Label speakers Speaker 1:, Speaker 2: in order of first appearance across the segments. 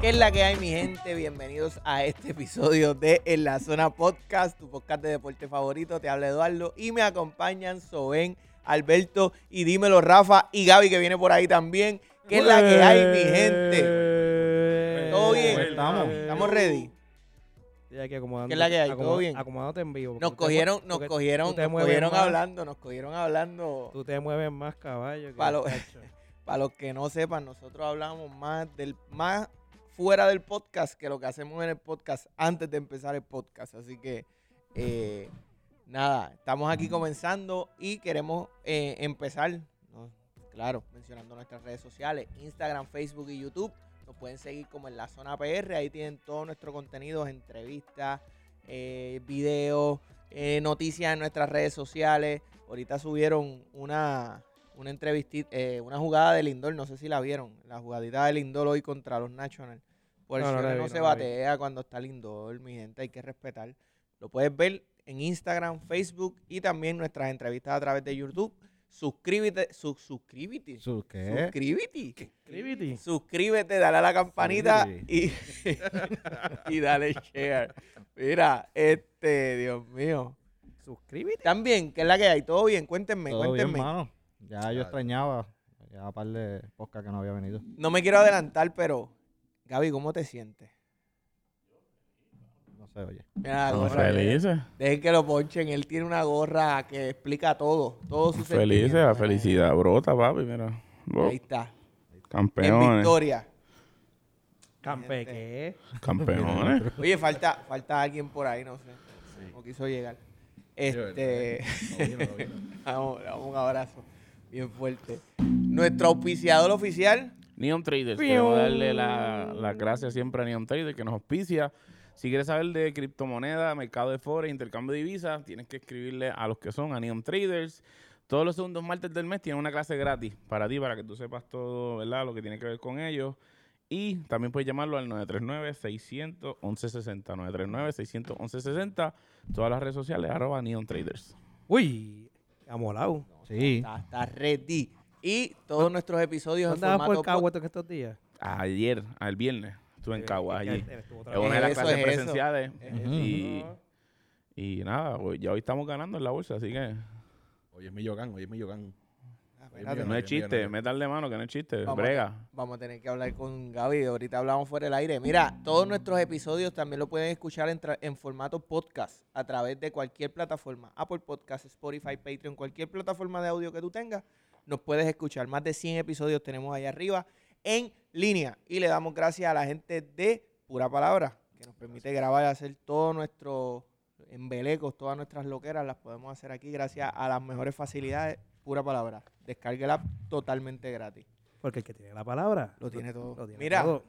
Speaker 1: ¿Qué es la que hay, mi gente? Bienvenidos a este episodio de En la Zona Podcast, tu podcast de deporte favorito. Te habla Eduardo y me acompañan Soben, Alberto y dímelo Rafa y Gaby que viene por ahí también. ¿Qué es la que hay, mi gente? ¿Todo bien?
Speaker 2: Pues, Estamos. Uh,
Speaker 1: ¿Estamos ready?
Speaker 2: Estoy aquí acomodando.
Speaker 1: ¿Qué es la que hay? ¿Todo
Speaker 2: acomoda-
Speaker 1: bien?
Speaker 2: Acomodándote en vivo. porque
Speaker 1: Nos
Speaker 2: tú te mue-
Speaker 1: cogieron, nos
Speaker 2: porque
Speaker 1: cogieron,
Speaker 2: tú te
Speaker 1: nos
Speaker 2: mueves
Speaker 1: cogieron
Speaker 2: más,
Speaker 1: hablando, nos cogieron hablando.
Speaker 2: Tú te mueves más, caballo. que
Speaker 1: Pa' lo-
Speaker 2: cacho.
Speaker 1: Para los que no sepan, nosotros hablamos más del más fuera del podcast que lo que hacemos en el podcast antes de empezar el podcast. Así que eh, nada, estamos aquí comenzando y queremos eh, empezar, ¿no? claro, mencionando nuestras redes sociales, Instagram, Facebook y YouTube. Nos pueden seguir como en la zona PR, ahí tienen todo nuestro contenido, entrevistas, eh, videos, eh, noticias en nuestras redes sociales. Ahorita subieron una, una entrevistita, eh, una jugada de Lindor, no sé si la vieron, la jugadita de Lindor hoy contra los Nationals. Por eso
Speaker 2: No,
Speaker 1: no,
Speaker 2: no la vi, no
Speaker 1: se
Speaker 2: la vi.
Speaker 1: batea cuando está Lindor, mi gente, hay que respetar. Lo puedes ver en Instagram, Facebook y también nuestras entrevistas a través de YouTube. Suscríbete, su- suscríbete,
Speaker 3: ¿Su ¿eh? qué?
Speaker 1: suscríbete,
Speaker 2: Escríbete.
Speaker 1: suscríbete, dale a la campanita y,
Speaker 3: Suscríbete.
Speaker 1: y dale share. Mira, este, Dios mío.
Speaker 2: Suscríbete.
Speaker 1: También, ¿qué es la que hay? ¿Todo bien? Cuéntenme,
Speaker 3: Todo bien,
Speaker 1: cuéntenme.
Speaker 3: mano. Ya yo extrañaba. Ya a par de podcast que no había venido.
Speaker 1: no me quiero adelantar, pero Gaby, ¿cómo te sientes?
Speaker 3: No sé, oye.
Speaker 1: Mira, la
Speaker 4: Estamos
Speaker 1: gorra que-
Speaker 4: felices,
Speaker 1: Dejen que lo ponchen. Él tiene una gorra que explica todo. Todo su
Speaker 4: felices, la felicidad brota, papi, mira. Bo,
Speaker 1: Ahí está. En
Speaker 4: campeones,
Speaker 1: victoria.
Speaker 2: Campe, ¿qué?
Speaker 4: campeones.
Speaker 1: Oye, falta, falta alguien por ahí, no sé. No quiso llegar. Este. vamos, damos un abrazo. Bien fuerte. Nuestro auspiciador oficial.
Speaker 4: Neon Traders, queremos darle la- las gracias siempre a Neon Traders que nos auspicia. Si quieres saber de criptomonedas, mercado de forex, intercambio de divisas, tienes que escribirle a los que son, a Neon Traders. Todos los segundos martes del mes tienen una clase gratis para ti, para que tú sepas todo, ¿verdad? Lo que tiene que ver con ellos. Y también puedes llamarlo al 939-600-1160. 939-600-1160. Todas las redes sociales, arroba Neon Traders.
Speaker 2: Uy, amolado.
Speaker 3: Sí.
Speaker 1: Está, está ready. Y todos nuestros episodios en
Speaker 2: ¿Andabas
Speaker 1: formato
Speaker 2: por
Speaker 1: podcast.
Speaker 2: Caguato en estos días?
Speaker 4: ayer, al viernes, estuve en Caguas allí.
Speaker 2: Él estuvo
Speaker 4: Es
Speaker 2: otra
Speaker 4: una
Speaker 2: vez.
Speaker 4: de las
Speaker 1: Eso
Speaker 4: clases
Speaker 1: es eso.
Speaker 4: presenciales.
Speaker 3: eso.
Speaker 4: Y, y nada, hoy- ya hoy estamos ganando en la bolsa, así que
Speaker 5: Oye, es Millogán, oye, es Millogán.
Speaker 1: Ah, Espérate.
Speaker 4: no es
Speaker 5: bien, bien,
Speaker 4: chiste,
Speaker 5: bien.
Speaker 4: métale mano que no es chiste,
Speaker 1: Vamos a-
Speaker 4: brega.
Speaker 1: Vamos a tener que hablar con Gaby. Ahorita hablamos fuera del aire. Mira, todos nuestros episodios también lo pueden escuchar en, tra- en formato podcast a través de cualquier plataforma. Apple Podcast, Spotify, Patreon, cualquier plataforma de audio que tú tengas, nos puedes escuchar. Más de 100 episodios tenemos ahí arriba en línea. Y le damos gracias a la gente de Pura Palabra, que nos permite grabar y hacer todos nuestros embelecos, todas nuestras loqueras, las podemos hacer aquí gracias a las mejores facilidades. Pura Palabra. Descargue la app totalmente gratis.
Speaker 2: Porque el que tiene la palabra.
Speaker 1: Lo tiene todo.
Speaker 2: lo tiene
Speaker 1: Mira,
Speaker 2: todo.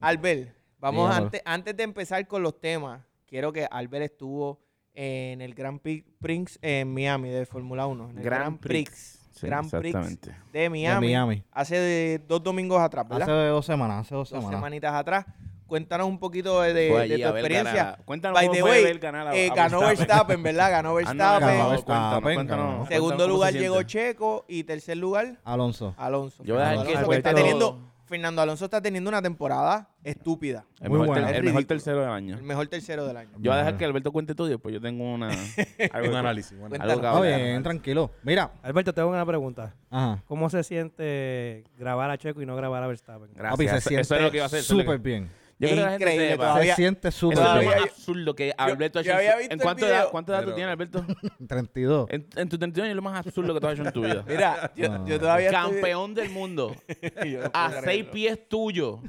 Speaker 1: Albert, vamos
Speaker 3: Dígamelo.
Speaker 1: antes, antes de empezar con los temas, quiero que Albert estuvo en el Grand Prix Prix en Miami de Fórmula 1. En el Grand, Prix.
Speaker 4: Sí,
Speaker 1: Grand Prix
Speaker 4: exactamente.
Speaker 1: de
Speaker 3: De
Speaker 1: Miami.
Speaker 3: Miami.
Speaker 1: Hace de- dos domingos atrás, ¿verdad?
Speaker 3: Hace dos semanas, hace dos
Speaker 1: dos
Speaker 3: semanas.
Speaker 1: semanitas atrás. Cuéntanos un poquito de, de-
Speaker 4: Fue
Speaker 1: de
Speaker 4: allí
Speaker 1: tu
Speaker 4: a ver
Speaker 1: experiencia.
Speaker 4: ganar- Cuéntanos
Speaker 1: By
Speaker 4: cómo
Speaker 1: the
Speaker 4: fue
Speaker 1: way,
Speaker 4: ver ganar a-
Speaker 1: Eh,
Speaker 4: a
Speaker 1: ganó Verstappen, ¿verdad? Ganó
Speaker 4: Ah, no,
Speaker 1: Verstappen.
Speaker 4: ganó
Speaker 3: Verstappen.
Speaker 4: Cuéntanos, cuéntanos,
Speaker 3: Ganó.
Speaker 1: Segundo
Speaker 4: cuéntanos cómo
Speaker 1: lugar
Speaker 4: se
Speaker 1: llegó
Speaker 4: siente.
Speaker 1: Checo y tercer lugar
Speaker 3: Alonso.
Speaker 4: Ah,
Speaker 1: Alonso.
Speaker 4: Yo voy a
Speaker 1: Fernando
Speaker 4: dejar que
Speaker 1: Alonso, que está
Speaker 4: Alberto-
Speaker 1: teniendo, Fernando Alonso está teniendo una temporada estúpida.
Speaker 4: El
Speaker 3: Muy
Speaker 4: mejor,
Speaker 3: buena.
Speaker 4: ter-
Speaker 1: Es
Speaker 4: el mejor
Speaker 1: ridículo.
Speaker 4: tercero del año.
Speaker 1: El mejor tercero del año.
Speaker 4: Yo voy a dejar
Speaker 3: Ajá.
Speaker 4: que Alberto cuente todo y después yo tengo una, algo
Speaker 5: Un
Speaker 4: que-
Speaker 5: análisis. un análisis.
Speaker 1: Cuéntanos.
Speaker 4: Algo que
Speaker 3: Está
Speaker 4: hablar.
Speaker 3: bien, tranquilo. Mira.
Speaker 2: Alberto, te hago una pregunta.
Speaker 3: Ajá.
Speaker 2: ¿Cómo se siente grabar a Checo y no grabar a Verstappen?
Speaker 3: Papi,
Speaker 4: Gracias.
Speaker 3: se
Speaker 4: Eso- Eso es lo que iba a
Speaker 3: siente
Speaker 4: hacer. eso es lo
Speaker 3: súper
Speaker 4: que-
Speaker 3: bien.
Speaker 4: Yo creo que la gente
Speaker 1: Increíble,
Speaker 4: sepa.
Speaker 1: todavía-
Speaker 3: Se siente súper
Speaker 4: Eso es lo
Speaker 1: todavía-
Speaker 3: bien.
Speaker 4: más absurdo que Alberto ha hecho.
Speaker 1: yo
Speaker 4: en
Speaker 1: había
Speaker 4: su-
Speaker 1: visto
Speaker 4: ¿En
Speaker 1: el
Speaker 4: cuánto edad,
Speaker 1: video.
Speaker 4: cuánta edad tú
Speaker 5: Pero-
Speaker 4: tienes, Alberto?
Speaker 3: 32.
Speaker 4: En, en tu 31 es lo más absurdo que tú has hecho en tu vida.
Speaker 1: Mira, yo,
Speaker 3: No.
Speaker 1: yo todavía estoy-
Speaker 4: Campeón del mundo.
Speaker 1: Yo no puedo
Speaker 4: A
Speaker 1: creerlo.
Speaker 4: seis pies tuyo.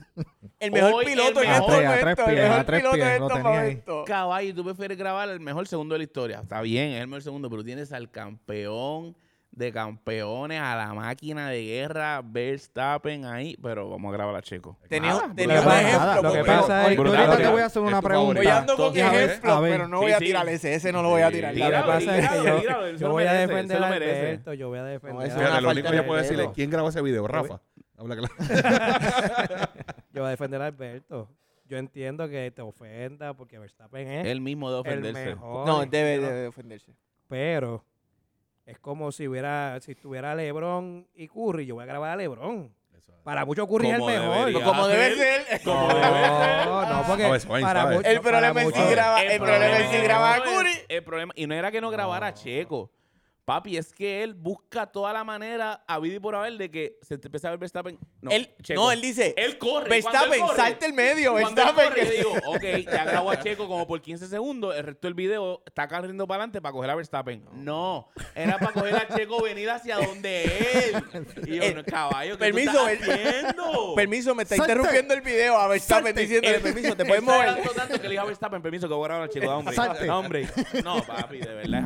Speaker 1: El mejor
Speaker 4: Hoy
Speaker 1: piloto
Speaker 4: el
Speaker 1: en estos
Speaker 4: mejor. este
Speaker 3: A tres
Speaker 1: momentos. El
Speaker 3: pies, a
Speaker 1: mejor
Speaker 3: tres
Speaker 1: piloto en este
Speaker 3: pies, lo
Speaker 1: estos
Speaker 3: tenía ahí.
Speaker 1: momentos.
Speaker 4: Caballo, y tú prefieres grabar el mejor segundo de la historia. Está bien, es el mejor segundo, pero tienes al campeón de campeones, a la máquina de guerra, Verstappen ahí. Pero vamos a grabar a Checo. Ah,
Speaker 1: Tenía,
Speaker 4: Nada,
Speaker 1: tenía un
Speaker 2: lo que pasa-
Speaker 1: ejemplo.
Speaker 2: lo que
Speaker 1: porque
Speaker 2: pasa
Speaker 1: hoy-
Speaker 2: es-
Speaker 3: Yo
Speaker 4: brutal,
Speaker 3: ahorita te
Speaker 4: brutal.
Speaker 3: voy a hacer una
Speaker 5: Es tu favorito.
Speaker 1: hoy
Speaker 3: pregunta.
Speaker 1: ando con
Speaker 5: A ver,
Speaker 1: ejemplos,
Speaker 3: a ver.
Speaker 1: pero no
Speaker 4: Sí,
Speaker 1: voy a
Speaker 4: sí.
Speaker 1: tirar ese. Ese no lo voy a tirar.
Speaker 4: Tíralo,
Speaker 2: Lo que pasa es que
Speaker 4: tíralo, tíralo,
Speaker 2: yo,
Speaker 4: él se
Speaker 2: yo
Speaker 4: lo
Speaker 2: voy a
Speaker 4: merece, él se
Speaker 2: defender
Speaker 4: lo
Speaker 2: a
Speaker 4: merece.
Speaker 2: Alberto, yo voy a defender
Speaker 1: eso
Speaker 2: a
Speaker 1: es una
Speaker 5: Fíjate, lo
Speaker 1: falta
Speaker 5: único que
Speaker 1: de
Speaker 5: yo puedo
Speaker 1: respeto.
Speaker 5: decirle es quién grabó ese video, Rafa. Habla claro.
Speaker 2: Yo voy a defender a Alberto. Yo entiendo que te ofenda porque Verstappen es
Speaker 4: Él mismo de
Speaker 2: el
Speaker 4: ofenderse.
Speaker 2: mejor.
Speaker 1: No, debe debe ofenderse.
Speaker 2: Pero es como si hubiera, si tuviera LeBron y Curry, yo voy a grabar a LeBron.
Speaker 5: Eso es.
Speaker 2: Para muchos Curry es el
Speaker 4: Como
Speaker 2: mejor.
Speaker 4: debería.
Speaker 1: Como debe
Speaker 4: Gabriel.
Speaker 1: ser.
Speaker 4: Como debe ser.
Speaker 2: No, no, porque
Speaker 5: Sabes, Wayne,
Speaker 2: para
Speaker 5: sabes.
Speaker 2: mu-
Speaker 1: El
Speaker 2: no,
Speaker 1: problema
Speaker 2: para
Speaker 1: es si
Speaker 2: muchos-
Speaker 1: graba- el problema
Speaker 2: es si
Speaker 1: grababa a
Speaker 4: el-
Speaker 1: Curry.
Speaker 4: El problema, y no era que no grabara a Checo. Papi, es que él busca toda la manera a vida y por haber de que se te empieza a ver Verstappen. No,
Speaker 1: él,
Speaker 4: Checo.
Speaker 1: no, él dice.
Speaker 4: Él corre. cuando él
Speaker 1: Verstappen,
Speaker 4: corre,
Speaker 1: salta el medio.
Speaker 4: cuando él
Speaker 1: Verstappen.
Speaker 4: corre, yo digo, ok, ya grabó a Checo como por 15 segundos. El resto del video está corriendo para adelante para coger a Verstappen. No, era para coger a Checo venir hacia donde él. Y yo, no, caballo, ¿qué
Speaker 1: Eh, Permiso,
Speaker 4: tú
Speaker 1: el-
Speaker 4: estás haciendo?
Speaker 1: Permiso, me está
Speaker 5: Salte.
Speaker 1: interrumpiendo el video. A Verstappen diciéndole permiso, te puedes
Speaker 4: Está
Speaker 1: mover.
Speaker 4: hablando tanto que le dije a Verstappen, permiso, que voy a grabar al chico. Da hombre.
Speaker 5: Salte.
Speaker 4: Da hombre. No, papi, de verdad es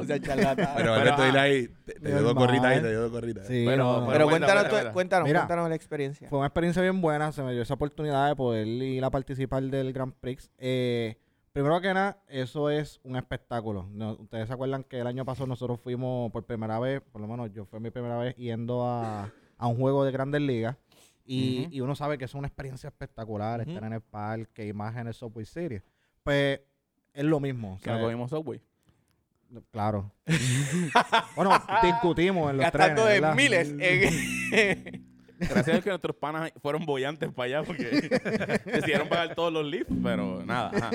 Speaker 1: O sea, charlatán.
Speaker 4: Pero,
Speaker 5: Pero, Alberto,
Speaker 4: ajá.
Speaker 5: dile ahí. Te, te dio dos
Speaker 3: Normal.
Speaker 5: gorritas ahí, te dio dos gorritas.
Speaker 3: Sí,
Speaker 4: Pero-
Speaker 3: no, no.
Speaker 1: Pero
Speaker 4: cuenta,
Speaker 1: cuéntanos,
Speaker 4: cuenta,
Speaker 1: tu- cuéntanos,
Speaker 3: Mira.
Speaker 1: cuéntanos la experiencia.
Speaker 3: Fue una experiencia bien buena. Se me dio esa oportunidad de poder ir a participar del Grand Prix. Eh, primero que nada, eso es un espectáculo. No, Ustedes se acuerdan que el año pasado nosotros fuimos por primera vez, por lo menos yo fue mi primera vez yendo a, a un juego de grandes ligas. Y,
Speaker 1: Ujú.
Speaker 3: y uno sabe que es una experiencia espectacular
Speaker 1: Ujú.
Speaker 3: estar en el parque, imágenes, Subway Series. Pues es lo mismo. o
Speaker 4: Que no
Speaker 3: sea,
Speaker 4: cogimos Subway.
Speaker 3: Claro. bueno, discutimos en los
Speaker 1: Gastando
Speaker 3: trenes,
Speaker 1: de
Speaker 3: ¿verdad?
Speaker 1: miles. en-
Speaker 4: Gracias a Dios que nuestros panas fueron bollantes para allá porque decidieron pagar todos los lifts, pero nada. ajá.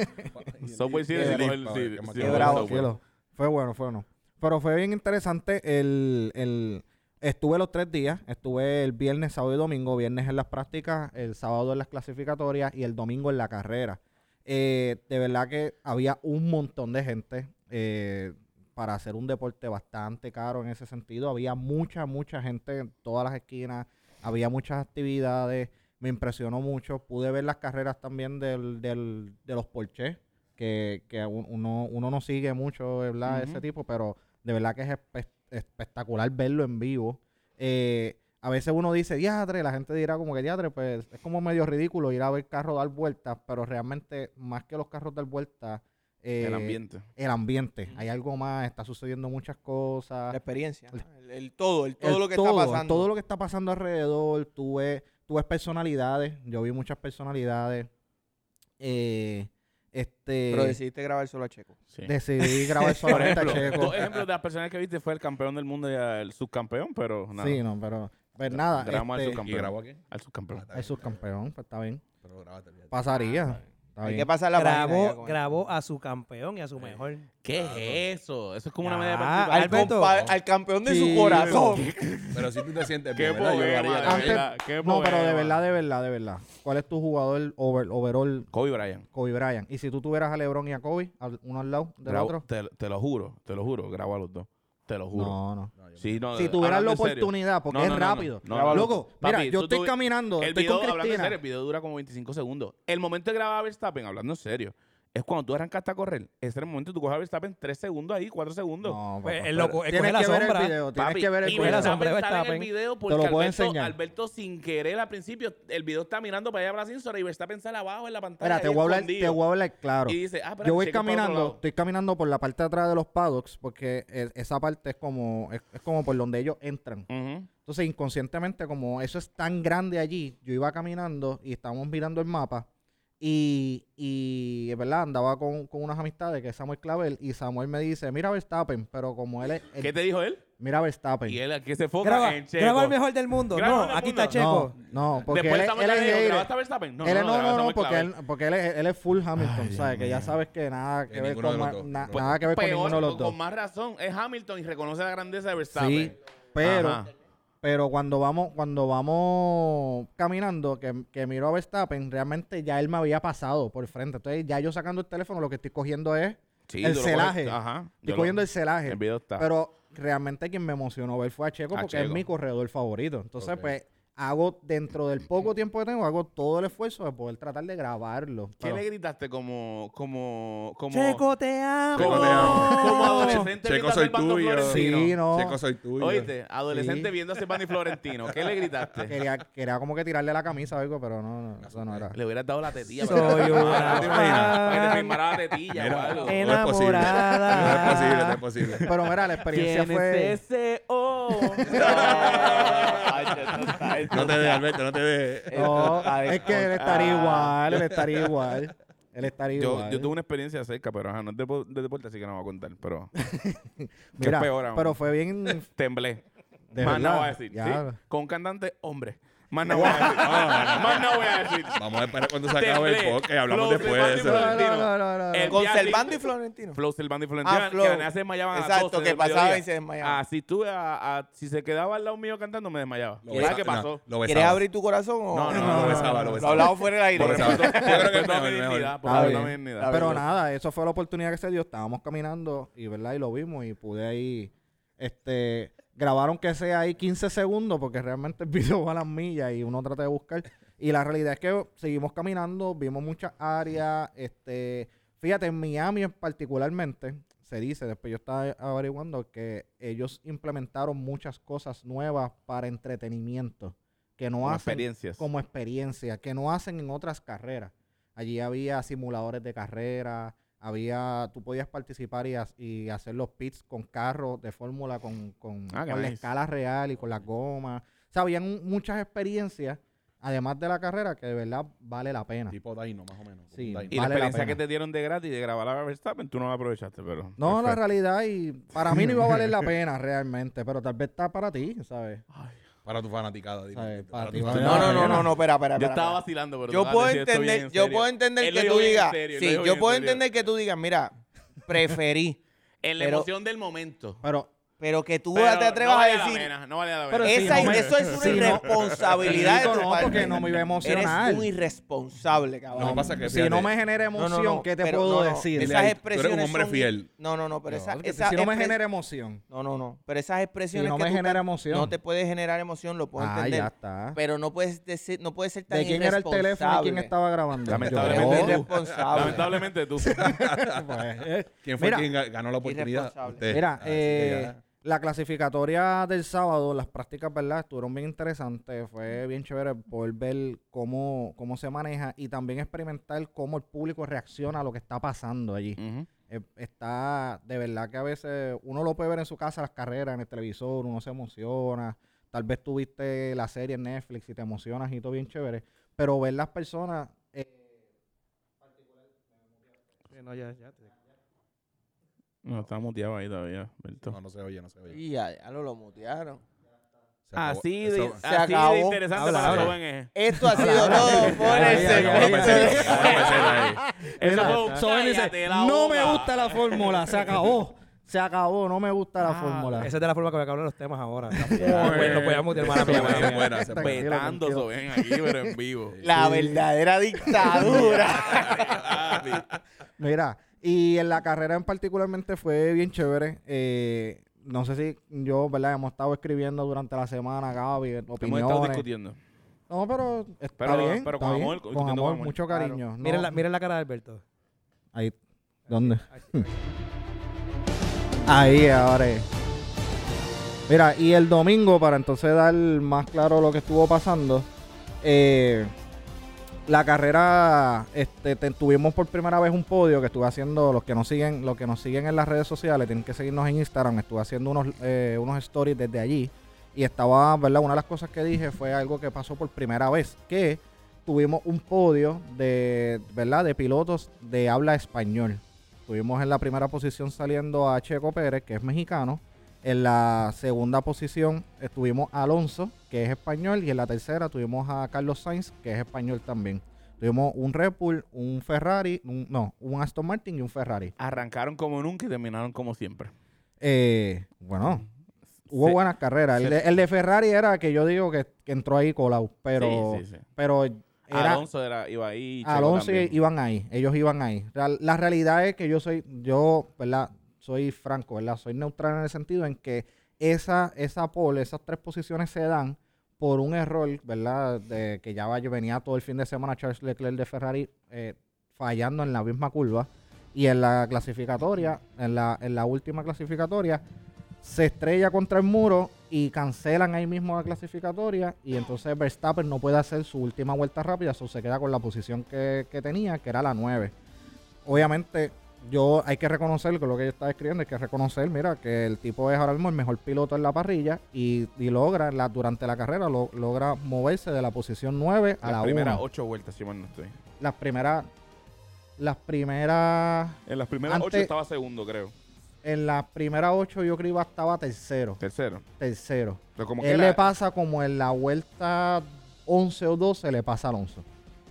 Speaker 4: Subway sí
Speaker 5: Qué
Speaker 4: decidió
Speaker 5: bravo,
Speaker 4: el- sí,
Speaker 5: qué
Speaker 4: sí,
Speaker 5: bravo,
Speaker 4: sí,
Speaker 3: Qué
Speaker 4: el
Speaker 3: bravo,
Speaker 4: Subway.
Speaker 3: cielo. Fue bueno, fue bueno. Pero fue bien interesante el, el- Estuve los tres días. Estuve el viernes, sábado y domingo. Viernes en las prácticas, el sábado en las clasificatorias y el domingo en la carrera. Eh, de verdad que había un montón de gente eh, para hacer un deporte bastante caro en ese sentido. Había mucha, mucha gente en todas las esquinas. Había muchas actividades. Me impresionó mucho. Pude ver las carreras también del, del- de los Porsche que, que un- uno, uno no sigue mucho, ¿verdad?
Speaker 4: Ujú.
Speaker 3: Ese tipo, pero de verdad que es espe- espectacular verlo en vivo. Eh, a veces uno dice, diadre, la gente dirá como que diadre, pues es como medio ridículo ir a ver carros dar vueltas, pero realmente más que los carros dar vueltas, eh,
Speaker 4: El ambiente.
Speaker 3: el ambiente.
Speaker 1: Ujú.
Speaker 3: Hay algo más, está sucediendo muchas cosas
Speaker 1: La experiencia. ¿no? El, el todo, el todo
Speaker 3: el
Speaker 1: lo que
Speaker 3: todo,
Speaker 1: está
Speaker 3: el
Speaker 1: pasando.
Speaker 3: Todo lo que está pasando alrededor, tú ves, tú ves personalidades, yo vi muchas personalidades. Eh, este
Speaker 1: Pero decidiste grabar solo a Checo.
Speaker 4: Sí.
Speaker 3: decidí grabar
Speaker 4: Por
Speaker 3: solamente a
Speaker 4: ejemplo,
Speaker 3: Checo.
Speaker 4: dos ejemplos de las personas que viste fue el campeón del mundo y el subcampeón, pero nada.
Speaker 3: Sí, no, pero pues nada,
Speaker 4: Grabamos al
Speaker 3: este,
Speaker 5: ¿Y
Speaker 4: subcampeón.
Speaker 5: grabó aquí?
Speaker 4: Al subcampeón.
Speaker 5: está
Speaker 3: el
Speaker 5: bien,
Speaker 3: subcampeón, pues está bien.
Speaker 5: Pero lo grabaste bien.
Speaker 3: Pasaría. Está
Speaker 1: Hay
Speaker 3: bien.
Speaker 1: que pasar la página ya
Speaker 2: Grabó,
Speaker 1: con
Speaker 2: grabó a su campeón y a su mejor.
Speaker 4: ¿Qué es eso? Eso es como una
Speaker 2: Ya,
Speaker 3: Ah,
Speaker 4: medida de
Speaker 1: esto. Al, compa-
Speaker 2: Alberto.
Speaker 1: al campeón de
Speaker 3: Sí,
Speaker 1: su corazón.
Speaker 5: Pero si tú te sientes
Speaker 4: Qué
Speaker 5: bien, ¿verdad? Yo lo
Speaker 4: poema,
Speaker 5: haría
Speaker 4: de
Speaker 5: también.
Speaker 4: verdad, qué
Speaker 1: Pues,
Speaker 3: No, pero de
Speaker 4: poema.
Speaker 3: verdad, de verdad, de verdad. ¿Cuál es tu jugador over, overall
Speaker 4: Kobe Bryant.
Speaker 3: Kobe Bryant? Y si tú tuvieras a LeBron y a Kobe, al- uno al lado del
Speaker 4: Grabo-
Speaker 3: otro.
Speaker 4: Te, te lo juro, te lo juro, grabo a los dos. Te lo juro.
Speaker 3: No, no.
Speaker 5: No, yo-
Speaker 4: Sí, no,
Speaker 3: Si tuvieras la
Speaker 4: hablando en serio.
Speaker 3: oportunidad, porque
Speaker 4: No, no,
Speaker 3: es
Speaker 4: no, no.
Speaker 3: rápido.
Speaker 4: No, no,
Speaker 3: Loco,
Speaker 4: no.
Speaker 3: mira,
Speaker 4: Papi,
Speaker 3: yo
Speaker 4: tú
Speaker 3: estoy
Speaker 4: tuvi-
Speaker 3: caminando,
Speaker 4: El
Speaker 3: estoy
Speaker 4: video,
Speaker 3: con
Speaker 4: hablando en
Speaker 3: Cristina.
Speaker 4: serio, el video dura como 25 segundos. El momento de grabar a Verstappen, hablando en serio, es cuando tú arrancaste a correr. Ese era el momento que tú coges a Verstappen 3 segundos ahí, 4 segundos.
Speaker 3: No,
Speaker 2: Pues,
Speaker 3: papá,
Speaker 2: el loco,
Speaker 3: pero-
Speaker 2: él coge la sombra.
Speaker 3: Ver el video, tienes
Speaker 4: Papi,
Speaker 3: que ver el
Speaker 4: y
Speaker 2: coge la
Speaker 3: video.
Speaker 4: Verstappen
Speaker 2: sombra de
Speaker 4: sale en el
Speaker 2: Verstappen.
Speaker 4: video porque
Speaker 3: lo puedo
Speaker 4: Alberto,
Speaker 3: enseñar.
Speaker 4: Alberto sin querer al principio, el video está mirando para allá para Simpson y Verstappen sale abajo en la pantalla.
Speaker 3: Mira, te
Speaker 4: ahí
Speaker 3: voy a hablar, te
Speaker 4: escondido.
Speaker 3: voy a hablar claro.
Speaker 4: Y dice, ah, espérate,
Speaker 3: Yo voy
Speaker 4: chequeo para otro
Speaker 3: caminando,
Speaker 4: lado.
Speaker 3: estoy caminando por la parte de atrás de los paddocks porque es- esa parte es como es, es como por donde ellos entran.
Speaker 4: Ujú.
Speaker 3: Entonces, inconscientemente, como eso es tan grande allí, yo iba caminando y estábamos mirando el mapa y, y es verdad, andaba con, con unas amistades que es Samuel Clavel y Samuel me dice, mira Verstappen, pero como él es... el-
Speaker 4: ¿Qué te dijo él?
Speaker 3: Mira Verstappen.
Speaker 4: Y él aquí se foca
Speaker 2: Graba,
Speaker 4: en Checo.
Speaker 2: graba el mejor del mundo.
Speaker 4: Graba
Speaker 2: No,
Speaker 4: el del
Speaker 2: aquí está
Speaker 4: mundo.
Speaker 2: Checo.
Speaker 3: No, no, porque
Speaker 4: Después
Speaker 3: él,
Speaker 4: Samuel
Speaker 3: él es
Speaker 4: le dijo,
Speaker 3: hater.
Speaker 4: ¿grabaste a Verstappen? No,
Speaker 3: Él es- no,
Speaker 4: graba a
Speaker 3: no, no,
Speaker 4: Samuel
Speaker 3: porque
Speaker 4: Clavel.
Speaker 3: él, porque él es, él es full Hamilton, ¿sabes? Que ya sabes que nada que
Speaker 5: Que
Speaker 3: ver
Speaker 5: ninguno
Speaker 3: con,
Speaker 5: de los
Speaker 3: ma-
Speaker 5: dos.
Speaker 3: na-
Speaker 5: Pues,
Speaker 3: nada que ver con
Speaker 4: Peor,
Speaker 3: ninguno de los dos.
Speaker 4: Con más razón, es Hamilton y reconoce la grandeza de Verstappen.
Speaker 3: Sí, pero,
Speaker 4: Ajá.
Speaker 3: pero cuando vamos, cuando vamos caminando, que, que miro a Verstappen, realmente ya él me había pasado por frente. Entonces, ya yo sacando el teléfono, lo que estoy cogiendo es,
Speaker 4: Sí,
Speaker 3: el
Speaker 4: tú lo
Speaker 3: celaje.
Speaker 4: coges- Ajá.
Speaker 3: estoy cogiendo el celaje.
Speaker 4: El video está.
Speaker 3: Pero realmente quien me emocionó ver fue a Checo
Speaker 4: A
Speaker 3: porque es
Speaker 4: Checo.
Speaker 3: mi corredor favorito. Entonces,
Speaker 5: Ok.
Speaker 3: pues, hago dentro del poco tiempo que tengo, hago todo el esfuerzo de poder tratar de grabarlo.
Speaker 4: ¿Qué
Speaker 3: Pero-
Speaker 4: le gritaste como. como. como.
Speaker 2: Checo, te amo.
Speaker 4: como,
Speaker 5: Checo, te amo.
Speaker 4: como adolescente
Speaker 5: Checo,
Speaker 4: viendo a
Speaker 5: soy
Speaker 4: Silvano
Speaker 5: tuyo.
Speaker 4: Florentino?
Speaker 3: Sí, no.
Speaker 5: Checo, soy tuyo.
Speaker 4: Oíste, adolescente
Speaker 3: Sí.
Speaker 4: viendo a Silvano y Florentino. ¿Qué le gritaste?
Speaker 3: quería, quería como que tirarle la camisa o algo, pero no,
Speaker 4: Ah,
Speaker 3: no, eso no era.
Speaker 4: Le hubieras dado la tetilla.
Speaker 2: Soy
Speaker 4: para que-
Speaker 2: una
Speaker 4: para que te firmara- para que te
Speaker 2: fan.
Speaker 4: firmara la tetilla o
Speaker 5: Mira,
Speaker 4: algo.
Speaker 5: eh,
Speaker 2: Enamorada.
Speaker 5: No es posible, no es posible.
Speaker 3: Pero mira, la experiencia fue...
Speaker 2: TCO.
Speaker 5: No te dejes, Alberto, no te dejes.
Speaker 3: No, es que él estaría igual, él estaría igual. Él estaría
Speaker 4: Ah. Yo,
Speaker 3: igual.
Speaker 4: yo tuve una experiencia cerca, pero ajá, no es de, de deporte, así que no voy a contar. Pero que
Speaker 3: Mira,
Speaker 4: es peor aún.
Speaker 3: Pero fue bien...
Speaker 4: temblé.
Speaker 3: De
Speaker 4: Más nada
Speaker 3: verdad,
Speaker 4: voy a decir.
Speaker 3: ya.
Speaker 4: ¿sí? Con un cantante hombre. Más no voy a decir. Más no voy a decir.
Speaker 5: Vamos a esperar cuando se acabe el
Speaker 4: Temblé.
Speaker 5: podcast y hablamos
Speaker 4: Flow,
Speaker 5: después de
Speaker 4: Florentino,
Speaker 3: No,
Speaker 5: eso.
Speaker 3: no, no, no, no.
Speaker 4: El
Speaker 1: Con
Speaker 4: Jazz
Speaker 1: Servando
Speaker 4: Libre.
Speaker 1: y Florentino.
Speaker 4: Flow Servando y Florentino.
Speaker 1: Ah,
Speaker 4: que
Speaker 1: Flow.
Speaker 4: ganas se desmayaban a las 12
Speaker 1: Exacto, que
Speaker 4: del
Speaker 1: pasaba
Speaker 4: mediodía.
Speaker 1: y se desmayaba.
Speaker 4: Ah, si tú, a- a- si se quedaba al lado mío cantando, me desmayaba.
Speaker 5: Lo
Speaker 4: ¿Verdad
Speaker 5: besa-
Speaker 4: que pasó?
Speaker 5: no, Lo
Speaker 1: ¿Quieres
Speaker 5: besaba.
Speaker 1: abrir tu corazón o
Speaker 4: No, no,
Speaker 5: No,
Speaker 4: no,
Speaker 5: lo
Speaker 4: no,
Speaker 5: besaba, lo
Speaker 1: Lo
Speaker 5: besaba.
Speaker 1: hablamos fuera del aire.
Speaker 5: Lo
Speaker 4: Por
Speaker 5: besaba.
Speaker 4: respeto-
Speaker 5: Yo creo que
Speaker 4: por
Speaker 5: es
Speaker 4: respeto a mi
Speaker 5: mejor, mejor.
Speaker 4: dignidad, por
Speaker 3: Está
Speaker 4: respeto a mi
Speaker 3: bien.
Speaker 4: dignidad.
Speaker 3: Pero
Speaker 1: Está bien.
Speaker 3: nada, eso fue la oportunidad que se dio. Estábamos caminando y verdad y lo vimos y pude ahí, este, grabaron que sea ahí 15 segundos porque realmente el video va a las millas y uno trata de buscar. Y la realidad es que seguimos caminando, vimos muchas áreas, este, fíjate en Miami en particularmente se dice, después yo estaba averiguando que ellos implementaron muchas cosas nuevas para entretenimiento que no
Speaker 4: Como
Speaker 3: hacen
Speaker 4: experiencias.
Speaker 3: como experiencia que no hacen en otras carreras. Allí había simuladores de carrera, había, tú podías participar y, ha- y hacer los pits con carros de fórmula, con, con,
Speaker 4: Ah, qué
Speaker 3: con la
Speaker 4: nice.
Speaker 3: escala real y con las gomas. O sea, habían un- muchas experiencias, además de la carrera, que de verdad vale la pena.
Speaker 5: Tipo Dino, más o menos. como
Speaker 3: Sí.
Speaker 5: un Dino.
Speaker 4: Y
Speaker 3: Vale
Speaker 4: la
Speaker 3: la
Speaker 4: experiencia que
Speaker 3: pena.
Speaker 4: te dieron de gratis de grabar a Verstappen, tú no la aprovechaste, pero.
Speaker 3: No, la
Speaker 4: perfecto.
Speaker 3: realidad, y para mí no iba a valer la pena realmente, pero tal vez está para ti, ¿sabes?
Speaker 1: Ah,
Speaker 5: Para tu fanaticada, dime.
Speaker 3: ¿Sabes?
Speaker 5: Para
Speaker 3: Para
Speaker 5: tu
Speaker 3: ti vale
Speaker 5: fanaticada.
Speaker 1: No, no, no, no, no, espera, espera.
Speaker 4: Yo
Speaker 1: espera,
Speaker 4: estaba
Speaker 1: espera.
Speaker 4: vacilando, pero.
Speaker 1: yo
Speaker 4: tú
Speaker 1: puedo
Speaker 4: vas a decir, estoy bien
Speaker 1: entender,
Speaker 4: en
Speaker 1: yo
Speaker 4: serio.
Speaker 1: puedo
Speaker 4: Él
Speaker 1: entender
Speaker 4: lo
Speaker 1: que
Speaker 4: dijo
Speaker 1: tú
Speaker 4: bien en
Speaker 1: digas,
Speaker 4: serio, él lo
Speaker 1: sí,
Speaker 4: dijo bien
Speaker 1: yo
Speaker 4: en
Speaker 1: puedo
Speaker 4: serio.
Speaker 1: entender que tú digas, mira, preferí,
Speaker 4: En la
Speaker 1: pero-
Speaker 4: emoción del momento.
Speaker 3: Pero
Speaker 1: pero que tú
Speaker 4: Pero
Speaker 1: te atrevas
Speaker 4: no
Speaker 1: a
Speaker 4: vale la
Speaker 1: decir,
Speaker 4: pena, no vale la
Speaker 3: Pero
Speaker 4: pena.
Speaker 3: sí,
Speaker 1: esa,
Speaker 3: no me-
Speaker 1: eso es una
Speaker 3: sí, no.
Speaker 1: irresponsabilidad
Speaker 3: Chico,
Speaker 1: de tu
Speaker 3: no,
Speaker 1: parte.
Speaker 3: porque no me iba a emocionar.
Speaker 1: Eres un irresponsable, cabrón.
Speaker 5: Lo que pasa es que,
Speaker 3: si
Speaker 5: fíjate,
Speaker 3: no me genera
Speaker 1: No, no,
Speaker 3: emoción,
Speaker 1: no,
Speaker 3: ¿qué te
Speaker 1: pero
Speaker 3: puedo
Speaker 1: no, no,
Speaker 3: decir?
Speaker 5: Dile
Speaker 1: Esas
Speaker 5: ahí, tú eres
Speaker 1: expresiones
Speaker 5: un hombre
Speaker 1: son-
Speaker 5: fiel.
Speaker 1: No, no, no, pero esa,
Speaker 3: No, que
Speaker 1: esa
Speaker 3: si no me
Speaker 1: expres-
Speaker 3: genera emoción.
Speaker 1: No, no, no. Pero esas
Speaker 3: Si
Speaker 1: expresiones
Speaker 3: no
Speaker 1: que
Speaker 3: me
Speaker 1: tú
Speaker 3: genera
Speaker 1: tan-
Speaker 3: emoción.
Speaker 1: no te puede generar emoción, lo puedo
Speaker 3: ah,
Speaker 1: entender.
Speaker 3: ya está.
Speaker 1: Pero no puedes decir, no puedes ser tan
Speaker 3: ¿De quién era el teléfono y quién
Speaker 1: irresponsable.
Speaker 3: estaba grabando?
Speaker 4: Lamentablemente
Speaker 3: Yo.
Speaker 4: tú.
Speaker 1: irresponsable.
Speaker 4: Lamentablemente tú.
Speaker 3: Pues, eh,
Speaker 5: ¿Quién fue
Speaker 3: Mira.
Speaker 5: quien ga- ganó la oportunidad?
Speaker 1: Irresponsable.
Speaker 5: Usted. Ah,
Speaker 3: Mira,
Speaker 5: Así que
Speaker 3: eh,
Speaker 5: ya.
Speaker 3: la clasificatoria del sábado, las prácticas, ¿verdad? Estuvieron bien interesantes. Fue bien chévere poder ver cómo, cómo se maneja y también experimentar cómo el público reacciona a lo que está pasando allí.
Speaker 4: Ujú.
Speaker 3: Eh, está de verdad que a veces uno lo puede ver en su casa las carreras en el televisor uno se emociona tal vez tuviste la serie en Netflix y te emocionas y todo bien chévere pero ver las personas eh,
Speaker 2: Sí, no, ya, ya. te-
Speaker 4: No, está muteado ahí todavía, Berto.
Speaker 5: No, no se oye, no se oye.
Speaker 1: Y ya, ya lo, lo mutearon.
Speaker 5: Se acabó.
Speaker 4: Así
Speaker 5: Eso-
Speaker 4: de,
Speaker 5: Eso-
Speaker 1: Se
Speaker 4: así
Speaker 1: acabó.
Speaker 4: de interesante
Speaker 3: Habla,
Speaker 4: para eh.
Speaker 3: habla.
Speaker 4: jóvenes.
Speaker 1: Esto ha sido todo por
Speaker 3: Ay,
Speaker 1: el
Speaker 3: ay,
Speaker 5: Ahora
Speaker 3: ay,
Speaker 1: segmento
Speaker 5: empecé,
Speaker 1: de-
Speaker 5: ahora empecé ahí.
Speaker 4: Eso fue un
Speaker 3: mira, Soben dice,
Speaker 4: cállate la
Speaker 3: no
Speaker 4: boca".
Speaker 3: me gusta la fórmula se acabó se acabó no me gusta la
Speaker 4: Ah,
Speaker 3: fórmula
Speaker 2: Esa es de la forma que voy a acabar los temas ahora.
Speaker 4: Bueno.
Speaker 2: Bueno, pues ya mutear, mala
Speaker 5: Se
Speaker 2: mía,
Speaker 5: fue,
Speaker 2: mala
Speaker 5: se
Speaker 2: mía.
Speaker 5: fue, se fue.
Speaker 3: Tranquilo,
Speaker 4: Petando
Speaker 3: tranquilo.
Speaker 4: Soben aquí, pero en vivo.
Speaker 1: La verdadera dictadura.
Speaker 3: Mira, y en la carrera en particularmente fue bien chévere. Eh, no sé si yo, ¿verdad? Hemos estado escribiendo durante la semana, Gaby,
Speaker 4: Hemos estado
Speaker 3: opiniones.
Speaker 4: discutiendo.
Speaker 3: No, pero está
Speaker 4: Pero-
Speaker 3: bien.
Speaker 4: pero
Speaker 3: está
Speaker 4: con
Speaker 3: bien,
Speaker 4: amor, discutiendo con amor.
Speaker 3: mucho
Speaker 1: Claro.
Speaker 3: cariño. no-
Speaker 2: Miren la, miren la cara de Alberto.
Speaker 3: Ahí. ¿Dónde? Ahí, ahora. es. Mira, y el domingo, para entonces dar más claro lo que estuvo pasando, eh, la carrera, este, te- tuvimos por primera vez un podio que estuve haciendo, los que nos siguen, los que nos siguen en las redes sociales, tienen que seguirnos en Instagram, estuve haciendo unos, eh, unos stories desde allí. Y estaba, ¿verdad? Una de las cosas que dije fue algo que pasó por primera vez, que tuvimos un podio de, ¿verdad? De pilotos de habla español. Tuvimos en la primera posición saliendo a Checo Pérez, que es mexicano. En la segunda posición estuvimos a Alonso, que es español. Y en la tercera tuvimos a Carlos Sainz, que es español también. Tuvimos un Red Bull, un Ferrari, un- no, un Aston Martin y un Ferrari.
Speaker 4: Arrancaron como nunca y terminaron como siempre.
Speaker 3: Eh, bueno, hubo
Speaker 4: Sí.
Speaker 3: buenas carreras. El de, el de Ferrari era que yo digo que, que entró ahí colado, pero,
Speaker 4: Sí, sí, sí.
Speaker 3: pero era,
Speaker 4: Alonso era, iba ahí. y Checo
Speaker 3: Alonso
Speaker 4: también.
Speaker 3: iban ahí, ellos iban ahí. La, la realidad es que yo soy, yo, ¿verdad? Soy franco, ¿verdad? Soy neutral en el sentido en que esa, esa pole, esas tres posiciones se dan por un error, ¿verdad? De que ya vaya- venía todo el fin de semana Charles Leclerc de Ferrari eh, fallando en la misma curva. Y en la clasificatoria, en la, en la última clasificatoria, se estrella contra el muro y cancelan ahí mismo la clasificatoria y entonces Verstappen no puede hacer su última vuelta rápida, so se queda con la posición que, que tenía, que era la 9. Obviamente, yo hay que reconocer que lo que yo estaba escribiendo, hay que reconocer, mira, que el tipo es ahora mismo el mejor piloto en la parrilla y, y logra, la, durante la carrera, lo- logra moverse de la posición 9 a
Speaker 4: Las
Speaker 3: la
Speaker 4: primeras
Speaker 3: 1.
Speaker 4: ocho vueltas, si mal no estoy.
Speaker 3: Las primeras, las primeras,
Speaker 4: En las primeras ocho
Speaker 3: Antes-
Speaker 4: estaba segundo, creo.
Speaker 3: en las primeras 8 yo creo que iba estaba tercero,
Speaker 4: Tercero.
Speaker 3: tercero.
Speaker 4: Pero como que
Speaker 3: Él
Speaker 4: era-
Speaker 3: le pasa como en la vuelta 11 o 12 le pasa a Alonso.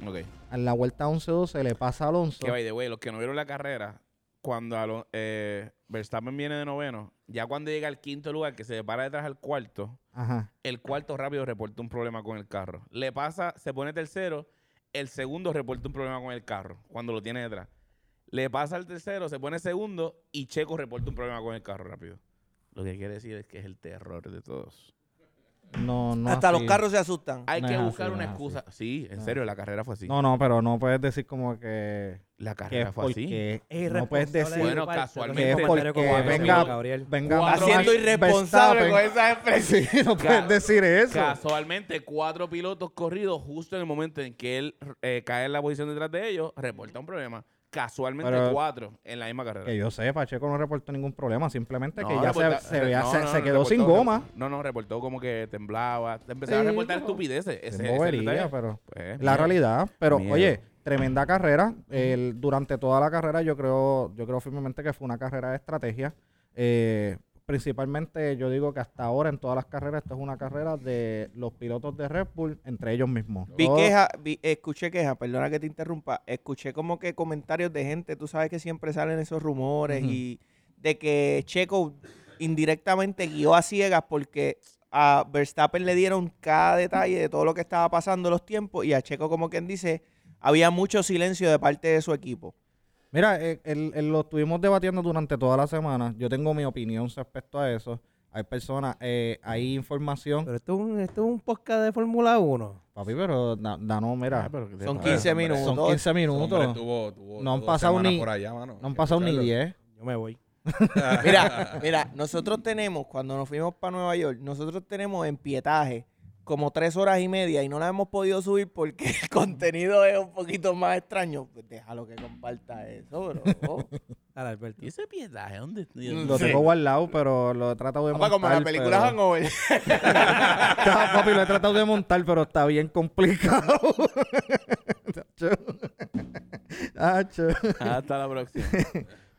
Speaker 4: Ok.
Speaker 3: En la vuelta 11 o 12 le pasa a Alonso.
Speaker 4: Que by the way, los que no vieron la carrera, cuando Alo- eh, Verstappen viene de noveno, ya cuando llega al quinto lugar, que se le para detrás al cuarto,
Speaker 3: Ajá.
Speaker 4: el cuarto rápido reporta un problema con el carro. Le pasa, se pone tercero, el segundo reporta un problema con el carro, cuando lo tiene detrás. Le pasa al tercero, se pone segundo y Checo reporta un problema con el carro rápido. Lo que quiere decir es que es el terror de todos.
Speaker 3: No, no.
Speaker 1: Hasta
Speaker 3: así.
Speaker 1: los carros se asustan.
Speaker 4: Hay
Speaker 3: No
Speaker 4: que
Speaker 3: es así,
Speaker 4: buscar
Speaker 3: no
Speaker 4: una
Speaker 3: es así.
Speaker 4: excusa. Sí, en
Speaker 3: No.
Speaker 4: serio, la carrera fue así.
Speaker 3: No, no, pero no puedes decir como que.
Speaker 4: La
Speaker 3: que es
Speaker 4: carrera fue así.
Speaker 3: porque.
Speaker 2: Es
Speaker 3: No
Speaker 2: irresponsable
Speaker 3: puedes decir.
Speaker 2: de
Speaker 4: Bueno,
Speaker 2: mi parte,
Speaker 4: casualmente,
Speaker 2: no es un comentario
Speaker 3: porque
Speaker 2: como ese,
Speaker 3: venga-
Speaker 2: Gabriel.
Speaker 3: Venga,
Speaker 4: Cuatro-
Speaker 3: Max
Speaker 1: Haciendo irresponsable con
Speaker 3: Verstappen.
Speaker 1: esas expresiones.
Speaker 3: Sí, no puedes
Speaker 4: Ca-
Speaker 3: decir eso.
Speaker 4: Casualmente, cuatro pilotos corridos justo en el momento en que él eh, cae en la posición detrás de ellos, reporta un problema. Casualmente
Speaker 3: Pero-
Speaker 4: cuatro en la misma carrera.
Speaker 3: Que yo sepa, Checo no reportó ningún problema, simplemente
Speaker 4: No,
Speaker 3: que ya
Speaker 4: reporta-
Speaker 3: se, se
Speaker 4: re-
Speaker 3: vea-
Speaker 4: no,
Speaker 3: se-
Speaker 4: no,
Speaker 3: se
Speaker 4: no,
Speaker 3: quedó sin
Speaker 4: reportó-
Speaker 3: goma.
Speaker 4: No, no, reportó como que temblaba. Te Empezaron
Speaker 3: Sí,
Speaker 4: a reportar
Speaker 3: pero-
Speaker 4: estupideces. Ese-
Speaker 3: Es
Speaker 4: Ese, es el
Speaker 3: bobería,
Speaker 4: detalle.
Speaker 3: pero
Speaker 4: Pues,
Speaker 3: la
Speaker 4: mira,
Speaker 3: realidad. Pero,
Speaker 4: Miedo.
Speaker 3: oye, tremenda carrera. El- durante toda la carrera, yo creo, yo creo firmemente que fue una carrera de estrategia. Eh, principalmente, yo digo que hasta ahora en todas las carreras, esto es una carrera de los pilotos de Red Bull entre ellos mismos.
Speaker 1: Vi
Speaker 3: Todos-
Speaker 1: queja, vi- escuché queja, perdona que te interrumpa, escuché como que comentarios de gente, tú sabes que siempre salen esos rumores
Speaker 3: Ujú.
Speaker 1: y de que Checo indirectamente guió a ciegas porque a Verstappen le dieron cada detalle de todo lo que estaba pasando los tiempos y a Checo como quien dice, había mucho silencio de parte de su equipo.
Speaker 3: Mira, eh, el- el- lo estuvimos debatiendo durante toda la semana. Yo tengo mi opinión respecto a eso. Hay personas, eh, hay información.
Speaker 2: Pero esto es, un, esto es un podcast de Fórmula 1.
Speaker 3: Papi, pero da- Dano, mira,
Speaker 4: ah, pero que te
Speaker 1: Son
Speaker 4: pasa,
Speaker 1: 15
Speaker 4: hombre.
Speaker 1: minutos.
Speaker 3: son 15 minutos.
Speaker 5: Hombre, tuvo- tuvo
Speaker 3: No han
Speaker 5: dos
Speaker 3: pasado
Speaker 5: semanas
Speaker 3: ni-
Speaker 5: por allá, mano.
Speaker 3: no han pasado ni
Speaker 5: Escucharlo.
Speaker 3: 10.
Speaker 2: Yo me voy.
Speaker 1: Mira, mira, nosotros tenemos, cuando nos fuimos para Nueva York, nosotros tenemos en pietaje como tres horas y media y no la hemos podido subir porque el contenido es un poquito más extraño. Pues déjalo que comparta eso, bro.
Speaker 2: Dale, Alberto.
Speaker 4: ¿Y ese piedaje? ¿Dónde?
Speaker 3: Lo tengo guardado, pero lo he tratado de montar.
Speaker 1: Papá, como la película
Speaker 3: pero-
Speaker 1: Hangover.
Speaker 3: Está- Papi, lo he tratado de montar, pero está bien complicado. Tacho. Tacho.
Speaker 4: Hasta la próxima.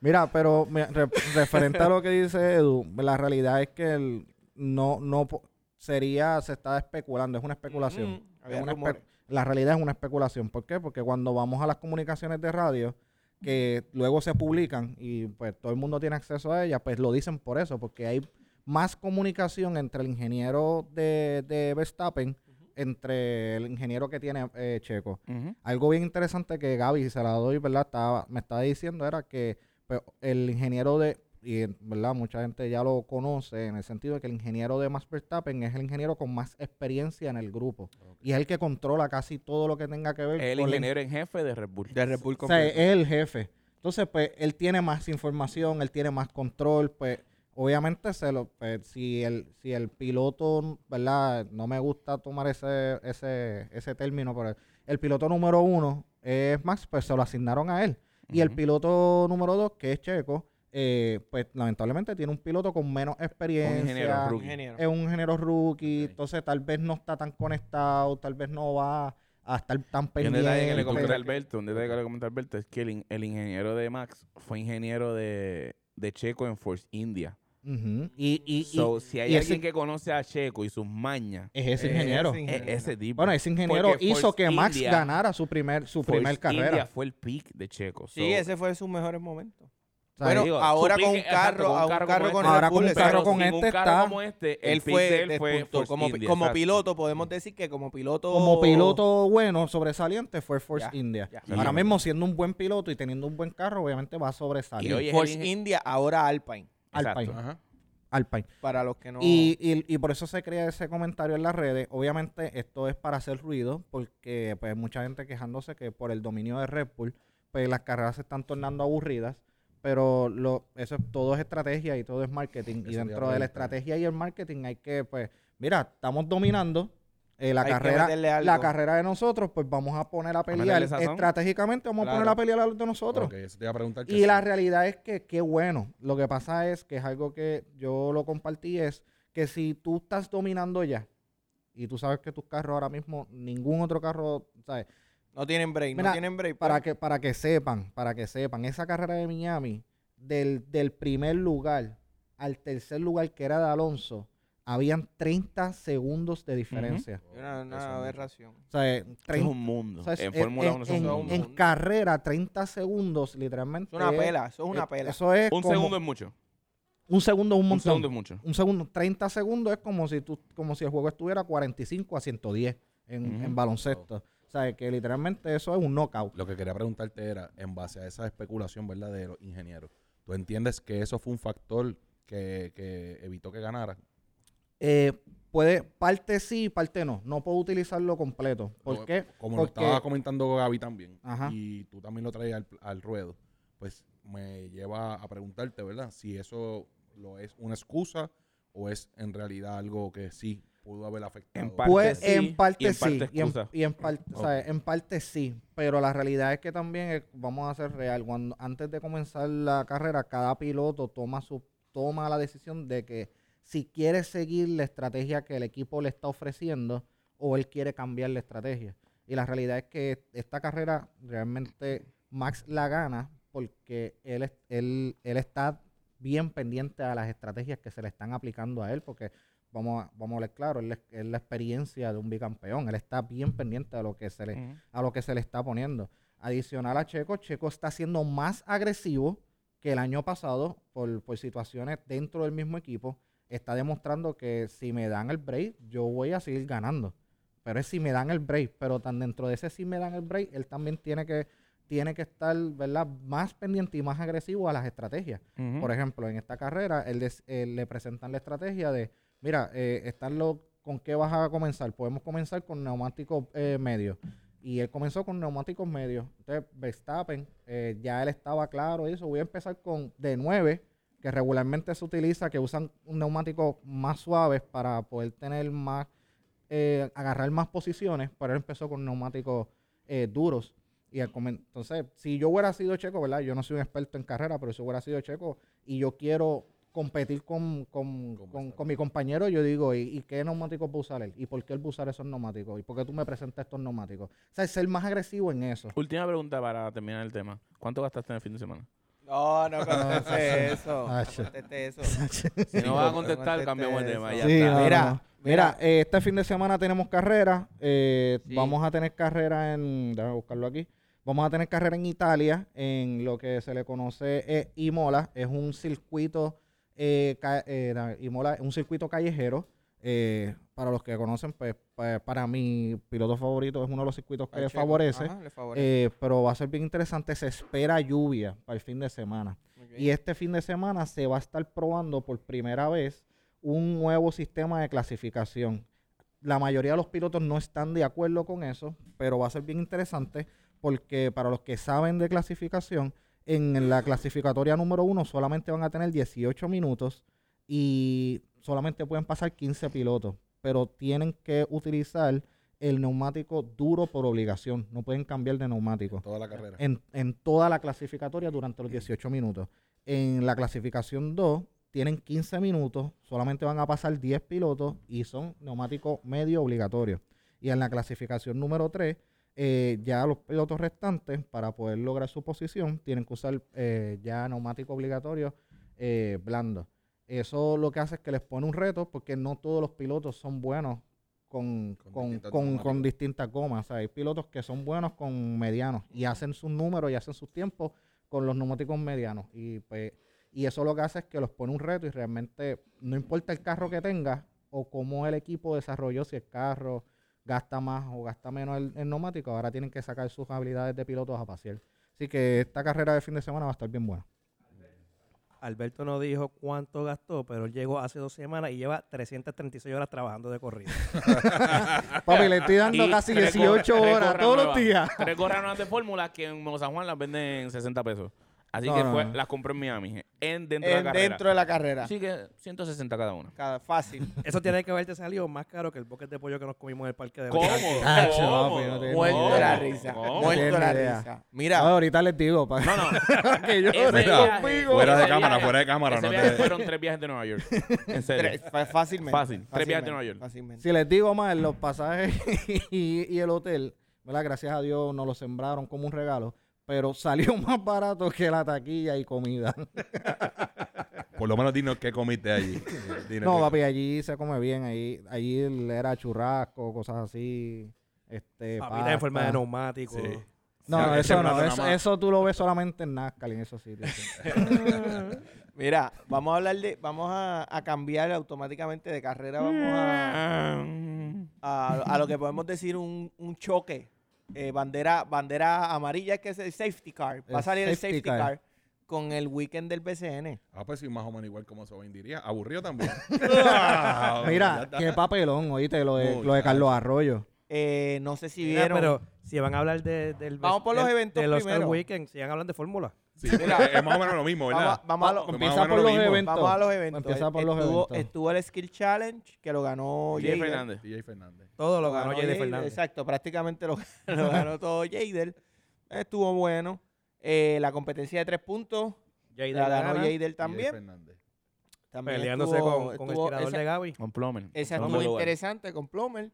Speaker 3: Mira, pero me- re- referente a lo que dice Edu, la realidad es que el- no, no po- sería, se está especulando, es una especulación.
Speaker 1: Mm, había
Speaker 3: Es una espe-
Speaker 1: rumores.
Speaker 3: la realidad es una especulación. ¿Por qué? Porque cuando vamos a las comunicaciones de radio, que luego se publican y pues todo el mundo tiene acceso a ellas, pues lo dicen por eso, porque hay más comunicación entre el ingeniero de, de Verstappen, entre el ingeniero que tiene eh, Checo.
Speaker 4: Ujú.
Speaker 3: Algo bien interesante que Gaby, se la doy, ¿verdad? Estaba, me estaba diciendo era que pues, el ingeniero de, y ¿verdad? Mucha gente ya lo conoce en el sentido de que el ingeniero de Max Verstappen es el ingeniero con más experiencia en el grupo. Y es el que controla casi todo lo que tenga que ver
Speaker 4: El
Speaker 3: con la-
Speaker 4: ingeniero en jefe de Red Bull.
Speaker 1: De Red Bull
Speaker 3: o sea,
Speaker 1: completo.
Speaker 3: es el jefe. Entonces, pues, él tiene más información, él tiene más control, pues, obviamente, se lo, pues, si, el, si el piloto, ¿verdad? No me gusta tomar ese, ese, ese término, pero el piloto número uno es Max, pues se lo asignaron a él. Y el
Speaker 4: Ujú.
Speaker 3: piloto número dos, que es Checo, eh, pues lamentablemente tiene un piloto con menos experiencia.
Speaker 4: ingeniero rookie.
Speaker 1: Ingeniero.
Speaker 3: Es un género rookie,
Speaker 5: Ok.
Speaker 3: entonces tal vez no está tan conectado, tal vez no va a estar tan
Speaker 4: Y un
Speaker 3: pendiente.
Speaker 4: detalle que le comenté a
Speaker 5: pendiente.
Speaker 4: Alberto, un detalle que le comenté a Alberto es que el, in- el ingeniero de Max fue ingeniero de, de Checo en Force India.
Speaker 3: Ujú. y, y- y
Speaker 4: So, si hay
Speaker 3: y ese-
Speaker 4: alguien que conoce a Checo y sus mañas,
Speaker 3: es ese ingeniero.
Speaker 1: Ese
Speaker 4: e-
Speaker 1: ingeniero.
Speaker 4: ese tipo.
Speaker 3: Bueno, ese ingeniero
Speaker 4: Porque
Speaker 3: hizo
Speaker 4: Force
Speaker 3: que Max
Speaker 4: India-
Speaker 3: ganara su primer, su
Speaker 4: Force
Speaker 3: primer
Speaker 4: India
Speaker 3: carrera.
Speaker 4: fue el pick de Checo. So,
Speaker 1: Sí, ese fue sus mejores momentos.
Speaker 3: sea,
Speaker 1: bueno,
Speaker 4: digo,
Speaker 1: ahora
Speaker 4: su
Speaker 1: con un
Speaker 4: pick, exacto,
Speaker 1: carro, a un carro,
Speaker 4: como
Speaker 1: con
Speaker 4: este.
Speaker 3: Ahora
Speaker 1: Red
Speaker 3: con
Speaker 1: Bull,
Speaker 3: un
Speaker 1: exacto.
Speaker 3: carro con
Speaker 4: sin un
Speaker 3: este
Speaker 4: carro
Speaker 3: está-
Speaker 4: como este, el
Speaker 1: Él
Speaker 4: pick de
Speaker 1: fue,
Speaker 4: él fue
Speaker 1: despuntó.
Speaker 4: Force
Speaker 1: como, pi-
Speaker 4: India,
Speaker 1: como
Speaker 4: exacto.
Speaker 1: piloto, podemos decir que como piloto...
Speaker 3: Como piloto bueno, sobresaliente, fue Force
Speaker 1: oh. Ya,
Speaker 3: India.
Speaker 1: ya.
Speaker 3: Ahora
Speaker 4: Y-
Speaker 3: mismo, siendo un buen piloto y teniendo un buen carro, obviamente va a
Speaker 4: Y
Speaker 3: sobresalir.
Speaker 4: oye, es el
Speaker 1: Force
Speaker 4: ingen-
Speaker 1: India, ahora Alpine.
Speaker 4: Exacto.
Speaker 3: Alpine.
Speaker 5: Ajá.
Speaker 3: Alpine.
Speaker 1: Para los que no...
Speaker 3: Y, y- y por eso se crea ese comentario en las redes. Obviamente esto es para hacer ruido, porque pues mucha gente quejándose que por el dominio de Red Bull, pues las carreras se están tornando aburridas. Pero lo, eso es, todo es estrategia y todo es marketing.
Speaker 5: Eso
Speaker 3: y
Speaker 5: te iba a
Speaker 3: dentro de la
Speaker 5: preguntar.
Speaker 3: estrategia y el marketing hay que, pues, mira, estamos dominando eh, la
Speaker 1: Hay que meterle
Speaker 3: carrera,
Speaker 1: algo.
Speaker 3: la carrera de nosotros, pues vamos a poner a pelear.
Speaker 4: meterle sazón.
Speaker 3: Estratégicamente vamos a
Speaker 1: Claro.
Speaker 3: poner a pelear a los de nosotros.
Speaker 5: Ok, eso te iba a preguntar. que
Speaker 3: Y la
Speaker 5: sí.
Speaker 3: realidad es que qué bueno. Lo que pasa es que es algo que yo lo compartí, es que si tú estás dominando ya y tú sabes que tus carros ahora mismo, ningún otro carro, ¿sabes?
Speaker 1: No tienen break,
Speaker 3: Mira,
Speaker 1: no tienen break.
Speaker 3: Para
Speaker 1: pues.
Speaker 3: que, para que sepan, para que sepan, esa carrera de Miami, del, del primer lugar al tercer lugar que era de Alonso, habían 30 segundos de diferencia.
Speaker 1: Una, una
Speaker 5: Eso no.
Speaker 1: aberración.
Speaker 3: O sea, eh,
Speaker 4: Es
Speaker 3: 30,
Speaker 4: un mundo.
Speaker 3: o sea, es-
Speaker 4: en
Speaker 3: en-
Speaker 4: Fórmula 1 es un
Speaker 3: Eh, en-
Speaker 4: mundo.
Speaker 3: en carrera, 30 segundos, literalmente.
Speaker 1: Es una
Speaker 3: es-
Speaker 1: pela, eso es una
Speaker 3: eh,
Speaker 1: pela.
Speaker 3: Eso es
Speaker 4: un
Speaker 3: como-
Speaker 4: segundo es mucho.
Speaker 3: un segundo es un
Speaker 4: Un
Speaker 3: montón.
Speaker 4: segundo es mucho.
Speaker 3: un segundo, 30 segundos es como si tú, como si el juego estuviera 45 a 110 en,
Speaker 4: Ujú.
Speaker 3: en baloncesto. O sea, que literalmente eso es un knockout.
Speaker 5: Lo que quería preguntarte era, en base a esa especulación, ¿verdad? De los ingenieros. ¿Tú entiendes que eso fue un factor que, que evitó que ganara?
Speaker 3: Eh, puede, parte sí, parte no. No puedo utilizarlo completo. ¿Por
Speaker 5: No,
Speaker 3: qué?
Speaker 5: Como
Speaker 3: Porque-
Speaker 5: lo estaba comentando Gaby también,
Speaker 3: Ajá.
Speaker 5: y tú también lo traías al, al ruedo, pues me lleva a preguntarte, ¿verdad? Si eso lo es una excusa o es en realidad algo que sí pudo haber afectado.
Speaker 4: En parte
Speaker 3: Pues,
Speaker 4: sí,
Speaker 3: en parte
Speaker 4: y en
Speaker 3: sí.
Speaker 4: parte
Speaker 3: y, en,
Speaker 4: excusa.
Speaker 3: y en parte, o sea, en parte sí. Pero la realidad es que también, eh, vamos a ser real, cuando, antes de comenzar la carrera, cada piloto toma, su, toma la decisión de que si quiere seguir la estrategia que el equipo le está ofreciendo o él quiere cambiar la estrategia. Y la realidad es que esta carrera realmente Max la gana porque él, es- él, él está bien pendiente a las estrategias que se le están aplicando a él, porque vamos a, vamos a hablar claro, él es, es la experiencia de un bicampeón, él está bien pendiente a lo que se le,
Speaker 4: Ujú.
Speaker 3: a lo que se le está poniendo. Adicional a Checo, Checo está siendo más agresivo que el año pasado por, por situaciones dentro del mismo equipo. Está demostrando que si me dan el break, yo voy a seguir ganando. Pero es si me dan el break, pero tan dentro de ese si me dan el break, él también tiene que, tiene que estar ¿verdad? más pendiente y más agresivo a las estrategias.
Speaker 4: Ujú.
Speaker 3: Por ejemplo, en esta carrera, él des- él le presentan la estrategia de, mira, eh, están los- ¿con qué vas a comenzar? Podemos comenzar con neumáticos eh, medios. Y él comenzó con neumáticos medios. Entonces, Verstappen, eh, ya él estaba claro y eso. Voy a empezar con de 9, que regularmente se utiliza, que usan un neumático más suaves para poder tener más, eh, agarrar más posiciones, pero él empezó con neumáticos eh, duros. Y al comen- entonces, si yo hubiera sido checo, ¿verdad? Yo no soy un experto en carrera, pero si hubiera sido checo y yo quiero competir con, con,
Speaker 5: Con
Speaker 3: con-
Speaker 5: Verstappen.
Speaker 3: con mi compañero, yo digo, ¿y, y qué neumáticos va a usar él? ¿Y por qué él va a usar esos neumáticos? ¿Y por qué tú me presentas estos neumáticos? O sea, ser más agresivo en eso.
Speaker 4: Última pregunta para terminar el tema. ¿Cuánto gastaste en el fin de semana?
Speaker 1: No, no conteste eso.
Speaker 3: Ah,
Speaker 1: No
Speaker 3: sí.
Speaker 1: conteste eso.
Speaker 4: Si no vas a contestar,
Speaker 1: contesté
Speaker 4: cambiamos de tema.
Speaker 1: eso.
Speaker 4: Ya
Speaker 3: Sí,
Speaker 4: está.
Speaker 3: no,
Speaker 1: Mira,
Speaker 3: no. Mira, eh, este fin de semana tenemos carrera. eh,
Speaker 1: Sí.
Speaker 3: Vamos a tener carrera en. Déjame buscarlo aquí. Vamos a tener carrera en Italia, en lo que se le conoce eh, Imola. Es un circuito. eh, ca- eh, da- Imola es un circuito callejero. eh, para los que conocen, pues, pa- para mi piloto favorito es uno de los circuitos que
Speaker 1: Al
Speaker 3: le
Speaker 1: Checo.
Speaker 3: favorece.
Speaker 1: Ajá, le favorece.
Speaker 3: eh, pero va a ser bien interesante. Se espera lluvia para el fin de semana.
Speaker 1: Muy bien.
Speaker 3: Y este fin de semana se va a estar probando por primera vez un nuevo sistema de clasificación. La mayoría de los pilotos no están de acuerdo con eso, pero va a ser bien interesante porque para los que saben de clasificación, en la clasificatoria número uno solamente van a tener 18 minutos y solamente pueden pasar 15 pilotos, pero tienen que utilizar el neumático duro por obligación, no pueden cambiar de neumático
Speaker 5: Toda la carrera.
Speaker 3: en, en toda la clasificatoria durante los 18 minutos. En la clasificación 2 tienen 15 minutos, solamente van a pasar 10 pilotos y son neumáticos medio obligatorios. Y en la clasificación número 3, ya los pilotos restantes, para poder lograr su posición, tienen que usar eh, ya neumático obligatorio eh, blando. Eso lo que hace es que les pone un reto porque no todos los pilotos son buenos con,
Speaker 5: Con
Speaker 3: con,
Speaker 5: distintos
Speaker 3: con-
Speaker 5: neumáticos.
Speaker 3: con distintas gomas. O sea, hay pilotos que son buenos con medianos y hacen sus números y hacen sus tiempos con los neumáticos medianos. Y, pues, y eso lo que hace es que los pone un reto y realmente no importa el carro que tengas o cómo el equipo desarrolló, si el carro gasta más o gasta menos el, el neumático, ahora tienen que sacar sus habilidades de pilotos a pasear. Así que esta carrera de fin de semana va a estar bien buena.
Speaker 2: Alberto no dijo cuánto gastó, pero él llegó hace dos semanas y lleva 336 horas trabajando de corrida.
Speaker 3: Papi, le estoy dando
Speaker 4: Y
Speaker 3: casi
Speaker 4: tres
Speaker 3: 18
Speaker 4: gorras- tres
Speaker 3: horas
Speaker 4: gorras
Speaker 3: todos los
Speaker 4: nuevas.
Speaker 3: días.
Speaker 4: Tres gorras nuevas de fórmula que en San Juan las venden en 60 pesos. Así
Speaker 3: No,
Speaker 4: que
Speaker 3: no,
Speaker 4: fue-
Speaker 3: no.
Speaker 4: las compré en Miami. En, dentro de
Speaker 1: En-
Speaker 4: la carrera.
Speaker 1: dentro de la carrera.
Speaker 4: Así que 160 cada una.
Speaker 1: Cada- fácil.
Speaker 2: Eso tiene que haberte salido más caro que el bucket de pollo que nos comimos en el parque de
Speaker 4: ¿Cómo?
Speaker 3: Tacho,
Speaker 4: ¿Cómo?
Speaker 3: papi, no te-
Speaker 1: Muerto de la
Speaker 4: ¿Cómo?
Speaker 1: risa.
Speaker 4: ¿Cómo?
Speaker 1: Muerto de la
Speaker 3: Tiene idea.
Speaker 1: risa. Mira,
Speaker 3: Ah, ahorita les digo. pa-
Speaker 4: No, no.
Speaker 3: que yo-
Speaker 4: Ese
Speaker 5: Mira,
Speaker 4: viaje-
Speaker 5: fuera de
Speaker 4: ese
Speaker 5: cámara,
Speaker 4: viaje-
Speaker 5: fuera de cámara,
Speaker 4: ese
Speaker 5: no
Speaker 4: viaje
Speaker 5: te-
Speaker 4: fueron tres viajes de Nueva York. En serio.
Speaker 1: tres- fa- fácilmente.
Speaker 4: Fácil. Tres viajes de
Speaker 1: fácilmente,
Speaker 4: Nueva York.
Speaker 1: Fácilmente.
Speaker 3: Si les digo más, los pasajes y, y el hotel, ¿verdad? gracias a Dios nos lo sembraron como un regalo, pero salió más barato que la taquilla y comida.
Speaker 5: Por lo menos dinos qué comiste allí. Dinos
Speaker 3: No,
Speaker 5: qué-
Speaker 3: papi, allí se come bien. Allí, allí era churrasco, cosas así. Este,
Speaker 2: Papita en forma de
Speaker 3: pasta.
Speaker 2: neumático.
Speaker 5: Sí.
Speaker 3: No,
Speaker 5: Sí,
Speaker 3: no,
Speaker 5: ese
Speaker 3: eso no.
Speaker 5: plato
Speaker 3: Eso,
Speaker 5: nada más.
Speaker 3: eso tú lo ves solamente en NASCAR y en esos sitios. sí.
Speaker 1: Mira, vamos a hablar de, vamos a, a cambiar automáticamente de carrera, vamos a, a- a lo que podemos decir un, un choque. Eh, bandera, bandera amarilla es que es el safety car. Va a
Speaker 3: El
Speaker 1: salir el
Speaker 3: safety
Speaker 1: safety
Speaker 3: car.
Speaker 1: car con el weekend del BCN.
Speaker 5: Ah, pues sí, más o menos igual como se vendiría. Aburrido también. Ah,
Speaker 3: Mira, qué papelón, oíste, lo de, lo de Carlos Arroyo.
Speaker 1: Eh, no sé si
Speaker 2: Mira,
Speaker 1: vieron.
Speaker 2: pero si van a hablar de, del
Speaker 1: Vamos por los
Speaker 2: del-
Speaker 1: eventos
Speaker 2: del Oscar
Speaker 1: primero.
Speaker 2: Weekend, si van a hablar de fórmula.
Speaker 5: Sí, porque es más o menos lo mismo,
Speaker 1: vamos,
Speaker 5: ¿verdad?
Speaker 1: a- vamos a lo-
Speaker 5: Más o
Speaker 3: Empieza
Speaker 5: menos
Speaker 3: por
Speaker 5: lo
Speaker 3: los
Speaker 5: mismo.
Speaker 3: eventos.
Speaker 1: vamos a los eventos. Eh,
Speaker 3: Empieza por los
Speaker 1: estuvo,
Speaker 3: eventos.
Speaker 1: estuvo el Skill Challenge que lo ganó
Speaker 4: Jay
Speaker 1: Jader.
Speaker 4: Fernández.
Speaker 5: DJ Fernández.
Speaker 2: Todo lo
Speaker 1: Lo
Speaker 2: ganó
Speaker 1: ganó
Speaker 2: Jade
Speaker 1: Jader,
Speaker 2: Fernández.
Speaker 1: Exacto, prácticamente lo, lo ganó todo Jader. Estuvo bueno. Eh, la competencia de tres puntos
Speaker 2: Jade
Speaker 1: la ganó
Speaker 2: gana,
Speaker 1: Jader
Speaker 5: DJ
Speaker 1: también.
Speaker 5: Fernández.
Speaker 1: También
Speaker 2: peleándose
Speaker 1: estuvo-
Speaker 2: con, con
Speaker 1: estuvo
Speaker 2: el tirador
Speaker 1: esa,
Speaker 2: de Gaby.
Speaker 4: Con Plomer.
Speaker 1: esa
Speaker 4: Con
Speaker 1: estuvo
Speaker 4: Plomer Lugar.
Speaker 1: interesante con Plomer.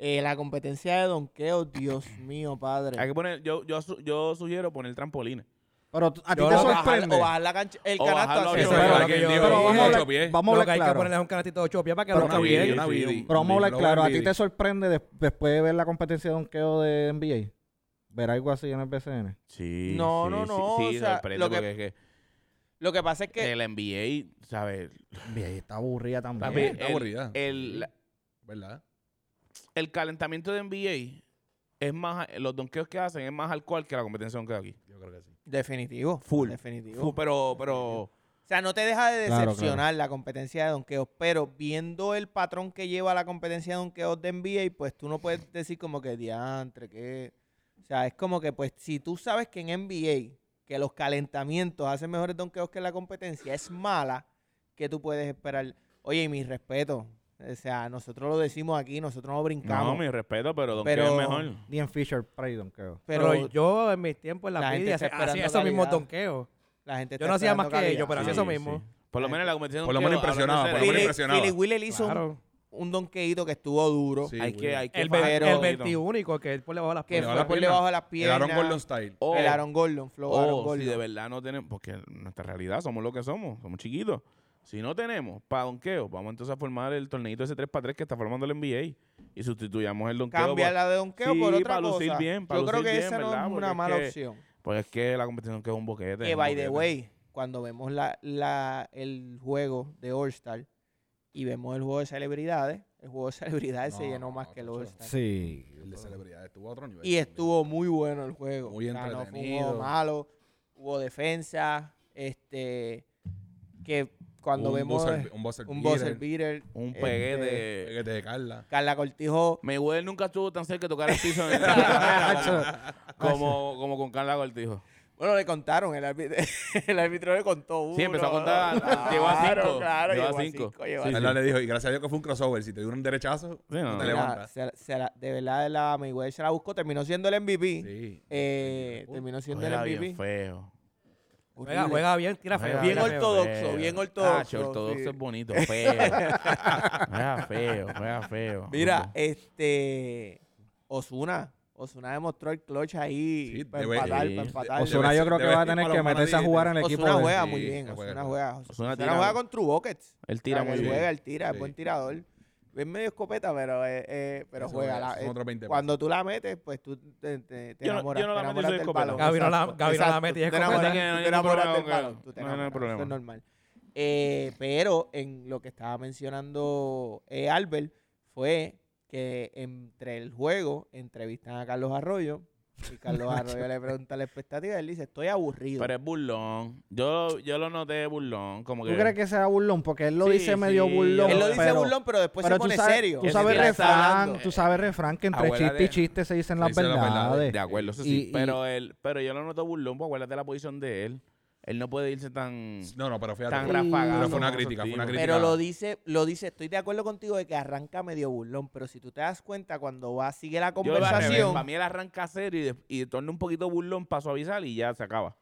Speaker 1: Eh, la competencia de donqueo, Dios mío, padre.
Speaker 4: Hay que poner, yo, yo, su- yo sugiero poner trampolines.
Speaker 3: Pero tú- a ti
Speaker 2: Yo
Speaker 3: te
Speaker 2: lo-
Speaker 1: O bajar-
Speaker 3: sorprende.
Speaker 1: o bajar la cancha, el
Speaker 4: O
Speaker 1: canasto
Speaker 4: bajarlo
Speaker 1: así.
Speaker 4: a
Speaker 2: Eso
Speaker 4: Pero
Speaker 2: es lo
Speaker 4: alguien
Speaker 2: que yo
Speaker 4: dijo,
Speaker 3: Pero
Speaker 2: dije.
Speaker 3: vamos a
Speaker 5: ocho pies.
Speaker 3: hablar, vamos a
Speaker 2: Lo
Speaker 3: hablar
Speaker 2: que hay que
Speaker 3: claro.
Speaker 2: ponerle es un canastito de chopia para que
Speaker 3: Pero
Speaker 2: lo
Speaker 5: Una
Speaker 3: también-
Speaker 5: bidi,
Speaker 2: cambie.
Speaker 5: una bidi.
Speaker 3: Pero vamos a
Speaker 5: Un
Speaker 3: hablar
Speaker 5: logo
Speaker 3: claro. A
Speaker 5: en
Speaker 3: ti
Speaker 5: bidi.
Speaker 3: te sorprende des- después de ver la competencia de donkeo de NBA. Ver algo así en el BCN.
Speaker 4: Sí.
Speaker 1: No,
Speaker 4: sí,
Speaker 1: no,
Speaker 4: sí,
Speaker 1: no,
Speaker 4: Sí,
Speaker 1: o sea,
Speaker 4: sorprende
Speaker 1: lo que-
Speaker 4: porque es
Speaker 1: Lo que pasa es
Speaker 4: que
Speaker 1: que
Speaker 4: el NBA, ¿sabes?
Speaker 3: NBA está aburrida también.
Speaker 4: Papi,
Speaker 5: Está
Speaker 4: el-
Speaker 5: aburrida.
Speaker 4: El,
Speaker 5: ¿Verdad?
Speaker 4: el calentamiento de NBA es más, los donkeos que hacen es más alcohol que la competencia de donkeo aquí.
Speaker 5: Yo creo que sí.
Speaker 1: definitivo,
Speaker 4: Full.
Speaker 1: definitivo.
Speaker 4: Fu- Pero, pero,
Speaker 1: O sea, no te deja de
Speaker 3: Claro,
Speaker 1: decepcionar la competencia de donkeos, pero viendo el patrón que lleva la competencia de donkeos de NBA, pues tú no puedes decir como que diantre, que... O sea, es como que pues si tú sabes que en NBA, que los calentamientos hacen mejores donkeos que la competencia, es mala, ¿qué tú puedes esperar? Oye, y mi respeto. O sea, nosotros lo decimos aquí, nosotros no
Speaker 4: no,
Speaker 1: brincamos.
Speaker 4: mi respeto, pero donkeo
Speaker 1: Pero-
Speaker 4: es mejor.
Speaker 3: Dean Fisher Pride donkeo.
Speaker 1: pero
Speaker 2: Pero, yo en mis tiempos en
Speaker 1: la
Speaker 2: la
Speaker 1: gente
Speaker 2: media
Speaker 1: está
Speaker 2: hacía
Speaker 1: esperando
Speaker 2: esos mismos
Speaker 1: calidad.
Speaker 2: donkeos.
Speaker 1: la gente
Speaker 2: Yo
Speaker 1: está
Speaker 2: no hacía
Speaker 1: esperando
Speaker 2: más que
Speaker 1: calidad.
Speaker 2: ellos, pero hacía
Speaker 4: Sí,
Speaker 2: eso
Speaker 4: sí.
Speaker 2: mismo.
Speaker 4: Por lo menos en la competencia de
Speaker 5: Eh, Por lo menos
Speaker 4: donkeo,
Speaker 5: impresionaba,
Speaker 4: hablando
Speaker 5: por lo menos
Speaker 4: serio,
Speaker 1: Philly-
Speaker 5: impresionaba.
Speaker 1: Philly Wheeler hizo un-
Speaker 2: Claro.
Speaker 1: un, donkeíto que estuvo duro.
Speaker 5: Sí,
Speaker 4: Hay que, hay que
Speaker 2: El,
Speaker 1: ve-
Speaker 2: ve-
Speaker 4: fajarlo
Speaker 1: pero-
Speaker 2: el
Speaker 4: un poquito.
Speaker 2: 21 y con- que él por debajo de las
Speaker 1: que
Speaker 5: Pero
Speaker 1: fue
Speaker 5: ahora
Speaker 1: por
Speaker 5: pierna.
Speaker 1: debajo de las
Speaker 5: El
Speaker 1: piernas.
Speaker 5: Aaron Gordon Style.
Speaker 4: O-
Speaker 1: El Aaron Gordon, Flow
Speaker 4: o
Speaker 1: Aaron Gordon.
Speaker 4: si Oh, de verdad no tenemos, porque nuestra realidad somos lo que somos, somos chiquitos. Si no tenemos para donqueo, vamos entonces a formar el torneito ese 3x3 que está formando el NBA y sustituyamos el donqueo.
Speaker 1: Cambia
Speaker 4: por-
Speaker 1: la de donqueo
Speaker 4: Sí,
Speaker 1: por otra
Speaker 4: para lucir
Speaker 1: cosa.
Speaker 4: bien, para
Speaker 1: Yo creo
Speaker 4: lucir
Speaker 1: que
Speaker 4: bien,
Speaker 1: esa
Speaker 4: ¿verdad?
Speaker 1: no es
Speaker 4: Porque
Speaker 1: una
Speaker 4: es
Speaker 1: mala
Speaker 4: que-
Speaker 1: opción.
Speaker 4: Porque es que la competición donqueo es un boquete. es
Speaker 1: Que
Speaker 4: un
Speaker 1: Eh, by the
Speaker 4: boquete.
Speaker 1: way, cuando vemos la, la, el juego de All Star y vemos el juego de celebridades, el juego de celebridades se
Speaker 5: No,
Speaker 1: llenó más que el
Speaker 5: chacho.
Speaker 1: All Star.
Speaker 3: Sí.
Speaker 5: El de celebridad estuvo a otro nivel.
Speaker 1: Y estuvo muy bueno el juego.
Speaker 5: Muy
Speaker 1: O sea, no fue un
Speaker 5: entretenido.
Speaker 1: juego malo, hubo defensa, este que cuando
Speaker 5: un
Speaker 1: vemos eh,
Speaker 5: buzzer- un buzzer
Speaker 1: un
Speaker 5: beater,
Speaker 1: buzzer beater,
Speaker 4: Un
Speaker 1: este,
Speaker 4: peguete.
Speaker 5: que te de Carla.
Speaker 1: Carla Cortijo
Speaker 4: Mayweather nunca estuvo tan cerca de tocar el piso en- como, como con Carla Cortijo.
Speaker 1: Bueno, le contaron, el árbitro, el árbitro le contó uno.
Speaker 4: Sí, empezó a contar,
Speaker 1: Claro,
Speaker 4: ah, llegó a cinco,
Speaker 1: Claro,
Speaker 4: llegó a
Speaker 1: llegó a
Speaker 4: cinco.
Speaker 1: cinco, llegó a
Speaker 4: Sí,
Speaker 1: cinco.
Speaker 5: Carla le dijo, y gracias a Dios que fue un crossover, si te dio un derechazo,
Speaker 4: Sí, no,
Speaker 5: no te
Speaker 4: no.
Speaker 1: Mira,
Speaker 5: levantas.
Speaker 1: se la- se la- de verdad, la Mayweather se la buscó, terminó siendo el MVP.
Speaker 5: Sí.
Speaker 1: Eh,
Speaker 5: Uh,
Speaker 1: terminó siendo el
Speaker 4: Juega bien
Speaker 1: MVP.
Speaker 4: feo.
Speaker 2: Juega,
Speaker 1: Horrible.
Speaker 2: juega bien, tira
Speaker 4: Juega
Speaker 2: feo.
Speaker 1: Bien
Speaker 2: tira feo.
Speaker 1: ortodoxo. bien ortodoxo,
Speaker 4: Tacho, ortodoxo
Speaker 1: sí.
Speaker 4: es bonito, feo. juega feo, juega feo.
Speaker 1: Mira, este. Osuna. Osuna demostró el clutch ahí
Speaker 5: Sí,
Speaker 1: para
Speaker 5: debe-
Speaker 1: empatar,
Speaker 4: sí.
Speaker 1: para empatar.
Speaker 3: Osuna yo creo que
Speaker 5: Debe-
Speaker 3: va a tener
Speaker 5: debe-
Speaker 3: que meterse a jugar en el equipo
Speaker 1: Osuna
Speaker 3: de...
Speaker 1: juega
Speaker 5: Sí,
Speaker 1: muy bien.
Speaker 5: que juega,
Speaker 1: Osuna
Speaker 5: que
Speaker 1: juega.
Speaker 4: Ozuna
Speaker 1: Osuna
Speaker 4: tira-
Speaker 1: juega con True Buckets.
Speaker 4: él
Speaker 1: O
Speaker 4: tira
Speaker 1: sea, que
Speaker 4: muy
Speaker 1: él
Speaker 4: bien.
Speaker 1: juega, él tira, es
Speaker 5: Sí.
Speaker 1: buen tirador. Es medio escopeta, pero, eh, eh, pero
Speaker 5: Eso
Speaker 1: juega.
Speaker 5: es-
Speaker 1: la-
Speaker 5: son
Speaker 1: eh,
Speaker 5: otros 20 pesos.
Speaker 1: cuando tú la metes, pues tú te, te, te
Speaker 4: Yo no-
Speaker 1: enamoras,
Speaker 4: yo no la
Speaker 1: te
Speaker 4: meto y
Speaker 1: enamoras
Speaker 4: soy
Speaker 1: del
Speaker 4: escopeta.
Speaker 1: balón.
Speaker 2: Gaby no la-
Speaker 1: Exacto,
Speaker 2: Gaby no la
Speaker 1: exacto.
Speaker 2: mete y
Speaker 1: Tú
Speaker 2: es
Speaker 1: te
Speaker 2: escopeta.
Speaker 1: enamoras-
Speaker 4: Así que no
Speaker 1: tú te
Speaker 4: hay ningún
Speaker 1: enamoras
Speaker 4: problema
Speaker 1: del
Speaker 4: con
Speaker 1: balón,
Speaker 4: Gaby.
Speaker 1: tú te
Speaker 4: No, no hay
Speaker 1: enamoras,
Speaker 4: problema.
Speaker 1: Eso es normal. Eh, pero en lo que estaba mencionando eh, Albert fue que entre el juego entrevistan a Carlos Arroyo y Carlos Arroyo le pregunta la expectativa y él dice, estoy aburrido.
Speaker 4: Pero es burlón. Yo, yo lo noté burlón. Como
Speaker 3: ¿Tú
Speaker 4: que,
Speaker 3: crees que sea burlón? Porque él lo
Speaker 4: Sí,
Speaker 3: dice medio
Speaker 4: sí,
Speaker 3: burlón.
Speaker 1: él lo dice
Speaker 3: pero-
Speaker 1: burlón, pero después
Speaker 3: pero
Speaker 1: se pone
Speaker 3: tú sabes,
Speaker 1: serio.
Speaker 3: Tú
Speaker 4: Él
Speaker 3: sabes,
Speaker 4: siquiera está
Speaker 3: refrán,
Speaker 4: hablando.
Speaker 3: tú sabes refrán que entre
Speaker 4: Abuela
Speaker 3: chiste
Speaker 4: de-
Speaker 3: y chiste se dicen las
Speaker 5: dice la verdad.
Speaker 3: verdades.
Speaker 4: De acuerdo, eso
Speaker 3: Y-
Speaker 4: sí.
Speaker 3: y-
Speaker 4: pero, él, pero yo lo noto burlón, pues acuérdate la posición de él. Él no puede irse tan,
Speaker 1: Mm.
Speaker 5: No, no, pero fíjate.
Speaker 4: tan
Speaker 3: Sí.
Speaker 4: rafagado.
Speaker 5: Pero fue una
Speaker 4: como
Speaker 5: crítica,
Speaker 4: esos
Speaker 5: fue una
Speaker 4: tipos.
Speaker 5: crítica.
Speaker 1: Pero lo dice, lo dice, estoy de acuerdo contigo de que arranca medio burlón, pero si tú te das cuenta cuando va, sigue la
Speaker 4: Yo lo veo al revés.
Speaker 1: conversación.
Speaker 4: Para mí él arranca serio y, de- y torna un poquito burlón para suavizar y ya se acaba.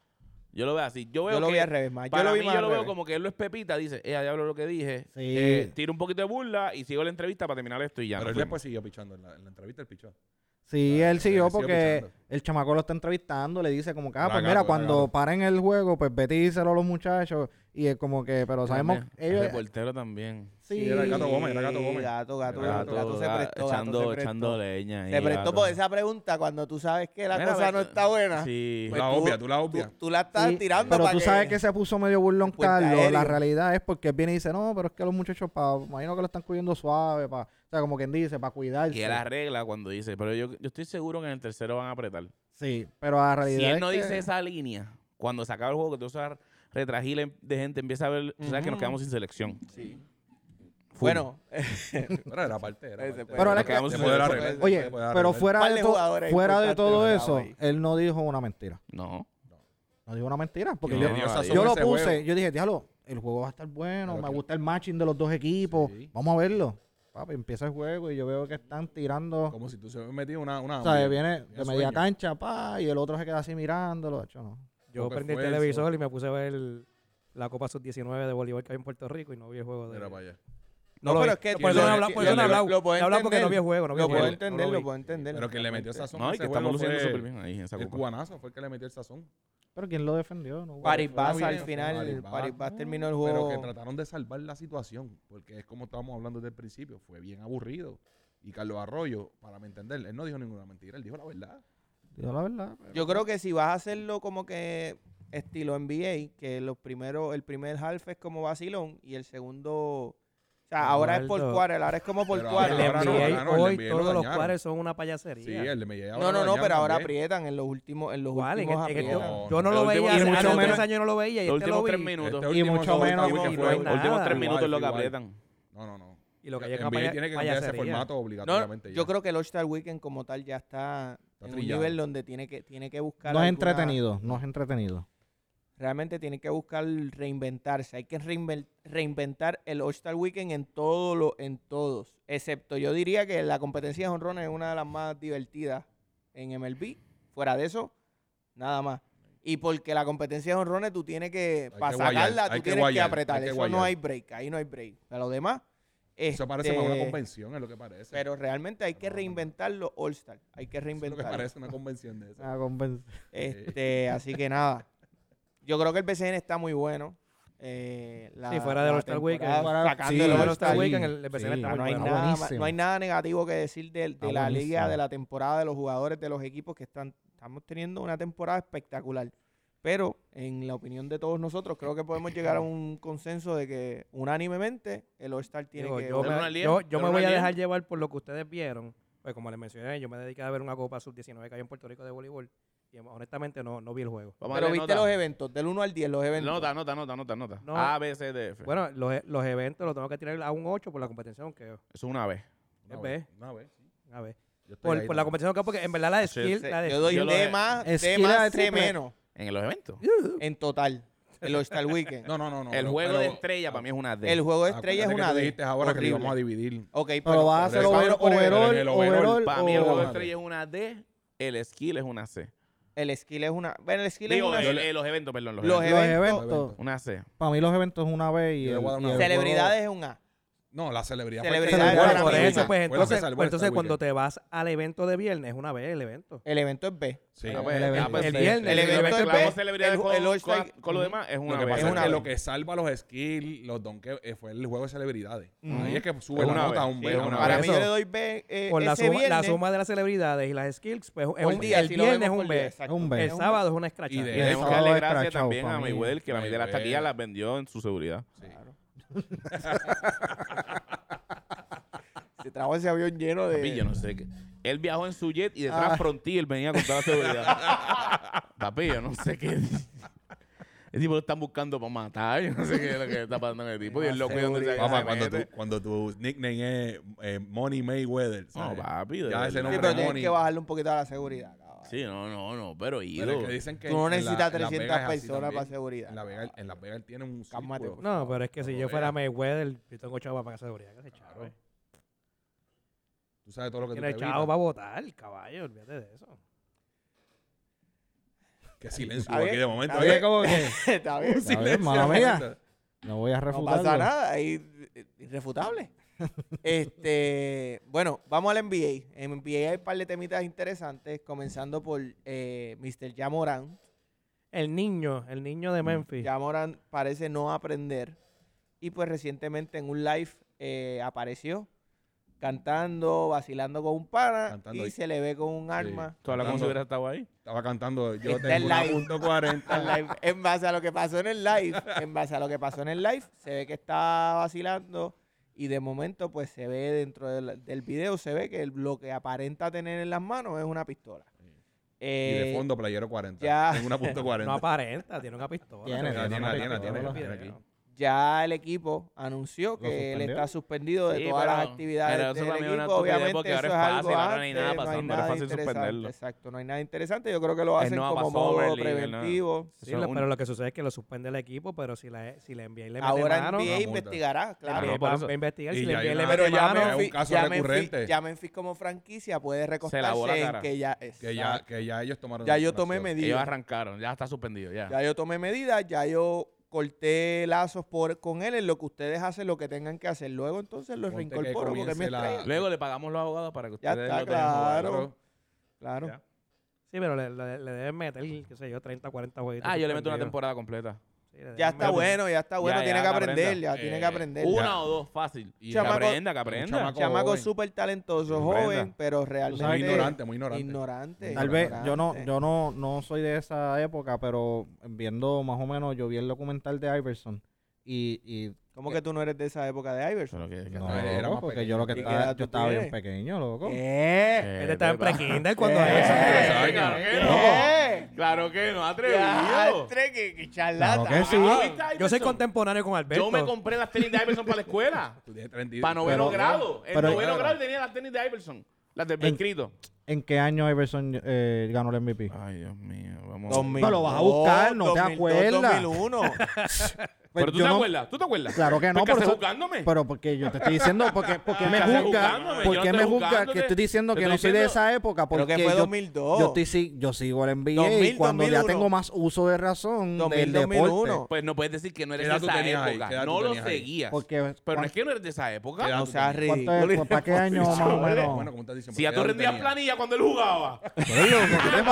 Speaker 4: Yo lo veo así. Yo veo
Speaker 1: yo lo
Speaker 4: que
Speaker 1: vi al revés, más. Yo
Speaker 4: para
Speaker 1: lo vi
Speaker 4: mí
Speaker 1: más
Speaker 4: yo
Speaker 1: al
Speaker 4: lo veo
Speaker 1: revés.
Speaker 4: como que él lo es pepita, dice, eh, diablo lo que dije.
Speaker 3: Sí.
Speaker 4: Eh, tiro un poquito de burla y sigo la entrevista para terminar esto y ya. nos
Speaker 5: Pero él
Speaker 4: fuimos.
Speaker 5: después siguió pichando en la, en la entrevista, el pichó.
Speaker 3: Sí, él siguió
Speaker 5: Él siguió
Speaker 3: porque
Speaker 5: pichando.
Speaker 3: el chamaco lo está entrevistando, le dice como que, ah,
Speaker 5: La
Speaker 3: pues
Speaker 5: agarro,
Speaker 3: mira,
Speaker 5: la
Speaker 3: cuando
Speaker 5: agarro.
Speaker 3: paren el juego, pues vete y díselo a los muchachos. Y es como que, pero sabemos,
Speaker 4: También. El
Speaker 3: ellos,
Speaker 4: reportero también.
Speaker 3: sí,
Speaker 5: Sí, era el gato Gómez, era gato
Speaker 1: Sí,
Speaker 5: Gómez.
Speaker 1: Gato, gato,
Speaker 5: Era
Speaker 1: gato, gato se
Speaker 4: ga-
Speaker 1: prestó. gato
Speaker 4: Echando,
Speaker 1: se prestó.
Speaker 4: echando leña. ahí,
Speaker 1: Se prestó
Speaker 4: gato.
Speaker 1: por esa pregunta cuando tú sabes que la
Speaker 4: Mira,
Speaker 1: cosa no
Speaker 4: gato.
Speaker 1: está buena.
Speaker 4: Sí.
Speaker 1: Pues
Speaker 5: la
Speaker 1: tú-
Speaker 5: obvia, tú la
Speaker 1: Tú,
Speaker 5: obvia.
Speaker 1: tú la estás
Speaker 3: Sí,
Speaker 1: tirando
Speaker 3: Pero
Speaker 1: para
Speaker 3: tú sabes que se puso medio burlón
Speaker 1: puente
Speaker 3: Carlos. La
Speaker 1: aéreo.
Speaker 3: realidad es porque él viene y dice, no, pero es que los muchachos, pa, imagino que lo están cuidando suave, pa, o sea, como quien dice, para cuidarse.
Speaker 4: Y él arregla cuando dice, pero yo, yo estoy seguro que en el tercero van a apretar.
Speaker 3: Sí, pero la realidad
Speaker 4: Si él
Speaker 3: es
Speaker 4: no
Speaker 3: que-
Speaker 4: dice esa línea, cuando se acaba el juego, que tú usas retragiles de gente, empieza a ver, tú sabes que nos
Speaker 1: Ujú.
Speaker 4: quedamos sin selección.
Speaker 1: Sí.
Speaker 4: Full.
Speaker 1: Bueno,
Speaker 5: Pero era parte, era
Speaker 1: Ese
Speaker 5: parte.
Speaker 1: puede- Pero
Speaker 4: nos
Speaker 1: la-
Speaker 4: quedamos sin
Speaker 5: Después de la
Speaker 4: selección.
Speaker 5: regla.
Speaker 3: Oye,
Speaker 5: Después de la
Speaker 3: pero
Speaker 5: regla.
Speaker 3: fuera
Speaker 1: Par de
Speaker 3: de, to-
Speaker 1: jugadores
Speaker 3: fuera de
Speaker 1: importantes
Speaker 3: todo
Speaker 1: del
Speaker 3: eso,
Speaker 1: lado ahí.
Speaker 3: él no dijo una mentira.
Speaker 4: No.
Speaker 3: No dijo una mentira, porque
Speaker 4: No,
Speaker 3: yo,
Speaker 5: Le dio
Speaker 4: yo
Speaker 5: sazón
Speaker 3: yo lo
Speaker 5: ese
Speaker 3: puse,
Speaker 5: juego.
Speaker 3: yo dije, diablo, el juego va a estar bueno,
Speaker 5: Claro
Speaker 3: me
Speaker 5: que-
Speaker 3: gusta el matching de los dos equipos,
Speaker 5: Sí.
Speaker 3: vamos a verlo. Papi, empieza el juego y yo veo que están tirando...
Speaker 5: Como si tú se hubieras metido una... una
Speaker 3: O sea,
Speaker 5: hamburguesa.
Speaker 3: viene de
Speaker 5: sueño.
Speaker 3: media cancha, pa, y el otro se queda así mirándolo, hecho, no.
Speaker 2: Yo
Speaker 5: Poco
Speaker 2: prendí el
Speaker 5: esfuerzo.
Speaker 2: televisor y me puse a ver la Copa Sub-19 de voleibol que había en Puerto Rico y no vi el juego de...
Speaker 5: Mira para allá.
Speaker 1: no,
Speaker 2: lo
Speaker 1: pero
Speaker 2: vi.
Speaker 1: es que
Speaker 2: Por eso
Speaker 1: lo-
Speaker 2: no he hablado, por eso no he
Speaker 1: lo-
Speaker 2: hablado.
Speaker 1: lo puedo
Speaker 2: He hablado porque no vi
Speaker 1: entender.
Speaker 2: el juego, no vi
Speaker 1: Lo
Speaker 2: el
Speaker 1: puedo
Speaker 2: juego.
Speaker 1: entender,
Speaker 2: no
Speaker 1: lo
Speaker 2: vi.
Speaker 1: puedo entender.
Speaker 5: Pero que le metió sazón.
Speaker 4: No, y
Speaker 5: ese
Speaker 4: que estamos
Speaker 5: juego
Speaker 4: luciendo
Speaker 5: fue
Speaker 4: súper bien ahí en esa
Speaker 5: El
Speaker 4: copa.
Speaker 5: cubanazo fue el que le metió el sazón.
Speaker 3: Pero ¿quién lo defendió? No,
Speaker 1: París
Speaker 5: Fue una
Speaker 1: Baza al
Speaker 5: bien- París
Speaker 1: final,
Speaker 5: Baza.
Speaker 1: París Baza terminó el
Speaker 5: Pero que
Speaker 1: juego.
Speaker 5: trataron de salvar la situación, porque es como estábamos hablando desde el principio, fue bien aburrido. Y Carlos Arroyo, para me entender, él no dijo ninguna mentira, él dijo la verdad.
Speaker 3: Digo la verdad. pero-
Speaker 1: Yo creo que si vas a hacerlo como que estilo NBA, que los primeros, el primer half es como vacilón y el segundo, o sea, ahora es por
Speaker 2: Eduardo.
Speaker 1: cuarel, ahora es como por
Speaker 5: Pero
Speaker 1: cuarel.
Speaker 2: El
Speaker 5: Ahora no,
Speaker 2: NBA
Speaker 5: ahora no, el
Speaker 2: hoy
Speaker 5: NBA lo
Speaker 2: todos los
Speaker 5: dañaron.
Speaker 2: cuares son una
Speaker 5: Sí,
Speaker 2: payasería.
Speaker 5: él me llegaba
Speaker 1: No, no, no, pero ahora aprietan en los últimos, en los
Speaker 2: ¿Cuál? En este
Speaker 1: últimos
Speaker 2: el- en el-
Speaker 1: aprietan.
Speaker 5: No,
Speaker 2: yo no
Speaker 4: no.
Speaker 2: lo
Speaker 4: El último-
Speaker 2: veía,
Speaker 4: y
Speaker 2: hace
Speaker 4: mucho
Speaker 2: hace
Speaker 4: menos-
Speaker 2: tres años yo no lo veía y
Speaker 4: Los
Speaker 2: este lo
Speaker 4: últimos tres
Speaker 2: vi.
Speaker 4: minutos.
Speaker 5: Este
Speaker 4: Los
Speaker 3: Y
Speaker 5: último
Speaker 3: mucho
Speaker 5: show de
Speaker 3: menos-
Speaker 5: Tawi que
Speaker 2: y
Speaker 5: fue-
Speaker 2: no es nada.
Speaker 4: últimos tres
Speaker 5: Igual,
Speaker 4: minutos es lo que
Speaker 5: igual.
Speaker 4: aprietan.
Speaker 5: No, no, no.
Speaker 2: Y lo que hay es
Speaker 5: NBA
Speaker 2: una paya-
Speaker 5: tiene que cambiar ese
Speaker 2: payasería.
Speaker 5: formato
Speaker 1: No,
Speaker 5: obligatoriamente.
Speaker 1: yo creo que el All-Star Weekend como tal ya está
Speaker 5: Está
Speaker 1: en un
Speaker 5: trillado.
Speaker 1: nivel donde tiene que, tiene que buscar
Speaker 3: no
Speaker 1: alguna-
Speaker 3: es entretenido, no es entretenido.
Speaker 1: Realmente tiene que buscar reinventarse. Hay que reinven- reinventar el All-Star Weekend en todo lo, en todos. Excepto, yo diría que la competencia de jonrones es una de las más divertidas en MLB. Fuera de eso, nada más. Y porque la competencia de jonrones tú tienes que,
Speaker 5: que
Speaker 1: para
Speaker 5: guayar,
Speaker 1: sacarla,
Speaker 5: hay
Speaker 1: tú
Speaker 5: que
Speaker 1: tienes que
Speaker 5: guayar,
Speaker 1: apretar.
Speaker 5: hay que
Speaker 1: eso no
Speaker 5: guayar.
Speaker 1: hay break, ahí no hay break. Pero lo demás,
Speaker 5: Eso parece más una
Speaker 1: este,
Speaker 5: convención, es lo que parece.
Speaker 1: Pero realmente hay que
Speaker 5: Pero no, no, no.
Speaker 1: reinventar los All-Star. Hay que
Speaker 5: Eso es lo que
Speaker 1: reinventar.
Speaker 5: parece una convención de eso.
Speaker 3: Ah, conven-
Speaker 1: Este, así que nada. Yo creo que el BCN está muy bueno. Eh, la-
Speaker 2: Sí, fuera del
Speaker 1: la
Speaker 2: All-Star Weekend.
Speaker 1: temporada,
Speaker 3: Fuera-
Speaker 1: sacando
Speaker 3: sí,
Speaker 1: el
Speaker 2: Pero
Speaker 3: fuera del
Speaker 1: All-Star
Speaker 2: está
Speaker 3: Sí,
Speaker 2: Weekend, el el BCN
Speaker 3: sí.
Speaker 2: está
Speaker 1: Ah,
Speaker 2: muy
Speaker 1: no, hay
Speaker 2: bueno.
Speaker 3: Está
Speaker 1: nada,
Speaker 3: buenísimo.
Speaker 1: no hay nada negativo que decir de, de
Speaker 3: Está
Speaker 1: la
Speaker 3: buenísimo.
Speaker 1: liga, de la temporada, de los jugadores, de los equipos que están. Estamos teniendo una temporada espectacular. Pero, en la opinión de todos nosotros, creo que podemos llegar a un consenso de que unánimemente el All-Star tiene
Speaker 2: Digo,
Speaker 1: que.
Speaker 2: yo,
Speaker 4: Pero no
Speaker 2: me,
Speaker 4: alien,
Speaker 2: yo- yo
Speaker 4: pero
Speaker 2: me
Speaker 4: no
Speaker 2: voy a
Speaker 4: alien.
Speaker 2: dejar llevar por lo que ustedes vieron. Pues como les mencioné, yo me dediqué a ver una Copa Sub-19 que hay en Puerto Rico de voleibol. Y honestamente no, no vi el juego.
Speaker 4: Vamos a
Speaker 1: Pero
Speaker 4: darle
Speaker 1: viste
Speaker 4: nota.
Speaker 1: los eventos, del 1 al 10, los eventos.
Speaker 4: Nota, nota, nota, nota, nota.
Speaker 2: No.
Speaker 4: A, B, C, D, F.
Speaker 2: Bueno, los, e- los eventos los tengo que tirar a un 8 por la competición que
Speaker 4: Eso es una B.
Speaker 5: Una
Speaker 2: es
Speaker 5: vez, una vez, sí.
Speaker 2: a ver.
Speaker 5: Yo estoy
Speaker 2: Por,
Speaker 5: ahí
Speaker 2: por la
Speaker 5: también.
Speaker 2: competición que porque en verdad la de
Speaker 4: Sí,
Speaker 2: skill,
Speaker 1: Se-
Speaker 2: la de
Speaker 1: yo doy
Speaker 4: yo
Speaker 1: un
Speaker 4: lo de-
Speaker 1: D más, D
Speaker 3: Esquila de
Speaker 1: más, C
Speaker 3: triple.
Speaker 1: menos
Speaker 4: En los eventos.
Speaker 1: en total. El All-Star Weekend.
Speaker 5: No, no, no. no
Speaker 4: El
Speaker 5: pero-
Speaker 4: juego de
Speaker 5: pero-
Speaker 4: estrella para mí es una D.
Speaker 1: El juego de Ah, estrella es
Speaker 5: acuérdate que
Speaker 1: una
Speaker 5: tú
Speaker 1: D.
Speaker 5: dijiste ahora que lo
Speaker 1: Horrible.
Speaker 5: íbamos a dividir.
Speaker 1: Ok, pero,
Speaker 3: Pero vas a hacer
Speaker 5: pero
Speaker 3: over,
Speaker 5: vamos por el-
Speaker 3: overall,
Speaker 5: en el overall,
Speaker 3: overall
Speaker 4: Para mí el
Speaker 3: o-
Speaker 4: juego de
Speaker 5: Madre.
Speaker 4: estrella es una D, el skill es una C.
Speaker 1: El skill es una. Bueno, el skill
Speaker 4: Digo,
Speaker 1: es una.
Speaker 4: el- el- los eventos, perdón, los,
Speaker 1: Los
Speaker 4: eventos.
Speaker 3: los
Speaker 1: eventos-
Speaker 3: eventos.
Speaker 5: eventos.
Speaker 4: Una C.
Speaker 3: Para mí los eventos es una vez y
Speaker 5: Yo le
Speaker 3: el,
Speaker 5: voy a dar
Speaker 3: y
Speaker 5: una
Speaker 3: el
Speaker 5: vez.
Speaker 1: celebridades es un A.
Speaker 5: No, la celebridad.
Speaker 1: Celebridad
Speaker 3: Bueno,
Speaker 5: fue
Speaker 3: la
Speaker 2: por
Speaker 3: misma.
Speaker 2: eso, pues
Speaker 5: Fue lo que
Speaker 2: entonces,
Speaker 5: salvó
Speaker 2: pues,
Speaker 5: el
Speaker 2: entonces
Speaker 5: Star
Speaker 2: cuando
Speaker 5: Weekend.
Speaker 2: te vas al evento de viernes, es una vez el evento.
Speaker 1: El evento es B.
Speaker 5: Sí.
Speaker 4: Ah,
Speaker 5: Lo
Speaker 4: pues,
Speaker 3: el evento.
Speaker 4: ah, pues,
Speaker 2: El
Speaker 4: sí.
Speaker 2: viernes.
Speaker 4: El
Speaker 2: El
Speaker 4: evento
Speaker 2: evento
Speaker 4: de
Speaker 1: es- el-
Speaker 4: con,
Speaker 1: el All-Star-
Speaker 4: con- con lo demás es una
Speaker 5: que
Speaker 4: B.
Speaker 5: pasa es
Speaker 1: una
Speaker 5: que
Speaker 1: vez.
Speaker 5: lo que salva los skills, los donkeos, eh, fue el juego de celebridades.
Speaker 1: Ujú.
Speaker 5: Ahí es que sube
Speaker 4: Es
Speaker 5: la
Speaker 4: una
Speaker 5: nota a
Speaker 4: vez.
Speaker 5: un
Speaker 4: Sí,
Speaker 5: B.
Speaker 4: es
Speaker 5: a
Speaker 4: una
Speaker 5: una
Speaker 4: vez.
Speaker 1: Para
Speaker 5: B.
Speaker 1: mí yo le doy B. Eh,
Speaker 2: Por la
Speaker 1: ese
Speaker 2: suma, la
Speaker 1: viernes,
Speaker 2: suma de las celebridades y las skills, pues es
Speaker 1: por
Speaker 2: un-
Speaker 1: día,
Speaker 2: el
Speaker 1: si lo
Speaker 2: viernes es
Speaker 1: vemos
Speaker 2: un
Speaker 1: por día,
Speaker 2: B.
Speaker 1: exacto.
Speaker 3: un
Speaker 2: El
Speaker 3: B.
Speaker 2: sábado es una escracha.
Speaker 5: Y de-
Speaker 4: Tenemos Eh, que
Speaker 3: Sábado
Speaker 4: darle
Speaker 3: de
Speaker 4: gracias
Speaker 3: crachao,
Speaker 4: también
Speaker 3: pa'
Speaker 4: a
Speaker 3: mí.
Speaker 4: Mayweather, que la mitad de las
Speaker 5: Mayweather.
Speaker 4: taquillas las vendió en su seguridad.
Speaker 5: Sí.
Speaker 1: Se trajo ese avión lleno de.
Speaker 4: Papi, yo no sé qué. Él viajó en su jet y detrás Frontier venía con toda la seguridad. Papi, yo no sé qué. El tipo lo están buscando para matar. Yo no sé qué es lo que está pasando en el tipo. Y el loco de donde se
Speaker 5: Papá,
Speaker 4: se
Speaker 5: cuando
Speaker 4: mete.
Speaker 5: tu, cuando tu nickname es eh, Money Mayweather,
Speaker 4: No,
Speaker 5: ¿sabes?
Speaker 4: papi. de
Speaker 5: Ya ese
Speaker 4: verdad.
Speaker 1: Sí,
Speaker 5: nombre
Speaker 1: pero
Speaker 5: es
Speaker 1: tienes
Speaker 5: Money.
Speaker 1: que bajarle un poquito a la seguridad. cabrón.
Speaker 4: Sí, no, no, no. Pero
Speaker 5: Pero es
Speaker 4: ido.
Speaker 5: que dicen que
Speaker 1: Tú no
Speaker 5: en la-
Speaker 1: necesitas
Speaker 5: en Las
Speaker 1: 300
Speaker 5: Vegas es así
Speaker 1: personas
Speaker 5: también.
Speaker 1: para seguridad.
Speaker 5: En la Vega, en Las Vegas él tiene un
Speaker 1: Cálmate,
Speaker 5: círculo.
Speaker 2: No, pero es que si
Speaker 5: Cuando
Speaker 2: yo fuera
Speaker 5: veas.
Speaker 2: Mayweather, yo tengo chavo para seguridad. que se chavo, eh.
Speaker 5: Tú sabes todo lo que tú
Speaker 2: Tiene
Speaker 5: te
Speaker 2: el chavo
Speaker 5: evitas.
Speaker 2: para votar, caballo, olvídate de eso.
Speaker 5: Qué silencio
Speaker 1: Está bien,
Speaker 5: aquí de momento.
Speaker 1: está
Speaker 5: ¿eh?
Speaker 1: bien.
Speaker 3: Como que,
Speaker 1: Está bien.
Speaker 3: Está bien, mala
Speaker 5: de
Speaker 3: mía.
Speaker 5: momento.
Speaker 3: no voy
Speaker 1: No
Speaker 3: a refutarlo.
Speaker 1: pasa nada. ahí, eh, Irrefutable. Este, bueno, vamos al NBA. En NBA hay un par de temitas interesantes, comenzando por eh, Mr. Jamoran.
Speaker 2: El niño, el niño de Memphis.
Speaker 1: Jamoran parece no aprender. Y pues recientemente en un live eh, apareció cantando, vacilando con un pana
Speaker 5: Cantando
Speaker 1: y
Speaker 5: ahí.
Speaker 1: se le ve con un arma.
Speaker 4: Tú hablas como si hubiera estado ahí.
Speaker 5: Estaba cantando, yo
Speaker 1: Está en
Speaker 5: tengo una
Speaker 1: live.
Speaker 5: punto 40.
Speaker 1: al live. En base a lo que pasó en el live, en base a lo que pasó en el live, se ve que está vacilando y de momento pues se ve dentro del, del video, se ve que el- lo que aparenta tener en las manos es una pistola.
Speaker 5: y de
Speaker 1: Eh,
Speaker 5: fondo, playero 40.
Speaker 1: ya.
Speaker 5: Tengo una punto 40.
Speaker 2: No aparenta, tiene una pistola.
Speaker 3: Tiene,
Speaker 5: tiene,
Speaker 3: tiene,
Speaker 5: tiene,
Speaker 3: tiene,
Speaker 2: Los
Speaker 5: tiene,
Speaker 2: videos.
Speaker 1: ya el equipo anunció que él
Speaker 3: suspendió?
Speaker 1: está suspendido de
Speaker 4: Sí,
Speaker 1: todas
Speaker 4: pero-
Speaker 1: las actividades
Speaker 4: pero eso
Speaker 1: del
Speaker 4: para mí es una
Speaker 1: equipo.
Speaker 4: estupidez
Speaker 1: Obviamente
Speaker 4: porque
Speaker 1: eso
Speaker 4: ahora
Speaker 1: es algo
Speaker 4: es fácil, ahora no hay
Speaker 1: antes,
Speaker 4: nada
Speaker 1: no hay
Speaker 4: pasando, ahora es
Speaker 1: nada
Speaker 4: fácil
Speaker 1: interesante,
Speaker 4: suspenderlo.
Speaker 1: Exacto, no hay nada interesante. Yo creo que lo hacen
Speaker 4: no ha
Speaker 1: como
Speaker 4: pasado
Speaker 1: modo
Speaker 4: Overleague, ¿no?
Speaker 1: preventivo.
Speaker 2: Sí,
Speaker 4: Eso
Speaker 2: lo-
Speaker 4: es un-
Speaker 2: pero lo que sucede es que lo suspende el equipo, pero si la, si le envía y le mete
Speaker 1: Ahora
Speaker 2: mano,
Speaker 1: NBA
Speaker 5: multa.
Speaker 1: investigará,
Speaker 2: la
Speaker 1: claro.
Speaker 4: no,
Speaker 2: NBA
Speaker 4: por
Speaker 2: va-
Speaker 4: eso.
Speaker 2: va a investigar,
Speaker 5: Y
Speaker 2: si le
Speaker 5: ya hay
Speaker 2: envía y le
Speaker 5: una-
Speaker 2: mete
Speaker 5: Pero ya
Speaker 2: mano,
Speaker 5: me- es un caso
Speaker 1: ya Memphis-
Speaker 5: recurrente.
Speaker 1: ya Memphis como franquicia puede
Speaker 4: lavó la
Speaker 1: recostarse en
Speaker 4: cara.
Speaker 1: que ya,
Speaker 5: Que ya,
Speaker 1: exacto.
Speaker 5: que ya ellos tomaron.
Speaker 1: ya yo
Speaker 5: acción.
Speaker 1: tomé
Speaker 4: Ellos
Speaker 1: medidas.
Speaker 4: arrancaron, ya está suspendido, ya.
Speaker 1: Ya yo tomé medidas, ya yo corté lazos por, con él en lo que ustedes hacen, lo que tengan que hacer. Luego entonces los
Speaker 5: Ponte que
Speaker 1: reincorporo porque
Speaker 5: comience
Speaker 1: me
Speaker 5: la-
Speaker 1: estrella.
Speaker 4: Luego le pagamos los abogados para que
Speaker 1: Ya
Speaker 4: ustedes
Speaker 1: está,
Speaker 4: lo tengan jugado.
Speaker 1: claro. Claro.
Speaker 4: Ya.
Speaker 2: Sí, pero le, le- le deben meter, qué sé yo, 30, 40 jueguitos.
Speaker 4: Ah, yo le meto una
Speaker 2: suspendidos.
Speaker 4: temporada completa.
Speaker 2: Sí, le deben
Speaker 1: Ya está
Speaker 2: meter-
Speaker 1: bueno, ya está bueno.
Speaker 4: Ya,
Speaker 1: tiene
Speaker 4: ya,
Speaker 1: que
Speaker 4: que
Speaker 1: aprender,
Speaker 4: aprenda.
Speaker 1: ya
Speaker 5: Eh,
Speaker 1: tiene que aprender.
Speaker 4: Una
Speaker 1: Ya.
Speaker 4: o dos, fácil. Y que
Speaker 1: Chamaco-
Speaker 4: aprenda, que
Speaker 5: Un
Speaker 4: aprenda.
Speaker 5: chamaco
Speaker 1: Chamaco
Speaker 5: joven.
Speaker 1: súper talentoso,
Speaker 4: Que
Speaker 1: joven,
Speaker 4: aprenda.
Speaker 1: pero
Speaker 5: Muy
Speaker 1: realmente
Speaker 5: ignorante, muy ignorante.
Speaker 1: ignorante.
Speaker 3: Tal vez, yo no,
Speaker 1: ignorante.
Speaker 3: yo no, no soy de esa época, pero viendo más o menos, yo vi el documental de Iverson y, y
Speaker 1: ¿Cómo que tú no eres de esa época de Iverson?
Speaker 4: Pero que- que-
Speaker 3: no,
Speaker 5: no, era más
Speaker 3: loco, porque
Speaker 5: pequeño.
Speaker 3: yo lo que
Speaker 1: ¿Y qué
Speaker 3: estaba,
Speaker 1: edad
Speaker 3: yo
Speaker 1: tú
Speaker 3: estaba bien
Speaker 1: tienes?
Speaker 3: pequeño, loco.
Speaker 1: Eh, ¿Qué?
Speaker 4: que
Speaker 2: Este está en
Speaker 4: pepa.
Speaker 2: pre-kinder cuando
Speaker 1: Eh.
Speaker 2: es.
Speaker 5: Tres
Speaker 4: Claro
Speaker 5: años.
Speaker 4: que
Speaker 1: ¿Qué?
Speaker 4: no. Claro que no, atrevido.
Speaker 1: Diantre, que, que charlata.
Speaker 3: Claro que sí.
Speaker 4: Ah, ¿viste
Speaker 2: Yo
Speaker 4: a
Speaker 2: soy
Speaker 4: Iverson?
Speaker 2: contemporáneo con Alberto.
Speaker 4: Yo me compré las tenis de Iverson para la escuela.
Speaker 5: Tú tienes 32.
Speaker 4: Para noveno
Speaker 3: Pero-
Speaker 4: grado. En
Speaker 3: pero-
Speaker 4: noveno grado tenía las tenis de Iverson. Las del
Speaker 3: En-
Speaker 4: escrito.
Speaker 3: ¿En qué año Iverson eh, ganó el MVP?
Speaker 4: Ay, Dios mío. Vamos.
Speaker 1: 2002,
Speaker 3: No lo vas a buscar, no te
Speaker 1: 2002,
Speaker 3: acuerdas.
Speaker 1: 2001.
Speaker 3: Pues
Speaker 4: pero tú
Speaker 3: yo
Speaker 4: te
Speaker 3: no-
Speaker 4: acuerdas, tú te acuerdas.
Speaker 3: Claro que no,
Speaker 4: Porque
Speaker 3: por
Speaker 4: estás
Speaker 3: eso-
Speaker 4: juzgándome.
Speaker 3: Pero porque yo te estoy diciendo, porque, porque me
Speaker 4: Estás
Speaker 3: juzga,
Speaker 4: juzgándome, yo
Speaker 3: porque
Speaker 4: no
Speaker 3: me
Speaker 4: estoy
Speaker 3: juzga que
Speaker 4: juzgándote.
Speaker 3: estoy diciendo
Speaker 4: Te
Speaker 3: que no
Speaker 4: estoy
Speaker 3: soy de
Speaker 4: diciendo-
Speaker 3: esa época,
Speaker 1: Creo
Speaker 3: porque
Speaker 1: que fue
Speaker 3: yo,
Speaker 1: 2002.
Speaker 3: yo, estoy si- yo sigo el NBA
Speaker 1: 2000,
Speaker 3: y cuando ya
Speaker 1: 2001.
Speaker 3: tengo más uso de razón
Speaker 1: 2000,
Speaker 3: del deporte,
Speaker 1: 2001.
Speaker 4: Pues no puedes decir que no eres
Speaker 5: ¿Qué
Speaker 4: de
Speaker 5: edad tú
Speaker 4: esa
Speaker 5: tenías ahí? ¿Qué edad
Speaker 4: época.
Speaker 5: tú
Speaker 4: No lo
Speaker 5: tenías ahí?
Speaker 4: seguías.
Speaker 3: porque
Speaker 4: Pero no es que no eres de esa
Speaker 5: ¿Qué edad
Speaker 4: época.
Speaker 1: No
Speaker 5: tú
Speaker 1: seas
Speaker 5: tenías?
Speaker 3: ¿cuánto es?
Speaker 1: ridículo.
Speaker 3: ¿para qué año más o menos?
Speaker 5: Bueno, como estás diciendo. pues,
Speaker 4: Si ya tú rendías planilla
Speaker 5: planillas
Speaker 4: cuando él jugaba.
Speaker 3: ¿Qué te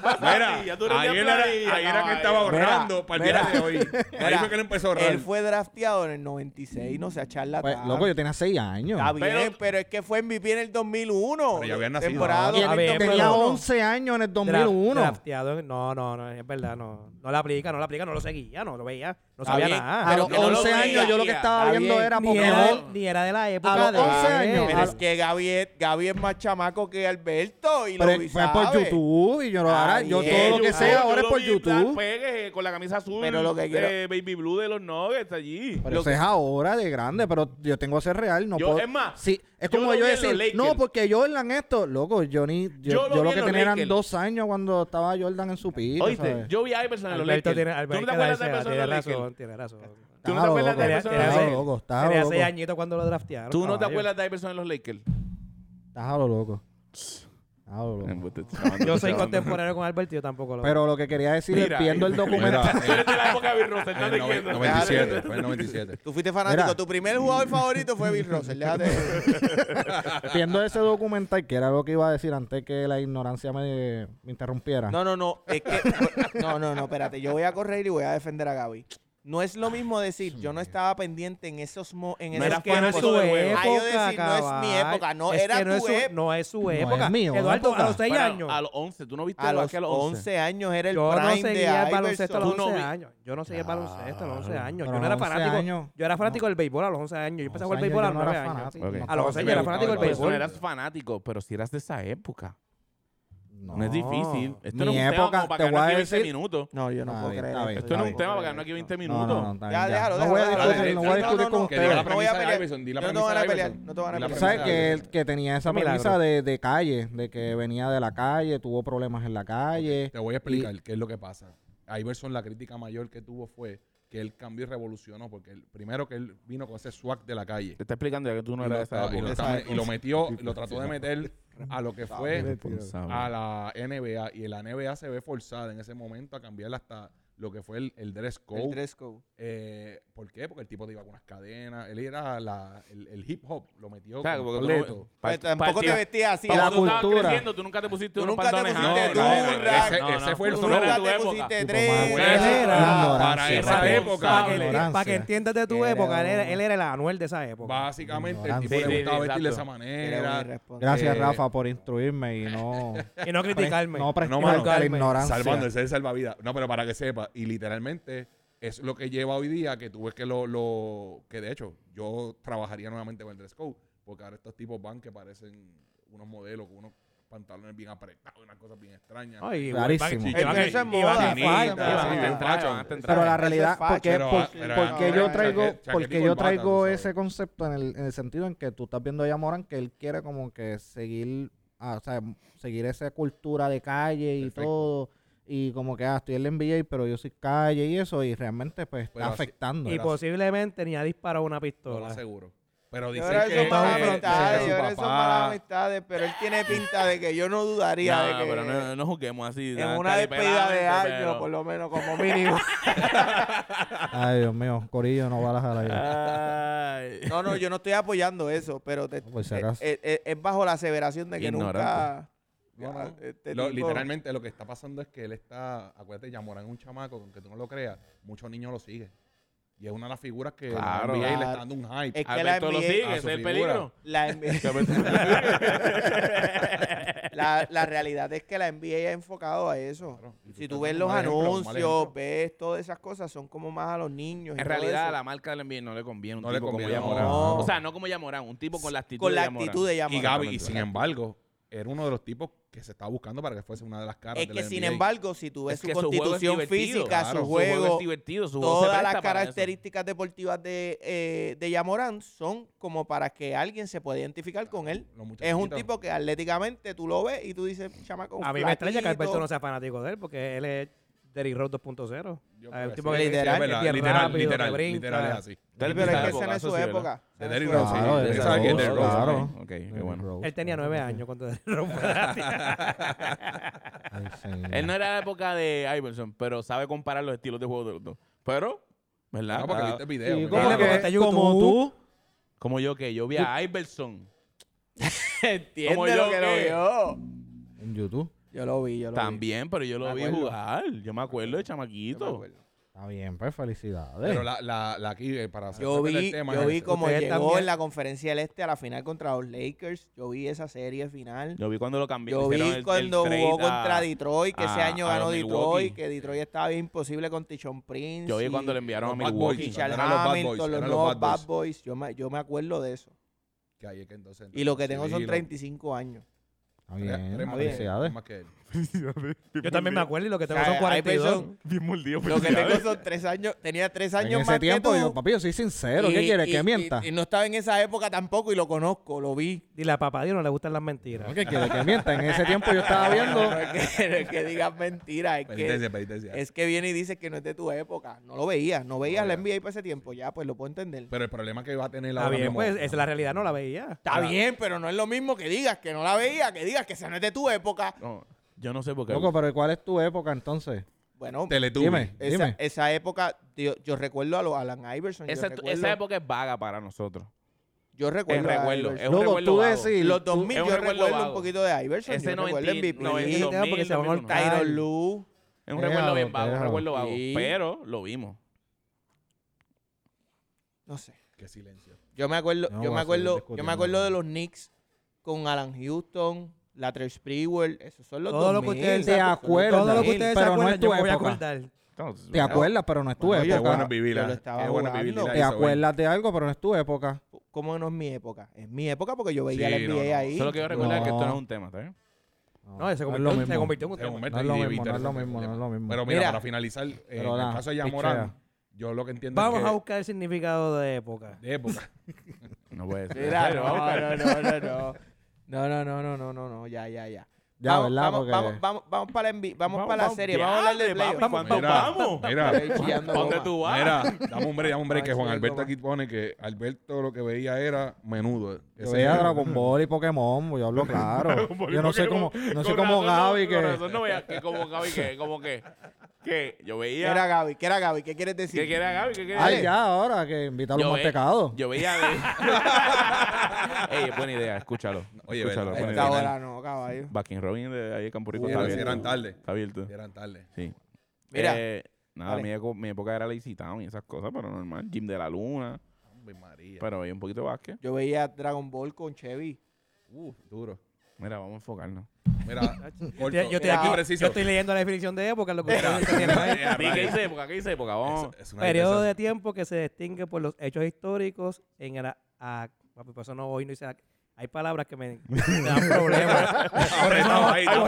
Speaker 3: pasa?
Speaker 5: Mira,
Speaker 4: Sí, ya tú rendías
Speaker 5: ahí era,
Speaker 4: planilla,
Speaker 5: ahí era que estaba
Speaker 4: caballo.
Speaker 5: ahorrando para el
Speaker 1: eh. mira.
Speaker 5: día de hoy. Ahí
Speaker 1: Mira,
Speaker 5: fue que él empezó a ahorrar.
Speaker 1: Él fue drafteado en el 96, no sea charlatán.
Speaker 3: Pues, loco, yo tenía seis años.
Speaker 1: Está bien, pero,
Speaker 4: Pero-
Speaker 1: es que fue MVP en el 2001.
Speaker 5: Pero ya había nacido.
Speaker 1: Temporada
Speaker 2: No, está
Speaker 1: 2000,
Speaker 2: bien,
Speaker 3: Tenía
Speaker 1: 2001.
Speaker 3: 11 años en el
Speaker 2: Dra-
Speaker 3: 2001.
Speaker 2: drafteado en- no, no, no, es verdad, no. No la aplica, no la aplica, no lo seguía, no lo veía, no
Speaker 4: Está
Speaker 2: sabía
Speaker 4: bien,
Speaker 2: nada.
Speaker 3: a
Speaker 4: pero
Speaker 3: los
Speaker 4: que no lo
Speaker 3: 11 años
Speaker 4: veía.
Speaker 3: yo lo que estaba
Speaker 1: Está
Speaker 3: viendo
Speaker 1: bien,
Speaker 3: era
Speaker 2: ni, era de,
Speaker 3: Pokémon.
Speaker 2: ni era de la época
Speaker 3: A
Speaker 2: de
Speaker 3: los 11 años.
Speaker 1: Pero
Speaker 3: A
Speaker 1: es
Speaker 3: lo-
Speaker 1: que Gaby es, Gaby es más chamaco que Alberto y lo
Speaker 3: Pero
Speaker 1: vi,
Speaker 3: fue por
Speaker 1: ¿sabe?
Speaker 3: YouTube y yo, lo- ahora, yo
Speaker 1: bien,
Speaker 3: todo lo que
Speaker 1: YouTube,
Speaker 3: sé
Speaker 1: yo
Speaker 3: ahora es
Speaker 4: lo
Speaker 3: por
Speaker 4: vi en plan
Speaker 3: YouTube.
Speaker 4: pegue, eh, con la camisa azul.
Speaker 1: Pero lo que quiero-
Speaker 4: eh, Baby Blue de los Nuggets allí.
Speaker 3: Pero eso es ahora de grande, pero yo tengo que ser real. No
Speaker 4: Yo-
Speaker 3: puedo,
Speaker 4: es más,
Speaker 3: sí, es
Speaker 4: yo
Speaker 3: como
Speaker 4: lo
Speaker 3: yo
Speaker 4: vi en los
Speaker 3: decir,
Speaker 4: Lakers.
Speaker 3: no, porque Jordan esto, loco, yo ni, yo,
Speaker 4: Yo
Speaker 3: yo
Speaker 4: lo
Speaker 3: lo
Speaker 4: vi en
Speaker 3: que
Speaker 4: los
Speaker 3: tenía eran
Speaker 4: Lakers.
Speaker 3: dos años cuando estaba Jordan en su pico.
Speaker 4: Oíste,
Speaker 3: ¿sabes?
Speaker 4: yo vi a Iverson en los
Speaker 2: Alberto
Speaker 4: Lakers.
Speaker 2: tiene,
Speaker 4: ¿Tú no
Speaker 2: Alberto
Speaker 4: te acuerdas
Speaker 2: tiene-
Speaker 4: de Iverson en
Speaker 2: tiene
Speaker 4: los
Speaker 2: razón,
Speaker 4: Lakers?
Speaker 2: tiene razón.
Speaker 4: ¿Tú no
Speaker 3: Estaba
Speaker 4: te acuerdas de
Speaker 2: Tenía, tenía
Speaker 4: Iverson en los
Speaker 2: seis-
Speaker 3: Estaba
Speaker 4: Lakers?
Speaker 3: loco, estaba
Speaker 2: tenía seis
Speaker 3: loco.
Speaker 2: añitos cuando lo draftearon.
Speaker 4: ¿Tú no te
Speaker 2: caballo.
Speaker 4: acuerdas de Iverson en los Lakers?
Speaker 3: Estaba lo loco. Estaba lo loco.
Speaker 2: Yo soy contemporáneo con Alberto, yo tampoco lo
Speaker 3: Pero lo que quería decir
Speaker 4: Mira,
Speaker 3: es viendo el documental.
Speaker 4: Tú eres de la época de Bill Russell,
Speaker 5: Ah, eh, En
Speaker 4: no
Speaker 5: el
Speaker 4: te
Speaker 5: noven-
Speaker 4: entiendo.
Speaker 5: 97, fue en 97.
Speaker 1: Tú fuiste fanático.
Speaker 3: Mira.
Speaker 1: Tu primer jugador favorito fue Bill Russell. Déjate.
Speaker 3: viendo ese documental, que era lo que iba a decir antes que la ignorancia me, me interrumpiera.
Speaker 1: No, no, no. Es que. No, no, no. Espérate. Yo voy a correr y voy a defender a Gaby. No es lo mismo decir, yo no estaba pendiente en esos mo en
Speaker 4: No
Speaker 1: esos
Speaker 4: era fanático
Speaker 1: tiempos.
Speaker 4: de huevo.
Speaker 1: Ah, yo decir, no es mi
Speaker 2: caballo.
Speaker 1: época, no,
Speaker 2: Es
Speaker 1: era
Speaker 2: que no
Speaker 1: tu
Speaker 2: es su-
Speaker 1: época.
Speaker 2: No es su
Speaker 3: es
Speaker 2: época.
Speaker 3: mío, es
Speaker 2: Eduardo, a
Speaker 3: época.
Speaker 2: los 6
Speaker 4: Bueno,
Speaker 2: años.
Speaker 4: A los 11, ¿tú no viste
Speaker 1: A
Speaker 4: el
Speaker 1: los
Speaker 4: básquet a los 11?
Speaker 1: 11 años era el
Speaker 2: Yo no
Speaker 1: prime de
Speaker 2: seguía el baloncesto a los
Speaker 1: Iverson.
Speaker 4: Tú no
Speaker 2: 11
Speaker 4: vi-
Speaker 2: años. Yo no seguía el baloncesto a los 11 años.
Speaker 3: Pero
Speaker 2: Yo
Speaker 3: a
Speaker 2: no era
Speaker 3: los 11
Speaker 2: fanático.
Speaker 3: años-
Speaker 2: Yo era fanático
Speaker 3: no.
Speaker 2: del béisbol a los 11 años. Yo empecé a jugar
Speaker 3: años
Speaker 2: béisbol a
Speaker 3: yo
Speaker 2: los
Speaker 3: no
Speaker 2: 9
Speaker 3: era
Speaker 2: años.
Speaker 3: fanático,
Speaker 4: Ok.
Speaker 3: no
Speaker 2: A los 11
Speaker 5: Sí,
Speaker 2: años
Speaker 5: me
Speaker 2: era
Speaker 5: gustaba
Speaker 2: fanático
Speaker 5: el
Speaker 2: del
Speaker 4: Pues tú
Speaker 2: béisbol.
Speaker 4: no eras fanático, pero si eras de esa época. No,
Speaker 3: No.
Speaker 4: es difícil. Esto no
Speaker 3: Mi
Speaker 4: es un
Speaker 3: época,
Speaker 4: tema como para
Speaker 3: te
Speaker 4: que no
Speaker 3: voy a
Speaker 4: aquí 20
Speaker 3: decir-
Speaker 4: minutos.
Speaker 1: No, yo no
Speaker 3: Está
Speaker 1: puedo
Speaker 3: bien,
Speaker 1: creer.
Speaker 3: está
Speaker 1: esto.
Speaker 3: bien,
Speaker 4: Esto no es un
Speaker 1: Yo
Speaker 4: tema para
Speaker 1: puedo
Speaker 4: que no aquí
Speaker 1: creer
Speaker 4: 20
Speaker 1: esto.
Speaker 3: No,
Speaker 4: minutos.
Speaker 3: no, no, está bien,
Speaker 1: Ya,
Speaker 3: ya.
Speaker 1: déjalo,
Speaker 3: No voy a
Speaker 1: déjalo,
Speaker 3: discutir,
Speaker 1: déjalo.
Speaker 3: no voy a discutir con
Speaker 1: Que diga
Speaker 3: ustedes.
Speaker 1: la no voy a pelear.
Speaker 5: di la
Speaker 1: Yo no
Speaker 5: premisa
Speaker 1: van a
Speaker 5: de
Speaker 1: pelear,
Speaker 5: Iverson.
Speaker 1: no te van a
Speaker 5: Di la
Speaker 1: pelear.
Speaker 5: premisa
Speaker 3: ¿Sabes
Speaker 5: de
Speaker 3: que,
Speaker 5: Iverson.
Speaker 3: que tenía esa
Speaker 2: Un milagro.
Speaker 3: premisa de, de calle? De que venía de la calle, tuvo problemas en la calle.
Speaker 5: Te voy a explicar qué es lo que pasa. A Iverson la crítica mayor que tuvo fue que él cambió y revolucionó, porque el, primero que él vino con ese swag de la calle.
Speaker 4: Te está explicando ya que tú no
Speaker 5: y,
Speaker 4: eras
Speaker 5: lo
Speaker 4: de esa
Speaker 5: estaba- y lo
Speaker 4: época.
Speaker 5: estaba- y lo metió, y lo trató de meter a lo que fue
Speaker 4: Responsable.
Speaker 5: a la NBA. Y la NBA se ve forzada en ese momento a cambiar hasta lo que fue el, el dress code.
Speaker 1: El dress code.
Speaker 5: Eh, ¿Por qué? Porque el tipo te iba con unas cadenas. Él era la- el, el hip hop, lo metió
Speaker 4: O sea, porque tú no-
Speaker 5: completo.
Speaker 4: pa-
Speaker 1: Pues tampoco
Speaker 4: partía-
Speaker 1: te vestías así.
Speaker 4: Cuando
Speaker 3: la
Speaker 1: tú-
Speaker 4: tú estabas
Speaker 3: cultura.
Speaker 4: creciendo, tú nunca te pusiste
Speaker 1: Tú
Speaker 4: unos
Speaker 1: nunca te
Speaker 4: pantalones
Speaker 1: pusiste
Speaker 4: altos. No,
Speaker 1: dura.
Speaker 4: no,
Speaker 5: Ese-
Speaker 4: no, no,
Speaker 5: ese
Speaker 4: no.
Speaker 5: fue el
Speaker 1: tú
Speaker 4: Eso no
Speaker 5: solo.
Speaker 1: nunca
Speaker 4: era tu
Speaker 1: te
Speaker 4: época.
Speaker 1: pusiste
Speaker 3: Tipo,
Speaker 1: tres.
Speaker 5: más
Speaker 3: bueno.
Speaker 5: Para
Speaker 4: sí,
Speaker 5: esa
Speaker 4: para-
Speaker 5: época.
Speaker 2: Para que,
Speaker 3: ignorancia.
Speaker 2: para que entiendas de tu
Speaker 3: Era
Speaker 2: época, él era,
Speaker 3: un-
Speaker 2: él era el Anuel de esa época.
Speaker 5: Básicamente, el
Speaker 3: Ignorancia.
Speaker 4: Sí,
Speaker 5: tipo
Speaker 4: sí,
Speaker 5: le gustaba
Speaker 4: sí,
Speaker 5: vestir de
Speaker 4: exacto.
Speaker 5: esa manera.
Speaker 3: Gracias,
Speaker 5: Eh,
Speaker 3: Rafa, por instruirme y no,
Speaker 2: Y no criticarme.
Speaker 3: no
Speaker 5: No,
Speaker 3: practicar
Speaker 5: mano,
Speaker 3: la ignorancia.
Speaker 5: Salvando, ese es el salvavidas. No, pero para que sepa, y literalmente es lo que lleva hoy día que tú ves que lo, lo que de hecho yo trabajaría nuevamente con el dress code, porque ahora estos tipos van que parecen unos modelos con unos pantalones bien apretados, unas cosas bien extrañas.
Speaker 2: Ay,
Speaker 3: Clarísimo.
Speaker 2: güey, para
Speaker 5: Es
Speaker 2: que-
Speaker 5: que
Speaker 2: que-
Speaker 5: eso
Speaker 1: es
Speaker 2: y
Speaker 1: moda,
Speaker 2: para
Speaker 1: sí,
Speaker 2: que-
Speaker 1: sí,
Speaker 2: falta,
Speaker 1: sí,
Speaker 2: para
Speaker 1: sí,
Speaker 2: que-
Speaker 1: sí.
Speaker 3: Pero la realidad,
Speaker 1: facho.
Speaker 3: porque,
Speaker 5: Pero,
Speaker 3: por-
Speaker 5: ah, pero,
Speaker 3: porque
Speaker 1: ah,
Speaker 3: yo
Speaker 1: ah,
Speaker 3: traigo,
Speaker 5: chaque- chaqueta y
Speaker 3: porque yo
Speaker 5: corbata,
Speaker 3: traigo
Speaker 5: tú sabes.
Speaker 3: ese concepto en el, en el sentido en que tú estás viendo a Yamoran que él quiere como que seguir, ah, o sea, seguir esa cultura de calle y
Speaker 5: Perfecto.
Speaker 3: todo. Y como que, ah, estoy en la NBA, pero yo soy calle y eso, y realmente pues
Speaker 5: Pero
Speaker 3: está
Speaker 5: así-
Speaker 3: afectando.
Speaker 2: Y
Speaker 1: pues
Speaker 2: posiblemente ni ha disparado una
Speaker 5: Lo más
Speaker 2: pistola.
Speaker 5: seguro. Pero dicen
Speaker 1: Yo creo que
Speaker 5: que
Speaker 1: son malas
Speaker 5: eh,
Speaker 1: amistades, yo
Speaker 5: dicen que
Speaker 1: creo que
Speaker 5: su
Speaker 1: son malas
Speaker 5: papá.
Speaker 1: amistades, pero él tiene pinta de que yo no dudaría de
Speaker 4: No,
Speaker 1: que
Speaker 4: pero no, no juguemos así.
Speaker 1: en
Speaker 4: tan-
Speaker 1: una
Speaker 4: tan
Speaker 1: despedida de
Speaker 4: liberadamente,
Speaker 1: año,
Speaker 4: pero-
Speaker 1: por lo menos como mínimo.
Speaker 3: Ay, Dios mío, Corillo, no balas al aire.
Speaker 4: Ay.
Speaker 1: No, no, yo no estoy apoyando eso, pero te-
Speaker 3: No, por si
Speaker 1: eh,
Speaker 3: acaso.
Speaker 1: eh, eh, es bajo la aseveración de que
Speaker 4: Ignorante.
Speaker 1: nunca...
Speaker 5: No, no.
Speaker 1: ya, este
Speaker 5: Lo-
Speaker 1: tipo-
Speaker 5: literalmente lo que está pasando es que él está, acuérdate, Yamorán es un chamaco, que aunque tú no lo creas, muchos niños lo siguen. Y es una de las figuras que la
Speaker 4: Claro.
Speaker 5: NBA le está
Speaker 1: Claro.
Speaker 5: dando un hype.
Speaker 1: Es que la
Speaker 4: Alberto lo
Speaker 1: NBA
Speaker 4: sigue,
Speaker 5: a
Speaker 4: ese
Speaker 5: su
Speaker 4: es el
Speaker 5: figura.
Speaker 4: peligro.
Speaker 1: La, NBA la, la realidad es que la NBA ha enfocado a eso.
Speaker 5: Claro. Y
Speaker 1: Si
Speaker 5: estás
Speaker 1: tú ves
Speaker 5: dando
Speaker 1: los
Speaker 5: un mal ejemplo, un mal
Speaker 1: anuncios,
Speaker 5: ejemplo.
Speaker 1: ves todas esas cosas, son como más a los niños. y
Speaker 4: En
Speaker 1: todo
Speaker 4: realidad,
Speaker 1: eso.
Speaker 4: a la marca del NBA no le conviene un
Speaker 5: No le
Speaker 4: tipo
Speaker 5: conviene,
Speaker 4: como
Speaker 5: no.
Speaker 4: Yamorán.
Speaker 1: No.
Speaker 4: O sea, no como Yamorán, un tipo con la actitud
Speaker 1: con la
Speaker 4: de Yamorán.
Speaker 1: actitud de
Speaker 5: Y
Speaker 1: Yamorán.
Speaker 5: Gaby, y
Speaker 4: Exactamente.
Speaker 5: sin embargo, era uno de los tipos que se estaba buscando para que fuese una de las caras
Speaker 1: Es
Speaker 5: de
Speaker 1: que
Speaker 5: la
Speaker 1: sin
Speaker 5: NBA.
Speaker 1: embargo, si tú ves
Speaker 4: Es que
Speaker 1: su
Speaker 4: juego es
Speaker 1: constitución
Speaker 4: divertido,
Speaker 1: física,
Speaker 5: claro,
Speaker 1: su
Speaker 5: su
Speaker 1: juego,
Speaker 4: es divertido, su juego se
Speaker 1: todas las
Speaker 4: presta para eso.
Speaker 1: características deportivas de, eh, de Yamorán son como para que alguien se pueda identificar con él.
Speaker 5: Los muchachitos.
Speaker 1: Es un tipo que atléticamente tú lo ves y tú dices, chamaco,
Speaker 2: A mí me extraña que Alberto no
Speaker 1: se
Speaker 2: sea fanático de él, porque él es Derrick Rose 2.0.
Speaker 5: Yo
Speaker 2: Ah, el
Speaker 5: creo
Speaker 2: tipo
Speaker 5: sí,
Speaker 1: que-
Speaker 5: sí, es
Speaker 1: literal,
Speaker 5: verdad,
Speaker 2: que es
Speaker 5: literal,
Speaker 2: rápido,
Speaker 5: literal,
Speaker 2: que brinca.
Speaker 5: literal es
Speaker 1: Pero es
Speaker 5: así.
Speaker 1: que
Speaker 4: Esa
Speaker 1: esa no es su
Speaker 4: eso sí, ¿verdad?
Speaker 1: época.
Speaker 5: De
Speaker 1: Esa no es
Speaker 5: Derrick
Speaker 1: su
Speaker 5: Rose, sí.
Speaker 1: época.
Speaker 3: Claro,
Speaker 5: Él
Speaker 3: de
Speaker 5: sabe quién es
Speaker 3: Derrick
Speaker 5: Derrick Rose.
Speaker 3: Rose,
Speaker 4: Ok, qué
Speaker 3: Derrick
Speaker 4: bueno.
Speaker 3: Rose,
Speaker 2: Él tenía
Speaker 3: claro
Speaker 2: nueve
Speaker 3: que sí.
Speaker 2: años cuando Derrick Rose fue fanático.
Speaker 3: Ay, señor.
Speaker 4: Él no era de la época de Iverson, pero sabe comparar los estilos de juego de los dos. Pero, ¿verdad?
Speaker 5: No, Ah, porque
Speaker 4: Cada-
Speaker 5: viste el video.
Speaker 3: Sí,
Speaker 5: ¿verdad?
Speaker 3: ¿cómo
Speaker 2: Dile,
Speaker 3: que-
Speaker 2: porque está YouTube.
Speaker 3: como tú,
Speaker 4: Como yo que yo vi a Iverson.
Speaker 1: Entiende
Speaker 4: Como
Speaker 1: lo
Speaker 4: yo
Speaker 1: que
Speaker 4: que-
Speaker 1: lo vio.
Speaker 3: En YouTube.
Speaker 1: Yo lo vi, yo lo vi.
Speaker 4: También, pero yo lo
Speaker 1: Me
Speaker 4: vi
Speaker 1: acuerdo.
Speaker 4: jugar. Yo me acuerdo de
Speaker 1: Yo me
Speaker 4: chamaquito.
Speaker 1: acuerdo.
Speaker 3: Está bien, pues felicidades.
Speaker 5: Pero la, la, la aquí, eh, para
Speaker 1: Yo
Speaker 5: sacarle
Speaker 1: vi,
Speaker 5: el tema
Speaker 1: yo
Speaker 5: es
Speaker 1: vi
Speaker 5: ese.
Speaker 1: como
Speaker 2: Ustedes
Speaker 1: llegó
Speaker 2: también-
Speaker 1: en la conferencia del Este a la final contra los Lakers. Yo vi esa serie final.
Speaker 4: Yo vi cuando lo cambió.
Speaker 1: Yo vi
Speaker 4: hicieron el- el
Speaker 1: cuando
Speaker 4: trade
Speaker 1: jugó
Speaker 4: a-
Speaker 1: contra Detroit, que ese
Speaker 4: a-
Speaker 1: año
Speaker 4: a
Speaker 1: ganó
Speaker 4: los
Speaker 1: Detroit,
Speaker 4: Milwaukee.
Speaker 1: que Detroit estaba bien imposible con Tichon Prince.
Speaker 4: Yo vi
Speaker 1: y-
Speaker 4: cuando le enviaron a
Speaker 5: Los Bad
Speaker 1: y
Speaker 4: Milwaukee.
Speaker 5: Boys.
Speaker 1: Charles
Speaker 5: Eran los Bad
Speaker 1: Hamilton,
Speaker 5: Boys,
Speaker 1: los
Speaker 5: eran los
Speaker 1: nuevos
Speaker 5: Bad
Speaker 1: Bad
Speaker 5: Boys.
Speaker 1: Boys. Yo me, yo me acuerdo de eso.
Speaker 5: Que ahí es que entonces
Speaker 1: Y lo que tengo son
Speaker 5: Cirilo.
Speaker 1: 35 años.
Speaker 3: Está
Speaker 5: Tres-
Speaker 3: bien,
Speaker 5: tres más que él,
Speaker 3: felicidades.
Speaker 5: más que él.
Speaker 2: Yo también me acuerdo y lo que tengo
Speaker 1: O sea,
Speaker 2: son
Speaker 1: hay
Speaker 2: 42.
Speaker 1: personas-
Speaker 4: Bien mordido.
Speaker 1: Lo que tengo son 3 años. Tenía 3 años
Speaker 3: en
Speaker 1: más
Speaker 3: ese tiempo,
Speaker 1: que tú.
Speaker 3: yo, papi, yo soy sincero.
Speaker 1: Y-
Speaker 3: ¿Qué quieres?
Speaker 1: y-
Speaker 3: ¿Que
Speaker 1: y-
Speaker 3: mienta?
Speaker 1: Y, no estaba en esa época tampoco y lo conozco, lo vi.
Speaker 2: Dile a papá Dios no le gustan las mentiras.
Speaker 3: ¿Qué quieres? ¿Que mienta? En ese tiempo yo estaba viendo.
Speaker 1: No es que, no es que digas mentiras, es que,
Speaker 5: Penitencia, penitencia.
Speaker 1: es que viene y dice que no es de tu época. No lo veías, no veías
Speaker 5: No
Speaker 1: la
Speaker 5: veía.
Speaker 1: NBA para ese tiempo. Ya, pues lo puedo entender.
Speaker 5: Pero el problema que va a tener
Speaker 2: Está
Speaker 5: ahora
Speaker 2: bien,
Speaker 5: mismo-
Speaker 2: pues esa es la realidad, no la veía.
Speaker 1: Está bien, pero no es lo mismo que digas que no la veías, que digas que esa no es de tu época.
Speaker 4: yo no sé por qué.
Speaker 3: Loco, pero ¿cuál es tu época entonces?
Speaker 1: Bueno,
Speaker 5: Teletubbies.
Speaker 3: Dime,
Speaker 1: esa,
Speaker 3: dime.
Speaker 1: esa época, yo, yo recuerdo a los Alan Iverson.
Speaker 4: esa,
Speaker 1: yo
Speaker 4: esa
Speaker 1: recuerdo,
Speaker 4: época es vaga para nosotros.
Speaker 1: yo
Speaker 4: Es
Speaker 1: recuerdo. a
Speaker 4: recuerdo.
Speaker 1: Iverson.
Speaker 4: Es un
Speaker 3: Loco,
Speaker 4: recuerdo
Speaker 3: tú
Speaker 4: vago.
Speaker 3: decís.
Speaker 1: los
Speaker 3: tú-
Speaker 1: 2000
Speaker 4: es un
Speaker 1: yo
Speaker 4: recuerdo
Speaker 1: recuerdo un
Speaker 4: vago.
Speaker 1: poquito de Iverson.
Speaker 4: Ese
Speaker 1: yo recuerdo
Speaker 4: 90,
Speaker 1: el MVP.
Speaker 4: 90,
Speaker 2: Sí, porque se van a
Speaker 4: 2000,
Speaker 2: ahorcar. Ay.
Speaker 1: Tyron Lue.
Speaker 4: Es un recuerdo
Speaker 3: Déjalo,
Speaker 4: bien vago, un
Speaker 3: déjalo.
Speaker 4: recuerdo vago.
Speaker 1: Sí.
Speaker 4: Pero lo vimos.
Speaker 1: No sé.
Speaker 5: Qué silencio.
Speaker 1: Yo me acuerdo,
Speaker 3: No,
Speaker 1: yo
Speaker 3: va
Speaker 1: me
Speaker 3: a seguir
Speaker 1: acuerdo, yo
Speaker 3: discutiendo.
Speaker 1: me acuerdo de los Knicks con Alan Houston, Latrell Sprewell, esos son los
Speaker 2: Todo lo que
Speaker 1: 2000.
Speaker 2: ustedes
Speaker 3: Te acuerdas,
Speaker 2: Todo lo que ustedes se
Speaker 3: pero no
Speaker 2: acuerdan,
Speaker 3: es tu
Speaker 2: yo me voy a
Speaker 3: época.
Speaker 2: acordar.
Speaker 4: Entonces,
Speaker 3: ¿Te acuerdas? Pero no es tu
Speaker 1: Bueno, yo-
Speaker 5: Qué
Speaker 3: época.
Speaker 5: bueno es vivir,
Speaker 1: yo lo
Speaker 5: ¿eh?
Speaker 1: estaba
Speaker 5: Qué bueno es vivir.
Speaker 1: jugando.
Speaker 5: la
Speaker 3: ¿Te
Speaker 5: hizo, ¿eh?
Speaker 3: acuerdas de algo? Pero no es tu época.
Speaker 1: ¿Cómo no es mi época? Es mi época porque yo veía
Speaker 5: Sí,
Speaker 1: la
Speaker 5: no,
Speaker 1: NBA
Speaker 5: no.
Speaker 1: ahí.
Speaker 4: Solo quiero recordar que esto no
Speaker 3: No.
Speaker 4: es un tema, ¿está bien?
Speaker 2: No, se
Speaker 3: no es
Speaker 2: convirtió,
Speaker 3: lo
Speaker 2: en- se
Speaker 3: mismo.
Speaker 2: convirtió en un
Speaker 5: Se
Speaker 2: tema.
Speaker 5: convierte
Speaker 3: No es lo
Speaker 5: y- y
Speaker 3: mismo, no es lo
Speaker 5: interesante
Speaker 3: mismo, no es lo mismo.
Speaker 5: Pero mira,
Speaker 1: Mira.
Speaker 5: para finalizar, eh, en
Speaker 3: Pero
Speaker 5: el
Speaker 3: nada,
Speaker 5: caso de Yamorán,
Speaker 3: pichea.
Speaker 5: yo lo que entiendo es
Speaker 2: Vamos
Speaker 5: que
Speaker 2: a buscar el significado de época.
Speaker 5: de época.
Speaker 4: No puede ser.
Speaker 1: Mira, no, no, no, no, no. No, no, no, no, no, no, no, ya, ya, ya.
Speaker 3: Ya,
Speaker 1: vamos,
Speaker 3: ¿verdad?
Speaker 1: vamos,
Speaker 3: Porque-
Speaker 1: vamos, vamos, vamos para la, envi- vamos para la serie, vamos a hablar del playoff.
Speaker 4: Vamos,
Speaker 5: Mira.
Speaker 4: vamos.
Speaker 5: Mira,
Speaker 1: Estoy chillando
Speaker 4: ¿Dónde
Speaker 1: goma.
Speaker 4: tú vas?
Speaker 5: mira, dame un break, dame un break, que
Speaker 2: Ay,
Speaker 5: Juan
Speaker 2: sí,
Speaker 5: Alberto
Speaker 2: toma.
Speaker 5: aquí pone que Alberto lo que veía era menudo.
Speaker 3: Yo
Speaker 5: Ese
Speaker 3: veía
Speaker 5: era-
Speaker 3: Dragon Ball y Pokémon, yo hablo claro.
Speaker 4: Dragon Ball y
Speaker 3: yo no sé cómo,
Speaker 4: Pokémon.
Speaker 3: no sé
Speaker 4: Con
Speaker 3: cómo
Speaker 4: razón,
Speaker 3: Gaby
Speaker 4: no,
Speaker 3: que.
Speaker 4: con razón no veía que como Gaby que, como que, que yo
Speaker 1: ¿Qué
Speaker 4: veía.
Speaker 1: era Gaby? ¿Qué era Gaby? ¿Qué quieres decir?
Speaker 4: ¿Qué quiere Gaby? ¿Qué quiere
Speaker 3: Ay, ya, ahora que invita a los
Speaker 4: Yo ve-
Speaker 3: mantecados.
Speaker 4: Yo veía. Ey, es buena idea, escúchalo.
Speaker 5: Oye,
Speaker 4: escúchalo.
Speaker 5: ¿verdad?
Speaker 4: buena
Speaker 1: Esta
Speaker 5: Bueno,
Speaker 4: idea.
Speaker 1: hora no, caballo.
Speaker 4: Bucking Robin de ahí de Campo Rico
Speaker 1: Uh,
Speaker 4: está
Speaker 5: si
Speaker 4: abierto.
Speaker 5: eran tarde.
Speaker 4: Está abierto.
Speaker 5: si Eran tarde.
Speaker 4: Sí.
Speaker 1: Mira,
Speaker 4: Eh, nada,
Speaker 1: dale.
Speaker 4: mi, eco- mi época era Lazy Town y esas cosas, pero normal. Gym de la Luna.
Speaker 5: Hombre, María.
Speaker 4: Pero veía un poquito de básquet.
Speaker 1: yo veía Dragon Ball con Chevy.
Speaker 5: Uf, Uh, duro.
Speaker 4: Mira, vamos a enfocarnos.
Speaker 5: Mira,
Speaker 2: Yo
Speaker 5: corto, eh,
Speaker 2: estoy- yo estoy
Speaker 1: Era
Speaker 2: aquí,
Speaker 5: preciso.
Speaker 2: yo estoy leyendo la definición de época, lo que ustedes entendieron ahí.
Speaker 5: Mira,
Speaker 4: Sí, ¿Qué
Speaker 5: rayos.
Speaker 4: dice época? ¿Qué dice época? Vamos.
Speaker 5: Es- es una
Speaker 2: Periodo
Speaker 5: diferencia.
Speaker 2: de tiempo que se distingue por los hechos históricos en el... a- a- papi, por eso no hoy no hice... ac- Hay palabras que me, me dan problemas.
Speaker 5: apretado ahí, está
Speaker 4: Hay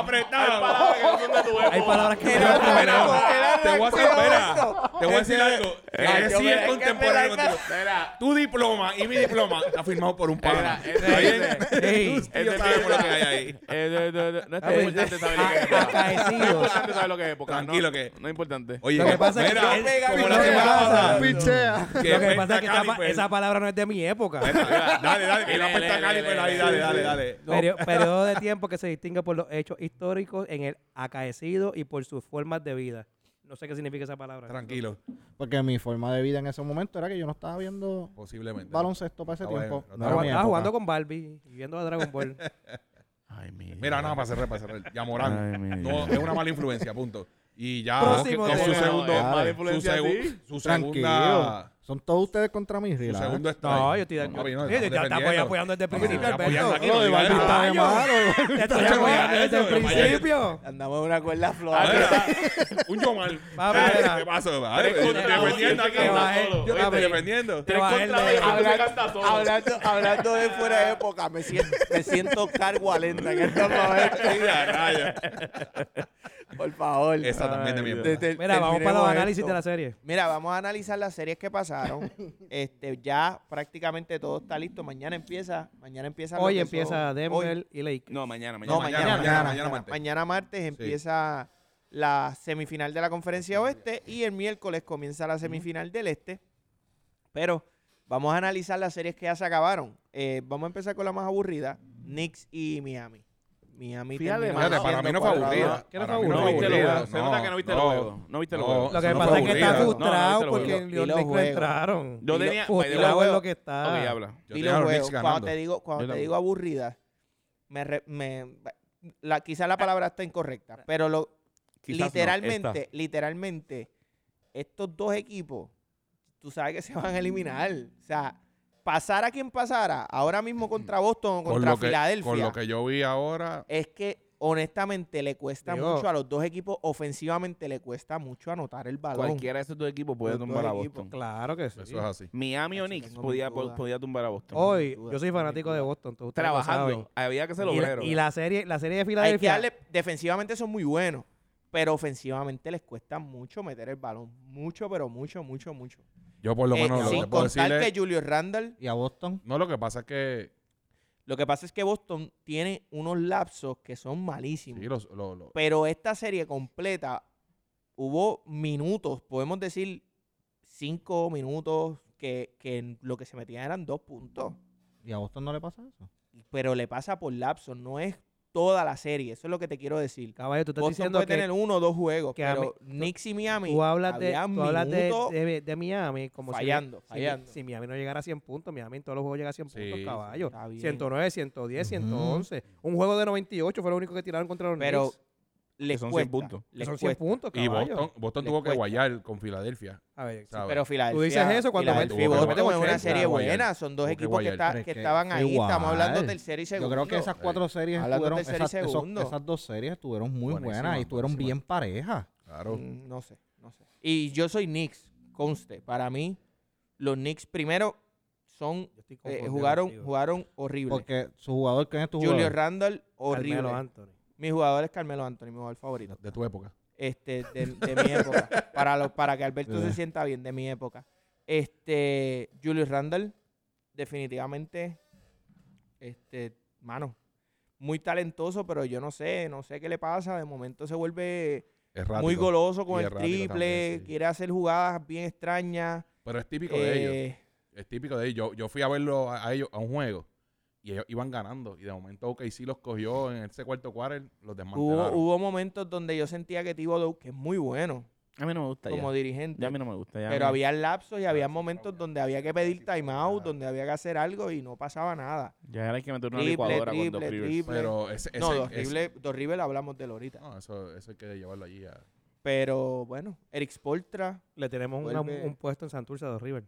Speaker 5: apretado.
Speaker 4: palabras que no son de tu época. Hay palabras que
Speaker 5: Está apretado, está apretado.
Speaker 4: no son de tu época.
Speaker 2: Hay palabras que me
Speaker 1: Era
Speaker 2: dan
Speaker 1: otra
Speaker 2: problemas.
Speaker 1: cosa, era
Speaker 5: Te voy a hacer,
Speaker 1: otra
Speaker 5: espera,
Speaker 1: cosa.
Speaker 5: te voy a decir algo.
Speaker 1: Ay,
Speaker 5: Eh,
Speaker 1: yo
Speaker 5: sí
Speaker 1: me-
Speaker 5: es contemporáneo
Speaker 1: es que me la-
Speaker 5: contigo. Tu diploma y mi diploma está firmado por un pana.
Speaker 4: Era- era-
Speaker 5: ¿Está bien?
Speaker 2: Sí.
Speaker 5: Tú y yo sabemos lo que hay ahí.
Speaker 4: Eh, no, no, no, no es tan
Speaker 2: Ah,
Speaker 4: importante saber lo que es
Speaker 2: a-
Speaker 4: época. No es
Speaker 2: Acaecidos.
Speaker 4: importante saber lo que es época. no-
Speaker 5: Tranquilo que-
Speaker 4: No es importante.
Speaker 5: Oye,
Speaker 2: Lo que pasa es que-
Speaker 5: mira,
Speaker 2: Yo
Speaker 1: pega
Speaker 5: como
Speaker 1: mi
Speaker 5: la
Speaker 2: lo que
Speaker 5: semana
Speaker 2: pasa-
Speaker 5: pasada,
Speaker 3: Pichea.
Speaker 2: Lo que pasa es que
Speaker 5: apesta
Speaker 2: esta pa-
Speaker 5: Caliper.
Speaker 2: esa palabra no es de mi época.
Speaker 5: Mira, Dale, dale, que
Speaker 4: Lee,
Speaker 5: la
Speaker 4: lee,
Speaker 5: apesta
Speaker 4: lee,
Speaker 5: Caliper
Speaker 4: lee,
Speaker 5: ahí,
Speaker 4: lee.
Speaker 5: dale, dale, dale.
Speaker 2: Perio- periodo de tiempo que se distingue por los hechos históricos en el acaecido y por sus formas de vida. No sé qué significa esa palabra.
Speaker 5: Tranquilo,
Speaker 3: Porque mi forma de vida en ese momento era que yo no estaba viendo
Speaker 5: posiblemente.
Speaker 3: baloncesto para ese
Speaker 5: Ah, Pues, bueno,
Speaker 3: tiempo.
Speaker 5: no
Speaker 3: No
Speaker 5: estaba
Speaker 3: era mi
Speaker 2: Estaba
Speaker 3: época.
Speaker 2: jugando con Barbie y viendo a Dragon Ball.
Speaker 4: Ay, mi
Speaker 5: Mira,
Speaker 4: Dios.
Speaker 5: nada, para cerrar, para cerrar. Ya Morán.
Speaker 4: Ay, mi
Speaker 5: No,
Speaker 4: Dios.
Speaker 5: es una mala influencia, punto. Y ya
Speaker 2: Próximo
Speaker 5: es su
Speaker 2: tema.
Speaker 5: segundo,
Speaker 4: Es mala
Speaker 5: su,
Speaker 4: influencia
Speaker 5: segu-
Speaker 4: a ti.
Speaker 5: su
Speaker 3: Tranquilo.
Speaker 5: segunda,
Speaker 3: Son todos ustedes contra mí,
Speaker 5: su
Speaker 3: relax.
Speaker 5: segundo strike.
Speaker 2: No, yo estoy de acuerdo.
Speaker 5: papi, no,
Speaker 2: Sí, yo te
Speaker 5: estamos
Speaker 2: estoy apoyando desde el
Speaker 5: Papi,
Speaker 2: principio,
Speaker 5: te estoy
Speaker 2: Alberto.
Speaker 5: apoyando aquí, no digas
Speaker 3: Está
Speaker 5: nada.
Speaker 3: de malo.
Speaker 2: Te estoy
Speaker 5: Escúchame,
Speaker 2: apoyando
Speaker 5: ya,
Speaker 2: desde el
Speaker 5: eso, vaya.
Speaker 2: principio.
Speaker 1: Andamos en una cuerda
Speaker 5: Ah,
Speaker 1: floja.
Speaker 5: mira, Un yo mal.
Speaker 2: Papi,
Speaker 5: Eh,
Speaker 2: mira.
Speaker 5: ¿Qué pasó? Ay,
Speaker 4: Tres
Speaker 5: Estoy
Speaker 4: contra dos,
Speaker 5: defendiendo
Speaker 4: y
Speaker 5: aquí.
Speaker 4: este canta
Speaker 2: Ay,
Speaker 4: solo.
Speaker 5: Yo
Speaker 2: papi.
Speaker 5: estoy defendiendo.
Speaker 4: Tres
Speaker 2: va a
Speaker 4: contra
Speaker 2: él
Speaker 4: dos,
Speaker 2: de-
Speaker 4: y este
Speaker 1: Habla-
Speaker 4: canta solo.
Speaker 1: hablando, hablando de fuera de época, me siento, me siento cargo alenta en estos momentos.
Speaker 5: Mira, raya.
Speaker 1: Por favor.
Speaker 5: Esa también de mi
Speaker 1: Te-
Speaker 5: época.
Speaker 1: te-
Speaker 2: Mira, vamos para los
Speaker 1: terminemos
Speaker 2: análisis
Speaker 1: esto.
Speaker 2: de la serie.
Speaker 1: Mira, vamos a analizar las series que pasaron. este, ya prácticamente todo está listo. Mañana empieza, mañana empieza. lo
Speaker 2: Hoy
Speaker 1: que
Speaker 2: empieza
Speaker 1: son-
Speaker 2: Denver
Speaker 1: hoy-
Speaker 2: y Lake.
Speaker 4: No, mañana, mañana.
Speaker 1: no, mañana, mañana,
Speaker 5: mañana,
Speaker 1: mañana,
Speaker 5: mañana martes.
Speaker 1: Mañana martes empieza la semifinal de la conferencia oeste y el miércoles comienza la semifinal del este. Pero vamos a analizar las series que ya se acabaron. Eh, vamos a empezar con la más aburrida, Knicks y Miami. Miami
Speaker 4: Fíjate,
Speaker 1: terminó
Speaker 5: Fíjate, para
Speaker 1: siendo
Speaker 5: mí no fue
Speaker 1: cuatro a dos.
Speaker 5: aburrida.
Speaker 2: ¿Qué no
Speaker 5: Para
Speaker 2: fue
Speaker 5: mí
Speaker 4: No viste el
Speaker 5: aburrida,
Speaker 4: juego. Se nota que no viste el
Speaker 5: no,
Speaker 4: juego. No viste el
Speaker 5: no.
Speaker 4: juego.
Speaker 2: Lo que
Speaker 5: no
Speaker 2: pasa
Speaker 5: fue
Speaker 2: es que está
Speaker 5: aburrida.
Speaker 4: No, no,
Speaker 2: frustrado
Speaker 4: se lo
Speaker 2: porque
Speaker 4: juego.
Speaker 2: en
Speaker 1: Y los
Speaker 2: León Nick no
Speaker 1: juegos.
Speaker 2: entraron.
Speaker 4: Yo tenía-
Speaker 2: Frustrado es lo que está.
Speaker 4: Ok, habla.
Speaker 5: Yo
Speaker 1: Vi
Speaker 5: tenía a
Speaker 1: los
Speaker 5: los
Speaker 1: juegos.
Speaker 5: Knicks
Speaker 1: Cuando
Speaker 5: ganando.
Speaker 1: te digo,
Speaker 4: Yo
Speaker 1: cuando te
Speaker 4: también.
Speaker 1: digo aburrida, me, re- me- la, quizá
Speaker 4: Ah.
Speaker 1: la palabra está incorrecta, pero lo,
Speaker 4: Quizás no,
Speaker 1: literalmente,
Speaker 4: esta.
Speaker 1: literalmente, estos dos equipos, tú sabes que se van a eliminar. O sea, pasara quien pasara, ahora mismo contra Boston o
Speaker 5: Con
Speaker 1: contra
Speaker 5: lo que-
Speaker 1: Filadelfia,
Speaker 5: Con lo que yo vi ahora,
Speaker 1: es que honestamente le cuesta
Speaker 2: Digo-
Speaker 1: mucho a los dos equipos, ofensivamente le cuesta mucho anotar el balón.
Speaker 4: Cualquiera de esos dos equipos puede
Speaker 1: Los dos
Speaker 4: tumbar a
Speaker 1: equipos,
Speaker 4: Boston.
Speaker 2: Claro que sí.
Speaker 5: eso es así.
Speaker 4: Miami o
Speaker 1: Hacho,
Speaker 4: Knicks
Speaker 1: tengo
Speaker 4: podía,
Speaker 1: mis dudas.
Speaker 4: podía tumbar a Boston.
Speaker 2: Hoy,
Speaker 1: duda,
Speaker 2: yo soy
Speaker 1: no hay
Speaker 2: fanático
Speaker 1: duda.
Speaker 2: de Boston. todos ustedes lo saben.
Speaker 4: Trabajando. Había que
Speaker 2: Y
Speaker 4: ser
Speaker 2: la,
Speaker 4: obrero.
Speaker 2: y la serie, la serie de
Speaker 1: Hay que
Speaker 2: Filadelfia.
Speaker 1: darle, defensivamente son muy buenos, pero ofensivamente les cuesta mucho meter el balón. Mucho, pero mucho, mucho, mucho.
Speaker 5: Yo por lo
Speaker 1: Eh,
Speaker 5: menos lo
Speaker 1: sin
Speaker 5: que puedo
Speaker 1: contar
Speaker 5: decirle...
Speaker 1: que Julio Randall,
Speaker 3: ¿Y a Boston?
Speaker 5: No, lo que pasa es que
Speaker 1: lo que pasa es que Boston tiene unos lapsos que son
Speaker 5: sí,
Speaker 1: malísimos.
Speaker 5: los- lo- lo-
Speaker 1: Pero esta serie completa hubo minutos, podemos decir cinco minutos, que, que en lo que se metían eran dos puntos.
Speaker 3: ¿Y a Boston no le pasa eso?
Speaker 1: Pero le pasa por lapso, no es toda la serie. Eso es lo que te quiero decir.
Speaker 2: Caballo, tú estás
Speaker 1: Boston
Speaker 2: diciendo
Speaker 1: puede
Speaker 2: que
Speaker 1: tener uno o dos juegos,
Speaker 2: que a
Speaker 1: pero Knicks y Miami
Speaker 2: tú hablas de,
Speaker 1: habían
Speaker 2: tú hablas de,
Speaker 1: minutos
Speaker 2: de- de Miami como si-
Speaker 1: fallando,
Speaker 2: si,
Speaker 1: fallando.
Speaker 2: si Miami no llegara a 100 puntos, Miami en todos los juegos llega a 100 puntos,
Speaker 5: Sí,
Speaker 2: caballo.
Speaker 1: está bien.
Speaker 2: 109, 110,
Speaker 3: Ujú.
Speaker 2: 111. Un juego de 98 fue lo único que tiraron contra los
Speaker 1: pero
Speaker 2: Knicks.
Speaker 1: les
Speaker 4: son 100
Speaker 1: cuesta,
Speaker 4: puntos.
Speaker 2: Que
Speaker 1: les
Speaker 2: Son 100
Speaker 1: cuesta.
Speaker 2: puntos,
Speaker 5: y
Speaker 2: caballo.
Speaker 5: Boston, Boston
Speaker 1: Les
Speaker 5: tuvo que
Speaker 1: cuesta.
Speaker 5: guayar con Filadelfia.
Speaker 2: A ver,
Speaker 5: ¿sabes?
Speaker 1: Pero Filadelfia.
Speaker 2: dices eso cuando
Speaker 1: Filadelfia
Speaker 5: meten-
Speaker 1: y Boston
Speaker 2: cuando
Speaker 1: es
Speaker 2: meten
Speaker 1: una serie
Speaker 5: 80.
Speaker 1: buena. Son dos
Speaker 5: Tuvo que
Speaker 1: equipos que,
Speaker 5: guayar.
Speaker 1: está-
Speaker 3: Pero es
Speaker 1: que
Speaker 3: que
Speaker 1: estaban
Speaker 3: fue
Speaker 1: ahí. Estamos hablando
Speaker 3: igual.
Speaker 1: tercero y
Speaker 3: Yo
Speaker 1: segundo.
Speaker 3: creo que esas cuatro series
Speaker 1: Hablando
Speaker 3: estuvieron,
Speaker 1: de serie
Speaker 3: esas, esos-
Speaker 1: segundo.
Speaker 3: esas dos series estuvieron muy
Speaker 5: Buenísimas,
Speaker 3: buenas y estuvieron
Speaker 5: buenísimas.
Speaker 3: bien parejas.
Speaker 5: Claro.
Speaker 1: Mm, No sé, no sé. Y yo soy Knicks, conste. Para mí, los Knicks primero son...
Speaker 2: Yo estoy
Speaker 1: eh,
Speaker 2: confundido
Speaker 1: jugaron,
Speaker 2: contigo.
Speaker 1: jugaron horrible.
Speaker 3: Porque su jugador, ¿quién es tu
Speaker 1: Julio
Speaker 3: jugador?
Speaker 1: Randall,
Speaker 2: Carmelo
Speaker 1: horrible.
Speaker 2: Anthony.
Speaker 1: mi jugador es Carmelo Anthony, mi jugador favorito.
Speaker 5: De tu época.
Speaker 1: Este, de, de mi época. Para, lo- para que Alberto
Speaker 5: Eh.
Speaker 1: se sienta bien, de mi época. Este, Julio Randall, definitivamente, este, mano, muy talentoso, pero yo no sé, no sé qué le pasa. De momento se vuelve
Speaker 5: Errático.
Speaker 1: muy goloso con
Speaker 5: Y
Speaker 1: el
Speaker 5: errático
Speaker 1: triple,
Speaker 5: también, sí.
Speaker 1: quiere hacer jugadas bien extrañas.
Speaker 5: Pero es típico de ellos.
Speaker 1: eh,
Speaker 5: Es típico de ellos. Yo, yo fui a verlo a, a ellos a un juego y ellos iban ganando. Y de momento OKC los cogió en ese cuarto quarter, los
Speaker 1: hubo,
Speaker 5: desmantelaron.
Speaker 1: hubo momentos donde yo sentía que Thibodeau, que es muy bueno
Speaker 4: A mí no me gusta ya.
Speaker 1: como dirigente,
Speaker 4: Ya a mí no me gusta ya.
Speaker 1: pero
Speaker 4: no.
Speaker 1: había lapsos y había
Speaker 5: sí,
Speaker 1: momentos
Speaker 5: obvio.
Speaker 1: donde había que pedir timeout, donde había que hacer algo y no pasaba nada.
Speaker 4: Ya ahora hay que meter una
Speaker 1: Triple,
Speaker 4: licuadora con
Speaker 1: triple,
Speaker 4: dos Rivers.
Speaker 1: triple.
Speaker 5: Pero ese, ese,
Speaker 1: no, dos
Speaker 5: ese-
Speaker 1: River- dos River hablamos de él ahorita.
Speaker 4: Ah.
Speaker 5: no, eso, eso hay que llevarlo allí a...
Speaker 1: Pero bueno, Eric pues, Spoltra,
Speaker 2: Le tenemos una-
Speaker 1: Vuelve.
Speaker 2: un puesto en Santurce a dos River.